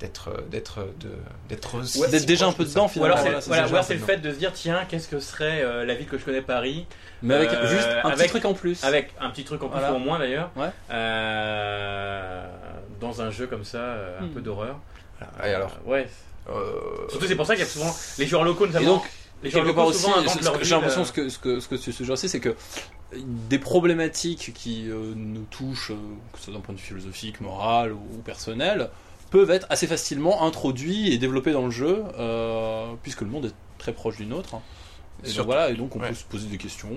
d'être euh, d'être euh, de d'être aussi
D'être
si
déjà un
proche
peu
de ça.
dedans
Ou alors
finalement.
c'est voilà,
voilà, ça,
ou
c'est
alors
déjà
c'est
un
le
peu
fait de se dire tiens, qu'est-ce que serait euh, la ville que je connais Paris
dedans. Mais avec
Euh,
juste un petit
avec-
truc en plus.
Avec un petit truc en plus
Voilà.
ou en moins d'ailleurs.
Ouais.
Euh, dans un jeu comme ça, euh, un
Hmm.
peu d'horreur.
Et alors
Euh, Ouais.
euh,
Surtout c'est pour ça qu'il y a souvent les joueurs locaux
Et
notamment.
donc,
les joueurs
quelque
locaux
part aussi,
souvent
ce-
inventent
ce
leur
que- j'ai
ville,
l'impression
euh,
ce que ce que ce que tu suggères, c'est que des problématiques qui euh, nous touchent, euh, que ce soit d'un point de vue philosophique, moral ou, ou personnel, peuvent être assez facilement introduits et développés dans le jeu, euh, puisque le monde est très proche du nôtre. Et donc,
Surtout-
voilà, et donc on
ouais.
peut se poser des questions.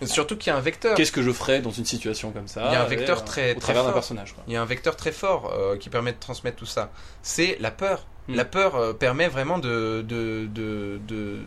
euh,
surtout qu'il y a un vecteur
Qu'est-ce que je ferais dans une situation comme ça
Il y a un
et,
vecteur
euh,
très-
au
très
travers d'un
fort.
personnage. quoi.
Il y a un vecteur très fort euh, qui permet de transmettre tout ça. C'est la peur.
Hmm.
Mm.
La peur euh, permet vraiment de, de, de- de-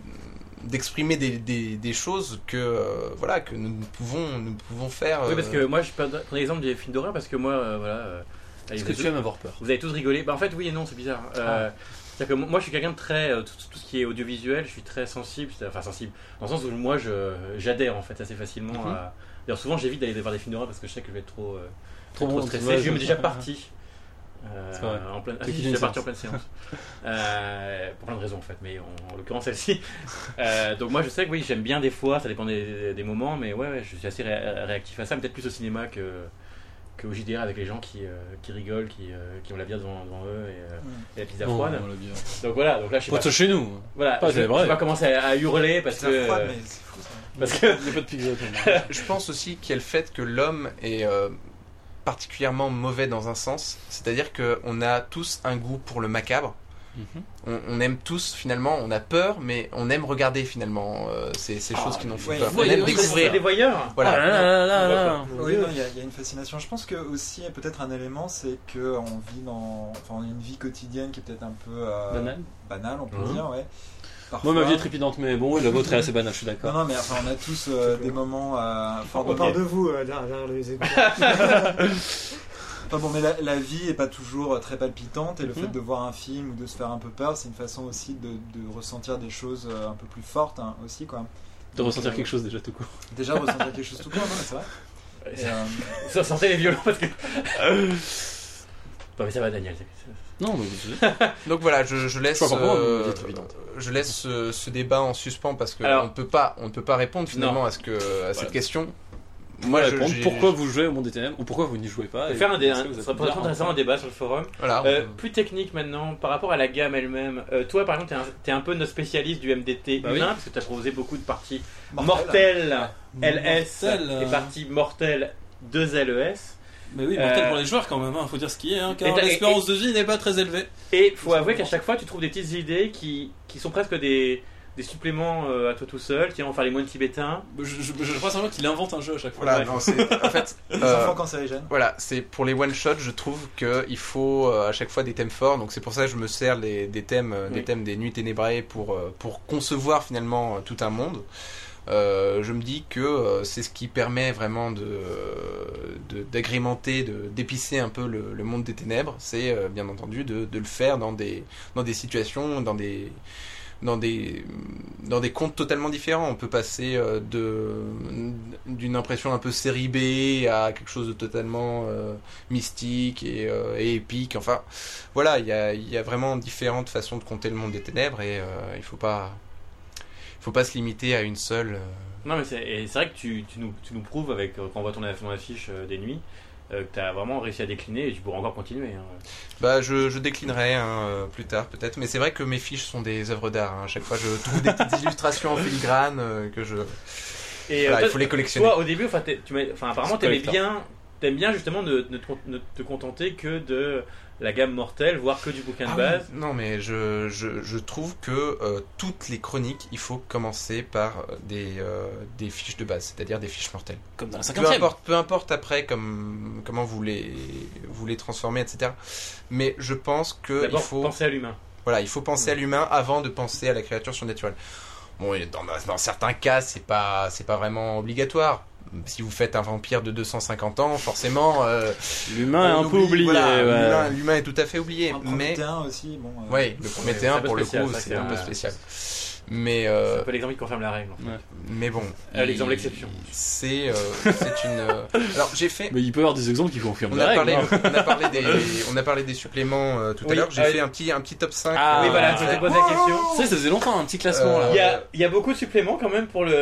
d'exprimer des, des- des choses que euh, voilà que nous ne pouvons nous pouvons faire.
Oui, parce
euh,
que moi, je prends prends l'exemple des films d'horreur parce que moi, euh, voilà. euh,
Est-ce
vous
que
avez
tu aimes avoir peur
tous- Vous avez tous rigolé. Bah, en fait, oui et non, c'est bizarre. Euh,
Ah.
C'est-à-dire que moi, je suis quelqu'un de très. euh, Tout, tout ce qui est audiovisuel, je suis très sensible. c'est- Enfin, sensible. Dans le sens où moi, je, j'adhère en fait assez facilement
Mhm.
à. D'ailleurs, souvent, j'évite d'aller voir des films d'horreur parce que je sais que je vais être trop, euh,
Trop bon,
stressé.
tu vois,
je suis
je-
déjà parti. euh,
C'est vrai.
en pleine, ah,
T'es
si,
qu'il
je
y a
suis
une
parti en
séance.
pleine séance. Euh, pour plein de raisons en fait, mais en, en l'occurrence celle-ci. Euh, donc moi je sais que oui, j'aime bien des fois, ça dépend des, des moments, mais ouais, ouais, je suis assez ré- réactif à ça, peut-être plus au cinéma que qu'au JDR avec les gens qui, euh, qui rigolent, qui, euh, qui ont la bière devant, devant eux et, euh, et la pizza
Non,
froide.
on l'a bien.
Donc voilà, donc là je suis
Oh, Pas
pas,
de chez nous.
voilà,
pas,
je,
c'est
je
vrai.
vais pas commencer à, à hurler parce
C'est
que
un froid,
euh,
mais c'est fou ça.
parce que
Il n'y a pas de pizza.
euh, Je pense aussi qu'il y a le fait que l'homme est euh, particulièrement mauvais dans un sens, c'est-à-dire qu'on a tous un goût pour le macabre. On, on aime tous finalement, on a peur, mais on aime regarder finalement euh, ces, ces
Ah,
choses qui nous font
ouais,
peur. On
voyons,
aime
c'est-
découvrir.
des voyeurs.
Voilà.
Ah,
Oui, non, il y, a- il y a une fascination. Je pense que aussi peut-être un élément, c'est que on vit dans, enfin, on a une vie quotidienne qui est peut-être un peu euh,
Banal.
banale, on peut
Mhm.
dire, ouais.
Mmh. Moi, ma vie est
Parfois-
trépidante, mais bon, la vôtre est assez banale, je suis
Non,
d'accord.
non, mais enfin, on a tous euh, des moments. Euh, forts
On
de-
parle de vous euh, derrière derrière les écrans.
Enfin bon, mais la, la vie est pas toujours euh, très palpitante et le fait
Mhm.
de voir un film ou de se faire un peu peur, c'est une façon aussi de, de ressentir des choses euh, un peu plus fortes hein, aussi, quoi. Euh,
De ressentir quelque chose déjà tout court.
Déjà ressentir quelque chose tout court, non, mais c'est vrai. Et, euh,
Ça sentait les violents parce que. non mais ça va Daniel. c'est-
Non, mais
Donc voilà, je, je laisse,
Je crois pas qu'on
euh,
peut dire trop évidente.
je laisse ce, ce débat en suspens parce que
Alors-
on ne peut pas, on ne peut pas répondre finalement à ce que à cette
Voilà.
question.
moi,
je-
répondre
j'ai-
pourquoi vous jouez au monde des ténèbres ou pourquoi vous n'y jouez pas.
On peut
et
Faire un, dé-
est-ce que
un-
vous
ça
êtes
pourrait être
bien
intéressant un débat sur le forum.
Voilà.
Euh, plus technique maintenant, par rapport à la gamme elle-même. Euh, toi, par exemple, t'es un, t'es un peu notre spécialiste du MDT
Bah
humain,
oui.
parce que t'as proposé beaucoup de parties
mortel.
mortelles, LS,
Mortel, euh.
et parties mortelles E 2LES.
Mais oui,
mortel pour
les joueurs quand même, hein, faut dire ce qui est,
car euh, Et t'as- l'espérance
de vie n'est pas très élevée.
Et faut avouer qu'à chaque fois, tu trouves des petites idées qui, qui sont presque des, des suppléments euh, à toi tout seul. Tiens, on va faire les moines tibétains.
Je, je, je crois simplement qu'il invente un jeu à chaque fois.
Voilà,
Ouais.
non, c'est- en fait,
Les
euh,
enfants cancérigènes.
voilà, c'est pour les one shots, je trouve que il faut euh, à chaque fois des thèmes forts. Donc c'est pour ça que je me sers les- des thèmes, euh, des
Oui.
thèmes des nuits ténébrées pour euh, pour concevoir finalement euh, tout un monde. euh, je me dis que euh, c'est ce qui permet vraiment de, euh, de- d'agrémenter, de, d'épicer un peu le, le monde des ténèbres. C'est euh, bien entendu de, de le faire dans des, dans des situations, dans des, dans des dans des comptes totalement différents. On peut passer euh, de d'une impression un peu série B à quelque chose de totalement euh, mystique et, euh, et épique. Enfin, voilà, il y a, il y a vraiment différentes façons de compter le monde des ténèbres et euh, il faut pas il faut pas se limiter à une seule. euh,
Non, mais c'est et c'est vrai que tu, tu nous, tu nous prouves, avec, euh, quand on voit ton, ton affiche euh, des nuits, euh, que tu as vraiment réussi à décliner et tu pourras encore continuer. hein.
Bah, je, je déclinerai hein, euh, plus tard peut-être, mais c'est vrai que mes fiches sont des œuvres d'art. hein. À chaque fois, je trouve des petites illustrations en filigrane euh, que je.
Et
Voilà,
euh,
Bah, il faut les collectionner.
Toi, au début, enfin, t'es- tu m'as- enfin, apparemment,
C'est
t'aimais
collector.
bien, t'aimes bien justement ne, ne te con- ne te contenter que de la gamme mortelle, voire que du bouquin de
Ah oui,
base.
Non, mais je, je, je trouve que euh, toutes les chroniques, il faut commencer par des, euh, des fiches de base, c'est-à-dire des fiches mortelles.
Comme dans la
Peu
50
importe, peu importe après comme, comment vous les, vous les transformez, etc. Mais je pense que Euh, il
D'abord,
faut,
penser à l'humain.
voilà, il faut penser à l'humain avant de penser à la créature surnaturelle. Bon, et dans, dans certains cas, c'est pas, c'est pas vraiment obligatoire. Si vous faites un vampire de 250 ans, forcément, euh,
L'humain est
on
un peu
oublie,
oublié.
voilà,
ouais.
l'humain- l'humain est tout à fait oublié.
Un
mais
Prométhéen aussi, bon. euh,
oui, le Prométhéen,
c'est un peu
pour le
spécial,
coup,
ça,
c'est
c'est
un
un-
peu spécial. Mais, euh,
C'est un peu l'exemple qui confirme la règle. en fait.
mais bon.
Euh, l'exemple
il-
exception.
C'est euh, c'est une. euh, Alors, j'ai fait.
Mais il peut y avoir des exemples qui confirment
On
la
a,
règle.
parlé,
hein.
on, a parlé des, on a parlé des suppléments euh, tout à
Oui,
l'heure. J'ai
ah,
fait un petit, un petit top 5.
Ah,
oui,
euh,
voilà, je
après.
te pose la question.
Tu sais, ça faisait longtemps un petit classement
Euh,
là.
Il y, a, il y a beaucoup de suppléments quand même pour le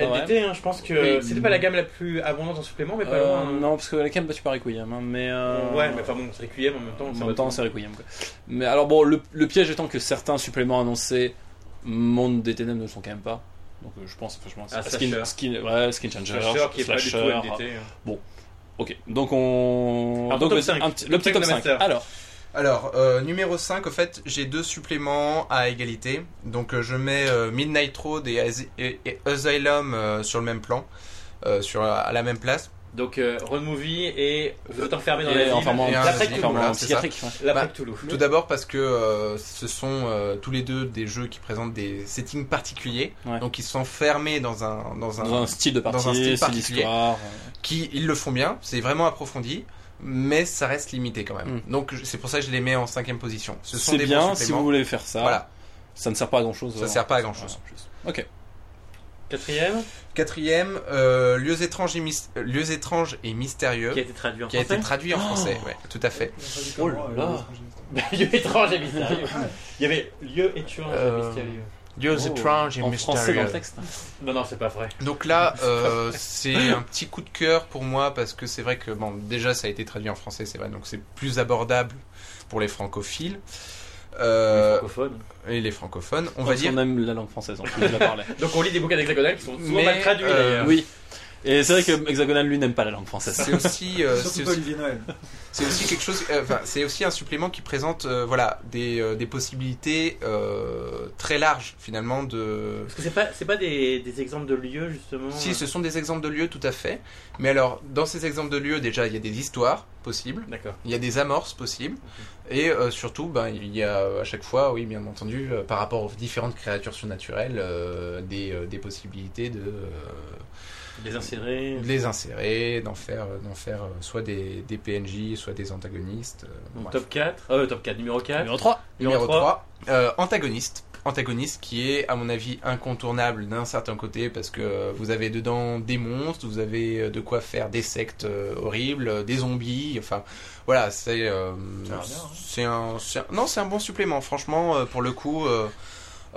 LDT. hein. Je pense que
Oui.
c'était pas la gamme la plus abondante en suppléments, mais pas
Euh,
loin. hein.
non, parce que la cam, bah, tu parles Requiem, hein, mais. euh,
Ouais, mais enfin bon, c'est les cuillères en même temps.
en
ça
même
va
temps,
tout.
c'est Requiem. Quoi. Mais alors, bon, le, le piège étant que certains suppléments annoncés, Monde des Ténèbres ne le sont quand même pas. Donc, euh, je pense, franchement,
Ah,
skin,
Slasher.
skin, ouais, skin Changer,
Slasher qui est pas du tout
Slasher,
LDT. hein.
Ok, donc on.
Alors,
donc,
ton top
le-
5.
un petit- le
Top 5
petit top
de
5.
Master.
Alors,
Alors, euh, numéro 5, au fait, j'ai deux suppléments à égalité. Donc, euh, je mets euh, Midnight Road et, As- et- et Asylum euh, sur le même plan, euh, sur, à la même place.
Donc, euh, Road Movie et vous êtes enfermé dans
et
la ville.
enfermement
et un-
L'après
et
Cthulhu.
enfermement
voilà, c'est ça.
psychiatrique. ouais.
L'après
Bah,
Cthulhu.
Tout d'abord parce que euh, ce sont euh, tous les deux des jeux qui présentent des settings particuliers,
Ouais.
donc ils sont fermés dans un dans un,
Dans un style de
Dans un
partie,
style
style
particulier.
d'histoire.
qui ils le font bien, c'est vraiment approfondi, mais ça reste limité quand même. Donc je- c'est pour ça que je les mets en cinquième position. Ce
Mm.
sont
C'est
des bons
bien si vous
suppléments.
voulez faire ça.
Voilà,
Ça ne sert pas à hein. grand chose.
ça sert pas à grand chose.
Ok.
Quatrième,
Quatrième, euh, lieux étranges et mys- euh, lieux étranges et mystérieux,
qui a été traduit en
qui a été
français.
traduit en
Oh
français. Ouais, tout à fait.
je sais pas comment,
là
euh,
là.
Lieu étrange et mystérieux. Il y avait lieu étrange et
Euh,
mystérieux.
Lieux
Oh,
étranges et
En français dans
mystérieux.
le texte.
Non, non, c'est pas vrai.
Donc là, euh, c'est un petit coup de cœur pour moi parce que c'est vrai que bon, déjà ça a été traduit en français, c'est vrai, donc c'est plus abordable pour les francophiles
Les
Euh,
francophones.
et les francophones, on
Parce
va dire.
qu'on aime la langue française, en plus, je la parlais.
Donc, on lit des bouquins d'hexagonales qui sont souvent
Mais,
mal traduits
euh,
d'ailleurs.
oui. Et c'est vrai que Hexagonal, lui, n'aime pas la langue française.
C'est aussi, euh, c'est
Surtout pas
aussi,
Olivier Noël.
c'est aussi quelque chose. euh, Enfin, c'est aussi un supplément qui présente, euh, voilà, des, euh, des possibilités euh, très larges finalement de.
Parce que c'est pas, c'est pas des, des exemples de lieux justement.
Si, ce sont des exemples de lieux, tout à fait. Mais alors, dans ces exemples de lieux, déjà, il y a des histoires possibles.
D'accord.
Il y a des amorces possibles et euh, surtout, ben, il y a euh, à chaque fois, oui, bien entendu, euh, par rapport aux différentes créatures surnaturelles, euh, des, euh, des possibilités de, euh,
Les insérer.
de les insérer, d'en faire, d'en faire euh, soit des, des PNJ, soit des antagonistes. euh,
Donc,
bref.
top 4. Euh, top 4, numéro 4.
Numéro 3.
Numéro
numéro
3, antagoniste. Antagoniste qui est, à mon avis, incontournable d'un certain côté parce que vous avez dedans des monstres, vous avez euh, de quoi faire des sectes euh, horribles, euh, des zombies, enfin voilà, c'est euh,
hein.
c'est un, c'est un- non c'est un bon supplément franchement euh, pour le coup euh,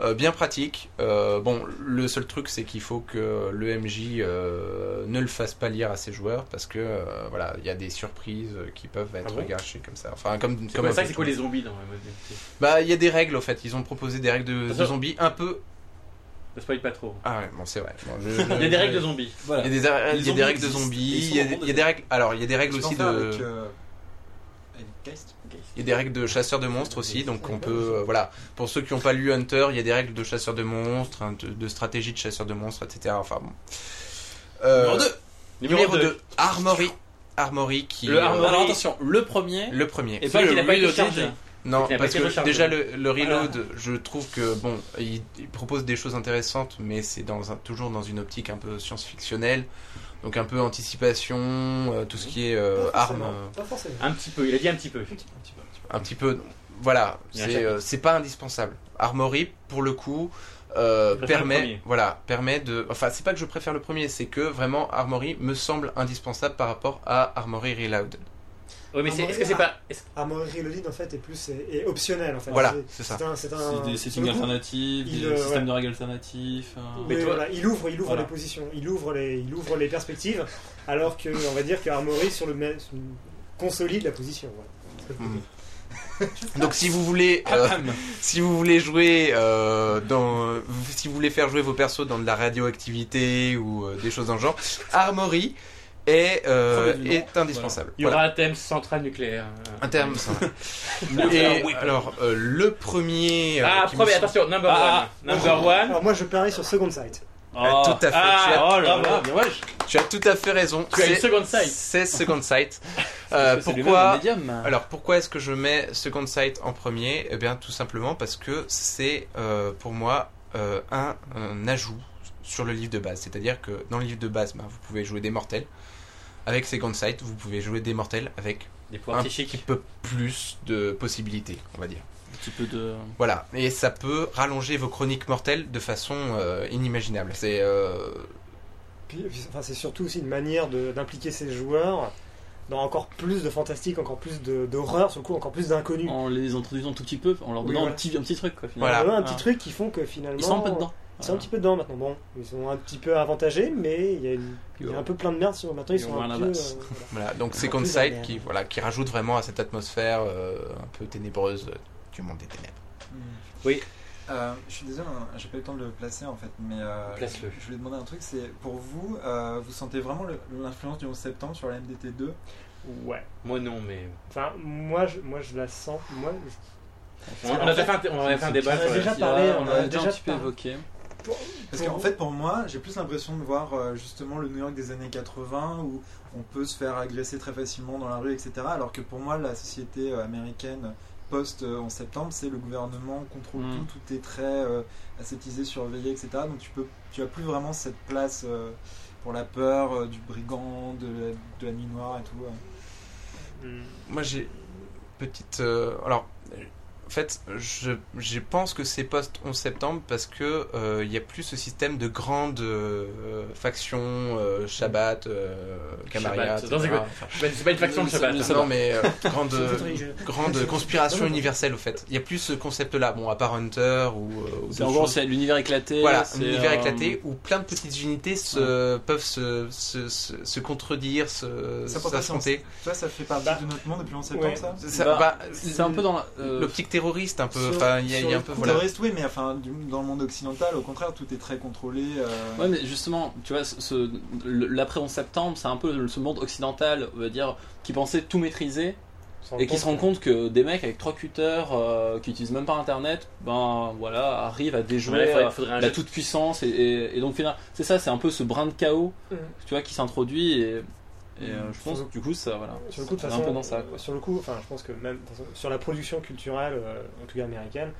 euh, bien pratique. Euh, bon, le seul truc c'est qu'il faut que le MJ euh, ne le fasse pas lire à ses joueurs parce que euh, voilà, il y a des surprises euh, qui peuvent être
Ah bon
gâchées comme ça. Enfin comme
C'est
comme
comme ça
avec
que c'est quoi
tout.
les zombies dans la mode d'MT
Bah, il y a des règles, au fait. Ils ont proposé des règles de,
Ça,
de
ça-
zombies un peu...
Ne spoil pas trop.
Ah ouais, bon, c'est vrai. Bon, je-
Il y a
je-
des règles de zombies.
Il y a des, ar-
Les
il y a des
zombies
règles de
existent,
zombies,
et ils sont
il y a,
dans le monde
il y a des règles... Alors, il y a des règles
Je
aussi
pense
de...
faire Avec, euh, avec Geist.
Il y a des règles de chasseurs de monstres aussi, donc on peut... euh, voilà. Pour ceux qui n'ont pas lu Hunter, il y a des règles de chasseurs de monstres, hein, de, de stratégie de chasseurs de monstres, etc. Enfin, bon. Euh,
Numéro
Numéro
deux.
2. Armory. Armory qui...
Le
euh,
Armory.
Alors, attention, le premier.
le premier.
Et
Celui
pas
qui
le
n'a pas été
Reloaded.
chargé.
Non,
C'est un
parce
paquet
que
rechargeable.
déjà le, le reload, je trouve que bon, il, il propose des choses intéressantes, mais c'est dans un- toujours dans une optique un peu science-fictionnelle, donc un peu anticipation, euh, tout ce qui est euh, armes, euh,
Pas forcément.
Un petit peu, il a dit un petit peu.
un petit peu. Voilà,
Il y a un
c'est
chapitre.
euh, c'est pas indispensable. Armory, pour le coup, euh,
Je préfère le
permet,
premier.
voilà, permet de. Enfin, c'est pas que je préfère le premier, c'est que vraiment Armory me semble indispensable par rapport à Armory Reload.
Oui, mais c'est-
Ah,
est-ce que c'est pas. est-ce-
Armory Reloaded en fait est plus est, est optionnel en fait.
Voilà, c'est ça.
un- Bah, C'est un.
C'est des
sur
settings
le coup,
alternatifs,
il,
des
euh,
systèmes
ouais.
de règles alternatifs. euh,
oui,
Mais toi-
voilà, il ouvre, il ouvre
Voilà.
les positions, il ouvre les, il ouvre les perspectives, alors que on va dire que Armory sur le même consolide la position. voilà.
Mhm.
Donc si vous voulez, euh, si vous voulez jouer euh, dans, euh, si vous voulez faire jouer vos persos dans de la radioactivité ou euh, des choses dans le genre, Armory est euh,
Prenez du nom.
est indispensable.
Il y aura un thème centrale nucléaire. euh
Voilà. Un terme. ça. Et alors euh, le premier. euh,
Ah,
qui me
premier,
semble-
attention, number
Ah,
one. Number one.
Alors moi je parie sur Second Sight.
Euh,
Ah,
tout à fait. tu, as,
Ah,
oh là
bravo.
là, bien wesh.
tu as tout à fait raison.
Ah. Tu as une
C'est-
seconde sight.
C'est Second Sight. Euh,
C'est lui-même
pourquoi
un médium.
Alors pourquoi est-ce que je mets Second Sight en premier Eh bien tout simplement parce que c'est euh, pour moi euh, un, un ajout sur le livre de base. C'est-à-dire que dans le livre de base, ben, vous pouvez jouer des mortels. Avec Second Sight, vous pouvez jouer des mortels avec
Des
un
pouvoirs psychiques.
petit peu plus de possibilités, on va dire.
Un petit peu de.
Voilà, et ça peut rallonger vos chroniques mortelles de façon euh, inimaginable. C'est euh,
Puis, enfin, c'est surtout aussi une manière de- d'impliquer ses joueurs dans encore plus de fantastique, encore plus de- d'horreur, sur le coup encore plus d'inconnus.
En les introduisant tout petit peu, en leur
Oui,
donnant
voilà.
un, petit, un petit truc, quoi,
Voilà.
finalement.
Il y a un petit
Ah.
truc qui font que finalement.
Ils sont un peu dedans.
Ils sont un petit peu dedans maintenant. Bon, ils sont un petit peu avantagés, mais il y a, une- il y a un peu plein de merde. Sur, maintenant, ils
Ils
sont
ont
un
moins
peu.
la
euh,
basse.
voilà.
voilà, donc
Un
Second
peu
Sight
d'amère.
qui voilà qui rajoute vraiment à cette atmosphère euh, un peu ténébreuse euh, du monde des ténèbres.
Oui.
Euh, je suis désolé, hein, j'ai pas eu le temps de le placer en fait, mais euh,
Place-le.
je voulais demander un truc, c'est pour vous, euh, vous sentez vraiment le- l'influence du 11 septembre sur la MDT2
Ouais.
Moi non, mais.
Enfin, moi je, moi, je la sens. Moi, je-
On, on a déjà fait un, on a fait un débat.
On a
sur la-
déjà
Ouais,
parlé,
on en a déjà un
déjà
petit peu
parlé.
évoqué.
Parce qu'en fait, pour moi, j'ai plus l'impression de voir euh, justement le New York des années 80 où on peut se faire agresser très facilement dans la rue, etc. Alors que pour moi, la société euh, américaine post-11 septembre, c'est le gouvernement contrôle
Mm.
tout, tout est très euh, ascétisé, surveillé, etc. Donc tu peux, tu as plus vraiment cette place euh, pour la peur euh, du brigand, de la, de la nuit noire et tout. hein. ouais.
Hmm.
Moi, j'ai petite. euh, alors, euh, en fait, je, je pense que c'est post 11 septembre parce que euh, il y a plus ce système de grandes euh, factions, euh, Shabbat, euh, Camarilla,
Shabbat. Dans
etc.
un- Mais C'est pas une faction de Shabbat. hein.
Non, mais euh, grande,
C'est très religieux.
grande conspiration universelle, au fait. Il y a plus ce concept-là. Bon, à part Hunter ou. euh, ou
C'est
d'autres
en gros,
choses.
c'est l'univers éclaté.
Voilà,
c'est,
un univers
euh,
éclaté où plein de petites unités se, peuvent se, se, se, se contredire, se
Ça porte pas
s'affronter.
Tu vois, ça fait partie de notre monde depuis 11 septembre,
ouais.
ça
Ça-
Bah,
bah,
C'est un peu dans la. euh,
l'optique terroriste un peu
Sur-
enfin il y a,
sur
il y a un
le
peu
coup
voilà
de reste, oui, mais enfin, du- dans le monde occidental, au contraire, tout est très contrôlé. euh,
Ouais, mais justement, tu vois, ce- ce- le- l'après 11 septembre, c'est un peu le- ce monde occidental, on va dire, qui pensait tout maîtriser et qui se rend compte que des mecs avec trois cutters euh, qui utilisent même pas internet, ben voilà, arrivent à
Ouais,
déjouer
faudrait-
euh,
faudrait un
la
jeu-
toute puissance et, et- et donc finalement, c'est ça, c'est un peu ce brin de chaos,
Mhm.
tu vois, qui s'introduit et, et, euh, je
Mm. Sur
pense
le-
que du coup ça voilà,
Sur le coup, de
ça va
toute façon,
un peu dans ça. quoi.
euh, sur le coup, enfin, je pense que même de toute façon, sur la production culturelle, euh, en tout cas américaine,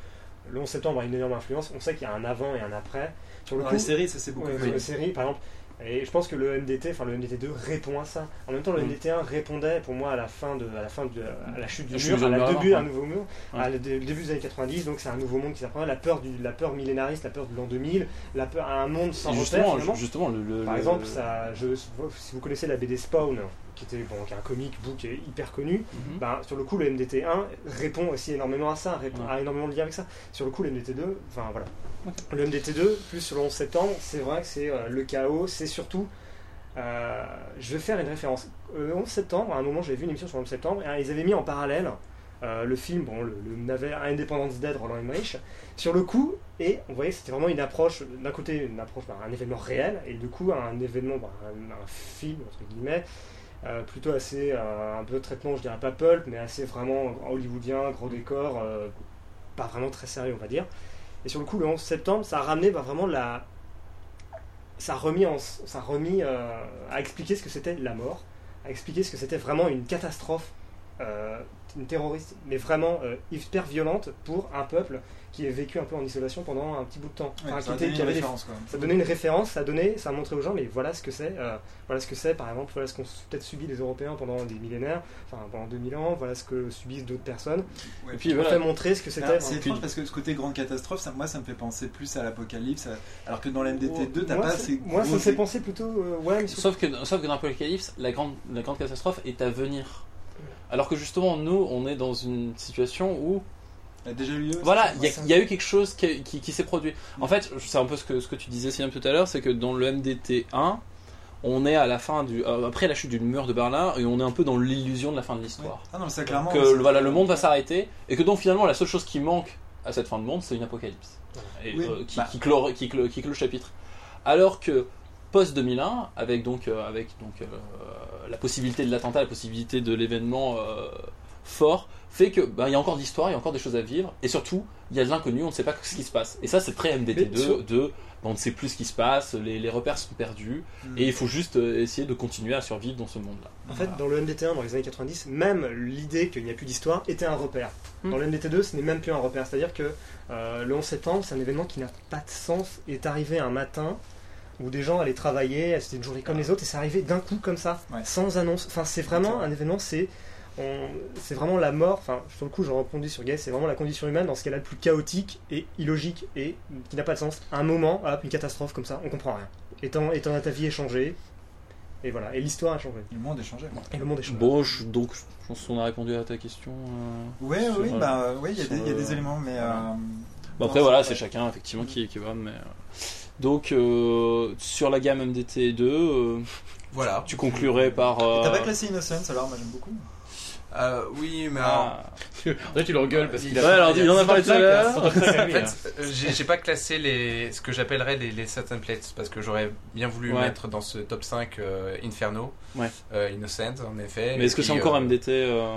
le 11 septembre a une énorme influence. On sait qu'il y a un avant et un après. Sur le
Dans
coup,
les séries, ça c'est beaucoup.
ouais,
plus
sur les séries, par exemple. Et je pense que le MDT, enfin le MDT2 répond à ça. En même temps, le
Mm.
MDT1 répondait pour moi à la fin de, à la fin de, à la chute du
La chute
mur,
du
à la
mur,
début
ouais.
un nouveau mur,
Ouais.
à le dé- le début des années 90. Donc c'est un nouveau monde qui s'apprend, la peur du, la peur millénariste, la peur de l'an 2000, la peur à un monde sans
Et
repère.
justement,
finalement.
ju- justement, le, le-
Par
le-
exemple, ça, je, si vous connaissez la BD Spawn, qui était bon, qui est un comic book hyper connu,
Mhm.
ben, sur le coup, le MDT1 répond aussi énormément à ça, répond,
Ouais.
a énormément de liens avec ça. Sur le coup, le MDT2, enfin voilà. Le MDT2, plus sur le 11 septembre, c'est vrai que c'est euh, le chaos, c'est surtout. euh, je vais faire une référence. Euh, Le 11 septembre, à un moment, j'avais vu une émission sur le 11 septembre, et, euh, ils avaient mis en parallèle euh, le film, bon, le, le navet Independence Dead, Roland Emmerich, sur le coup, et on voyait que c'était vraiment une approche, d'un côté, une approche, bah, un événement réel, et du coup, un événement, bah, un, un film, entre guillemets, euh, plutôt assez, euh, un peu de traitement, je dirais pas pulp, mais assez vraiment hollywoodien, gros décor, euh, pas vraiment très sérieux, on va dire. Et sur le coup, le 11 septembre, ça a ramené bah, vraiment la. Ça a remis, en- ça a remis euh, à expliquer ce que c'était la mort, à expliquer ce que c'était vraiment une catastrophe euh, une terroriste, mais vraiment euh, hyper violente pour un peuple qui a vécu un peu en isolation pendant un petit bout de temps.
Ouais,
Enfin, qui
ça a
était-
donné
qui
une
avait des-
référence, quoi.
ça donnait une référence, ça donnait, ça montrait aux gens, mais voilà ce que c'est, euh, voilà ce que c'est, par exemple, voilà ce qu'ont peut-être subi les Européens pendant des millénaires, enfin pendant 2000 ans, voilà ce que subissent d'autres personnes.
Ouais.
Et puis, on fait montrer ce que c'était.
Alors, C'est étrange parce que ce côté grande catastrophe, ça, moi, ça me fait penser plus à l'apocalypse, à- alors que dans l'MDT2, t'as
Moi,
pas
c'est-
ces
Moi, ça
gros-
me fait penser plutôt, euh, ouais, mais sur-
Sauf que, sauf que dans l'apocalypse, la grande, la grande catastrophe est à venir.
Mm.
Alors que justement, nous, on est dans une situation où
Elle a déjà eu lieu.
Voilà,
ça
il y, a- il y a eu quelque chose qui, qui- qui s'est produit. En fait, c'est un peu ce que, ce que tu disais, Sinem, tout à l'heure, c'est que dans le MDT1, on est à la fin du. euh, après la chute du mur de Berlin, et on est un peu dans l'illusion de la fin de l'histoire.
Ah non, mais ça, clairement.
que
ouais, c'est-
le- voilà, le monde va s'arrêter, et que donc finalement, la seule chose qui manque à cette fin de monde, c'est une apocalypse. Et,
Oui.
euh, qui,
Bah.
qui clore- qui clo- qui clôt le chapitre. Alors que post-2001, avec donc, euh, avec donc euh, la possibilité de l'attentat, la possibilité de l'événement euh, fort, fait que ben, il y a encore de l'histoire, il y a encore des choses à vivre, et surtout, il y a de l'inconnu, on ne sait pas ce qui se passe. Et ça, c'est très
Mais sur-
MDT2, de ben, on ne sait plus ce qui se passe, les, les repères sont perdus,
Mm.
et il faut juste euh, essayer de continuer à survivre dans ce monde-là.
En fait, dans le MDT1, dans les années 90, même l'idée qu'il n'y a plus d'histoire était un repère. Dans le MDT2, ce n'est même plus un repère. C'est-à-dire que euh, le 11 septembre, c'est un événement qui n'a pas de sens, est arrivé un matin où des gens allaient travailler, c'était une journée comme les autres, et c'est arrivé d'un coup comme ça,
Ouais.
sans annonce. Enfin, c'est vraiment un événement, c'est. on- C'est vraiment la mort, enfin, sur le coup, j'en répondis sur Gay, c'est vraiment la condition humaine dans ce qu'elle a de plus chaotique et illogique et qui n'a pas de sens. À un moment, hop, une catastrophe comme ça, on comprend rien. Et t'en et t'en as ta vie est changée, et voilà, et l'histoire a changé.
Le monde est changé.
Et le monde est changé.
Bon, je- donc, je pense qu'on a répondu à ta question. euh.
Oui,
Sur,
oui,
euh,
bah, euh, ouais, il y, a
sur,
des- il y a
euh,
des éléments, mais.
voilà.
euh, non,
Bon, après, voilà,
ça-
c'est chacun effectivement qui, qui va. Mais... euh, Donc, euh, sur la gamme MDT2, euh,
Voilà.
tu conclurais par. euh,
T'as pas classé Innocence alors, moi j'aime beaucoup.
Euh, oui, mais alors,
ah,
En fait, tu le regueules parce qu'il a.
Ouais, alors, il en a parlé tout à l'heure.
en fait, euh, j'ai j'ai pas classé les, ce que j'appellerais les, les certain plates parce que j'aurais bien voulu
Ouais.
mettre dans ce top 5 euh, Inferno,
Ouais.
euh, Innocent en effet.
Mais est-ce que
Et
c'est
puis,
encore
euh,
MDT euh,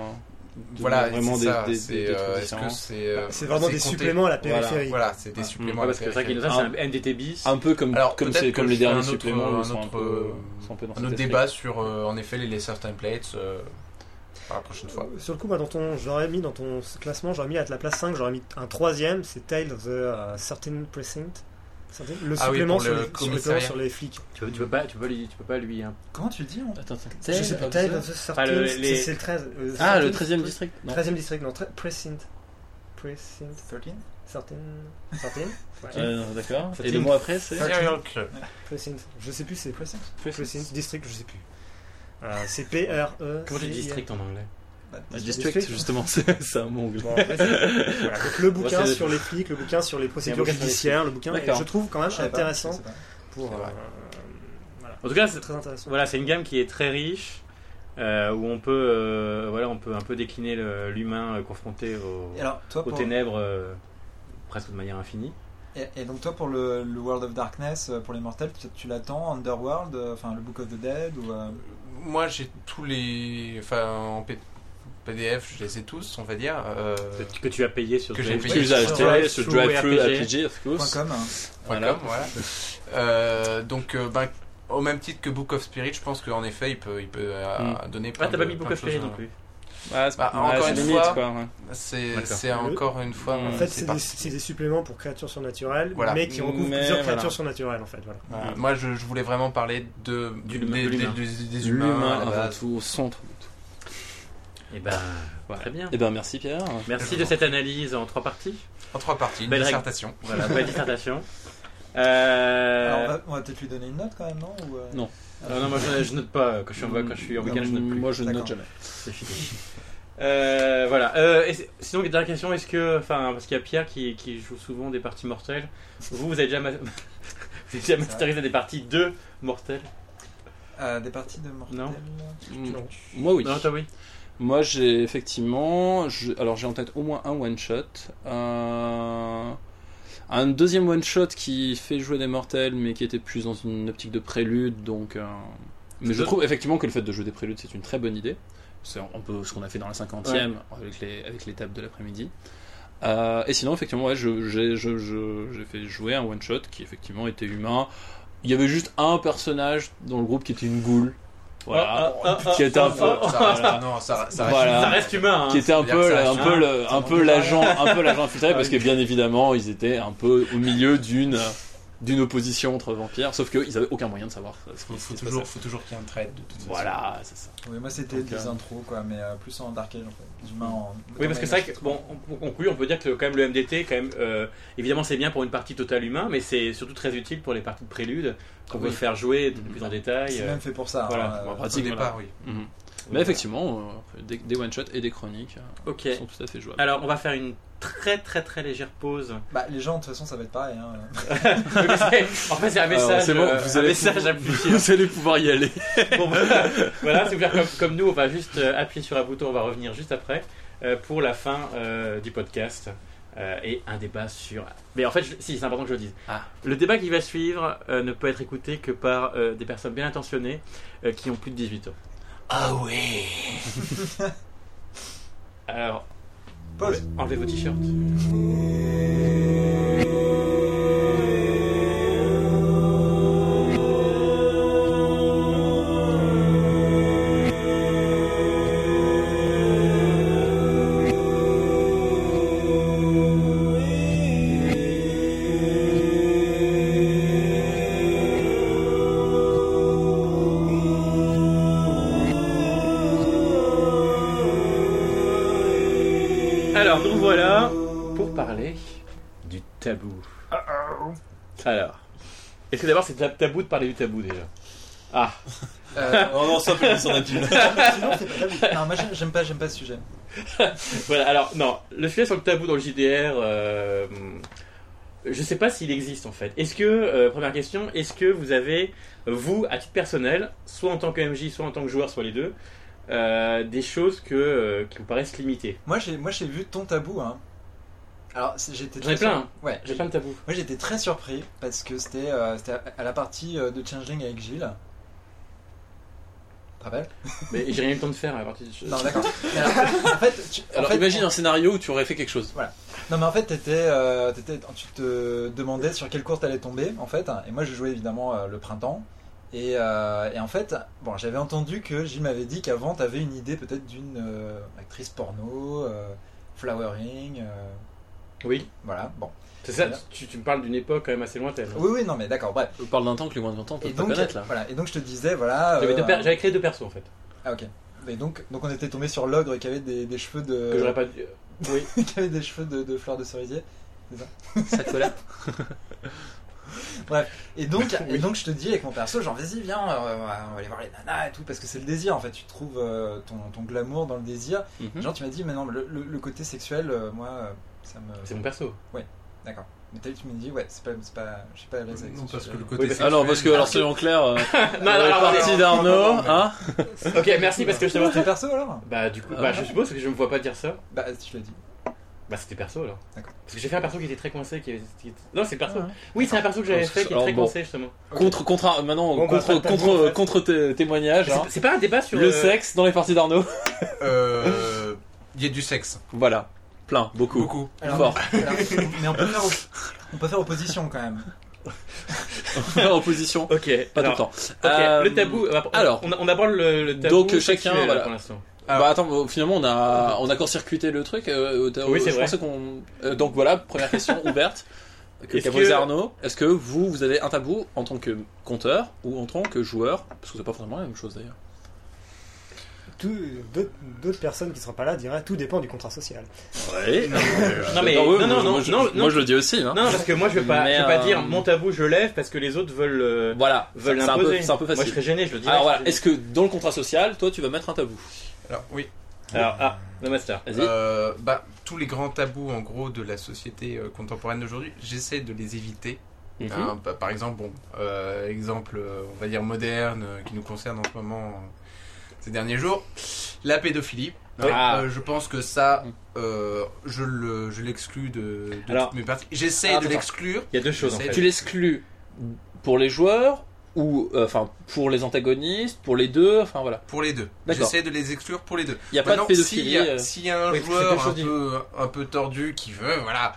de-
Voilà,
vraiment
c'est
des,
ça,
des-
c'est,
des- des
euh,
trucs
est-ce que
différents
c'est, euh,
C'est vraiment
c'est
des
compté- Ah,
suppléments à la périphérie.
Voilà, c'est des
Ouais.
suppléments. à
Ouais,
la
parce que c'est vrai
périphérie.
qu'il c'est un MDT bis.
Un peu comme,
Alors,
comme,
peut-être
c'est-
que
comme
je
les
ferai
derniers
un autre-
suppléments,
un
ils sont un
autre,
peu,
euh,
ils sont un peu dans
Un
cet
autre
esprit.
débat sur euh, en effet les, les certain plates euh, par la prochaine fois.
Sur le coup, moi, dans ton, j'aurais mis dans ton classement, j'aurais mis à la place 5, j'aurais mis un troisième, c'est Tales of the euh, Certain Precinct. Certain- Le
Ah oui,
supplément
pour
sur,
le
les, sur, les,
commissariat.
sur les flics.
Tu peux, tu peux pas, tu peux, lui- tu peux pas lui. hein.
Comment tu le dis hein
Attends, attends.
Je sais plus, Tales of the Certain,
Ah, le-
c'est-
les-
c'est le 13. euh,
Ah, le
Certain-
13 e district non.
13e district, non, tre- Precinct. Precinct.
13
Certain. Certain. Ouais.
Euh, non, D'accord. Et
Certain.
le mot après, c'est.
Serial Club.
Precinct. Je sais plus, c'est
Precinct.
Precinct. District, je sais plus. Euh, c'est P-R-E.
Comment tu dis district en anglais
Ah, District, justement, c'est c'est un mot anglais.
Bon, après, c'est- voilà, donc le bouquin
c'est-
sur les flics, le bouquin sur les
Il y a un
procédures
bouquin sur les
judiciaires, le bouquin,
D'accord.
je trouve quand même
Je savais pas,
intéressant
je sais pas.
pour.
C'est vrai.
euh, voilà,
En tout cas,
c'est
c'est-
très intéressant.
voilà, c'est une gamme qui est très riche. euh, où on peut, euh, voilà, on peut un peu décliner le- l'humain euh, confronté au,
Et alors, toi,
aux
pour,
ténèbres euh, presque de manière infinie.
et, et donc toi pour le, le World of Darkness, euh, pour les mortels, tu, tu l'attends, Underworld, euh, enfin le Book of the Dead ou euh,
Moi j'ai tous les, enfin en P- PDF je les ai tous on va dire. euh,
Que- Que tu as payé sur
Que
tes-
j'ai
Tu
payé.
les as achetés
Drive-thru
sur Drive-Thru
RPG.
RPG, of
point
course.
.com hein.
Point
Voilà.
com, voilà. Euh, donc, euh, ben, au même titre que Book of Spirit, je pense qu'en effet, il peut, il peut euh, donner plein
Ah, t'as
de-
pas mis Book
plein
of
de choses,
Fairy non
hein.
plus.
Ouais, c'est
Bah,
ouais,
encore
c'est
une
limite,
fois,
quoi. ouais.
C'est
D'accord.
c'est encore une fois. euh,
En
En fait, c'est des,
Mmh, parti.
c'est des suppléments pour créatures surnaturelles,
Voilà.
mais qui recouvrent
Mais
plusieurs
voilà.
créatures surnaturelles en fait. Voilà.
Voilà. Moi, je, je voulais vraiment parler de,
Du-
des,
de
des-
l'humain.
des- des humains. euh, à
L'humain
la
avant
base.
tout, au centre de tout.
Et ben, très bien.
Eh ben, merci Pierre.
Merci de cette analyse en trois parties.
En trois parties, une
Belle règle.
dissertation.
Voilà, belle dissertation. Euh,
Alors, on va, on va peut-être lui donner une note quand même, non ou, euh,
Non.
euh, non, moi je, je note pas. Quand je suis en, vac- quand je suis en week-end, je note plus.
Moi, je ne note
D'accord.
jamais.
C'est fini. Euh, voilà. Euh, et c'est- sinon, dernière question est-ce que. Enfin, parce qu'il y a Pierre qui, qui joue souvent des parties mortelles. Vous, vous avez déjà, ma- vous avez déjà masterisé des parties de mortelles
euh, Des parties de mortels
Non.
Non.
Mm. Moi, oui.
Non, toi oui.
Moi, j'ai effectivement. je- alors, j'ai en tête au moins un one shot. Euh, un deuxième one shot qui fait jouer des mortels, mais qui était plus dans une optique de prélude. Donc, euh, mais je
doit-
trouve effectivement que le fait de jouer des préludes, c'est une très bonne idée. C'est un peu ce qu'on a fait dans la cinquantième avec les avec l'étape de l'après-midi. Euh, et sinon, effectivement, ouais, je- j'ai je- je- j'ai fait jouer un one shot qui effectivement était humain. Il y avait juste un personnage dans le groupe qui était une goule. Voilà.
Oh, oh, oh,
ah,
qui était un peu.
oh, oh,
Ça reste, non, ça, ça reste
Voilà.
Ça reste humain. hein.
qui était un
C'est-à-dire que
peu,
ça
la- un
reste
peu,
humain,
le- un peu l'agent, un peu l'agent infiltré, parce que bien évidemment, ils étaient un peu au milieu d'une d'une opposition entre vampires, sauf qu'ils n'avaient aucun moyen de savoir ce qui
Il
ce
faut
qui se
toujours,
passait.
faut toujours qu'il y ait un trade de toute façon.
Voilà, c'est ça.
Oui, moi c'était des intros, quoi, mais euh, plus en Dark Age en fait. Humain en.
Oui, parce que c'est vrai que, bon, on- pour conclure, on peut dire que quand même le MDT, quand même, euh, évidemment, c'est bien pour une partie totale humain, mais c'est surtout très utile pour les parties de prélude qu'on peut faire jouer de plus en détail.
C'est
euh,
même fait pour ça.
voilà,
hein,
on va
euh,
Au départ, oui.
Mhm. Mais effectivement, euh, des, des one-shots et des chroniques euh,
Ok.
sont tout à fait jouables.
Alors, on va faire une très très très légère pause.
bah, les gens, de toute façon, ça va être pareil. Hein.
en fait, c'est un
Alors,
message,
Ah, c'est bon,
euh,
vous
un
allez
message à plus
Vous allez pouvoir y aller.
Bon, voilà, voilà, c'est faire comme, comme nous, on va juste euh, appuyer sur un bouton, on va revenir juste après euh, pour la fin euh, du podcast euh, et un débat sur. Mais en fait, je- si, c'est important que je le dise.
Ah.
Le débat qui va suivre euh, ne peut être écouté que par euh, des personnes bien intentionnées euh, qui ont plus de 18 ans.
Ah ouais.
Alors,
Pause.
enlevez vos t-shirts. Alors, nous voilà pour parler du tabou. Alors, est-ce que d'abord c'est tab- tabou de parler du tabou déjà Ah,
Oh non, non, ça, on a plus.
Bah, Sinon, c'est pas tabou. Non, moi j'aime- j'aime pas, j'aime pas ce sujet.
voilà, alors non, le sujet sur le tabou dans le JDR, euh, je sais pas s'il existe en fait. Est-ce que, euh, première question, est-ce que vous avez, vous, à titre personnel, soit en tant que MJ, soit en tant que joueur, soit les deux, euh, des choses que, euh, qui vous paraissent limitées
Moi j'ai, moi, j'ai vu ton tabou. Hein. Alors, c'est- j'étais
J'en ai
très
plein.
sur- Ouais,
J'ai plein de tabous.
Moi j'étais très surpris parce que c'était, euh, c'était à, à la partie euh, de Changeling avec Gilles. Tu te rappelles
Mais j'ai rien eu le temps de faire à partir de...
Non, d'accord. Mais alors, en fait, tu- en
Alors
fait,
imagine un scénario où tu aurais fait quelque chose.
Non mais en fait t'étais, euh, t'étais- tu te demandais sur quelle course t'allais tomber en fait et moi je jouais évidemment euh, le printemps et, euh, et en fait bon j'avais entendu que Jim m'avait dit qu'avant t'avais une idée peut-être d'une euh, actrice porno euh, flowering euh,
Oui,
voilà bon
c'est ça, tu, tu me parles d'une époque quand même assez lointaine.
oui oui non mais d'accord bref
On parle d'un temps que les moins de 20 ans peuvent
et
pas
donc
connaître là.
voilà et donc je te disais voilà
J'avais
euh,
deux per- J'avais créé deux persos en fait.
ah ok et donc donc on était tombé sur l'ogre qui avait des, des cheveux
Que j'aurais
de
pas dû. euh, Oui.
qui avait des cheveux de, de fleurs de cerisier
Ça collait.
Et donc, et donc je te dis avec mon perso, genre vas-y viens, euh, on va- on va aller voir les nanas et tout, parce que c'est le désir en fait, tu trouves euh, ton, ton glamour dans le désir.
Mhm.
Genre tu m'as dit, mais non, mais le, le- le côté sexuel, euh, moi, euh, ça me...
C'est mon perso.
D'accord. Mais t'as vu, tu me dis, ouais, c'est pas... c'est pas je sais pas à l'aise avec
Non,
ce
parce que
sujet.
Oui,
le côté.
parce-
Alors, parce que, alors, soyons clairs, euh,
Non,
on est
alors,
parti d'Arnaud,
Non, non, mais-
hein
Ok, merci parce que je
C'est
te
pas tes perso alors
Bah du coup,
Ah.
bah, je suppose que je me vois pas dire ça.
Bah tu l'as dit.
Bah c'était perso alors.
D'accord.
Parce que j'ai fait un perso qui était très coincé. Qui... qui- Non, c'est perso. Oui, c'est un perso que j'avais
Alors,
fait qui est
alors,
très
bon.
coincé justement.
Contre, contre, ah, maintenant,
Bon, bah,
contre,
t'as- t'as
contre,
dit, en fait.
contre tes témoignages, hein.
C'est- C'est pas un débat sur
le
euh,
sexe dans les parties d'Arnaud.
Euh, Il y a du sexe.
Voilà. Plein, beaucoup.
Beaucoup.
Alors,
Fort.
Alors, mais on peut, faire, op- on peut faire opposition quand même.
en position.
Ok.
Pas
alors,
tout le temps.
Ok.
Euh,
Le tabou. Alors,
alors.
on, on aborde le, le tabou.
Donc, chacun,
sexuel,
voilà.
Pour l'instant.
Bah attends, bon, finalement on a on a court-circuité le truc. euh, euh,
Oui, c'est
je
vrai.
pensais qu'on euh, donc voilà première question ouverte que
Est-ce
qu'a
que-
posé Arnaud. Est-ce que vous vous avez un tabou en tant que compteur ou en tant que joueur parce que c'est pas forcément la même chose d'ailleurs.
Tout- D'autres d'autres personnes qui ne seront pas là diraient tout dépend du contrat social.
Ouais.
Non, mais- non, non, non,
moi, je,
non, non.
moi, je le dis aussi. hein.
Non, parce que moi je veux pas,
Mais,
je veux pas
euh,
dire mon tabou je lève parce que les autres veulent euh,
Voilà. C'est
veulent
c'est un, peu-
l'imposer.
c'est un peu
Moi
facile.
je serais gêné, je le dis.
Alors voilà. Est-ce que dans le contrat social, toi tu vas mettre un tabou
Alors, oui.
Alors ah, le master.
Vas-y.
Euh, bah, tous les grands tabous en gros de la société euh, contemporaine d'aujourd'hui, j'essaie de les éviter.
Mhm.
ah.
Hein, bah, par exemple, bon, euh, exemple, euh, on va dire moderne, euh, qui nous concerne en ce moment, euh, ces derniers jours, la pédophilie.
Oui.
Euh,
Ah.
euh, je pense que ça, euh, je le, je l'exclus de, de
Alors-
toutes mes parties. J'essaie
Ah,
de
attends.
l'exclure.
Il y a deux choses en
C'est-
fait.
Tu l'exclus pour les joueurs ou euh, enfin pour les antagonistes, pour les deux, enfin voilà.
Pour les deux.
D'accord.
J'essaie de les exclure pour les deux.
Il y a pas
Maintenant,
de pédophilie.
S'il y, a-
euh,
s'il y a un
Oui, parce que c'est deux
joueur un
choses
peu, un peu tordu qui veut, voilà,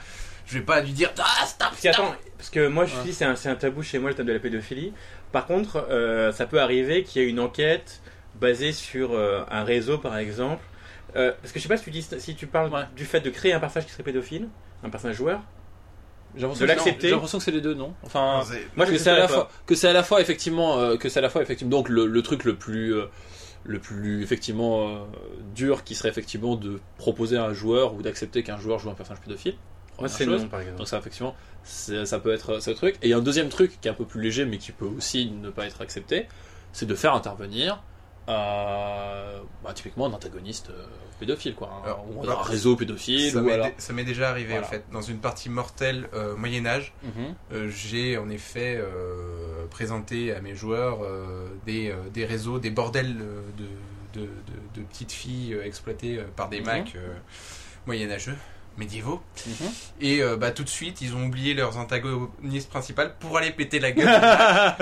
je vais pas lui dire Ah, stop,
Parce que,
stop
attends, parce que moi je
Ouais.
dis c'est un, c'est un tabou chez moi le thème de la pédophilie. Par contre, euh, ça peut arriver qu'il y ait une enquête basé sur euh, un réseau, par exemple. Euh, parce que je sais pas si tu, dis, si tu parles
Ouais.
du fait de créer un personnage qui serait pédophile, un personnage joueur.
J'ai l'impression
De
que-
l'accepter.
J'ai l'impression que c'est les deux, non Enfin,
Ah. euh,
Moi,
que
je
c'est à
sais
la
pas.
fois que c'est à la fois effectivement euh, que c'est à la fois effectivement donc le, le truc le plus euh, le plus effectivement euh, dur qui serait effectivement de proposer à un joueur ou d'accepter qu'un joueur joue un personnage pédophile.
Moi,
Première
c'est
chose.
non, par exemple.
Donc ça effectivement c'est- ça peut être ce truc. Et il y a un deuxième truc qui est un peu plus léger mais qui peut aussi ne pas être accepté, c'est de faire intervenir euh, bah, typiquement un antagoniste euh, pédophile quoi, un-
Alors,
ou
on va-
un réseau pédophile
ça
ou
m'est
alors.
dé- ça m'est déjà arrivé
Voilà.
en fait dans une partie mortelle euh, Moyen Âge
Mhm.
Euh, j'ai en effet euh, présenté à mes joueurs euh, des, euh, des réseaux, des bordels euh, de, de, de- de petites filles euh, exploitées euh, par des
Mhm.
macs euh, moyenâgeux, médiévaux.
Mhm.
Et euh, bah, tout de suite, ils ont oublié leurs antagonistes principaux pour aller péter la gueule.
Parce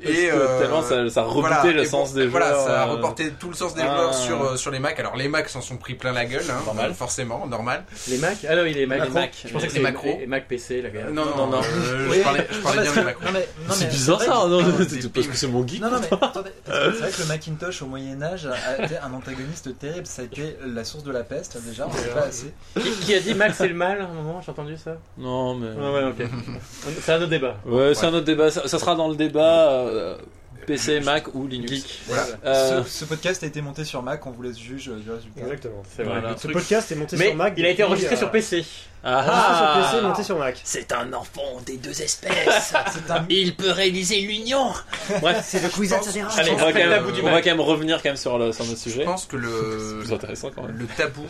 que tellement ça- ça a rebuté le
et
sens des
euh, voilà,
joueurs,
ça a
euh,
reporté tout le sens des
ah.
joueurs sur, euh, sur les Macs. Alors les Macs s'en sont pris plein la gueule, hein,
Normal.
euh, forcément, normal.
Les Mac Ah non, il est Mac.
Les Mac.
Je pensais que
Les
c'était
macros.
les Mac PC, la
Euh,
gueule.
non, non,
non, non.
euh,
Oui.
je parlais, je parlais bien des Macs.
Non, mais- non,
C'est
mais
bizarre
vrai que-
ça, non
des
Parce que c'est mon geek.
Non, non, mais attendez, parce que c'est vrai que le Macintosh au Moyen-Âge a été un antagoniste terrible. Ça a été la source de la peste, déjà, on ne sait pas assez.
Qui, qui a dit Mac c'est le mal à un moment J'ai entendu ça
Non mais.
Ah ouais, ok. c'est un autre débat.
Ouais, c'est un autre débat. Ça, ça sera dans le débat euh, PC, Mac ou Linux.
Voilà.
Euh,
Ce, ce podcast a été monté sur Mac, on vous laisse juge euh, du résultat.
Exactement.
C'est
Voilà.
vrai. le
Ce
truc.
podcast est monté
Mais
sur Mac.
il a été
depuis,
enregistré
euh,
sur PC.
ah,
enregistré sur
ah.
PC, monté sur Mac.
C'est un enfant des deux espèces.
C'est un
Il peut réaliser l'union.
Bref,
Le quiz, etc.
allez, on,
pense
va
que
quand
la
même,
bout du
on
Mac.
va quand même revenir quand même sur, le, sur notre
Je
sujet.
pense que
C'est
le,
plus intéressant quand même.
le tabou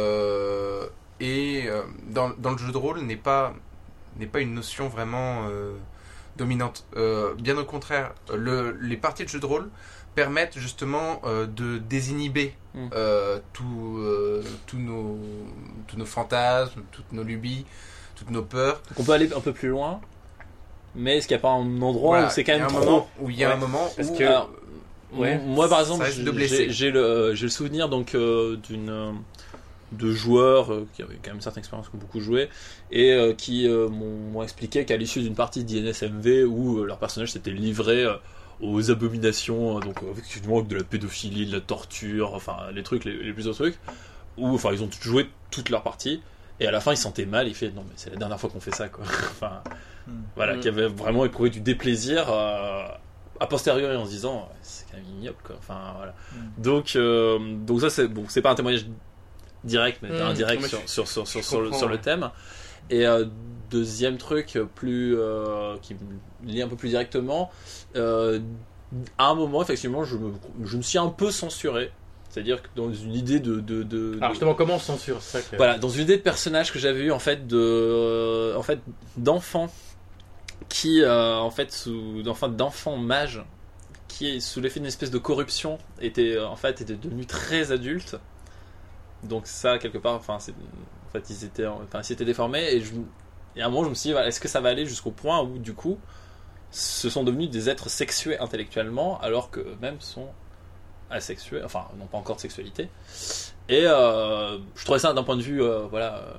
euh, est, euh, dans, dans le jeu de rôle n'est pas n'est pas une notion vraiment euh, dominante. Euh, bien au contraire, le- les parties de jeu de rôle permettent justement euh, de désinhiber
Mm.
euh, tout, euh, tous nos tous nos fantasmes, toutes nos lubies, toutes nos peurs.
Donc on peut aller un peu plus loin. Mais est-ce qu'il n'y a pas un endroit
Voilà,
où c'est quand
il y
même
a un
trop
moment où il y a
Ouais.
un moment
Parce
où
que-
euh,
Ouais.
Moi, par exemple,
Ça risque de
j'ai-
blesser.
j'ai j'ai le, j'ai le souvenir donc euh, d'une euh, de joueurs euh, qui avaient quand même une certaine expérience, qui ont beaucoup joué, et euh, qui euh, m'ont m'ont expliqué qu'à l'issue d'une partie d'INSMV où euh, leur personnage s'était livré euh, aux abominations, euh, donc euh, effectivement avec de la pédophilie, de la torture, enfin les trucs, les, les plusieurs trucs, où enfin ils ont joué toute leur partie. Et à la fin, ils se sentaient mal. Ils fait non, mais c'est la dernière fois qu'on fait ça, quoi. enfin,
Hmm.
voilà,
Hmm.
qui avait vraiment éprouvé du déplaisir euh, a posteriori en se disant c'est quand même ignoble quoi. Enfin voilà.
Mm.
Donc euh, donc ça c'est bon, c'est pas un témoignage direct mais
Mm,
indirect
mais
sur,
tu-
sur, sur, sur,
je
sur le,
comprends,
sur le
ouais.
thème. Et euh, deuxième truc plus euh, qui me lie un peu plus directement, euh, à un moment effectivement je me, je me suis un peu censuré. C'est-à-dire que dans une idée de, de, de-
Alors
de-
justement, comment on censure ça que-
voilà, dans une idée de personnage que j'avais eu en fait de, euh, en fait d'enfants qui euh, en fait sous d'enfants d'enfants mages qui sous l'effet d'une espèce de corruption était euh, en fait était devenu très adulte. Donc ça quelque part, enfin c'est en fait ils étaient enfin ils s'étaient déformés et je et à un moment je me suis dit voilà, est-ce que ça va aller jusqu'au point où du coup ce sont devenus des êtres sexués intellectuellement alors que eux-mêmes sont asexués, enfin n'ont pas encore de sexualité. Et euh, je trouvais ça d'un point de vue, euh, voilà, euh,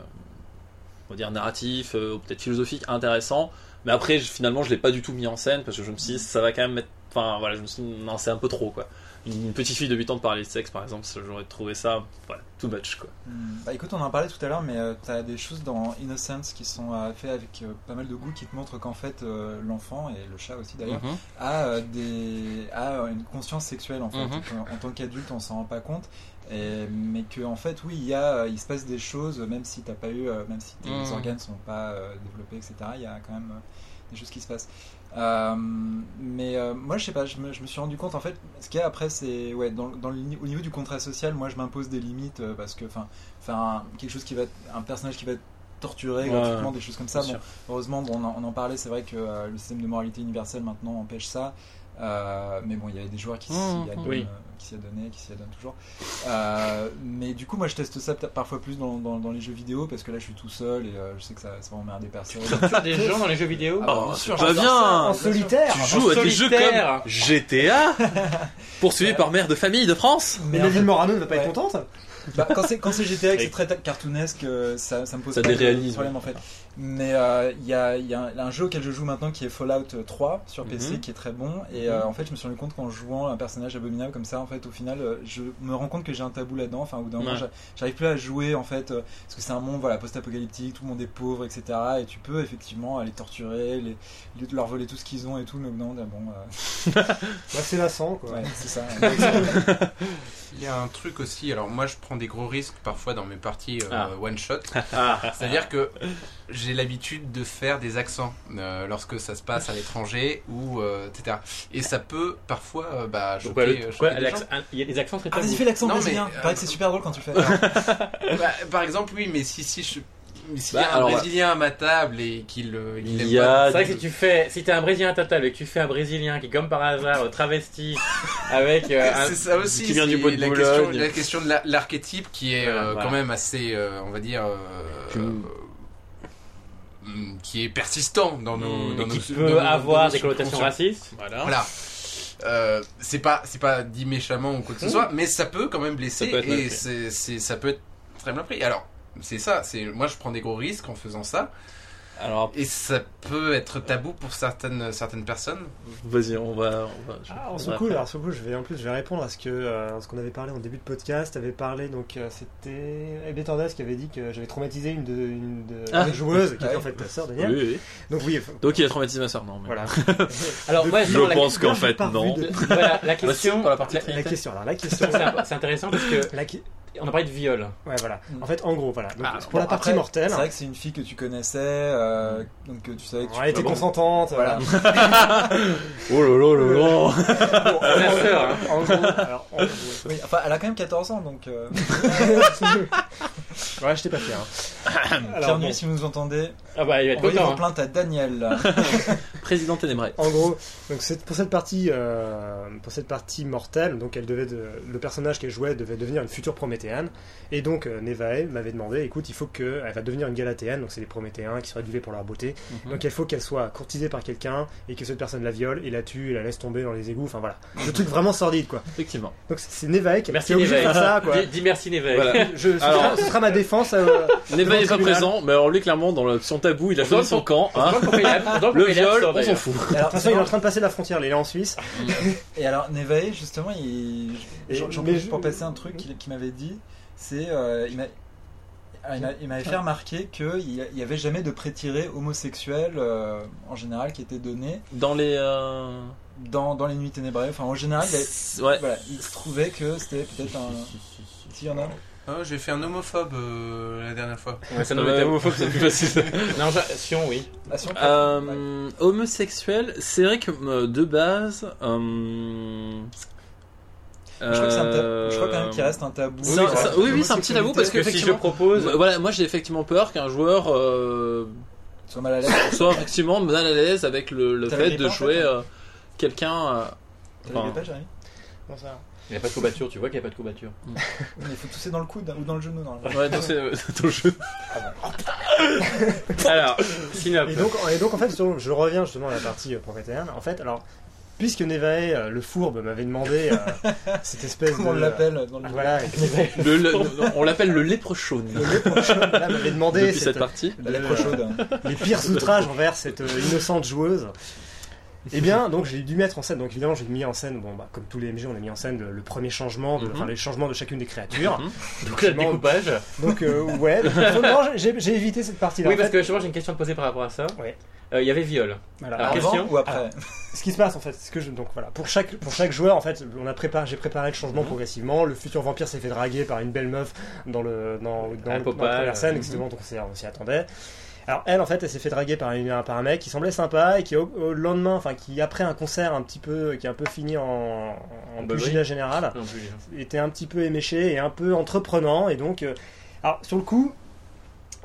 on va dire narratif, euh, ou peut-être philosophique, intéressant. Mais après, je- finalement, je l'ai pas du tout mis en scène parce que je me suis dit, ça va quand même mettre. Enfin, voilà, je me suis dit, non, c'est un peu trop, quoi. Une petite fille de 8 ans de parler de sexe, par exemple, ça, j'aurais trouvé ça, voilà, too much, quoi.
Hmm, Bah écoute, on en parlait tout à l'heure, mais euh, t'as des choses dans Innocence qui sont euh, faites avec euh, pas mal de goût qui te montrent qu'en fait euh, l'enfant, et le chat aussi d'ailleurs, a, euh, des, a euh, une conscience sexuelle en fait.
Mhm.
Qu'en- En, tant qu'adulte, on s'en rend pas compte. Et- mais que en fait, oui, il, y a, euh, il se passe des choses, même si t'as pas eu, euh, même si tes
Mhm.
organes sont pas euh, développés, etc. Il y a quand même euh, des choses qui se passent. Euh, mais euh, moi, je sais pas, je me, je me suis rendu compte en fait, ce qu'il y a après, c'est ouais, dans, dans le- au niveau du contrat social, moi, je m'impose des limites euh, parce que, enfin, faire un- quelque chose qui va, être- un personnage qui va être torturé
Ouais,
gratuitement, des choses comme ça.
bien
bon,
sûr.
heureusement, bon, on, en, on en parlait, c'est vrai que euh, le système de moralité universelle maintenant empêche ça. Euh, mais bon, il y avait des joueurs qui s'y
Mmh,
adonnent,
oui.
euh, qui s'y adonnaient, qui s'y adonnent toujours. Euh, mais du coup, moi, je teste ça peut-être parfois plus dans, dans- dans les jeux vidéo parce que là, je suis tout seul et euh, je sais que ça, ça va emmerder personne.
Censure des gens dans les jeux vidéo
Ah, bah, bien
Oh,
sûr,
c'est pas
j'adore
bien
En solitaire.
Tu
En
joues à des jeux comme
solitaire.
GTA, poursuivi par mère de famille de France
Mais
Mais
en fait,
Nelly Morano ne va pas
Ouais.
être contente.
bah, quand c'est quand c'est GTA et que c'est très ta- cartoonesque, euh, ça, ça me pose
Ça
pas de
déréalise,
problème en fait. Mais euh, il y, a, il y a un- un jeu auquel je joue maintenant qui est Fallout 3 sur PC
Mhm.
qui est très bon. Et euh, en fait, je me suis rendu compte qu'en jouant un personnage abominable comme ça, en fait, au final, euh, je me rends compte que j'ai un tabou là-dedans. Enfin, au bout d'un moment,
Ouais.
j'a- j'arrive plus à jouer en fait, euh, parce que c'est un monde voilà, post-apocalyptique, tout le monde est pauvre, etc. Et tu peux effectivement les torturer, les, les- leur voler tout ce qu'ils ont et tout. Mais au bout d'un moment, bon,
Bah, c'est lassant, quoi.
euh, ouais, c'est ça.
Il y a un truc aussi, alors moi je prends des gros risques parfois dans mes parties euh,
Ah.
one shot. C'est-à-dire que j'ai l'habitude de faire des accents euh, lorsque ça se passe à l'étranger ou euh, etc. Et ça peut parfois euh, bah,
Pourquoi
choquer,
le-
euh,
quoi,
choquer des gens.
l'accent- un- Il y a des accents très
Ah, vas-y,
tabous.
fais l'accent
Non, mais,
brésilien.
euh,
Il paraît que c'est super drôle quand tu le fais.
Bah, par exemple, oui, mais si si je s'il y
Bah,
a un
alors,
Brésilien à ma table et qu'il euh, qu'il
Il
aime
y
pas-
a-
C'est vrai que si tu fais, si t'es un Brésilien à ta table et que tu fais un Brésilien qui, comme par hasard, euh, travesti avec euh, un-
C'est ça aussi.
qui vient du
c'est
bois de
la
Boulogne.
question, la question de la- l'archétype qui est
Voilà,
euh,
voilà.
quand même assez, euh, on va dire, euh,
Tu-
euh, mm, qui est persistant dans nos, dans
Hmm. et qui
nos-
peut
dans nos- dans
avoir
nos
des connotations
subconscients.
racistes.
Voilà.
Voilà. Euh, c'est pas c'est pas dit méchamment ou quoi que ce soit, mais ça peut quand même blesser
Mmh. Ça peut être mal
et
pris.
c'est c'est- ça peut être très mal pris. Alors c'est ça, c'est moi je prends des gros risques en faisant ça
Alors,
et ça peut être tabou pour certaines certaines personnes.
vas-y, on va. On va
Ah, alors,
on
ce
va
coup,
faire-
alors, ce coup, je vais en plus, je vais répondre à ce que euh, à ce qu'on avait parlé en début de podcast. Avait parlé donc euh, c'était Ebbe Tordas qui avait dit que j'avais traumatisé une de une de
Ah.
une joueuse qui était
Ouais.
en fait ta sœur
Oui,
Daniel.
oui, oui.
Donc oui, enfin,
Donc il a traumatisé ma soeur, non. Mais...
voilà.
Alors, moi,
Je
sur la,
pense qu'en
Là, j'ai
fait,
pas
non.
vu de-
voilà, la question.
pour la partie
La question, alors la question,
C'est un- c'est intéressant parce que
la qui-
on a parlé de viol.
ouais voilà.
Mm.
En fait, en gros, voilà. Donc,
Ah,
pour la
Bon,
partie
après,
mortelle, hein.
C'est vrai que c'est une fille que tu connaissais, euh, donc que tu savais que tu
elle était
Bon,
consentante. Voilà.
Oh là là là là.
La sœur, hein.
En gros, alors, en gros,
Oui, enfin, elle a quand même 14 ans, donc euh,
ouais, j'étais pas fier. hein. Alors,
Pierre Nuit,
bon,
si vous nous entendez,
Ah bah, il va être
envoyez
content.
vos
hein.
plaintes à Daniel.
Président Ténébré.
en gros, donc c'est pour cette partie, euh, pour cette partie mortelle, donc elle devait, de- le personnage qu'elle jouait devait devenir une future Prométhéenne, et donc euh, Nevae m'avait demandé, écoute, il faut que elle va devenir une Galatéenne, donc c'est les Prométhéens qui sont adulés pour leur beauté, donc il faut qu'elle soit courtisée par quelqu'un et que cette personne la viole et la tue et la laisse tomber dans les égouts, enfin voilà, le truc vraiment sordide quoi.
Effectivement.
Donc c'est- c'est Nevae qui a
Merci,
qui a obligé de
Nevae.
faire ça quoi.
Dis, dis merci Neve.
Voilà.
Je, ce,
Alors-
sera, ce sera ma défense. euh,
Neva
le
est pas
tribunal.
présent, mais alors lui, clairement, dans l'option tabou, il a
On doit
choisi son
le-
camp. hein. Le
Le
viol, on s'en fout.
Alors,
De toute façon, il est en train de passer la frontière, il est en Suisse.
Et alors, Nevaeh, justement, il... j'en
Et-
j'en
mais
profite
je-
pour passer un truc qu'il qu'il m'avait dit. C'est. euh, il m'a- ah, il m'a- il m'avait fait remarquer qu'il n'y avait jamais de pré-tiré homosexuel euh, en général qui était donné
Dans les. euh,
dans, dans les Nuits Ténébrées. Enfin, en général, Ah, il, avait-
Ouais.
voilà, il se trouvait que c'était peut-être un. Si, y en a
Ah, J'ai fait un homophobe euh, la dernière fois.
ça nous
Ouais,
mettait-
homophobe, c'est plus facile.
Euh, Non, j'a- Sion, oui.
Ah, si, on peut- Ouais.
Euh, homosexuel, c'est vrai que euh, de base. euh,
Je crois, que c'est un
euh,
tabou- je crois quand même qu'il reste un tabou. euh,
ça- ça- Oui,
sur
oui, c'est un petit tabou parce que,
Que si je
effectivement, euh,
propose.
voilà, moi j'ai effectivement peur qu'un joueur euh,
Soit mal à l'aise.
soit effectivement mal à l'aise avec le, le
T'avais
fait
mis
de
pas, en fait,
jouer
hein.
euh, quelqu'un. euh,
T'as
Enfin.
les pas, Jérémy
Non, ça va.
Il n'y a pas de courbature, tu vois qu'il n'y a pas de courbature.
Oui, Mais il faut tousser dans le coude hein, ou dans le genou, normalement.
Ouais, donc c'est euh, dans le jeu.
Alors,
Et
Synop.
donc, et donc, en fait, justement, je reviens justement à la partie euh, prométhéenne. En fait, alors, puisque Nevae, euh, le fourbe, m'avait demandé euh, cette espèce
Comment on
de. euh,
l'appelle dans
Ah,
le
Voilà, et-
Le- le- on l'appelle le léprechaune
le lait pour chaude, là, m'avait demandé
depuis
cette-
cette partie.
La
Euh,
lèpre chaude.
les pires outrages envers cette euh, innocente joueuse. Eh bien, donc j'ai dû mettre en scène, donc évidemment j'ai mis en scène, bon, bah, comme tous les MJ, on a mis en scène le, le premier changement, de-
Mhm.
enfin
Mm-hmm.
les changements de chacune des créatures.
Donc là, le
Effectivement,
découpage.
donc euh, ouais, donc, finalement, j'ai j'ai évité cette partie-là.
Oui,
En
parce
fait,
que justement, j'ai une question à te poser par rapport à ça. Euh,
Ouais.
Il y avait viol.
voilà.
Alors,
Avant
question Ah.
ou après
ce qui se passe en fait, c'est que je, donc voilà, pour chaque pour chaque joueur en fait, on a préparé, j'ai préparé le
Mhm.
changement progressivement. Le futur vampire s'est fait draguer par une belle meuf dans le dans, dans,
la
le- dans
popale.
la première scène, exactement, donc on s'y- on s'y attendait. Alors elle en fait, elle s'est fait draguer par, une, par un mec qui semblait sympa et qui au, au lendemain, enfin qui après un concert un petit peu, qui est un peu fini en, en,
En
buginat
beuverie.
général,
Non plus.
était un petit peu éméché et un peu entreprenant et donc euh, alors sur le coup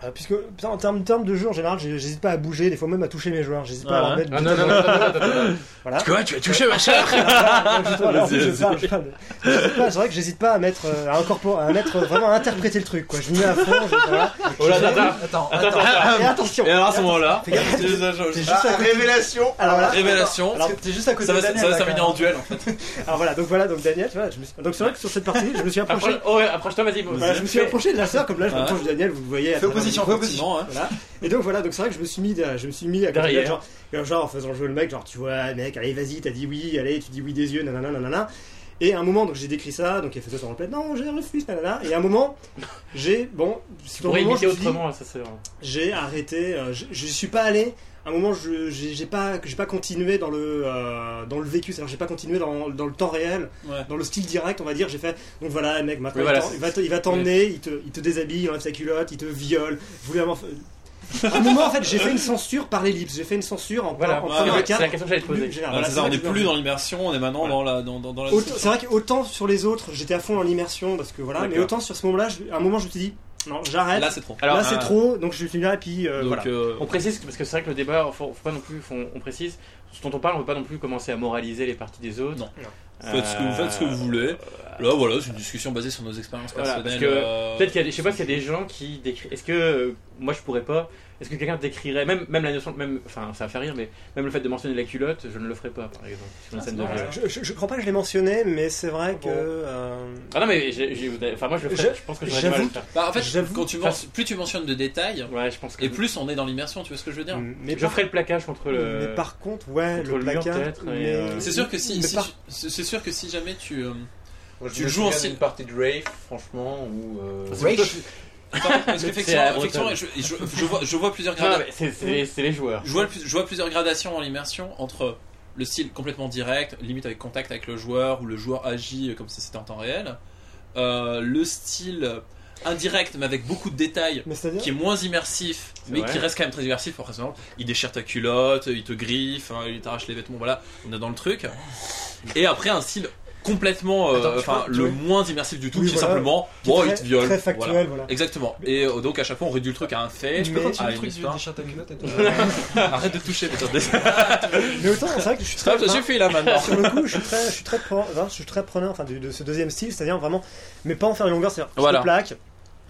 euh, Puisque putain, en termes, en termes de jeu en général, j'ai- j'hésite pas à bouger, des fois même à toucher mes joueurs, j'hésite pas
Ah
à leur
ouais.
mettre
Ah non, non, non, non, non, non, non, non.
Voilà.
Quoi, tu as touché ma chatte
Ah, je- voilà, en plus, je parle, je parle. Je sais pas, C'est vrai que j'hésite pas à mettre, euh, à incorporer, à mettre vraiment à interpréter le truc. Quoi. Je me mets à fond. Je, voilà.
Oh là, attends, Ah,
Attends,
attends,
attends.
attends.
Et attention.
Et alors à ce moment-là,
Fais gaffe, t'es- t'es juste
ah,
à côté.
Révélation
Alors là,
révélation,
alors, t'es juste à côté
ça va,
de Daniel,
ça va
là,
se terminer
quand
en
même.
duel en fait.
Alors voilà, donc voilà, donc Daniel, tu vois, je me suis- donc c'est vrai que sur cette partie, je me suis approché.
Approche- oh, ouais, Approche-toi, vas-y.
Voilà, je me suis approché de la sœur, comme là je m'approche de Daniel, vous le voyez. à
Fais
travers
opposition,
le
fais
micro.
opposition.
Non, hein.
Voilà. Et donc voilà, donc c'est vrai que je me suis mis, de- je me suis mis à côté de
Derrière.
là, genre, euh, genre en faisant jouer le mec, genre tu vois, mec, allez vas-y, t'as dit oui, allez, tu dis oui des yeux, nanana, nanana. Et à un moment, donc j'ai décrit ça, donc il fait ça sur le plaid, non, j'ai refuse, nanana. Et à un moment, j'ai, bon,
Tu
sur le
pourrais
moment,
imiter
je me suis dit,
autrement, ça c'est vrai.
j'ai arrêté, euh, je, je suis pas allé. À un moment, je j'ai j'ai pas, j'ai pas continué dans le euh, dans le vécu, c'est-à-dire j'ai pas continué dans, dans le temps réel,
Ouais.
dans le style direct, on va dire. J'ai fait donc voilà, eh mec, maintenant
Oui, voilà,
il t'en-
c'est-
il va te- il va t'emmener, il te il te déshabille, il enlève sa culotte, il te viole. Je voulais vraiment. À un moment, en fait, j'ai fait une censure par l'ellipse. J'ai fait une censure en
Voilà,
en
ouais,
c'est
prenant un
la
cadre
question que j'allais te
plus
poser.
général.
Ah,
Voilà,
c'est ça,
c'est
on
ça
n'est
que je veux
plus
dire.
dans l'immersion, on est maintenant dans la. Dans, dans, dans la...
Autant- C'est vrai qu'autant sur les autres, j'étais à fond dans l'immersion parce que voilà, mais
D'accord.
autant sur ce moment-là, je- à un moment, je me suis dit non, j'arrête.
Là,
Là,
c'est trop.
Alors,
c'est
euh,
trop, donc je suis là, puis euh,
Donc,
voilà.
euh,
On précise, que- parce que c'est vrai que le débat, faut, faut pas non plus, faut- on précise, ce dont on parle, on peut pas non plus commencer à moraliser les parties des autres. Euh,
Non.
Non.
faites, ce que, vous- faites ce que vous voulez. Là, voilà, c'est une discussion basée sur nos expériences
Voilà, parce
personnelles.
que
euh,
Peut-être qu'il y a des, je sais pas s'il y a des gens qui décrivent. Est-ce que euh, moi je pourrais pas Est-ce que quelqu'un décrirait même même la notion, même enfin ça fait rire, mais même le fait de mentionner la culotte, je ne le ferais pas par exemple sur une scène de viol.
Je, je- je crois pas que je l'ai mentionné, mais c'est vrai que.
bon
euh,
Ah non mais j'ai- j'ai- enfin moi je le ferais.
Je-
Je, pense que j'aurais du mal à le
j'avoue
faire.
bah, en fait,
j'avoue-
quand tu men- plus tu mentionnes de détails,
Ouais, je pense que.
et plus on est dans l'immersion, tu vois ce que je veux dire
mais,
je
par,
ferais le plaquage contre le.
mais par contre, ouais,
contre
le
le euh, mur,
placard.
peut-être, et,
mais-
euh,
C'est sûr que si,
mais
si
par-
tu- c'est c'est sûr que si jamais tu. euh,
Moi, je
Tu
me
joues en
souviens
si-
d'une partie de Rafe, franchement, où. euh,
C'est plutôt-
Attends, parce
à
qu'effectivement,
la
effectivement,
Bretonne.
je, et je, je vois, je vois plusieurs
Non, non,
gradations.
mais c'est- c'est c'est les joueurs.
Je vois, le plus- je vois plusieurs gradations dans l'immersion entre le style complètement direct, limite avec contact avec le joueur, où le joueur agit comme si c'était en temps réel, euh, le style indirect mais avec beaucoup de détails,
Mais c'est-à-dire.
qui est moins immersif, mais
vrai.
qui reste quand même très immersif. Par exemple, il déchire ta culotte, il te griffe, hein, il t'arrache les vêtements, voilà, on est dans le truc. Et après, un style complètement, euh,
Attends, tu
enfin,
peux- tu
le
veux-
moins immersif du tout,
Oui,
qui est
voilà.
simplement,
qui est
bon,
très,
il te viole.
Très
voilà.
factuel, voilà.
Exactement. Et euh, donc à chaque fois on réduit le truc à un fait.
Tu peux
à
Ah,
continuer
une
truc du
histoire.
déchire ta culotte et tout.
Arrête de toucher, putain. Ça
Mais autant, c'est vrai que je suis très.
ça suffit là maintenant.
sur le coup, je suis très, je suis très, preneur, enfin, je suis très preneur enfin, de, de ce deuxième style, c'est-à-dire vraiment, mais pas en faire une longueur, c'est-à-dire, tu
Voilà.
te plaques,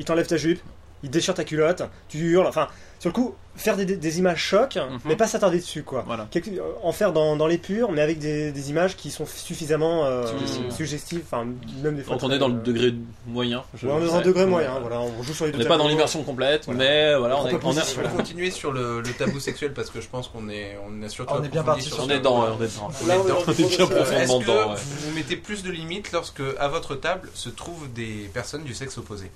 il t'enlève ta jupe, il déchire ta culotte, tu hurles, enfin, sur le coup, faire des, des- des images chocs,
Mhm.
mais pas s'attarder dessus, quoi.
Voilà.
Quelque- euh, en faire dans, dans les purs, mais avec des, des images qui sont suffisamment euh,
Suggestives.
suggestives, enfin, même des fois.
Donc on
très,
est dans le
euh,
degré moyen. je-
ouais, on est dans
ouais.
le degré moyen, voilà, on joue sur les
On
deux.
n'est pas dans
tableaux.
l'immersion complète,
Voilà.
mais voilà, on
On
est,
peut
on est,
plus-
voilà.
On continuer sur le, le tabou sexuel parce que je pense qu'on est on a surtout
Ah, on est bien
approfondi
parti
On
sur
est dedans, ouais, on est dedans.
On est dedans.
On est
Euh,
bien
Est-ce
profondément
que
dedans. ouais.
vous vous mettez plus de limites lorsque à votre table se trouvent des personnes du sexe opposé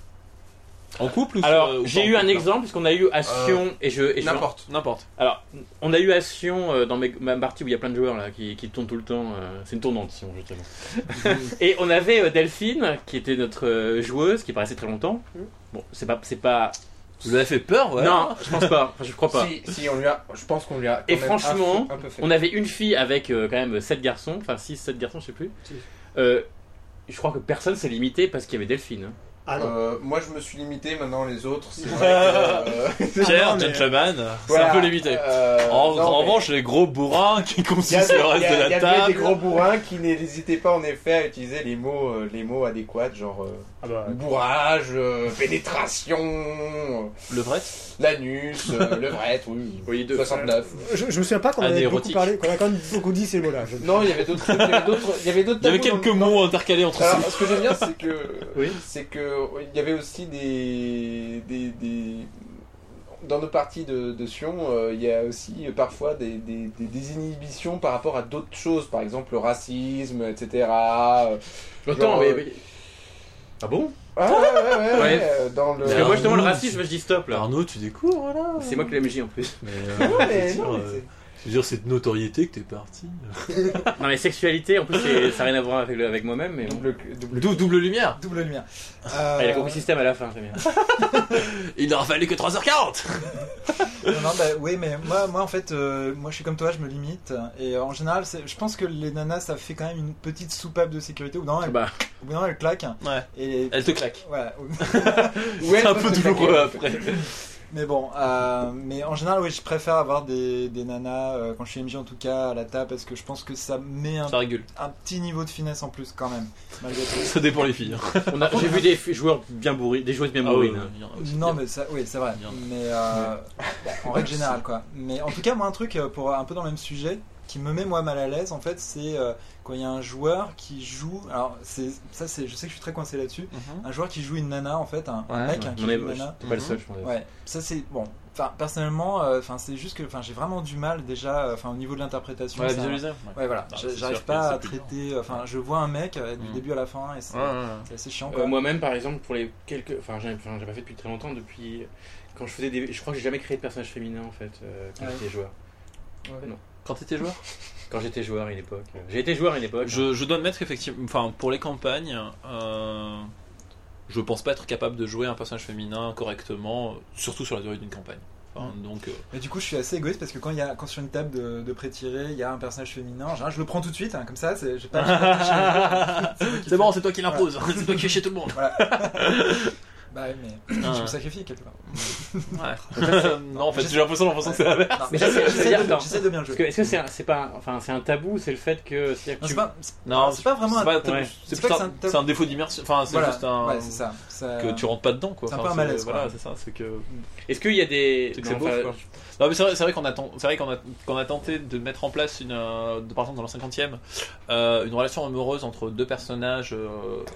En couple ou
Alors
euh, ou
j'ai
pas en
eu un
couple,
exemple parce qu'on a eu à Sion et je et je
N'importe.
hein. N'importe.
Alors, on a eu à Sion, euh, dans mes- ma partie où il y a plein de joueurs là, qui, qui tournent tout le temps. euh, c'est une tournante, Sion, justement. et on avait euh, Delphine, qui était notre euh, joueuse, qui paraissait très longtemps. Bon, c'est pas. C'est pas...
Vous avez fait peur, ouais.
Non, je pense pas. Enfin, je crois pas.
Si, si, on lui a. Je pense qu'on lui a. quand
Et
même
franchement,
un peu- un peu fait.
On avait une fille avec euh, quand même 7 garçons, enfin 6, 7 garçons, je sais plus.
Si.
Euh, je crois que personne s'est limité parce qu'il y avait Delphine. hein.
Ah non.
Euh, moi, je me suis limité. Maintenant, les autres, c'est vrai. que, euh,
Pierre,
Ah non, mais-
gentleman,
voilà.
c'est un peu limité.
Euh,
en
non,
en
mais-
revanche, les gros bourrins qui
Il y avait,
consistent le
il y
reste
a-
de
il y
la
avait
table.
des gros bourrins qui n'hésitaient pas en effet à utiliser les mots, euh, les mots adéquats, genre euh,
Ah bah,
bourrage, euh, pénétration,
Le vrai
euh, l'anus, euh, le vrai, oui,
Oui, deux.
69.
je, je me souviens pas qu'on en avait beaucoup
Anérotique.
parlé, qu'on a quand même beaucoup dit ces mots-là. je-
Non, il y avait d'autres, il y avait d'autres, il y avait d'autres.
Il y avait
tabous
quelques
dans-
mots intercalés entre
Alors,
ces
ce que j'aime bien, c'est que,
Oui.
c'est que il y avait aussi des, des, des- dans nos parties de, de Sion, euh, il y a aussi euh, parfois des, des, des, des inhibitions par rapport à d'autres choses, par exemple le racisme, etc. euh,
J'entends,
genre,
mais,
euh,
mais- Ah bon
Ah, ouais, ouais, ouais, ouais,
Ouais.
euh, dans le.
Parce que moi,
Mais Arnaud,
justement, le
tu-
racisme, je dis stop là.
Arnaud, tu découvres, voilà.
C'est moi qui l'ai MJ en plus.
Mais,
Non, mais,
je veux
non,
dire,
mais
euh,
c'est-
je veux dire, c'est de notoriété que t'es parti.
non, mais sexualité, en plus, c'est- ça n'a rien à voir avec, le- avec moi-même, mais bon.
double, double-
Dou- double lumière.
Double lumière.
Ah, il a
Euh,
compris le système à la fin, j'aime bien.
Il n'aura fallu que 3h40.
Non, non, bah oui, mais moi, moi en fait, euh, moi je suis comme toi, je me limite. Et euh, en général, c'est- je pense que les nanas, ça fait quand même une petite soupape de sécurité. Ou non, elles,
Bah.
au bout d'un moment, elles claquent.
Ouais.
Et
Elle te claque.
voilà.
Ouais,
C'est un peu douloureux après.
Mais bon, euh, mais en général, oui, je préfère avoir des, des nanas euh, quand je suis MJ en tout cas à la table parce que je pense que ça met un,
Ça régule.
un petit niveau de finesse en plus quand même. Malgré tout.
Ça dépend les filles. hein.
On a- J'ai vu des f- joueurs bien bourrés, des joueuses bien
Ah ouais,
bourrines. hein.
il y en a aussi.
Non, mais ça, oui, c'est vrai.
Bien.
Mais euh, en règle générale, quoi. Mais en tout cas, moi, un truc euh, pour un peu dans le même sujet qui me met moi mal à l'aise, en fait, c'est euh, quand il y a un joueur qui joue. Alors, c'est ça, c'est. Je sais que je suis très coincé là-dessus.
Mhm.
Un joueur qui joue une nana, en fait, un, un
Ouais,
mec hein, qui
On
joue
est
une nana.
t'es pas le seul, je pense.
Ouais, ça c'est bon. Enfin, personnellement, euh, enfin c'est juste que, enfin j'ai vraiment du mal déjà, euh, enfin au niveau de l'interprétation.
Ouais,
ça-
visualiser.
Ouais, voilà.
Ah,
J'a-
c'est
J'arrive
sûr que
pas
c'est
à
plus dur.
traiter. euh, Enfin, je vois un mec euh, du
Mm.
début à la fin et c'est
Ouais, ouais, ouais.
c'est assez chiant.
Euh,
Quoi.
Moi-même, par exemple, pour les quelques. Enfin, j'ai enfin, j'ai pas fait depuis très longtemps, depuis. Quand je faisais des. Je crois que j'ai jamais créé de personnage féminin en fait, euh, quand
Ouais.
j'étais joueur.
Quand t'étais joueur
Quand j'étais joueur à une époque. J'ai été joueur à une époque.
je, je dois admettre qu'effectivement, enfin, pour les campagnes, euh, je pense pas être capable de jouer un personnage féminin correctement, euh, surtout sur la durée d'une campagne. Enfin,
Mm.
donc, euh,
Mais du coup, je suis assez égoïste parce que quand il y a, quand sur une table de, de pré-tiré, il y a un personnage féminin, en général, je le prends tout de suite, hein, comme ça, c'est j'ai pas. j'ai pas touché à l'épaule. C'est moi qui le fais.
c'est toi qui
l'impose.
c'est toi qui es chez tout le monde.
Bah ouais, mais je me sacrifie quelque part.
non, en fait, j'ai l'impression, j'ai l'impression que c'est la merde.
Non,
Mais ça, c'est- c'est
J'essaie de-
attends.
j'essaie de bien le
Parce que
jouer.
est-ce que c'est un- c'est pas un- enfin c'est un tabou c'est le fait que c'est-à-dire que
Non,
tu-
Ah, c'est pas, c'est
Non,
c'est pas vraiment.
c'est
un-
pas un tabou,
ouais.
c'est
C'est pas
plus
que
un-
c'est un tab-
c'est un défaut d'immersion. Enfin, c'est
Voilà.
juste un.
Ouais, c'est ça. Ça-
Que tu rentres pas dedans, quoi.
C'est un
Enfin,
peu un malaise, quoi.
Voilà, c'est ça. C'est que.
est-ce qu'il y a des
C'est que
non,
c'est beau,
enfin,
quoi. Non mais c'est vrai, c'est vrai qu'on a, ten- c'est vrai qu'on a, qu'on a tenté de mettre en place une, euh, de- par exemple dans la cinquantième, euh, une relation amoureuse entre deux personnages euh,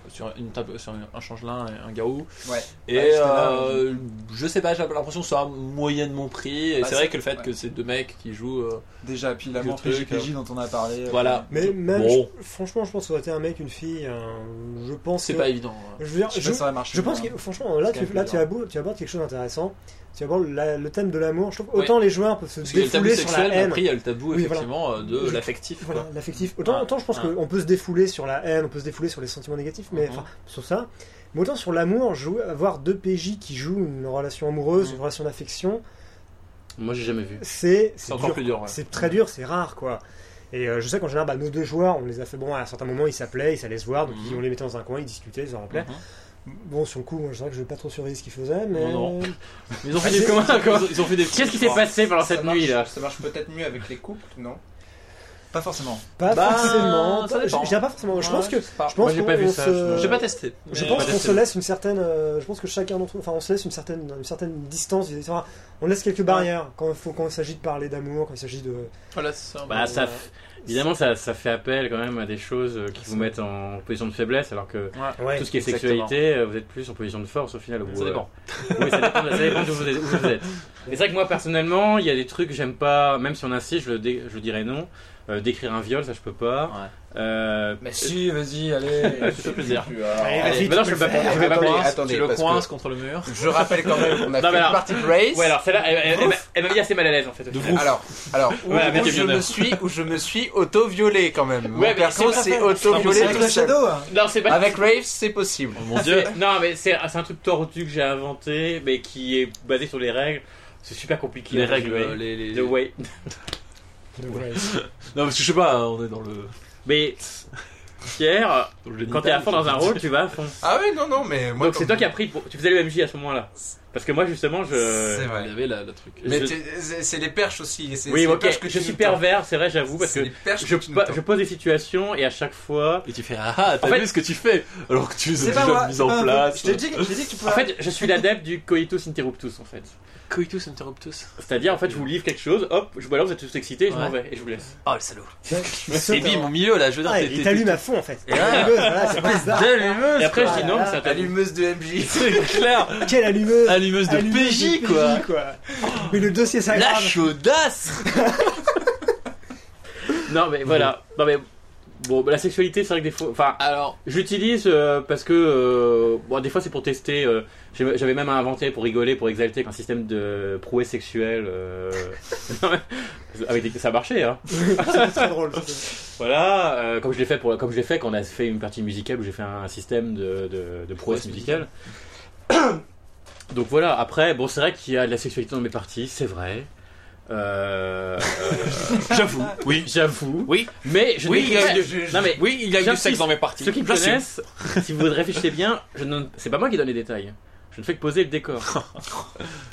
sur une table, sur un changelin et un garou.
Ouais.
Et
Ah, jusque-là,
euh, je sais pas, j'ai l'impression que ça a moyennement pris. Et
Bah,
c'est vrai
c'est-
que le fait
ouais.
que ces deux mecs qui jouent, euh,
Déjà, puis
Le
l'amour
truc,
PJPJ dont on a parlé. euh,
voilà.
Mais même,
Bon.
je- franchement, je pense que ça aurait été un mec, une fille. un- je pense.
c'est
que-
pas évident. hein. ouais.
Je veux dire,
Je, sais
je,
pas si ça aurait marché,
je pense
mais,
que franchement, là,
C'est quand
tu,
même
là
plus
tu,
dur.
abordes, tu abordes quelque chose d'intéressant. Tu abordes la- le thème de l'amour. Je trouve
Oui.
autant les joueurs peuvent se
Parce qu'il y a le tabou
défouler sur la
sexuel, mais
haine.
après il y a le tabou
Oui, voilà.
effectivement euh, de
Je-
l'affectif.
Voilà,
quoi.
l'affectif. Autant,
Ouais.
autant je pense
Ouais.
qu'on peut se défouler sur la haine, on peut se défouler sur les sentiments négatifs, mais
Mhm.
enfin, sur ça. Mais autant sur l'amour, jouer- avoir deux PJ qui jouent une relation amoureuse,
Mhm.
une relation d'affection,
moi j'ai jamais vu
c'est c'est
C'est encore
dur.
plus dur. ouais.
C'est très dur, c'est rare, quoi. Et euh, je sais qu'en général, bah, nos deux joueurs, on les a fait. Bon, à un certain moment, ils s'appelaient, ils s'allaient se voir, donc
Mhm.
ils- on les mettait dans un coin, ils discutaient, ils se rappelaient.
Mhm.
Bon, sur le coup, moi, je sais que je vais pas trop surveiller ce qu'ils faisaient, mais.
Non, non.
mais ils ont fait des communs quoi
Ils ont- Ils ont fait des.
qu'est-ce qui s'est passé pendant cette nuit là
Ça marche peut-être mieux avec les couples, non
euh, Pas forcément.
Pas
Bah,
forcément.
ça
Pas,
dépend.
je dirais pas forcément. Je pense que.
je sais pas.
Je pense
Moi, j'ai
qu'on-
pas vu
on
ça,
se-
je-
J'ai pas testé.
Je
mais-
pense
pas
qu'on
testé,
se
non.
laisse une certaine, euh, je pense que chacun d'entre, enfin, on se laisse une certaine, une certaine distance. vis-à-vis- enfin, on laisse quelques barrières quand il faut, quand il s'agit de parler d'amour, quand il s'agit de.
Voilà, c'est ça.
bah ça f- évidemment ça, ça fait appel quand même à des choses euh, qui vous mettent en position de faiblesse alors que
Ouais.
tout ce qui est
exactement.
sexualité euh, vous êtes plus en position de force au final au bout,
Ça
euh,
dépend.
Oui, ça dépend, ça dépend d'où vous êtes. où vous êtes. Mais c'est vrai que moi, personnellement, il y a des trucs que j'aime pas, même si on insiste, je, le dé- je dirais non. Euh, décrire un viol, ça je peux pas. Euh,
Mais si, vas-y, allez.
Ouais, ça fait plaisir.
Allez,
allez,
vas-y,
maintenant,
tu
je vais
peux le
pas-
faire.
je vais pas
Ah, Attendez,
plaider.
attendez,
tu le
parce que
coinces contre le mur.
je rappelle quand même qu'on
Non, mais
a fait une
alors-
partie de race.
Ouais, alors celle-là, elle, elle- elle m'a- elle m'a mis assez mal à l'aise en fait. au final.
Alors, alors où,
Ouais,
où
mettez
je
bien
me
d'heure.
suis, où je me suis auto-violé quand même.
Ouais,
Mon
mais
perso,
c'est
c'est
pas-
C'est
auto-violé
avec
tout
le
seul.
shadow. hein.
Non, c'est pas.
Avec Rave, c'est possible.
Oh mon dieu.
Non, mais c'est ah, c'est un truc tordu que j'ai inventé, mais qui est basé sur les règles. C'est super compliqué.
Les
à
règles,
résumer.
euh, les, les-
The way.
Non, parce que je sais pas, hein, on est dans le.
Mais Pierre,
dans le
quand t'es à fond dans un rôle, tu vas à fond.
Ah oui, non, non, mais moi.
Donc c'est toi qui as pris. pour- Tu faisais le MJ à ce moment-là. Parce que moi, justement, je.
C'est
Il
vrai.
y avait la, la truc.
Mais
je-
t'es- c'est c'est les perches aussi. c'est- c'est
Oui,
les
ok,
perches que
je
tu
suis
nous tends.
pervers, c'est vrai, j'avoue, parce
C'est
que
les perches
je,
que tu nous
pa-
tends.
je pose des situations et à chaque fois.
Et tu fais ah, ah, t'as
En fait-
vu ce que tu fais Alors que tu les as
C'est pas moi.
déjà mis
c'est pas
en
un
place.
peu- Je t'ai dit, je t'ai dit que tu pouvais.
En fait, je suis l'adepte du coitus interruptus, en fait.
coitus interruptus.
C'est-à-dire, en fait, je vous livre quelque chose, hop, je, ou alors vous êtes tous excités, je m'en
Ouais.
vais et je vous laisse.
Oh le salaud.
saute,
C'est bim
hein.
au milieu là, je veux dire,
Ah,
t'es-
il
t'es-
t'allume à fond en fait.
Ouais.
Allumeuse, voilà, c'est pas ça.
Et après, je dis
quoi.
non, mais c'est interdit.
Allumeuse de MJ.
t'es- C'est clair
Quelle allumeuse
Allumeuse de
Allumeuse
PJ quoi
Mais le dossier ça
La
grave.
chaudasse
Non, mais voilà. Non, mais. Bon, bah, la sexualité, c'est vrai que des fois. Enfin,
Alors,
j'utilise euh, parce que. euh, bon, des fois, c'est pour tester. euh, j'ai- J'avais même inventé pour rigoler, pour exalter, un système de prouesse sexuelle. euh, avec des... Ça a marché, hein.
C'est très drôle. ça.
Voilà, euh, comme je l'ai fait pour, comme je l'ai fait quand on a fait une partie musicale où j'ai fait un système de, de, de prouesse musicale. Donc voilà, après, bon, c'est vrai qu'il y a de la sexualité dans mes parties, c'est vrai. Euh, euh,
j'avoue. Oui.
J'avoue.
Oui.
Mais je
Oui,
ne
il y a
dirais-
eu du-
Non mais
Oui, il y a eu du
J'insiste.
sexe dans mes parties.
ceux qui me
J'assume.
connaissent, si vous réfléchissez bien, je ne... c'est pas moi qui donne les détails. Je ne fais que poser le décor.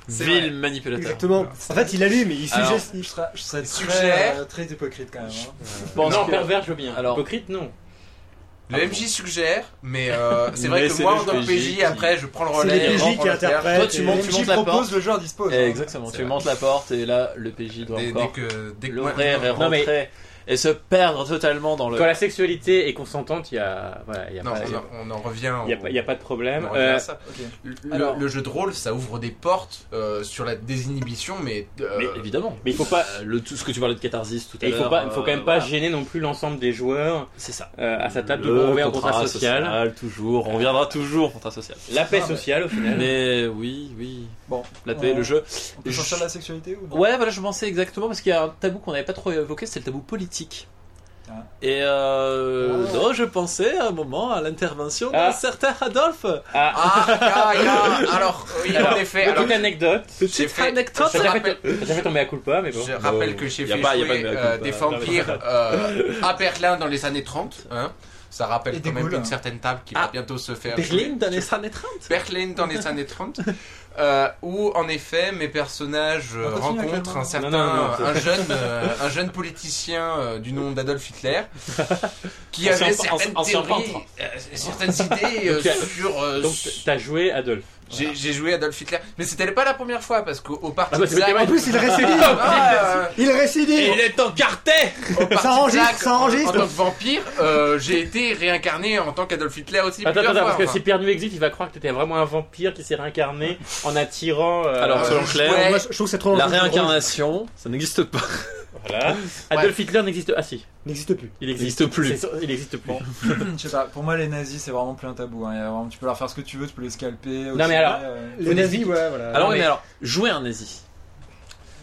Vil manipulateur.
Exactement. En fait, il allume, il
Alors,
suggeste.
Je serais, je serais très,
Suggère.
euh, très hypocrite quand même. hein.
Je pense
non,
que-
pervers, je veux bien.
Alors-
Hypocrite, non.
Le MJ suggère, mais euh, c'est
Mais
vrai que
c'est
moi,
le
en tant
PJ
que PJ,
qui-
après, je prends le
C'est
relais.
les PJ
je prends
qui
le terme.
interprètent.
Toi, tu
et-
montes-
Qui
montes la
propose,
porte.
le joueur dispose. hein.
eh, Exactement, tu montes la porte et là le PJ doit
Dès, dès
encore
que, dès que
l'ouvrir et
moi-
Non, mais-
rentrer et se perdre totalement dans le.
Quand la sexualité est consentante, il y a, voilà, il y a
Non,
pas,
on, en- on en revient.
il y a pas- il y a pas de
on
problème.
en revient
Euh,
à ça. Le, le-
alors-
le jeu de rôle, ça ouvre des portes euh, sur la désinhibition, mais, euh,
Mais évidemment.
mais il faut pas,
Euh, le, tout ce que tu parlais de catharsis tout à
et il
l'heure.
faut pas, il faut quand même
euh,
pas
voilà.
gêner non plus l'ensemble des joueurs
C'est ça.
euh, à sa table.
Le
Donc on revient au contrat social,
toujours. On reviendra toujours au contrat social.
la paix
Ah, mais-
sociale au final.
Mais oui, oui.
Bon,
La paix,
on-
le jeu.
On peut sortir de la sexualité ou non
Ouais, voilà, je pensais exactement parce qu'il y a un tabou qu'on n'avait pas trop évoqué, c'est le tabou politique.
Ah.
Et euh,
Ah.
non, je pensais à un moment à l'intervention d'un
Ah.
certain Adolphe.
Ah,
Ah, ah, ah, alors, oui,
Alors,
en effet,
petite
alors,
anecdote.
j'ai
Petite
fait,
anecdote.
je rappelle-
J'avais tombé à culpa, mais bon.
Je rappelle
Non,
que j'ai
y a
fait
pas- y a
jouer
pas de hein, mea culpa.
euh, des vampires euh, à Berlin dans les années 30. hein. Ça rappelle
Et
quand
des
même
goules,
une
hein.
certaine table qui
Ah,
va bientôt se faire.
Berlin
jouer.
dans les années 30.
Berlin dans les années 30. euh, où en effet mes personnages euh,
On continue avec
rencontrent
le-
un certain,
Non, non, non, c'est-
un jeune, euh, un jeune politicien euh, du nom d'Adolf Hitler, qui
Ancien
avait
pan-
certaines
ancien
théories,
peintre.
euh, certaines idées euh,
Donc,
sur. euh,
Donc t'as joué Adolphe.
j'ai j'ai joué Adolf Hitler, mais c'était pas la première fois parce qu'au au parti
Ah bah,
de
c'était
Zach-
mal.
En plus, il récidive.
Ah, euh,
Il récidive.
Il est encarté
au parti
Ça enregistre,
Black,
ça
en-
enregistre.
En, tant que vampire, euh, j'ai été réincarné en tant qu'Adolf Hitler aussi.
Attends, attends,
plusieurs
attends, parce
fois,
que
enfin.
si Pierre nous existe, il va croire que t'étais vraiment un vampire qui s'est réincarné en attirant. euh,
Alors,
Euh,
selon
je-
Claire,
ouais.
Moi, je je trouve que c'est trop
la
dangereux.
réincarnation, ça n'existe pas.
voilà. Adolf Hitler n'existe. Ah si,
N'existe plus.
il
N'existe
existe
plus.
C'est- Il existe plus.
Je sais pas, pour moi les nazis c'est vraiment plus un tabou. hein. Il y a vraiment- tu peux leur faire ce que tu veux, tu peux les scalper.
mais
aussi,
alors-
euh,
bah,
Les nazis, ouais, voilà.
Alors, oui, mais alors, jouer un nazi.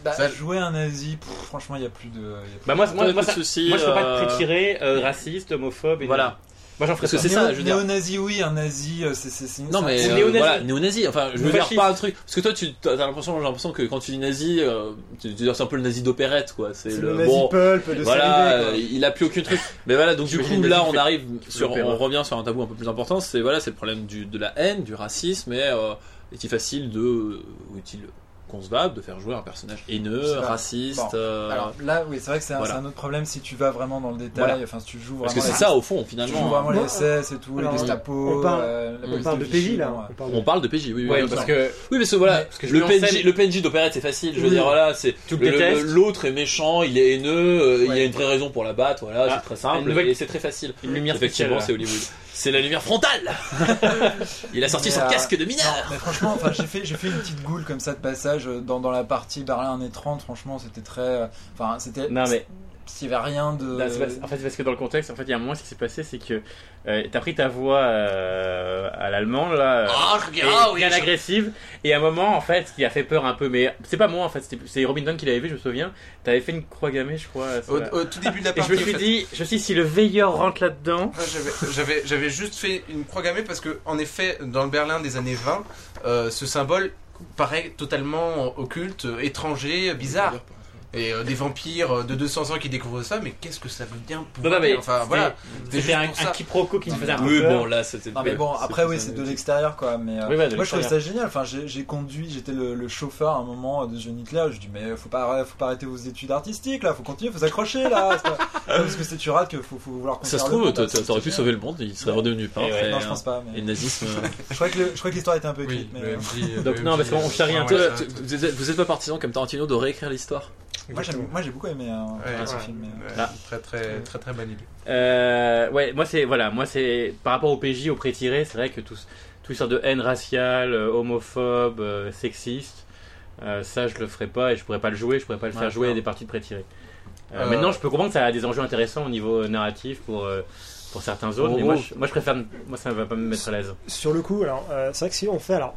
bah,
ça-
jouer un nazi, pff, franchement il y a plus de. il y a plus-
Bah moi, moi,
Pas
moi,
de
ça-
souci,
moi, je peux pas
euh,
te prétirer euh, raciste, homophobe. Et
Voilà.
Moi j'en ferais
Parce que
ça.
c'est ça,
Néo-
je veux dire.
Néo-nazi, oui, un nazi, euh, c'est. c'est- c'est-
Non
c'est-
mais
Ou
euh,
néo-nazi.
voilà, néo-nazi. Enfin, je
Ou
veux dire
fasciste.
pas un truc. Parce que toi, tu t'as l'impression, j'ai l'impression que quand tu dis nazi, euh, tu, tu dis c'est un peu le nazi d'opérette, quoi. C'est
C'est
le,
le nazi
bon.
pulp de
Voilà,
Salivay, quoi.
euh, il a plus aucun truc. Mais voilà, donc du
J'imagine
coup,
le
là,
nazi
on
fait-
arrive sur,
l'opéra.
on revient sur un tabou un peu plus important. C'est voilà, c'est le problème du, de la haine, du racisme. Et euh, est-il facile de, ou est-il concevable de faire jouer un personnage
Je sais
haineux,
pas.
raciste
Bon.
euh,
Alors là, oui, c'est vrai que c'est un,
Voilà.
c'est un autre problème si tu vas vraiment dans le détail,
Voilà.
enfin si tu joues vraiment.
Parce que c'est
les-
ça, au fond,
Tu joues
finalement.
vraiment les
Moi,
SS et tout, les
euh, alors,
Gestapo.
on parle-
euh, la
On
police
parle de
Vichy,
PJ
bon, ouais.
là. On parle de-
On parle de PJ, oui, oui,
Ouais,
oui,
parce
bien sûr.
que
Oui, parce que voilà,
Parce que je
le,
mets en
PNJ,
scène-
le PNJ d'opérette c'est facile, je veux
Oui.
dire, voilà, c'est.
Tu le
le-
détestes.
le- L'autre est méchant, il est haineux, euh, il y a
Ouais.
une vraie raison pour la battre, voilà,
Ah,
c'est très simple
une nouvelle-
et c'est très facile.
une lumière
Effectivement, c'est
spéciale.
Hollywood. C'est la lumière frontale Il a sorti
Mais,
son
euh,
casque de
Non,
mineur
mais franchement, enfin, j'ai fait, j'ai fait une petite goule comme ça de passage euh, dans, dans la partie Berlin en 30 Franchement, c'était très, euh, enfin, c'était,
Non mais
s'il y avait rien de.
non, c'est pas- en fait c'est parce que dans le contexte, en fait il y a un moment ce qui s'est passé, c'est que euh, t'as pris ta voix euh, à l'allemand là. euh,
Ah,
et
regarde, ah, oui,
bien
je-
agressive et à un moment en fait ce qui a fait peur un peu mais c'est pas moi en fait c'était- c'est Robin Dunn qui l'avait vu je me souviens t'avais fait une croix gammée je crois ça.
Au, au tout début de la
et je
partie,
me
en
suis
fait,
dit je me suis dit, si le veilleur rentre là dedans
moi, j'avais- j'avais j'avais juste fait une croix gammée parce que, en effet, dans le Berlin des années 20, euh, ce symbole paraît totalement occulte, euh, étranger, euh, bizarre. Et euh, des vampires euh, de 200 ans qui découvrent ça, mais qu'est-ce que ça veut bien pour
Non, non, mais
eux Enfin
c'était-
voilà,
c'était
c'était juste
un,
pour ça.
un quiproquo qui me faisait un peu
Oui,
peur.
bon, là, c'était.
Non mais bon après oui c'est de l'extérieur quoi mais euh,
Oui, ouais, de
moi je trouvais
l'extérieur.
ça génial enfin j'ai j'ai conduit j'étais le, le chauffeur à un moment euh, de Johnny Claire je dis mais faut pas faut pas arrêter vos études artistiques là faut continuer faut s'accrocher là c'est pas- parce que c'est tu rates que faut, faut vouloir
Ça
conquérir
se
le
trouve,
monde,
t'a-
là,
t'a-
c'est-
t'aurais pu
c'est
sauver le monde, il serait redevenu peintre.
ouais,
et,
Eh Non je pense pas
Et
mais
le nazisme. euh,
je crois que le- je crois que l'histoire était un peu
Oui,
écrite mais
le
euh,
MJ, euh,
Donc,
le
non, parce
MJ,
qu'on
euh,
charrie un
ouais,
peu
ça-
Toi, tu- vous êtes- vous êtes pas partisan comme Tarantino de réécrire l'histoire
moi j'aime- moi j'ai beaucoup aimé hein,
Ouais,
ce
ouais.
film mais, euh,
Ouais,
Ah. Là.
Très très très très bonne idée.
Euh, ouais, moi c'est voilà, moi c'est par rapport au PJ, au pré-tiré, c'est vrai que tout, tout sorte de haine raciale, euh, homophobe, euh, sexiste, euh, ça je le ferai pas et je pourrais pas le jouer, je pourrais pas le
Ouais,
faire jouer à
non.
des parties de pré-tiré. Euh,
Euh,
Maintenant, je peux comprendre que ça a des enjeux intéressants au niveau euh, narratif pour euh, pour certains autres,
En
mais moi
gros-
je, moi je préfère, moi ça va pas me mettre à l'aise.
Sur le coup, alors euh, c'est vrai que si on fait alors.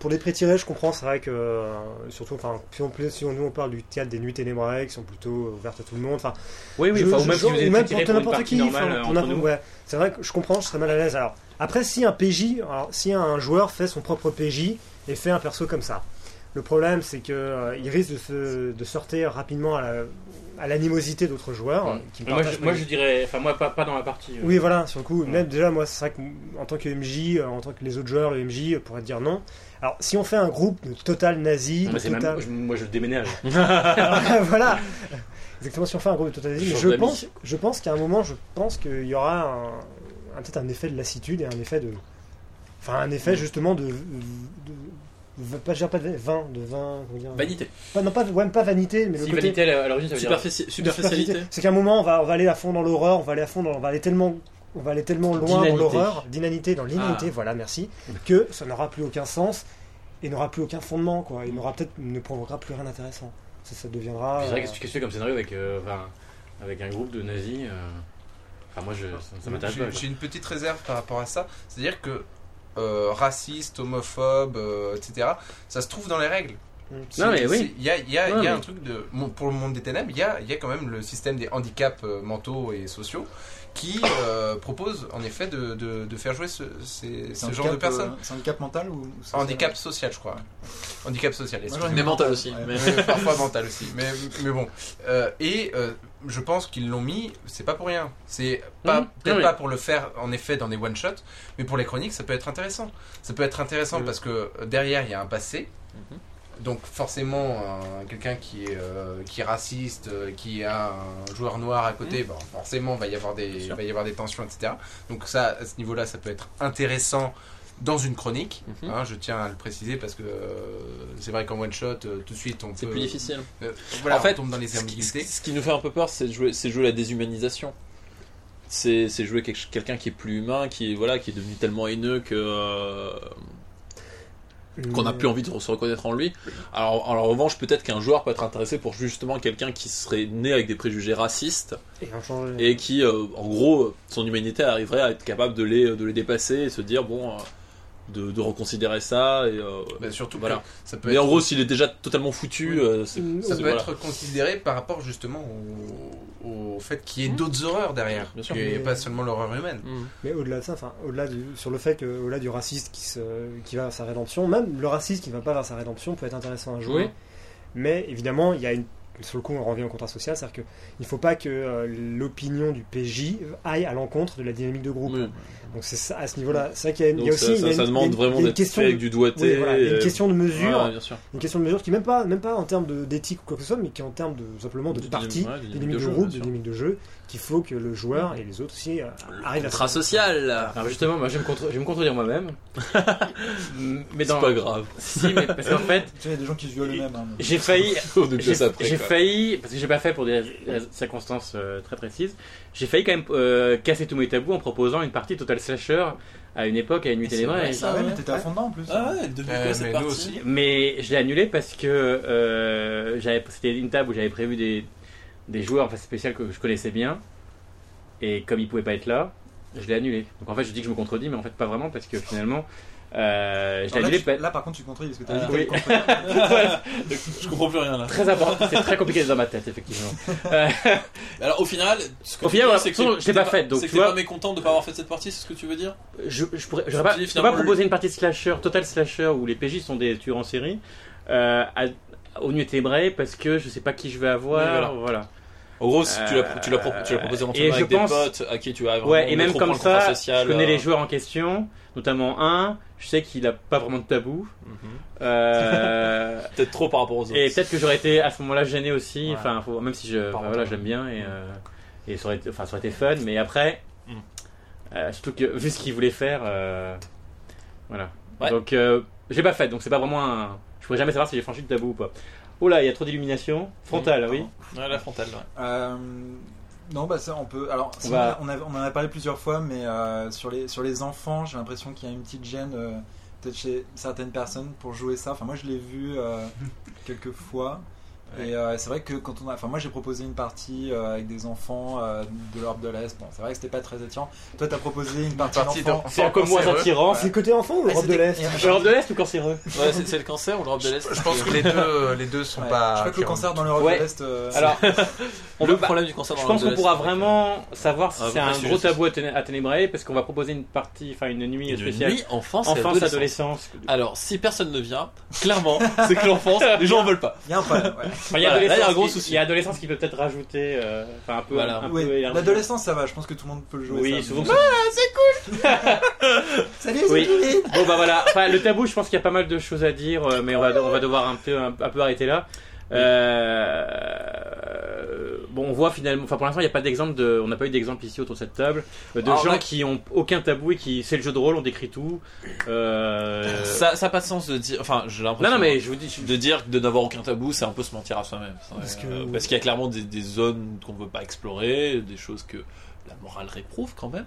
Pour les pré-tirés, je comprends, c'est vrai que euh, surtout, enfin, si on, si on- nous on parle du théâtre des nuits ténébrées qui sont plutôt ouvertes à tout le monde, enfin,
Oui, oui,
Je-
enfin, ou
je-
même
je-
si vous êtes
même
pré-tiré
pour
pour une
n'importe
partie
qui,
normale
enfin,
euh,
pour
entre
n'importe-
nous.
ouais. c'est vrai que je comprends, je serais mal à l'aise. Alors après, si un PJ, alors, si un joueur fait son propre PJ et fait un perso comme ça, Le problème, c'est que euh, il risque de, se, de sortir rapidement à la- à l'animosité d'autres joueurs. euh, qui
Moi
partagent
je, moi,
pas-
je dirais, enfin moi pas, pas dans la partie. euh.
Oui, voilà, sur le coup,
Ouais.
même déjà, moi, c'est vrai que en tant que MJ, euh, en tant que les autres joueurs, le MJ euh, pourrait dire non. Alors, si on fait un groupe de total nazi,
Non,
de
mais c'est même-
total.
je- moi je déménage.
voilà Exactement, si on fait un groupe de total nazi, mais
Change
je
d'amis.
pense, je pense qu'à un moment, je pense qu'il y aura un, un- peut-être un effet de lassitude et un effet de. Enfin, un effet justement de. de, de- de- pas, je dirais pas de vin, de vin. comment dire
Vanité.
Pas- non, pas, ouais, même pas vanité, mais le
Si
côté.
vanité à l'origine, ça veut dire.
Superfici-
de
Superficialité.
superficialité. C'est qu'à un moment, on va, on va aller à fond dans l'horreur, on va aller à fond dans, on va aller tellement, on va aller tellement loin
D'inanité.
dans l'horreur, d'inanité, dans l'inanité,
Ah.
voilà, merci, que ça n'aura plus aucun sens et n'aura plus aucun fondement, quoi. Il n'aura peut-être, ne provoquera plus rien d'intéressant. Ça, ça deviendra.
C'est vrai
euh,
Ah.
qu'est-ce que tu fais comme scénario avec, euh, enfin, avec un groupe de nazis euh, Enfin, moi, je, ça, ça m'intéresse
J'ai-
pas. quoi.
J'ai une petite réserve par rapport à ça. C'est-à-dire que euh, raciste, homophobe, euh, etc., ça se trouve dans les règles.
Mm.
C'est-
Non, mais
c'est-
oui.
Il y a, il y a-
Non,
il y a
mais-
un truc de. mon- Pour le monde des ténèbres, il y a, il y a quand même le système des handicaps euh, mentaux et sociaux qui euh, propose en effet de, de- de faire jouer ce, ces- ce
un
genre de
handicap,
personnes.
euh, C'est un handicap mental ou, ou social
handicap social, je crois. Handicap social,
Moi,
excusez-moi.
j'en ai
Mais
marre.
mental aussi, mais-
ouais.
parfois mental aussi. Mais, mais bon. Euh, et euh, je pense qu'ils l'ont mis, c'est pas pour rien. C'est pas,
Mhm.
peut-être
Oui.
pas pour le faire en effet dans des one-shots, mais pour les chroniques, ça peut être intéressant. Ça peut être intéressant parce que euh, derrière, il y a un passé. Donc forcément, un- quelqu'un qui, est, euh, qui est raciste, euh, qui a un joueur noir à côté,
Mhm.
bon, forcément, il va y avoir des, va y avoir des tensions, etc. Donc ça, à ce niveau-là, ça peut être intéressant dans une chronique.
Mhm.
hein, je tiens à le préciser parce que euh, c'est vrai qu'en one shot, euh, tout de suite, on
C'est
peut-
plus difficile.
euh, voilà,
En fait,
on tombe dans les
Ce qui,
ambiguïtés.
ce qui nous fait un peu peur, c'est de jouer, c'est de jouer la déshumanisation. C'est c'est jouer quelque- quelqu'un qui est plus humain, qui est, voilà, qui est devenu tellement haineux que euh, qu'on n'a
mais-
Hmm.
plus envie de se reconnaître en lui. Alors, en revanche, peut-être qu'un joueur peut être intéressé pour jouer justement quelqu'un qui serait né avec des préjugés racistes
Et un changement-
Hmm.
et qui, euh, en gros, son humanité arriverait à être capable de les, de les dépasser et se dire bon, euh, de, de reconsidérer ça. Et, euh,
Bah, surtout
voilà.
que ça peut
Mais
être, Hmm.
en gros, s'il est déjà totalement foutu, euh, c'est-
Mm,
ça
c'est-
peut
voilà.
être considéré par rapport justement au, au fait qu'il y ait d'autres horreurs derrière.
Bien sûr.
qu'il n'y ait
Mais-
pas seulement l'horreur humaine.
Mm.
Mais au-delà de ça, enfin, au-delà du, sur le fait que, au-delà du raciste qui, se, qui va vers sa rédemption, même le raciste qui va pas vers sa rédemption peut être intéressant à jouer.
Oui.
Mais évidemment, il y a une, sur le coup, on revient au contrat social, c'est-à-dire que il faut pas que euh, l'opinion du PJ aille à l'encontre de la dynamique de groupe.
Oui.
Donc c'est ça, à ce niveau-là. C'est vrai qu'il y a, il y a
Donc ça,
aussi, il y
ça- ça
a une- il y a
demande
une-
vraiment
il y a une
d'être
question
fait avec
de-
du doigté.
oui, voilà, il y a
et-
une question de mesure,
Ouais, bien sûr.
Ah,
une question de mesure qui même pas, même pas en termes de- d'éthique ou quoi que ce soit, mais qui est en termes de simplement de
De dynam-
partie,
ouais, de
de
dynamique
dynamique
de
de
jeu,
groupe,
bien
de
sûr.
dynamique de jeu, qu'il faut que le joueur et les autres aussi euh, arrivent à
Contrat social.
Alors, justement, moi, je, vais me contre- je vais me contredire moi-même. mais
C'est
dans...
pas grave.
Si, mais parce qu'en fait,
Tu sais, il y a des gens qui se violent eux-mêmes. hein, mais-
j'ai failli.
On nous
J'ai
passe après,
j'ai
quoi.
failli, parce que j'ai pas fait pour des rais- circonstances euh, très précises, j'ai failli quand même euh, casser tous mes tabous en proposant une partie Total Slasher à une époque, à une nuit
c'est
ténébrée.
vrai, ça.
Ah ouais,
ouais,
mais t'étais à fond dedans en plus.
Ah ouais, elle devient
Euh,
quoi, cette
mais
partie
nous aussi.
Mais je l'ai annulé parce que euh, j'avais- c'était une table où j'avais prévu des, des joueurs enfin, spéciaux que je connaissais bien. Et comme ils pouvaient pas être là, je l'ai annulé. Donc en fait, je dis que je me contredis, mais en fait, pas vraiment parce que finalement, euh, je l'ai
Alors là,
annulé.
tu-
pa-
là, par contre, tu contredis parce que t'as
Ah,
dit que
oui.
t'allais contredire.
Voilà.
Je comprends plus rien là.
Très important, c'est très compliqué dans ma tête, effectivement. Euh,
Alors au final, ce que
Au
tu
final,
dis,
voilà,
c'est
de toute
que
façon,
t'es-
je l'ai pas
t'es
faite, donc,
c'est que
tu
t'es
vois.
pas mécontent de pas avoir fait cette partie, c'est ce que tu veux dire
je, je pourrais, j'aurais pas,
Tu dis
je peux pas
finalement,
proposer une partie de slasher, total slasher, où les PJ sont des tueurs en série, euh, à- au nuit ténébré parce que je sais pas qui je vais avoir.
Oui,
voilà.
En gros, si tu l'as
Euh,
tu l'as pro- tu l'as
et
proposé éventuellement
je
avec des
pense-
potes à qui tu as vraiment
Ouais, et
mis
même
trop
comme
dans le contrat
ça,
social,
je connais
euh,
les joueurs en question, notamment un, je sais qu'il a pas vraiment de tabou. Euh,
mhm. Peut-être trop par rapport aux autres.
et peut-être que j'aurais été à ce moment-là gêné aussi, enfin, faut- même si je,
Par
enfin, voilà,
contre.
j'aime bien et, euh, et ça, aurait été, enfin, ça aurait été fun, mais après,
Mm.
euh, surtout que vu ce qu'il voulait faire, euh, voilà.
Ouais.
Donc, euh, je l'ai pas fait, donc c'est pas vraiment un. Je pourrais jamais savoir si j'ai franchi le tabou ou pas. Oh là, il y a trop d'illumination. Frontale, oui.
Ouais, la frontale. ouais.
Euh, non, bah ça, on peut. Alors, sinon,
va-
on, a- on en a parlé plusieurs fois, mais euh, sur, les, sur les enfants, j'ai l'impression qu'il y a une petite gêne, euh, peut-être chez certaines personnes, pour jouer ça. Enfin, moi, je l'ai vu euh, quelques fois. Et euh, c'est vrai que quand on a. Enfin, moi j'ai proposé une partie euh, avec des enfants euh, de l'Europe de l'Est. Bon, c'est vrai que c'était pas très attirant. Toi, t'as proposé une partie,
partie
d'enfants.
d'enfants.
C'est encore moins
cancéreux.
attirant.
C'est le côté enfant ou
Ah,
Europe de
c'était-
l'Est
et-
L'Europe de l'Est ou cancéreux
Ouais, c'est c'est le cancer ou l'Europe de l'Est
Je pense que les deux, les deux sont
Ouais.
pas.
Je crois que le
attirants.
cancer dans l'Europe
Ouais.
de l'Est. euh,
Alors,
Le
le-
problème du cancer dans
je pense
l'Europe
qu'on
hein, de
pourra
l'Est.
vraiment
euh,
savoir si
Un
c'est
vrai
un
sujet,
gros
ça.
tabou à téné- à ténébrer parce qu'on va proposer une partie, enfin une nuit
Une
spéciale
nuit, Ah, enfance, et
enfance,
adolescence.
adolescence.
Alors, si personne ne vient, clairement, c'est que l'enfance, les gens en veulent pas.
Il y a un problème. ouais.
Enfin, il y a
Voilà, là, il y a un
adolescence
gros
qui-
souci.
Il y a adolescence qui peut peut-être rajouter, euh, enfin un peu,
Voilà.
un peu
Ouais.
élargir.
L'adolescence, ça va. Je pense que tout le monde peut le jouer.
Oui,
ça.
souvent.
Salut,
Oui.
salut.
Bon bah voilà, enfin, le tabou, je pense qu'il y a pas mal de choses à dire, euh, mais on va, on va devoir un peu, un, un peu arrêter là. Euh, bon, on voit finalement, enfin pour l'instant, il n'y a pas d'exemple de, on n'a pas eu d'exemple ici autour de cette table euh, de
Alors,
gens
là-
qui ont aucun tabou et qui, c'est le jeu de rôle, on décrit tout. Euh,
Ça n'a pas de sens de dire. Enfin, j'ai
non
l'impression.
non mais je vous dis, je-
De dire que de n'avoir aucun tabou, c'est un peu se mentir à soi-même. C'est vrai, euh, Parce,
Parce que-
qu'il y a clairement des, des zones qu'on ne veut pas explorer, des choses que la morale réprouve quand même.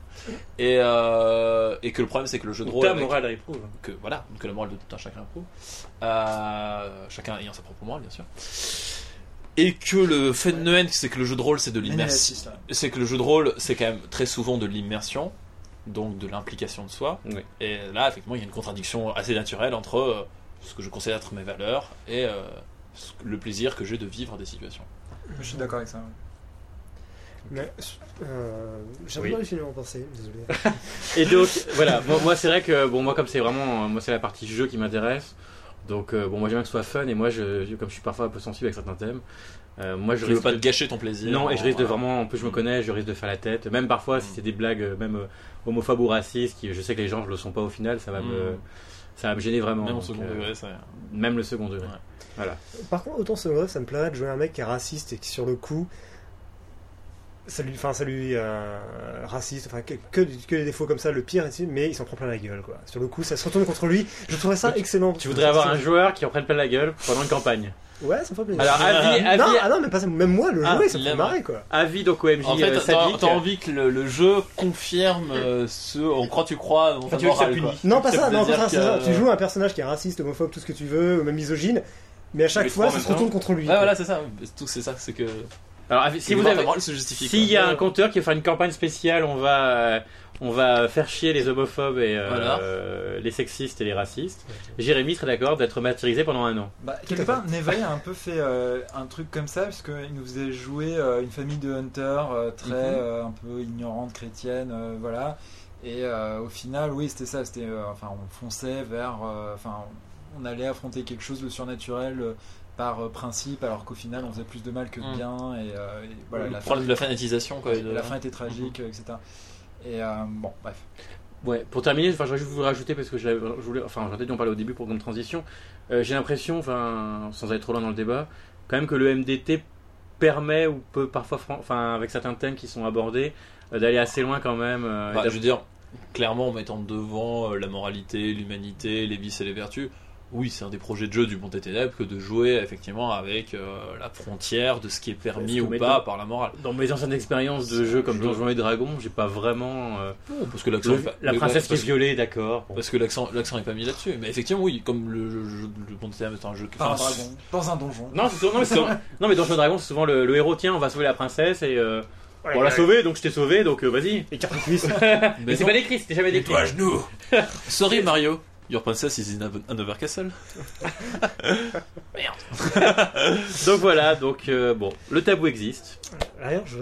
Et, euh, et que le problème, c'est que le jeu de
ou
rôle.
ta
avec-
morale réprouve.
que voilà, que la morale de tout un chacun approuve, Euh, chacun ayant sa propre morale bien sûr. Et que le phénomène, c'est que le jeu de rôle, c'est de l'immersion.
Merci.
C'est que le jeu de rôle, c'est quand même très souvent de l'immersion, donc de l'implication de soi.
Oui.
Et là, effectivement, il y a une contradiction assez naturelle entre euh, ce que je considère être mes valeurs et euh, ce- le plaisir que j'ai de vivre des situations.
Je suis d'accord avec ça. ouais.
Mais, euh, J'ai
Oui.
pas réussi à en penser, désolé.
Et donc voilà, moi, moi, c'est vrai que bon moi comme c'est vraiment, euh, moi c'est la partie jeu qui m'intéresse. Donc euh, bon moi j'aime bien que ce soit fun et moi je, je- comme je suis parfois un peu sensible avec certains thèmes, euh, moi je
Je ne veux
risque
pas
de-
te gâcher ton plaisir.
Non, et je risque de
Voilà. Mm.
vraiment, en plus je me connais, je risque de faire la tête. Même parfois, si c'est des blagues, euh, même euh, homophobes ou racistes, qui, je sais que les gens ne le sont pas au final, ça va me,
Mm.
ça va me gêner vraiment.
Même en
Donc,
second
euh,
degré, ça.
même le second degré.
Ouais.
Par contre, autant ce ça me plairait de jouer un mec qui est raciste et qui, sur le coup, ça lui, enfin, ça lui euh, raciste, enfin, que, que, du- que des défauts comme ça, le pire, et tout, mais il s'en prend plein la gueule, quoi. Sur le coup, ça se retourne contre lui. Je trouverais ça excellent.
Tu voudrais avoir un joueur qui en prenne plein la gueule pendant une campagne.
Ouais, ça me fait plaisir.
Alors, avis,
non,
avis,
ah non, mais pas, ça- même moi, le
Ah,
jouer, ça me
il
fait
aime.
marrer, quoi.
avis donc OMJ
En
euh,
fait, t'as
sadique.
t'as envie que le, le jeu confirme euh, ce on croit tu crois en
Enfin,
ta
Ah, tu veux que ça
morale, quoi.
punisse.
Non, pas
Ça
ça,
veut
non, au
dire
contraire, c'est ça.
que-
Tu joues un personnage qui est raciste, homophobe, tout ce que tu veux, ou même misogyne, mais à chaque
les
fois,
trois en
ça se
même
retourne contre lui.
Ouais,
quoi.
voilà, c'est ça. Tout c'est ça, c'est que
Alors, avis- si
Il
vous
va
avez,
falloir le se justifier.
s'il
quoi.
y a un compteur qui va faire une campagne spéciale, on va, euh, on va faire chier les homophobes et euh,
Voilà.
euh, les sexistes et les racistes. Jérémy serait d'accord d'être martyrisé pendant un an.
Bah, quelque part, Neva a un peu fait euh, un truc comme ça, parce qu'il nous faisait jouer euh, une famille de hunters euh, très
Mhm.
euh, un peu ignorante, chrétienne, euh, voilà. Et euh, au final, oui, c'était ça, c'était, euh, enfin, on fonçait vers, euh, enfin, on allait affronter quelque chose de surnaturel euh, par euh, principe, alors qu'au final, on faisait plus de mal que de
Mhm.
bien, et, euh, et voilà,
le
la, fin,
problème de la fanatisation quoi. et de-
la fin était tragique, euh, etc. Et euh, bon, bref.
Ouais, pour terminer, enfin, je voudrais juste vous rajouter parce que je, l'avais- je voulais, enfin, j'aurais dû en parler au début pour comme transition. Euh, J'ai l'impression, enfin, sans aller trop loin dans le débat, quand même que le MDT permet ou peut parfois, fran- enfin, avec certains thèmes qui sont abordés, euh, d'aller assez loin quand même. euh, et
Bah,
d'av-
je veux dire, clairement, en mettant devant euh, la moralité, l'humanité, les vices et les vertus, oui, c'est un des projets de jeu du Bon et Ténèbres que de jouer effectivement avec euh, la frontière de ce qui est permis
Est-ce
ou
que
pas
mettons-
par la morale.
dans mes anciennes expériences de jeux comme Donjons et Dragons, j'ai pas vraiment euh,
parce que l'accent
le-
est pas-
la
mais
princesse qui
parce-
est violée, d'accord. bon.
Parce que l'accent l'accent est pas mis là-dessus. Mais effectivement, oui, comme le, jeu- jeu- le Bon et Ténèbres est un jeu.
Ah,
Par un
enfin,
dragon, dans un donjon.
Non, c'est- non, mais c'est- non, mais Donjons et Dragons, c'est souvent le, le héros tiens, on va sauver la princesse et euh,
Ouais,
bon, on l'a
ouais.
sauvée, donc je t'ai sauvée, donc euh, vas-y.
Et carte de cuisse.
mais
Mais c'est
non.
pas décrit, c'était jamais décrit.
Mets-toi à genoux.
Sorry Mario, Your Princess is in An- Another Castle.
Donc voilà, donc euh, bon, le tabou existe.
D'ailleurs, je.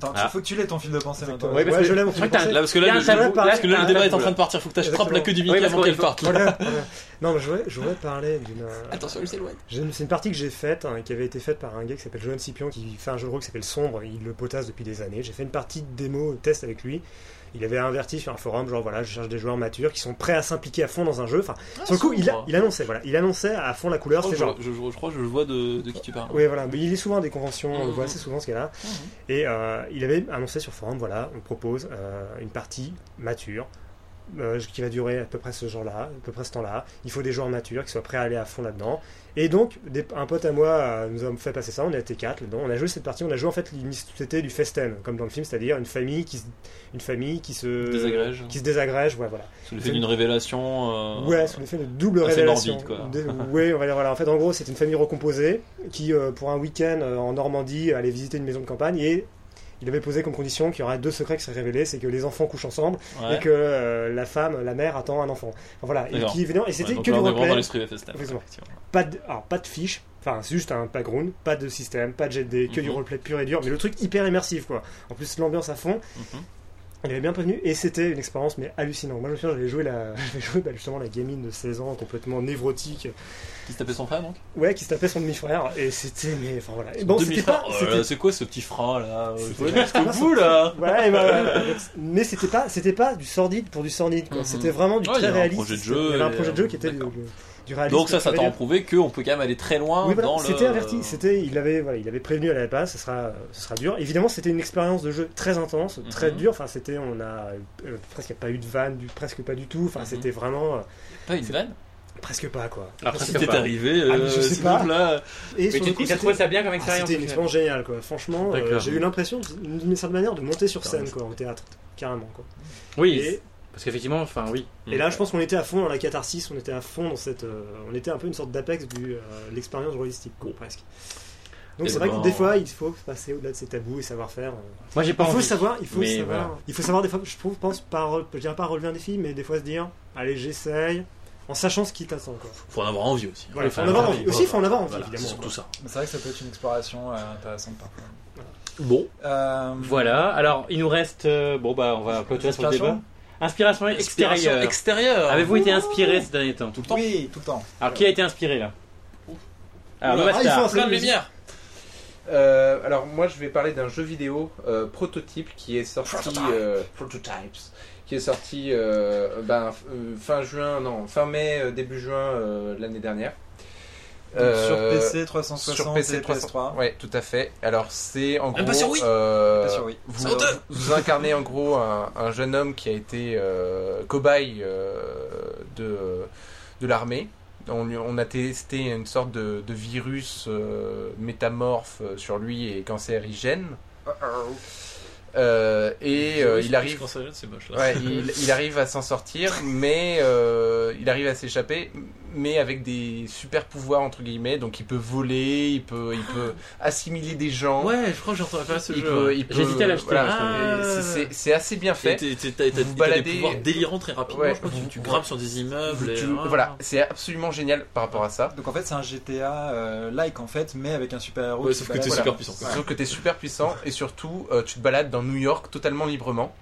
Attends,
Ah.
faut que tu l'aies ton fil de pensée maintenant.
Exactement.
Ouais, parce
Ouais,
que-
je l'aime, on
je crois
fait
que t'as-
penser.
Là, parce que là,
Il y a
le,
un tabou,
parce que
il
là,
y a
le
un
débat est en
tabou,
train de partir. Faut que tu frappes
Exactement.
la queue du mic
Oui, parce
avant qu'elle
qu'on-
parte.
Voilà, voilà. Non, mais je voulais, je voulais parler d'une. euh,
Attention, il s'éloigne.
j'ai une- C'est une partie que j'ai faite, hein, qui avait été faite par un gars qui s'appelle Johan Scipion, qui fait un jeu de rôle qui s'appelle Sombre, il le potasse depuis des années. J'ai fait une partie de démo, test avec lui. Il avait averti sur un forum, genre voilà, je cherche des joueurs matures qui sont prêts à s'impliquer à fond dans un jeu. Enfin, sur le coup, il, a- il annonçait, voilà, il annonçait à fond la couleur,
Je,
c'est genre.
je- je- je crois que je vois de, de qui tu parles.
Oui, voilà, mais il est souvent à des conventions, on le
Mhm.
voit assez souvent ce gars-là. Et euh, il avait annoncé sur forum, voilà, on propose euh, une partie mature euh, qui va durer à peu près ce genre-là, à peu près ce temps-là. Il faut des joueurs matures qui soient prêts à aller à fond là-dedans. Et donc, des- un pote à moi euh, nous a fait passer ça, on était quatre là-dedans. On a joué cette partie, on a joué en fait une société du festem, comme dans le film, c'est-à-dire une famille qui se, une famille qui se
Désagrège.
Qui se désagrège, ouais, voilà.
Sous l'effet d'une révélation. euh,
Ouais, sous l'effet de double
assez
révélation.
morbide, quoi.
De- ouais, on va dire, voilà. En fait, en gros, c'est une famille recomposée qui, euh, pour un week-end euh, en Normandie, allait visiter une maison de campagne et il avait posé comme condition qu'il y aurait deux secrets qui seraient révélés, c'est que les enfants couchent ensemble et
ouais.
que euh, la femme, la mère, attend un enfant. Enfin, voilà. Et,
D'accord.
qui, évidemment- et c'était
Ouais, donc
que
là,
du
on est vraiment
roleplay.
dans l'esprit FSTM.
Effectivement.
effectivement.
Pas de, alors, pas de fiche. Enfin, c'est juste un background, pas de système, pas de jet de dés, que du
Mhm.
roleplay pur et dur, mais le truc hyper immersif quoi. En plus, l'ambiance à fond,
Mhm.
il avait bien prévenu et c'était une expérience mais hallucinante. Moi je me souviens, j'avais joué, la... j'avais joué bah, justement la gamine de 16 ans complètement névrotique,
Qui se tapait son frère donc
ouais, qui se tapait son demi-frère et c'était mais enfin voilà. Et bon, c'était
Demi-frère.
pas,
Oh là
c'était-
là, C'est quoi ce petit frein là euh,
C'était-
Faut aller jusqu'au bout là
voilà, et ben, voilà. mais c'était pas, c'était pas du sordide pour du sordide quoi.
Mhm.
C'était vraiment du
Ouais, il y
très
avait un
réaliste.
projet de
C'était-
jeu
il y avait un
et- euh,
projet de jeu qui était du,
D'accord.
du réalisme,
Donc ça,
ça
ça
veut
t'a
dire-
prouvé qu'on peut quand même aller très loin
Oui, voilà,
dans le.
c'était averti, c'était, il avait, voilà, il avait prévenu à la base, ce sera, ce sera dur. Évidemment, c'était une expérience de jeu très intense, très
Mhm.
dure. Enfin, c'était, on a euh, presque pas eu de vanne, du, presque pas du tout. Enfin,
Mhm.
c'était vraiment euh,
Pas une vanne
presque pas quoi.
Après,
Presque
si t'es
pas.
arrivé,
Ah, mais
euh,
je sais
sinon,
pas.
là.
Et
Mais
sur le
tu
coup,
tu as
c'était,
trouvé ça bien comme
ah,
expérience
c'était une
au final.
expérience géniale quoi. Franchement, euh,
D'accord.
j'ai eu l'impression d'une certaine manière de monter sur scène quoi, au théâtre, carrément quoi.
Oui,
Et,
parce qu'effectivement, enfin oui.
et là, je pense qu'on était à fond dans la catharsis, on était à fond dans cette, euh, on était un peu une sorte d'apex du euh, l'expérience journalistique quoi, presque. Donc
Et
c'est vrai
ben-
que des fois, il faut passer au-delà de ces tabous et savoir faire. euh,
Moi, j'ai pas
il faut
envie.
savoir, il faut
Mais
savoir, il faut savoir des fois, je trouve, pense pas, re- je dirais pas relever un défi, mais des fois se dire, allez, j'essaye, en sachant ce qui t'attend. Quoi.
Faut en avoir envie aussi.
Voilà, il faut
enfin,
en avoir
voilà,
envie.
oui,
Aussi, il faut en avoir envie,
Voilà, c'est
évidemment.
surtout ça.
Mais C'est vrai que ça peut être une exploration euh, intéressante parfois.
Bon.
Euh,
Voilà. Alors, il nous reste. euh, bon, bah, on va clôturer sur le
Inspiration
débat. Inspiration
Inspiration
extérieure.
Ah,
extérieure.
Avez-vous été inspiré ces derniers temps
Oui, tout le temps.
Alors, qui a été inspiré là Alors,
Oula,
Nomastar.
ah, il faut un
Plein de
musique.
lumière.
Euh, alors moi je vais parler d'un jeu vidéo euh, prototype qui est sorti
Prototype.
euh, prototypes qui est sorti euh, ben, f- euh, fin juin non fin mai euh, début juin euh, de l'année dernière.
Donc,
Euh,
sur PC 360
sur PC
et PS3.
Ouais, tout à fait. Alors c'est en
Même
gros
pas sur Wii.
euh,
Pas sur Wii.
vous,
Sur deux.
vous incarnez en gros un, un jeune homme qui a été euh, cobaye euh, de de l'armée. On, lui- on a testé une sorte de, de virus euh, métamorphe sur lui et cancérigène. Euh, et euh, il arrive
c'est moche là.
Ouais, il, il arrive à s'en sortir, mais euh, il arrive à s'échapper, mais avec des super pouvoirs entre guillemets. Donc il peut voler, il peut, il peut assimiler des gens.
Ouais, je crois que j'ai entendu parler de ce
il
jeu.
peut,
hein.
ouais.
il peut-
J'hésitais à l'acheter, Ah.
voilà.
mais je
Et
l'ai-
c'est- C'est assez bien
Et
fait.
t'es- t'es- t'as- t'as-
Vous
t'as
baladez-
des pouvoirs délirants très rapidement.
Ouais,
je crois que tu-
vous-
tu grimpes sur des immeubles. et-
Tu-
hein.
ah.
voilà, c'est absolument génial par rapport à ça.
Donc en fait, c'est un GTA euh, like en fait, mais avec un super héros.
Ouais, sauf que t'es super puissant. quoi.
Sauf que t'es super puissant et surtout euh, tu te balades dans New York totalement librement.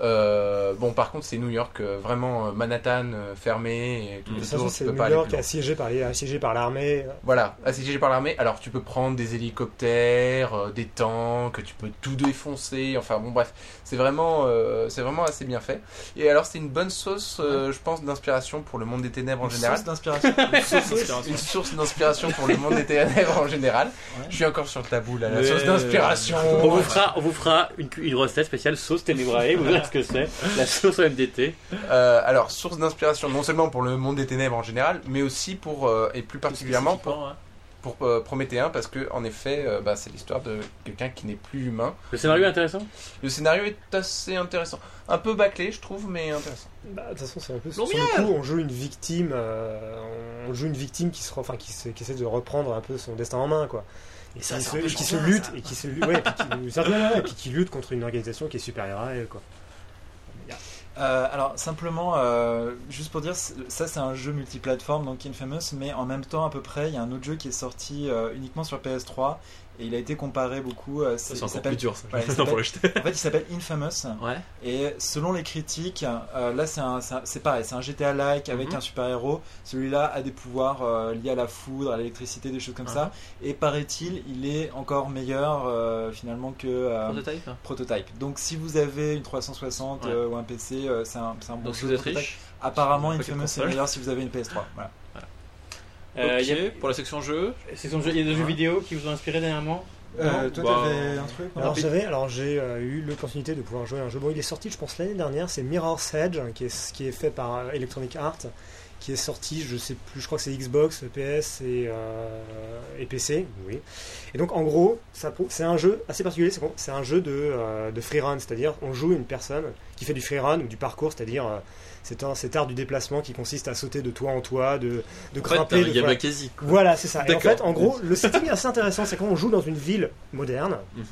Euh, bon, par contre, c'est New York euh, vraiment euh, Manhattan euh, fermé et tout
De toute façon,
autour, tu
c'est
peux
New
pas aller
York
plus loin.
assiégé par, les, assiégé par l'armée.
Voilà, assiégé par l'armée. Alors tu peux prendre des hélicoptères, euh, des tanks, tu peux tout défoncer. Enfin bon bref, c'est vraiment, euh, c'est vraiment assez bien fait. Et alors c'est une bonne sauce, euh, je pense, d'inspiration pour le monde des ténèbres en général.
d'inspiration.
Une source d'inspiration pour le monde des ténèbres en général. Je suis encore sur le tabou là, la
Mais-
source d'inspiration.
On vous fera, on vous fera une, cu- une recette spéciale sauce ténébrae, vous verrez ce que c'est, la sauce au MDT.
Euh, alors source d'inspiration non seulement pour le monde des ténèbres en général, mais aussi pour euh, et plus particulièrement pour
Hein.
pour euh, Prométhéen parce que en effet, euh, bah, c'est l'histoire de quelqu'un qui n'est plus humain.
Le scénario est intéressant
Le scénario est assez intéressant. Un peu bâclé, je trouve, mais intéressant.
Bah, de toute façon, c'est un peu sur le coup, on joue une victime, euh, on joue une victime qui se, re- enfin, qui, se- qui essaie de reprendre un peu son destin en main, quoi. Et
ça,
qui
c'est
se,
un peu
et qui se
chantin,
lutte, et qui se, lu- ouais, et puis qui- ça, ouais, ouais, et puis qui lutte contre une organisation qui est supérieure à elle, quoi.
Euh, alors simplement, euh, juste pour dire, c'est- ça c'est un jeu multiplateforme, donc Infamous, mais en même temps à peu près, il y a un autre jeu qui est sorti euh, uniquement sur PS3 et il a été comparé beaucoup. euh, c'est-
Ça,
il
C'est encore
s'appelle-
plus dur ça.
Ouais, il
Non,
s'appelle-
pour l'acheter.
en fait, il s'appelle Infamous.
Ouais.
Et selon les critiques, euh, là c'est un- c'est un- c'est pareil, c'est un GTA-like avec
Mhm.
un super-héros. Celui-là a des pouvoirs euh, liés à la foudre, à l'électricité, des choses comme ça.
Mhm.
Et paraît-il, il est encore meilleur euh, finalement que euh,
Prototype.
Prototype. Donc si vous avez une 360
Ouais.
euh, ou un PC, euh, c'est un, c'est un bon
Donc si
jeu
vous êtes
Prototype.
riche.
Apparemment,
Pas quelle
Infamous c'est
console.
meilleur si vous avez une PS3. Voilà.
Euh,
ok,
il y a-
Euh, Pour la section jeu.
c'est son jeu- Il y a des jeux vidéo qui vous ont inspiré dernièrement
Euh,
Non,
toi,
bah,
t'avais un truc non
Alors j'avais, alors j'ai euh, eu l'opportunité de pouvoir jouer à un jeu. Bon, il est sorti, je pense l'année dernière. C'est Mirror's Edge, hein, qui est qui est fait par euh, Electronic Arts, qui est sorti, je sais plus, je crois que c'est Xbox, PS et, euh, et PC. Oui. Et donc en gros, ça pro- c'est un jeu assez particulier. c'est qu'on- C'est un jeu de euh, de freerun, c'est-à-dire on joue une personne qui fait du freerun ou du parcours, c'est-à-dire euh, c'est un cet art du déplacement qui consiste à sauter de toit en toit, de de
En fait, euh, t'as
grimper.
un
de- voilà.
Yamakasi. quoi.
Voilà, c'est ça. Et en
D'accord.
fait, en gros, le setting est assez intéressant. C'est quand on joue dans une ville moderne.
Mhm.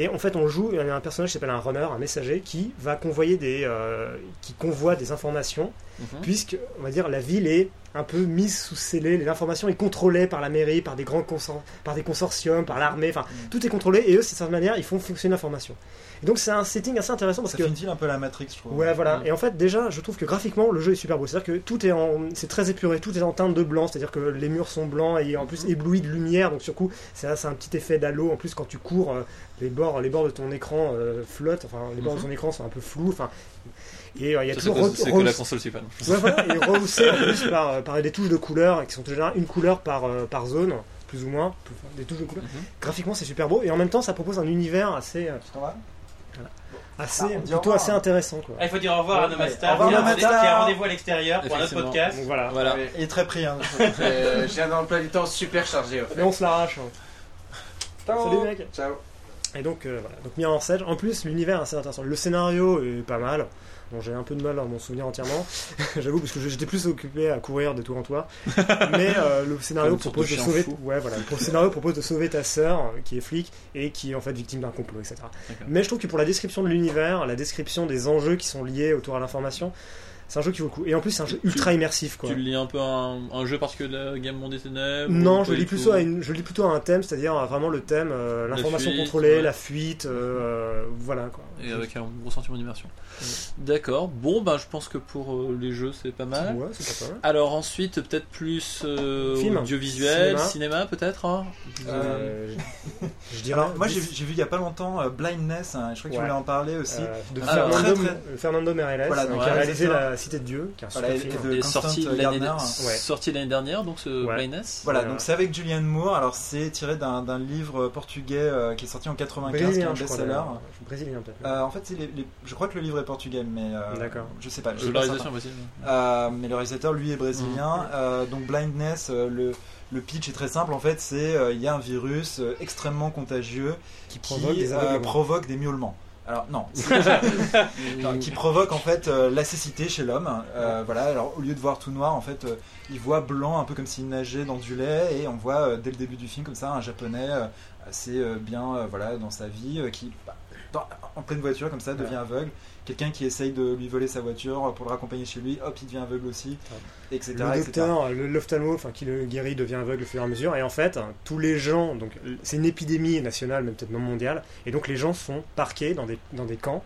Et en fait, on joue il y a un personnage qui s'appelle un runner, un messager, qui va convoyer des, euh, qui convoie des informations,
Mhm.
puisque on va dire la ville est un peu mise sous scellé. L'information est contrôlée par la mairie, par des grands consor- par des consortiums, par l'armée. Enfin,
Mhm.
tout est contrôlé. Et eux, c'est certaine manière, ils font fonctionner l'information. Et donc, c'est un setting assez intéressant parce
Ça
que
finit un peu la Matrix, je trouve.
Ouais,
Mm.
voilà. Et en fait, déjà, je trouve que graphiquement, le jeu est super beau. C'est-à-dire que tout est en. C'est très épuré, tout est en teinte de blanc. C'est-à-dire que les murs sont blancs et en plus
Mm.
éblouis de lumière. Donc, sur coup, c'est c'est un petit effet d'halo. En plus, quand tu cours, euh, les bords, les bords de ton écran euh, flottent. Enfin, les bords de ton écran sont un peu flous. Enfin. Et euh, il y
Mm-hmm. Ça,
a
c'est
toujours.
quoi-
re-
C'est que la
re-
console super.
Ouais, voilà, et rehaussé en plus par, euh, par des touches de couleurs qui sont en général une couleur par, euh, par zone, plus ou moins, plus- enfin, des touches de couleurs.
Mhm.
Graphiquement, c'est super beau et en même temps, ça propose un univers assez, euh,
Tu t'en vas
assez
Bah, on dit au
plutôt
revoir.
assez intéressant. Quoi.
Ah, il faut dire au revoir à
Ouais,
Nomastar,
allez, au
qui a
revoir,
un rendez- qui
Nomastar.
a un rendez-vous à l'extérieur pour un autre
Effectivement.
podcast.
Donc voilà.
Voilà.
Il est très pris. Hein.
Euh, J'ai un emploi du temps super chargé. en fait.
Mais on se l'arrache. hein. Salut, mec.
Ciao.
Et donc euh, voilà, donc Mirror Edge. En plus, l'univers est assez intéressant. Le scénario est pas mal. Bon, j'ai un peu de mal à m'en souvenir entièrement, j'avoue, parce que j'étais plus occupé à courir de tour en toit. Mais euh, le scénario
Comme une sorte
propose
de
de,
chien
sauver,
fou.
ouais, voilà, le scénario propose de sauver ta sœur, euh, qui est flic et qui est en fait victime d'un complot, etc. Mais je trouve que pour la description de l'univers, la description des enjeux qui sont liés autour à l'information, c'est un jeu qui vaut le coup. Et en plus, c'est un jeu ultra immersif, quoi.
Tu lis un peu un, un jeu parce que la Game Monde des Ténèbres
Non,
ou
je
pas
lis
du
plutôt
tout
à une, je lis plutôt à un thème, c'est-à-dire à vraiment le thème, euh,
La
l'information
fuite,
contrôlée,
ouais.
la fuite, euh, voilà quoi.
Et avec un gros sentiment d'immersion. D'accord. Bon, ben, je pense que pour euh, les jeux, c'est pas mal.
Ouais, c'est pas mal.
Alors ensuite, peut-être plus euh,
Film.
audiovisuel,
Cinéma.
cinéma, peut-être. hein
Euh, je dirais.
Alors, moi, j'ai vu j'ai vu il y a pas longtemps euh, Blindness, hein, je crois que tu
Euh, Ouais.
voulais en parler aussi.
euh, de
Ah,
Fernando,
très, très-
euh, Fernando Meirelles,
Voilà, donc,
euh, qui a
ouais,
réalisé
c'est ça.
La Cité de Dieu, qui est un super
Voilà, et-
film.
et de-
Et
Constant
sorti
Gardner,
l'année
hein.
Ouais.
sorti l'année dernière, donc ce
Ouais.
Blindness.
Voilà,
Voilà.
donc c'est avec Julianne Moore. Alors, c'est tiré d'un d'un livre portugais euh, qui est sorti en 95, qui est un
Brésilien, je crois.
best-seller.
d'ailleurs. Brésilien peut-être.
Euh, en fait, il est- il est- je crois que le livre est portugais, mais euh,
D'accord. bah,
je sais pas. je
Je
suis pas certain.
L'autorisation possible.
Euh, mais le réalisateur, lui, est brésilien.
Mm.
Euh, donc Blindness, euh, le, le pitch est très simple. En fait, c'est euh, il y a un virus euh, extrêmement contagieux qui,
provoque des
euh,
aveuglements.
provoque des miaulements. Alors non, Non, qui provoque en fait euh, la cécité chez l'homme. Euh, voilà. Alors au lieu de voir tout noir, en fait, euh, il voit blanc, un peu comme s'il nageait dans du lait. Et on voit euh, dès le début du film comme ça un japonais euh, assez euh, bien, euh, voilà, dans sa vie, euh, qui bah, dans- en pleine voiture comme ça devient aveugle quelqu'un qui essaye de lui voler sa voiture euh, pour le raccompagner chez lui, hop, il devient aveugle aussi, etc.
Le
etc.
docteur, le- l'ophtalmo, enfin qui le guérit devient aveugle au fur et à mesure, et en fait, hein, tous les gens, donc l- c'est une épidémie nationale, même peut-être non mondiale, et donc les gens sont parqués dans des, dans des camps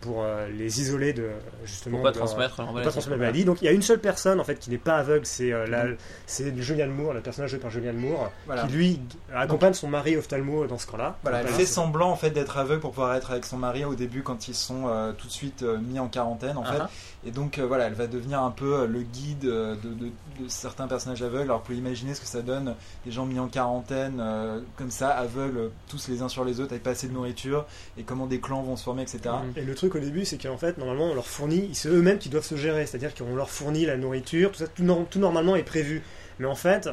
pour euh, les isoler de justement.
Pour pas
de leur-
transmettre.
pour pas transmettre la maladie. Donc il y a une seule personne en fait qui n'est pas aveugle, c'est euh, la, c'est Julianne Moore, le personnage joué par Julianne Moore,
Voilà.
qui lui accompagne son mari ophtalmo dans ce camp-là.
Voilà, elle
Donc,
fait semblant en fait d'être aveugle pour pouvoir être avec son mari au début quand ils sont euh, tout de suite euh, mis en quarantaine en
Ah
fait. Et donc euh, voilà, elle va devenir un peu euh, le guide euh, de, de- de certains personnages aveugles. Alors vous pouvez imaginer ce que ça donne des gens mis en quarantaine euh, comme ça, aveugles euh, tous les uns sur les autres, avec pas assez de nourriture et comment des clans vont se former, etc.
Et le truc au début, c'est qu'en fait, normalement, on leur fournit, c'est eux-mêmes qui doivent se gérer, c'est-à-dire qu'on leur fournit la nourriture, tout ça, tout, nor- tout normalement est prévu. Mais en fait,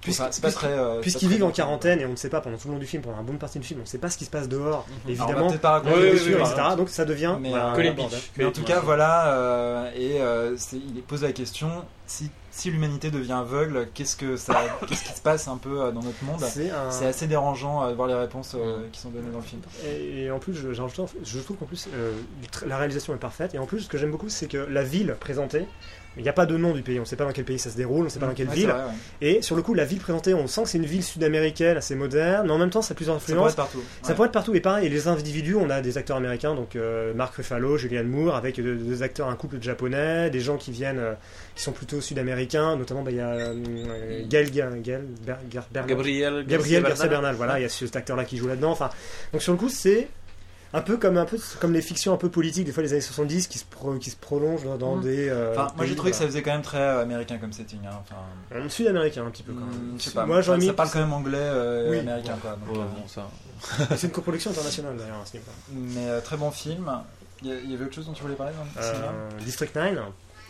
puisque-
Enfin, c'est pas
puisque-
très. euh, c'est
puisqu'ils
pas très
vivent en
bon.
quarantaine et on ne sait pas pendant tout le long du film, pendant la bonne partie du film, on ne sait pas ce qui se passe dehors,
Alors, on va
évidemment,
peut-être pas raconter
les
les
blessures,
blessures,
etc. Donc ça devient
Mais,
voilà,
euh,
un
que les
bordel.
Mais en tout cas, voilà, euh, et euh, c'est- il pose la question si, si l'humanité devient aveugle, qu'est-ce que ça, qu'est-ce qui se passe un peu euh, dans notre monde
c'est un- Mm.
C'est assez dérangeant euh, de voir les réponses euh, qui sont données dans le film.
Et, et en plus, je, j'ai rajouté, en fait, je trouve qu'en plus, euh, tr- la réalisation est parfaite. Et en plus, ce que j'aime beaucoup, c'est que la ville présentée, il n'y a pas de nom du pays, on ne sait pas dans quel pays ça se déroule, on ne sait pas dans quelle
Mm. Ouais,
ville.
c'est vrai, ouais.
Et sur le coup, la ville présentée, on sent que c'est une ville sud-américaine, assez moderne, mais en même temps, ça a
Ça
plusieurs
pourrait
influences.
être partout.
Ça pourrait être partout. Et pareil, les individus, on a des acteurs américains, donc euh, Mark Ruffalo, Julianne Moore, avec euh, des acteurs, un couple de japonais, des gens qui viennent, euh, qui sont plutôt sud-américains, notamment bah, il y a euh, Gael, Gael, Gael- Ber- Ger- Bernal-
Gabriel,
Gabriel Garcia Bernal, voilà, il y a cet acteur-là qui joue là-dedans. Enfin, donc sur le coup, c'est un peu comme un peu comme les fictions un peu politiques des fois les années 70 qui se pro- qui se prolongent dans, dans
Mhm.
des euh,
Enfin, moi j'ai
pays,
trouvé que ça
voilà.
faisait quand même très euh, américain comme setting. hein. Enfin,
Hum, sud-américain un petit peu quand même.
hum, je sais pas.
moi
Enfin,
j'aurais mis
Ça parle quand même anglais euh,
Oui.
américain quoi. donc, euh,
c'est une coproduction internationale d'ailleurs à ce niveau.
Mais euh, très bon film. Il y a- il y avait autre chose dont tu voulais parler dans le cinéma
Euh, District 9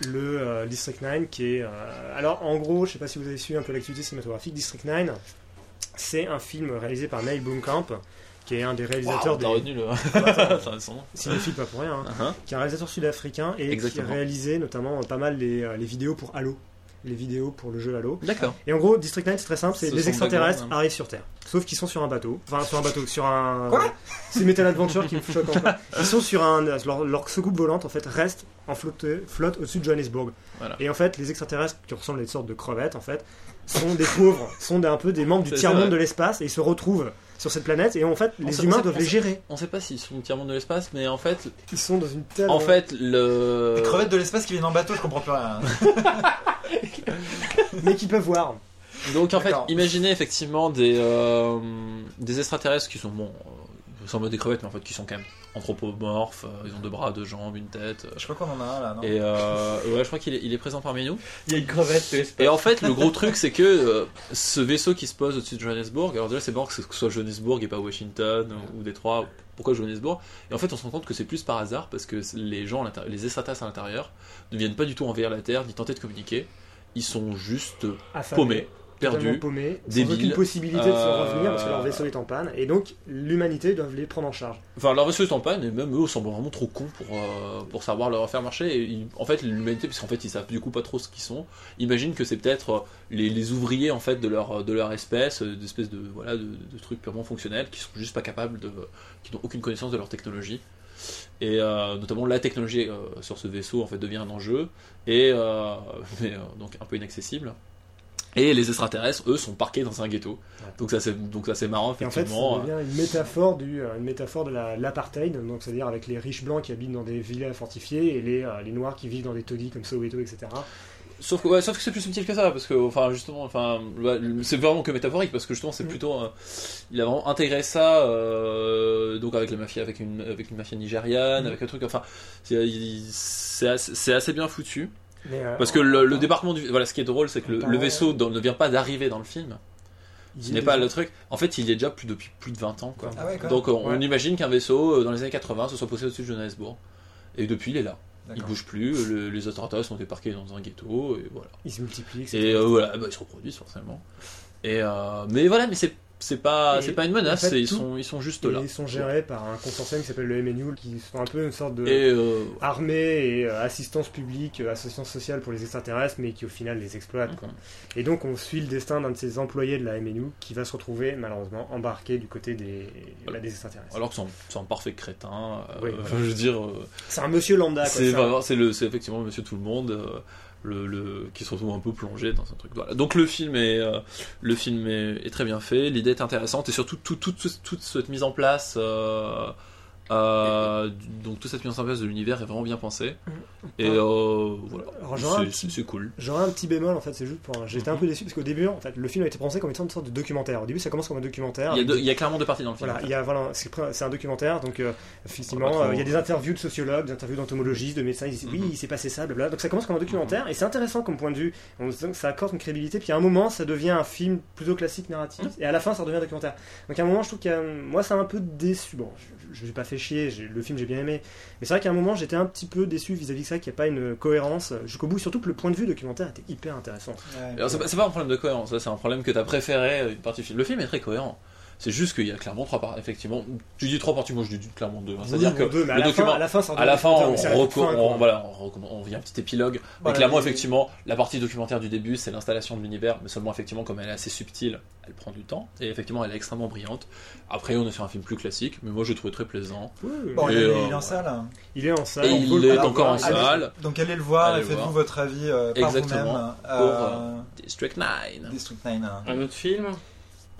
le euh, District 9 qui est euh, alors en gros je sais pas si vous avez suivi un peu l'activité cinématographique District 9 c'est un film réalisé par Neil Blomkamp qui est un des réalisateurs
t'as
des
retenu le. Ah, Enfin, son nom.
cinéphiles pas pour rien hein.
Uh-huh.
qui est un réalisateur sud-africain et
Exactement.
qui a réalisé notamment euh, pas mal les, euh, les vidéos pour Halo les vidéos pour le jeu Halo
D'accord.
Et en gros, District 9, c'est très simple, c'est
Ce
les
sont
extraterrestres
des grands, hein.
arrivent sur Terre. Sauf qu'ils sont sur un bateau. Enfin, sur un bateau, sur un.
Quoi
c'est Metal Adventure qui me choque encore. Ils sont sur un. Leur, leur soucoupe volante, en fait, reste en flotte, flotte au-dessus de Johannesburg.
Voilà.
Et en fait, les extraterrestres, qui ressemblent à une sorte de crevettes, en fait, sont des pauvres, sont des- un peu des membres du
C'est ça,
tiers-monde
ouais.
de l'espace, et ils se retrouvent sur cette planète, et en fait,
On
les
sait- on
humains
sait-
doivent
on
les
sait-
gérer.
On sait pas s'ils sont tiers de l'espace, mais en fait,
Ils sont dans une telle.
en fait, le.
Les crevettes de l'espace qui viennent en bateau, je comprends plus rien.
Mais qui peuvent voir.
Donc en fait,
D'accord.
imaginez effectivement des, euh, des extratraterrestres qui sont bon, euh, sans mode des crevettes, mais en fait qui sont quand même anthropomorphes, euh, ils ont deux bras, deux jambes, une tête. euh,
Je crois qu'on en a un là. Non
et euh, ouais, je crois qu'il est, il est présent parmi nous.
Il y a une crevette de l'espace.
Et en fait, le gros truc, c'est que euh, ce vaisseau qui se pose au-dessus de Johannesburg, alors déjà c'est marrant que ce que ce soit Johannesburg et pas Washington ou, ou Détroit, pourquoi Johannesburg Et en fait, on se rend compte que c'est plus par hasard parce que c'est- les gens, à l'intérieur- les extraterrestres à l'intérieur, ne viennent pas du tout envers la Terre ni tenter de communiquer. Ils sont juste
Affamés,
paumés,
totalement
perdus.
paumés, sans
débiles.
aucune possibilité de se
Euh,
revenir parce que leur vaisseau est en panne, et donc l'humanité doit les prendre en charge.
Enfin, leur vaisseau est en panne et même eux semblent vraiment trop cons pour, euh, pour savoir leur faire marcher. Et ils- en fait, l'humanité, puisqu'en fait ils savent du coup pas trop ce qu'ils sont, imagine que c'est peut-être euh, les, les ouvriers en fait de leur, de leur espèce, euh, d'espèces de, voilà, de, de trucs purement fonctionnels qui sont juste pas capables de. qui n'ont aucune connaissance de leur technologie. Et euh, notamment la technologie euh, sur ce vaisseau en fait devient un enjeu et euh, mais, euh, donc un peu inaccessible. Et les extraterrestres, eux, sont parqués dans un ghetto.
Ouais.
Donc ça c'est donc ça c'est marrant
Et en fait, ça
effectivement. hein.
devient une métaphore, du, euh, une métaphore de la- l'apartheid, donc c'est-à-dire avec les riches blancs qui habitent dans des villas fortifiées et les, euh, les noirs qui vivent dans des taudis comme Soweto, etc.
Sauf que, ouais, sauf que c'est plus subtil que ça, parce que, enfin, justement, enfin, bah, c'est vraiment que métaphorique, parce que justement, c'est
Mhm.
plutôt. euh, il a vraiment intégré ça, euh, donc avec la mafia, avec une, avec une mafia
Mm.
nigériane, avec un truc, enfin, c'est il- c'est assez, c'est assez bien foutu.
Mais, euh,
Parce que le, le débarquement du. Voilà, ce qui est drôle, c'est que le, le vaisseau dans- ne vient pas d'arriver dans le film,
il
ce
est
n'est pas
déjà-
le truc. En fait, il y est déjà plus depuis plus de 20 ans, quoi.
Ah ouais, quand même.
Donc, on,
Ouais.
on imagine qu'un vaisseau, euh, dans les années 80, se soit posé au-dessus de Johannesburg, et depuis, il est là. Il
D'accord.
bouge plus, le- les autorités sont débarqués dans un ghetto, et voilà.
Il se multiplie, etc.
Et euh, voilà, bah, ils se reproduisent forcément. Et euh, mais voilà, mais c'est c'est pas
Et
c'est pas une menace,
en fait,
c'est- ils
tout-
sont ils sont juste
Et
là.
ils sont gérés par un consortium qui s'appelle le MNU, qui sont un peu une sorte de
Et euh,
armée et euh, assistance publique, euh, assistance sociale pour les extraterrestres, mais qui au final les exploite.
Mhm.
quoi. Et donc on suit le destin d'un de ces employés de la MNU qui va se retrouver malheureusement embarqué du côté des,
Voilà.
bah, des extraterrestres.
alors que c'est un, c'est un parfait crétin. euh,
Oui, voilà.
Je veux dire, euh,
C'est un monsieur lambda. quoi,
c'est
ça.
vraiment- c'est le c'est effectivement Monsieur Tout le Monde. euh, le, le- qui se retrouve un peu plongé dans un truc voilà donc le film est euh, le film est, est très bien fait l'idée est intéressante et surtout tout, tout- tout- toute cette mise en place euh, euh, du- donc toute cette mise en place de l'univers est vraiment bien pensée et euh, voilà
Alors, j'aurais Mmh. un
C'est-
petit-
c'est c'est cool
J'aurais un petit bémol en fait, c'est juste pour. un- J'étais un
Mhm.
peu déçu parce qu'au début, en fait, le film a été pensé comme une sorte de documentaire. Au début, ça commence comme un documentaire.
Il y, a deux- il y a clairement deux parties dans le film.
Ah, Voilà, il y a voilà, c'est pr- c'est un documentaire, donc
On
euh,
va
effectivement,
pas
euh,
trop-
il y a des interviews de sociologues, des interviews d'entomologistes, de médecins. Ils disent oui,
Mhm.
il s'est passé ça, blabla. Donc ça commence comme un documentaire et c'est intéressant comme point de vue. On se- ça accorde une crédibilité. Puis à un moment, ça devient un film plutôt classique narratif
Mhm.
et à la fin, ça redevient un documentaire. Donc à un moment, je trouve que moi, ça m'a un peu déçu. Bon, je- je n'ai pas fait chier. j'ai- Le film, j'ai bien aimé, mais c'est vrai qu'à un moment, j'étais un petit peu déçu vis-à-vis de ça, qu'il n'y a pas une cohérence jusqu'au bout. Surtout que le point de vue documentaire était hyper intéressant.
Ouais.
Alors, c'est pas, c'est pas un problème de cohérence, là, c'est un problème que t'as préféré euh, une partie du film. Le film est très cohérent. C'est juste qu'il y a clairement trois parties. Effectivement, tu dis trois parties, moi je dis clairement deux. hein. C'est-à-dire
Oui,
que
on veut, mais à
le
la
document-
fin, à la fin, ça redevient
à la
un
fin,
documentaire,
on,
mais c'est à la toute
reco-
fin, quoi.
on- voilà, on, recomm- on vient un petit épilogue.
Voilà,
mais clairement,
les-
effectivement, la partie documentaire du début, c'est l'installation de l'univers, mais seulement, effectivement, comme elle est assez subtile, elle prend du temps. Et effectivement, elle est extrêmement brillante. Après, on est sur un film plus classique, mais moi je l'ai trouvé très plaisant.
Oui,
Bon,
Et,
il est- il
euh,
est en
ouais.
salle.
Il est en salle.
Et
on peut
il
le
est
voir,
encore en
allez.
salle.
Donc allez le voir
Allez
et faites-vous
voir.
votre avis euh, par
Exactement.
vous-même.
euh, District 9.
District 9. hein.
Un autre film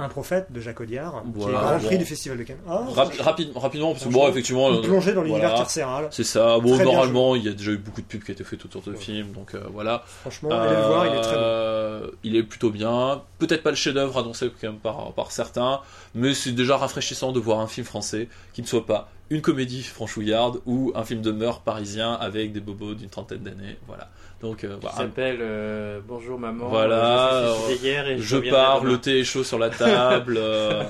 Un prophète de Jacques Audiard, qui est
Voilà,
grand
bon.
prix du Festival de Cannes. Ah,
Rapi- rapide- rapidement, parce que bon, effectivement. euh,
il
on-
plongeait dans l'univers
voilà.
carcéral.
C'est ça. Bon,
Très bien
normalement, il y a déjà eu beaucoup de pubs qui ont été faites autour de films, donc euh, voilà.
Franchement, allez le voir, il est très bon.
Euh, il est plutôt bien. Peut-être pas le chef-d'œuvre annoncé quand même par, par certains, mais c'est déjà rafraîchissant de voir un film français qui ne soit pas une comédie franchouillarde ou un film de meurtre parisien avec des bobos d'une trentaine d'années. Voilà. Donc, euh,
Qui
voilà,
s'appelle euh, Bonjour maman.
Voilà,
euh, Je, sais ce que j'ai hier et je,
je
reviendrai
pars,
demain.
le thé est chaud sur la table. euh,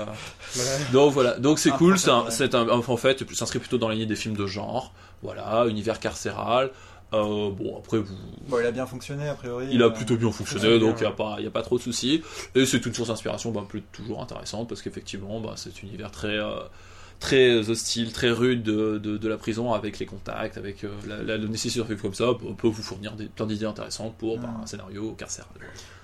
Donc voilà, donc c'est
Ah,
cool.
parfait,
c'est un-
ouais.
C'est un, en fait, il s'inscrit plutôt dans la lignée des films de genre. Voilà, univers carcéral. Euh, bon après, vous,
Bon, il a bien fonctionné a priori.
il a
euh,
plutôt bien fonctionné,
bien,
donc il
ouais.
n'y a, pas- il y a pas trop de soucis. Et c'est une source d'inspiration ben, plus, toujours intéressante, parce qu'effectivement, ben, c'est un univers très, euh, très hostile, très rude de, de- de la prison, avec les contacts, avec euh, la, la- la nécessité de vivre comme ça, on peut vous fournir des, plein d'idées intéressantes pour ben,
Ah.
Mm.
un scénario carcéral.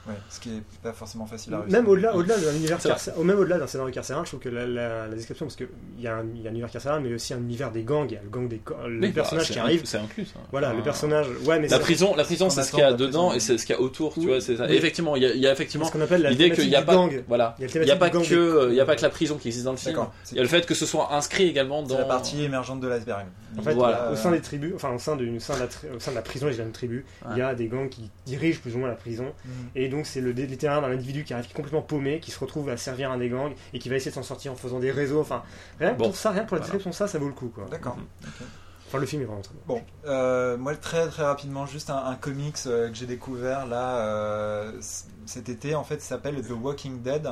Ouais, ce qui est pas forcément facile à réussir.
Même au-delà, au-delà d'un univers
C'est vrai.
carcéral, même au-delà d'un scénario carcéral, je trouve que la, la- la description, parce qu'il y, a un- il y a un univers carcéral, mais aussi un univers des gangs, il y a le gang des, co- le
Oui, bah,
personnage
c'est
qui
in-
arrive,
C'est inclus, ça.
voilà, le
Ah.
personnage, ouais, mais
La
c'est-
prison, la prison,
On
c'est ce
attend
qu'il y a
la prison.
dedans et c'est ce qu'il y a autour, tu
Oui.
vois. c'est ça. Et
Oui.
effectivement, il y a, il y a
c'est
effectivement
ce qu'on appelle la
l'idée
thématique
qu'il n'y a
du
pas,
gang.
voilà,
Il y a le
il n'y a
thématique
pas
du gang
que, euh,
des-
il y a pas que la prison qui existe dans le film.
D'accord.
Il
C'est
y a le fait que ce soit inscrit également
c'est
dans
la partie émergente de l'iceberg.
En fait,
Voilà.
au sein des tribus, enfin au sein, de, au sein de la, tri- au sein de la prison, j'ai une tribu,
Ouais.
il y a des gangs qui dirigent plus ou moins la prison.
Mhm.
Et donc c'est le dé- littéraire d'un individu qui arrive complètement paumé, qui se retrouve à servir un des gangs et qui va essayer de s'en sortir en faisant des réseaux. Enfin, rien que
Bon.
pour ça, rien que pour la
Voilà.
description, ça, ça vaut le coup. Quoi.
D'accord.
Enfin, le film est vraiment très bon.
Bon, euh, moi très très rapidement, juste un, un comics euh, que j'ai découvert là euh, c- cet été en fait s'appelle The Walking Dead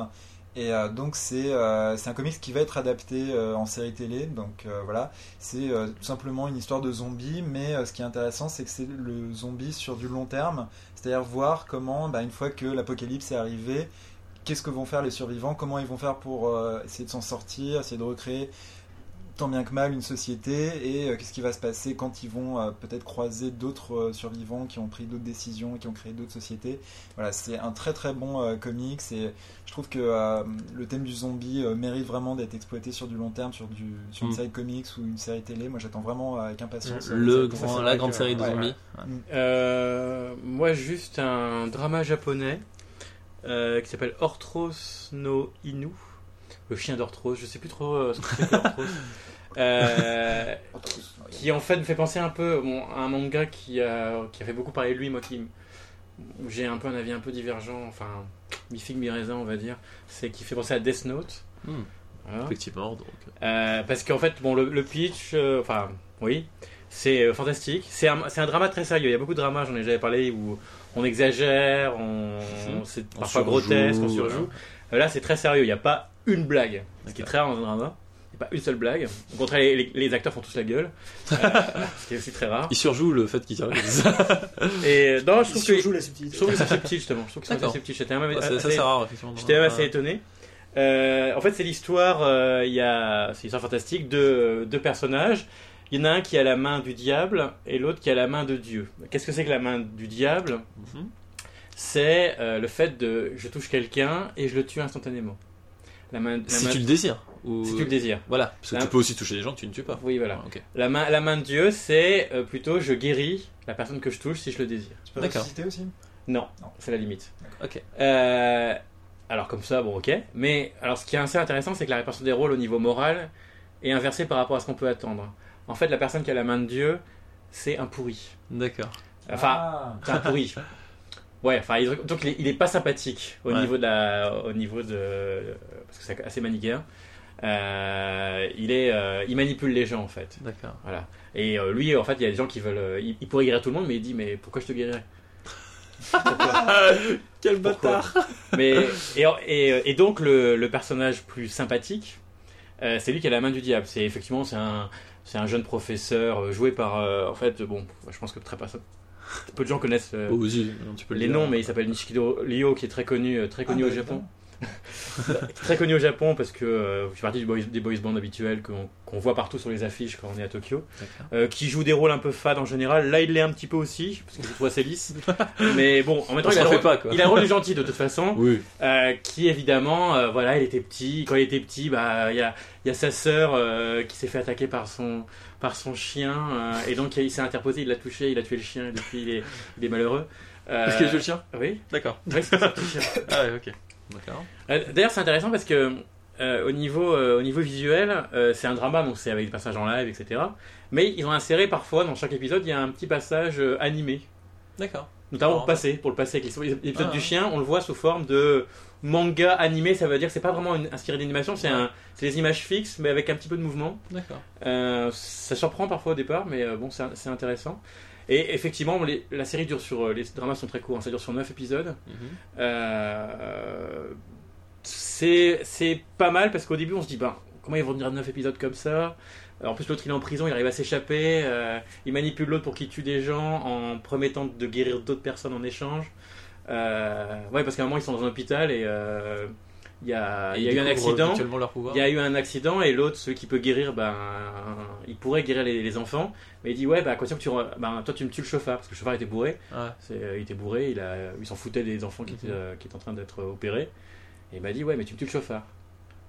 et euh, donc c'est euh, c'est un comics qui va être adapté euh, en série télé donc euh, voilà c'est euh, tout simplement une histoire de zombies mais euh, ce qui est intéressant c'est que c'est le zombie sur du long terme c'est-à-dire voir comment bah, une fois que l'apocalypse est arrivé qu'est-ce que vont faire les survivants comment ils vont faire pour euh, essayer de s'en sortir essayer de recréer tant bien que mal une société et euh, qu'est-ce qui va se passer quand ils vont euh, peut-être croiser d'autres euh, survivants qui ont pris d'autres décisions, qui ont créé d'autres sociétés. Voilà, c'est un très très bon euh, comics et je trouve que euh, le thème du zombie euh, mérite vraiment d'être exploité sur du long terme, sur, du, sur une
Mm.
série de comics ou une série télé. Moi j'attends vraiment euh, avec impatience. euh,
le
cette-
grand,
c'est
la
vrai
grande
que-
série de
ouais,
zombies.
Euh, moi, juste un drama japonais euh, qui s'appelle Orthros no Inu. Le chien d'Orthros, je sais plus trop euh, ce que c'est que Orthros. Euh, qui en fait me fait penser un peu bon, à un manga qui a, qui a fait beaucoup parler de lui, moi qui m- où j'ai un peu un avis un peu divergent, enfin mi figue mi raisin on va dire, c'est qui fait penser à Death Note.
Hmm.
Voilà.
Effectivement, donc.
Euh, parce qu'en fait, bon, le, le pitch, euh, enfin, oui, c'est euh, fantastique. C'est un, c'est un drama très sérieux. Il y a beaucoup de dramas, j'en ai déjà parlé, où on exagère, on,
Mhm.
c'est
On
parfois
surjoue,
grotesque, on surjoue.
voilà.
Euh, Là, c'est très sérieux. Il n'y a pas une blague, ce qui est
D'accord.
très rare dans un drama. Il n'y a pas une seule blague. Au contraire, les, les- les acteurs font tous la gueule, Euh, ce qui est aussi très rare.
Il surjoue le fait qu'il s'organise.
Et euh, non, je trouve que
surjoue la
je
subtilité.
trouve que c'est subtil justement. Je trouve que c'est
D'accord.
assez subtil. J'étais même,
ça, ça,
assez-
c'est rare, effectivement. dans
J'étais même
un-
assez étonné. Euh, en fait, c'est l'histoire, euh, il y a, c'est une histoire fantastique de euh, deux personnages. Il y en a un qui a la main du diable et l'autre qui a la main de Dieu. Qu'est-ce que c'est que la main du diable
Mhm.
C'est euh, le fait de je touche quelqu'un et je le tue instantanément. La main, la
Si
main-
tu le désires. Ou...
si tu le désires.
Voilà, parce que
Là-
tu peux aussi toucher des gens que tu ne tues pas.
Oui, voilà.
Ah, ok.
La main, la main de Dieu, c'est euh, plutôt je guéris la personne que je touche si je le désire.
Tu peux
D'accord.
ressusciter aussi
Non,
Non.
c'est la limite.
Ok.
Euh, alors comme ça, bon, ok. Mais alors, ce qui est assez intéressant, c'est que la répartition des rôles au niveau moral est inversée par rapport à ce qu'on peut attendre. En fait, la personne qui a la main de Dieu, c'est un pourri.
D'accord.
Enfin,
Ah.
c'est un pourri. Ouais, enfin, il- donc il est, il est pas sympathique au
Ouais.
niveau de la, au niveau de, parce que c'est assez manichéen. Euh, il est, euh, il manipule les gens en fait.
D'accord.
Voilà. Et euh, lui, en fait, il y a des gens qui veulent. euh, il, il pourrait guérir tout le monde, mais il dit Mais pourquoi je te guérirais Quel bâtard mais, et, et, et donc, le, le personnage plus sympathique, euh, c'est lui qui a la main du diable. C'est effectivement, c'est un, c'est un jeune professeur euh, joué par. euh, en fait, bon, je pense que très personne. Peu de gens connaissent euh,
Oh, vas-y, non, tu peux le
les
dire.
noms, mais il s'appelle Nishikido Ryo, qui est très connu, euh, très connu
Ah,
au
bah,
Japon. très connu au Japon parce que euh, je fais partie du boys- des boys bands habituels qu'on qu'on voit partout sur les affiches quand on est à Tokyo,
D'accord.
euh, qui joue des rôles un peu fades en général. Là, il l'est un petit peu aussi, parce que je le trouve assez lisse. Mais bon, en même temps,
On
il
se
a, le
refait
rôle,
pas, quoi.
il a le rôle du gentil de toute façon,
Oui.
euh, qui évidemment, euh, voilà, il était petit. Quand il était petit, bah, il y a, il y a sa sœur euh, qui s'est fait attaquer par son, par son chien, euh, et donc il s'est interposé, il l'a touché, il a tué le chien, et depuis il est, il est malheureux. Euh,
Est-ce qu'il joue le chien
Oui,
D'accord.
oui, c'est son petit chien.
Ah, ouais, ok. D'accord.
Euh, D'ailleurs, c'est intéressant parce que euh, au, niveau, euh, au niveau visuel, euh, c'est un drama, donc c'est avec des passages en live, etc. Mais ils ont inséré parfois, dans chaque épisode, il y a un petit passage euh, animé.
D'accord.
Notamment
Non,
pour le passé, pour le passé, avec les- l'épisode
Ah,
du
ouais.
chien, on le voit sous forme de manga animé, ça veut dire que c'est pas vraiment une- inspiré d'animation, c'est un- c'est des images fixes mais avec un petit peu de mouvement.
D'accord.
Euh, ça surprend parfois au départ, mais euh, bon, c'est c'est intéressant. Et effectivement, les- la série dure sur. euh, Les dramas sont très courts, hein, ça dure sur 9 épisodes. Euh, c'est c'est pas mal parce qu'au début, on se dit, ben, comment ils vont tenir 9 épisodes comme ça Euh, En plus, l'autre il est en prison, il arrive à s'échapper, euh, il manipule l'autre pour qu'il tue des gens en promettant de guérir d'autres personnes en échange. Euh, ouais, parce qu'à un moment, ils sont dans un hôpital et. euh, il y
Ah,
a, il y a eu un accident.
Leur pouvoir.
Il y a eu un accident et l'autre, celui qui peut guérir, ben, il pourrait guérir les, les enfants, mais il dit ouais, ben, à condition que tu, re- ben, toi tu me tues le chauffard parce que le chauffard était bourré.
Ouais.
C'est, euh, il était bourré, il, a- il s'en foutait des enfants qui,
Mhm.
étaient, euh, qui étaient en train d'être opérés. Et il m'a dit ouais, mais tu me tues le chauffard.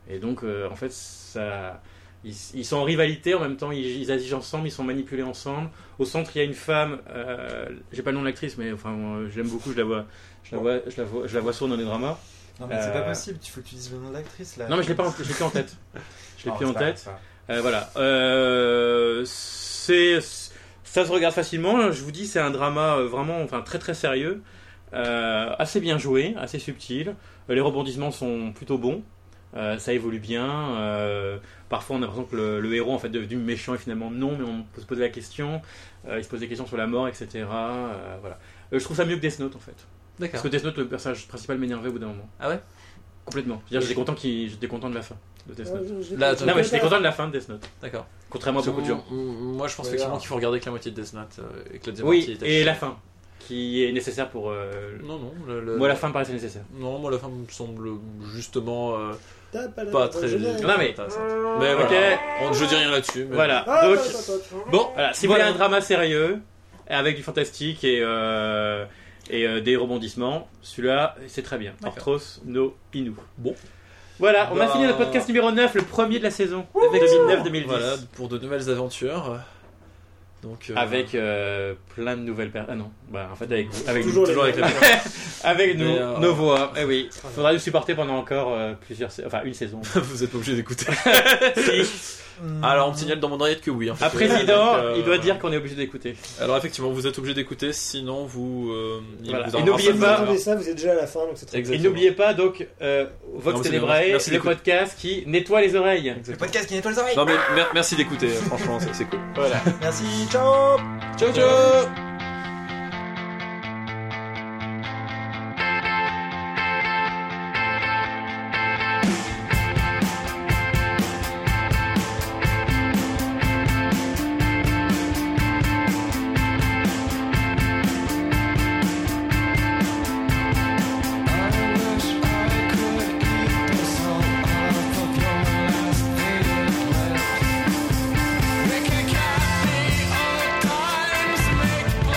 Et donc euh, en fait, ça, ils, ils sont en rivalité en même temps, ils, ils agissent ensemble, ils sont manipulés ensemble. Au centre, il y a une femme, euh, j'ai pas le nom de l'actrice, mais enfin, euh, je l'aime beaucoup, je la vois, je la vois, je la vois, je la vois sourde dans les dramas.
Non, mais c'est pas
Euh,
possible, il faut que tu dises le nom de l'actrice là.
Non, mais je l'ai pas, en- je l'ai plus en tête. Je l'ai
Non,
plus
Ah, c'est
en
pas-
tête.
c'est pas-
Euh, voilà. Euh, c'est, ça se regarde facilement. Je vous dis, c'est un drama euh, vraiment, enfin très très sérieux, Euh, assez bien joué, assez subtil. Euh, Les rebondissements sont plutôt bons. Euh, ça évolue bien. Euh, parfois, on a l'impression que le, le héros en fait est devenu méchant et finalement non, mais on peut se poser la question. Euh, il se pose des questions sur la mort, etc. Euh, voilà. Euh, je trouve ça mieux que Death Note en fait. Parce
D'accord.
que Death Note, le personnage principal m'énervait au bout d'un moment.
Ah ouais
Complètement. Je veux dire, J'étais content, qu'il- j'étais content de la fin de
Euh,
Death Note.
Là,
Non, mais j'étais content de la fin de Death Note.
D'accord.
Contrairement à beaucoup de gens.
Mm, mm, Moi, je pense effectivement qu'il faut regarder que la moitié de Death Note euh, et que la deuxième partie
Oui,
est
et
affichée.
la fin, qui est nécessaire pour. euh,
Non, non. le- le-
Moi, la fin me paraissait nécessaire.
Non, moi, la fin me semble justement euh,
T'as pas la-
pas très.
je l'ai.
Non, mais-
intéressante. Mais
Ok.
voilà. On- Je dis rien là-dessus. mais-
Voilà.
Ah,
Donc,
bah, bah, bah, bah.
Bon,
voilà, si vous
Voilà.
voulez un drama sérieux, avec du fantastique et, euh, et euh, des rebondissements, celui-là, c'est très bien.
D'accord.
Orthros no Inu.
Bon.
Voilà, on a
Bah.
fini notre podcast numéro 9, le premier de la saison 2009-2010.
Voilà, pour de nouvelles aventures. Donc. euh,
Avec euh, plein de nouvelles personnes. Ah non, bah, en fait, avec, avec
Toujours
toujours
les-
avec la
Avec nous,
Mais, euh,
nos voix. Eh oui, faudra nous supporter pendant encore euh, plusieurs, sa- enfin une saison.
Vous êtes pas obligé d'écouter.
Si.
Hmm.
Alors, on me signale dans mon oreillette que oui. hein.
Un président,
Donc, euh,
il doit dire qu'on est obligé d'écouter.
Alors, effectivement, vous êtes obligé d'écouter, sinon vous. euh, il
Voilà.
vous en
Et n'oubliez
reste
pas-
un
Vous entendez ça, vous êtes déjà à la fin, donc c'est très
Et
Exactement.
n'oubliez pas donc euh,
Non,
Vox
mais c'est
Télébrae,
bien. Merci
le
d'écouter.
podcast qui nettoie les oreilles.
Le podcast qui nettoie les oreilles.
Non, mais mer- merci d'écouter, euh, franchement, c'est c'est cool.
Merci, ciao
Ciao, ciao
Times make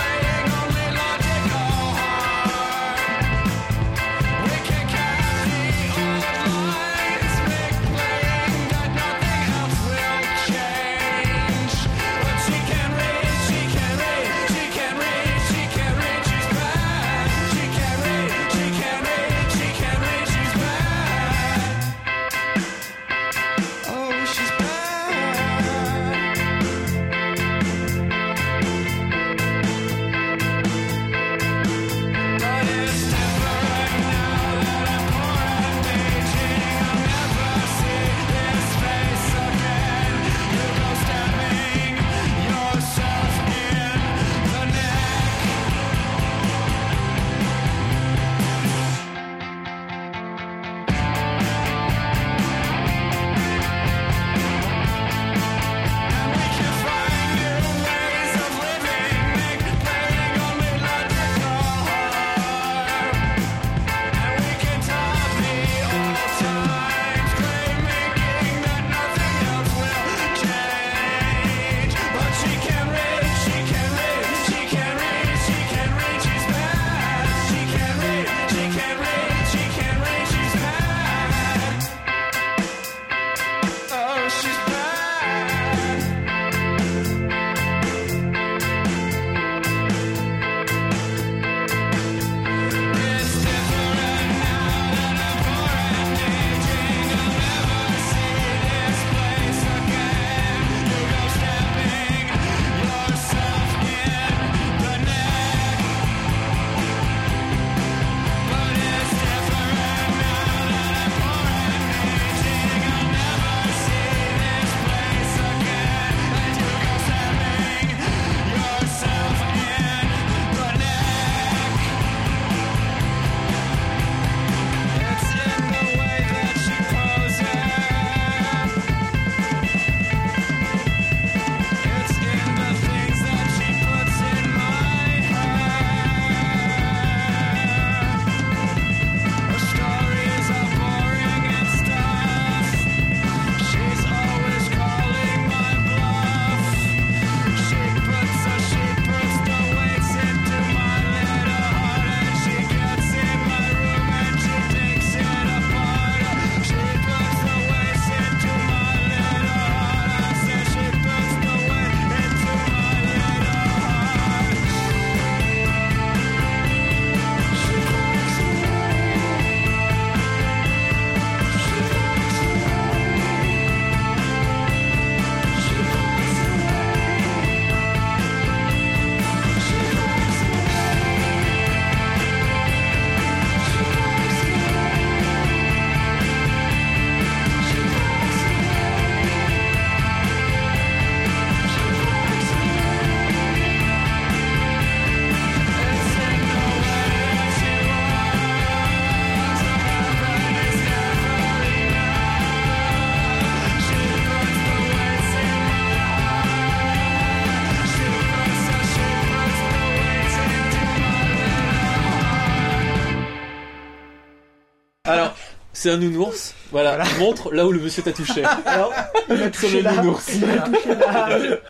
C'est un nounours. Voilà, montre là où le monsieur t'a touché.
Alors, il m'a touché
le
là.
nounours.
Il m'a touché là.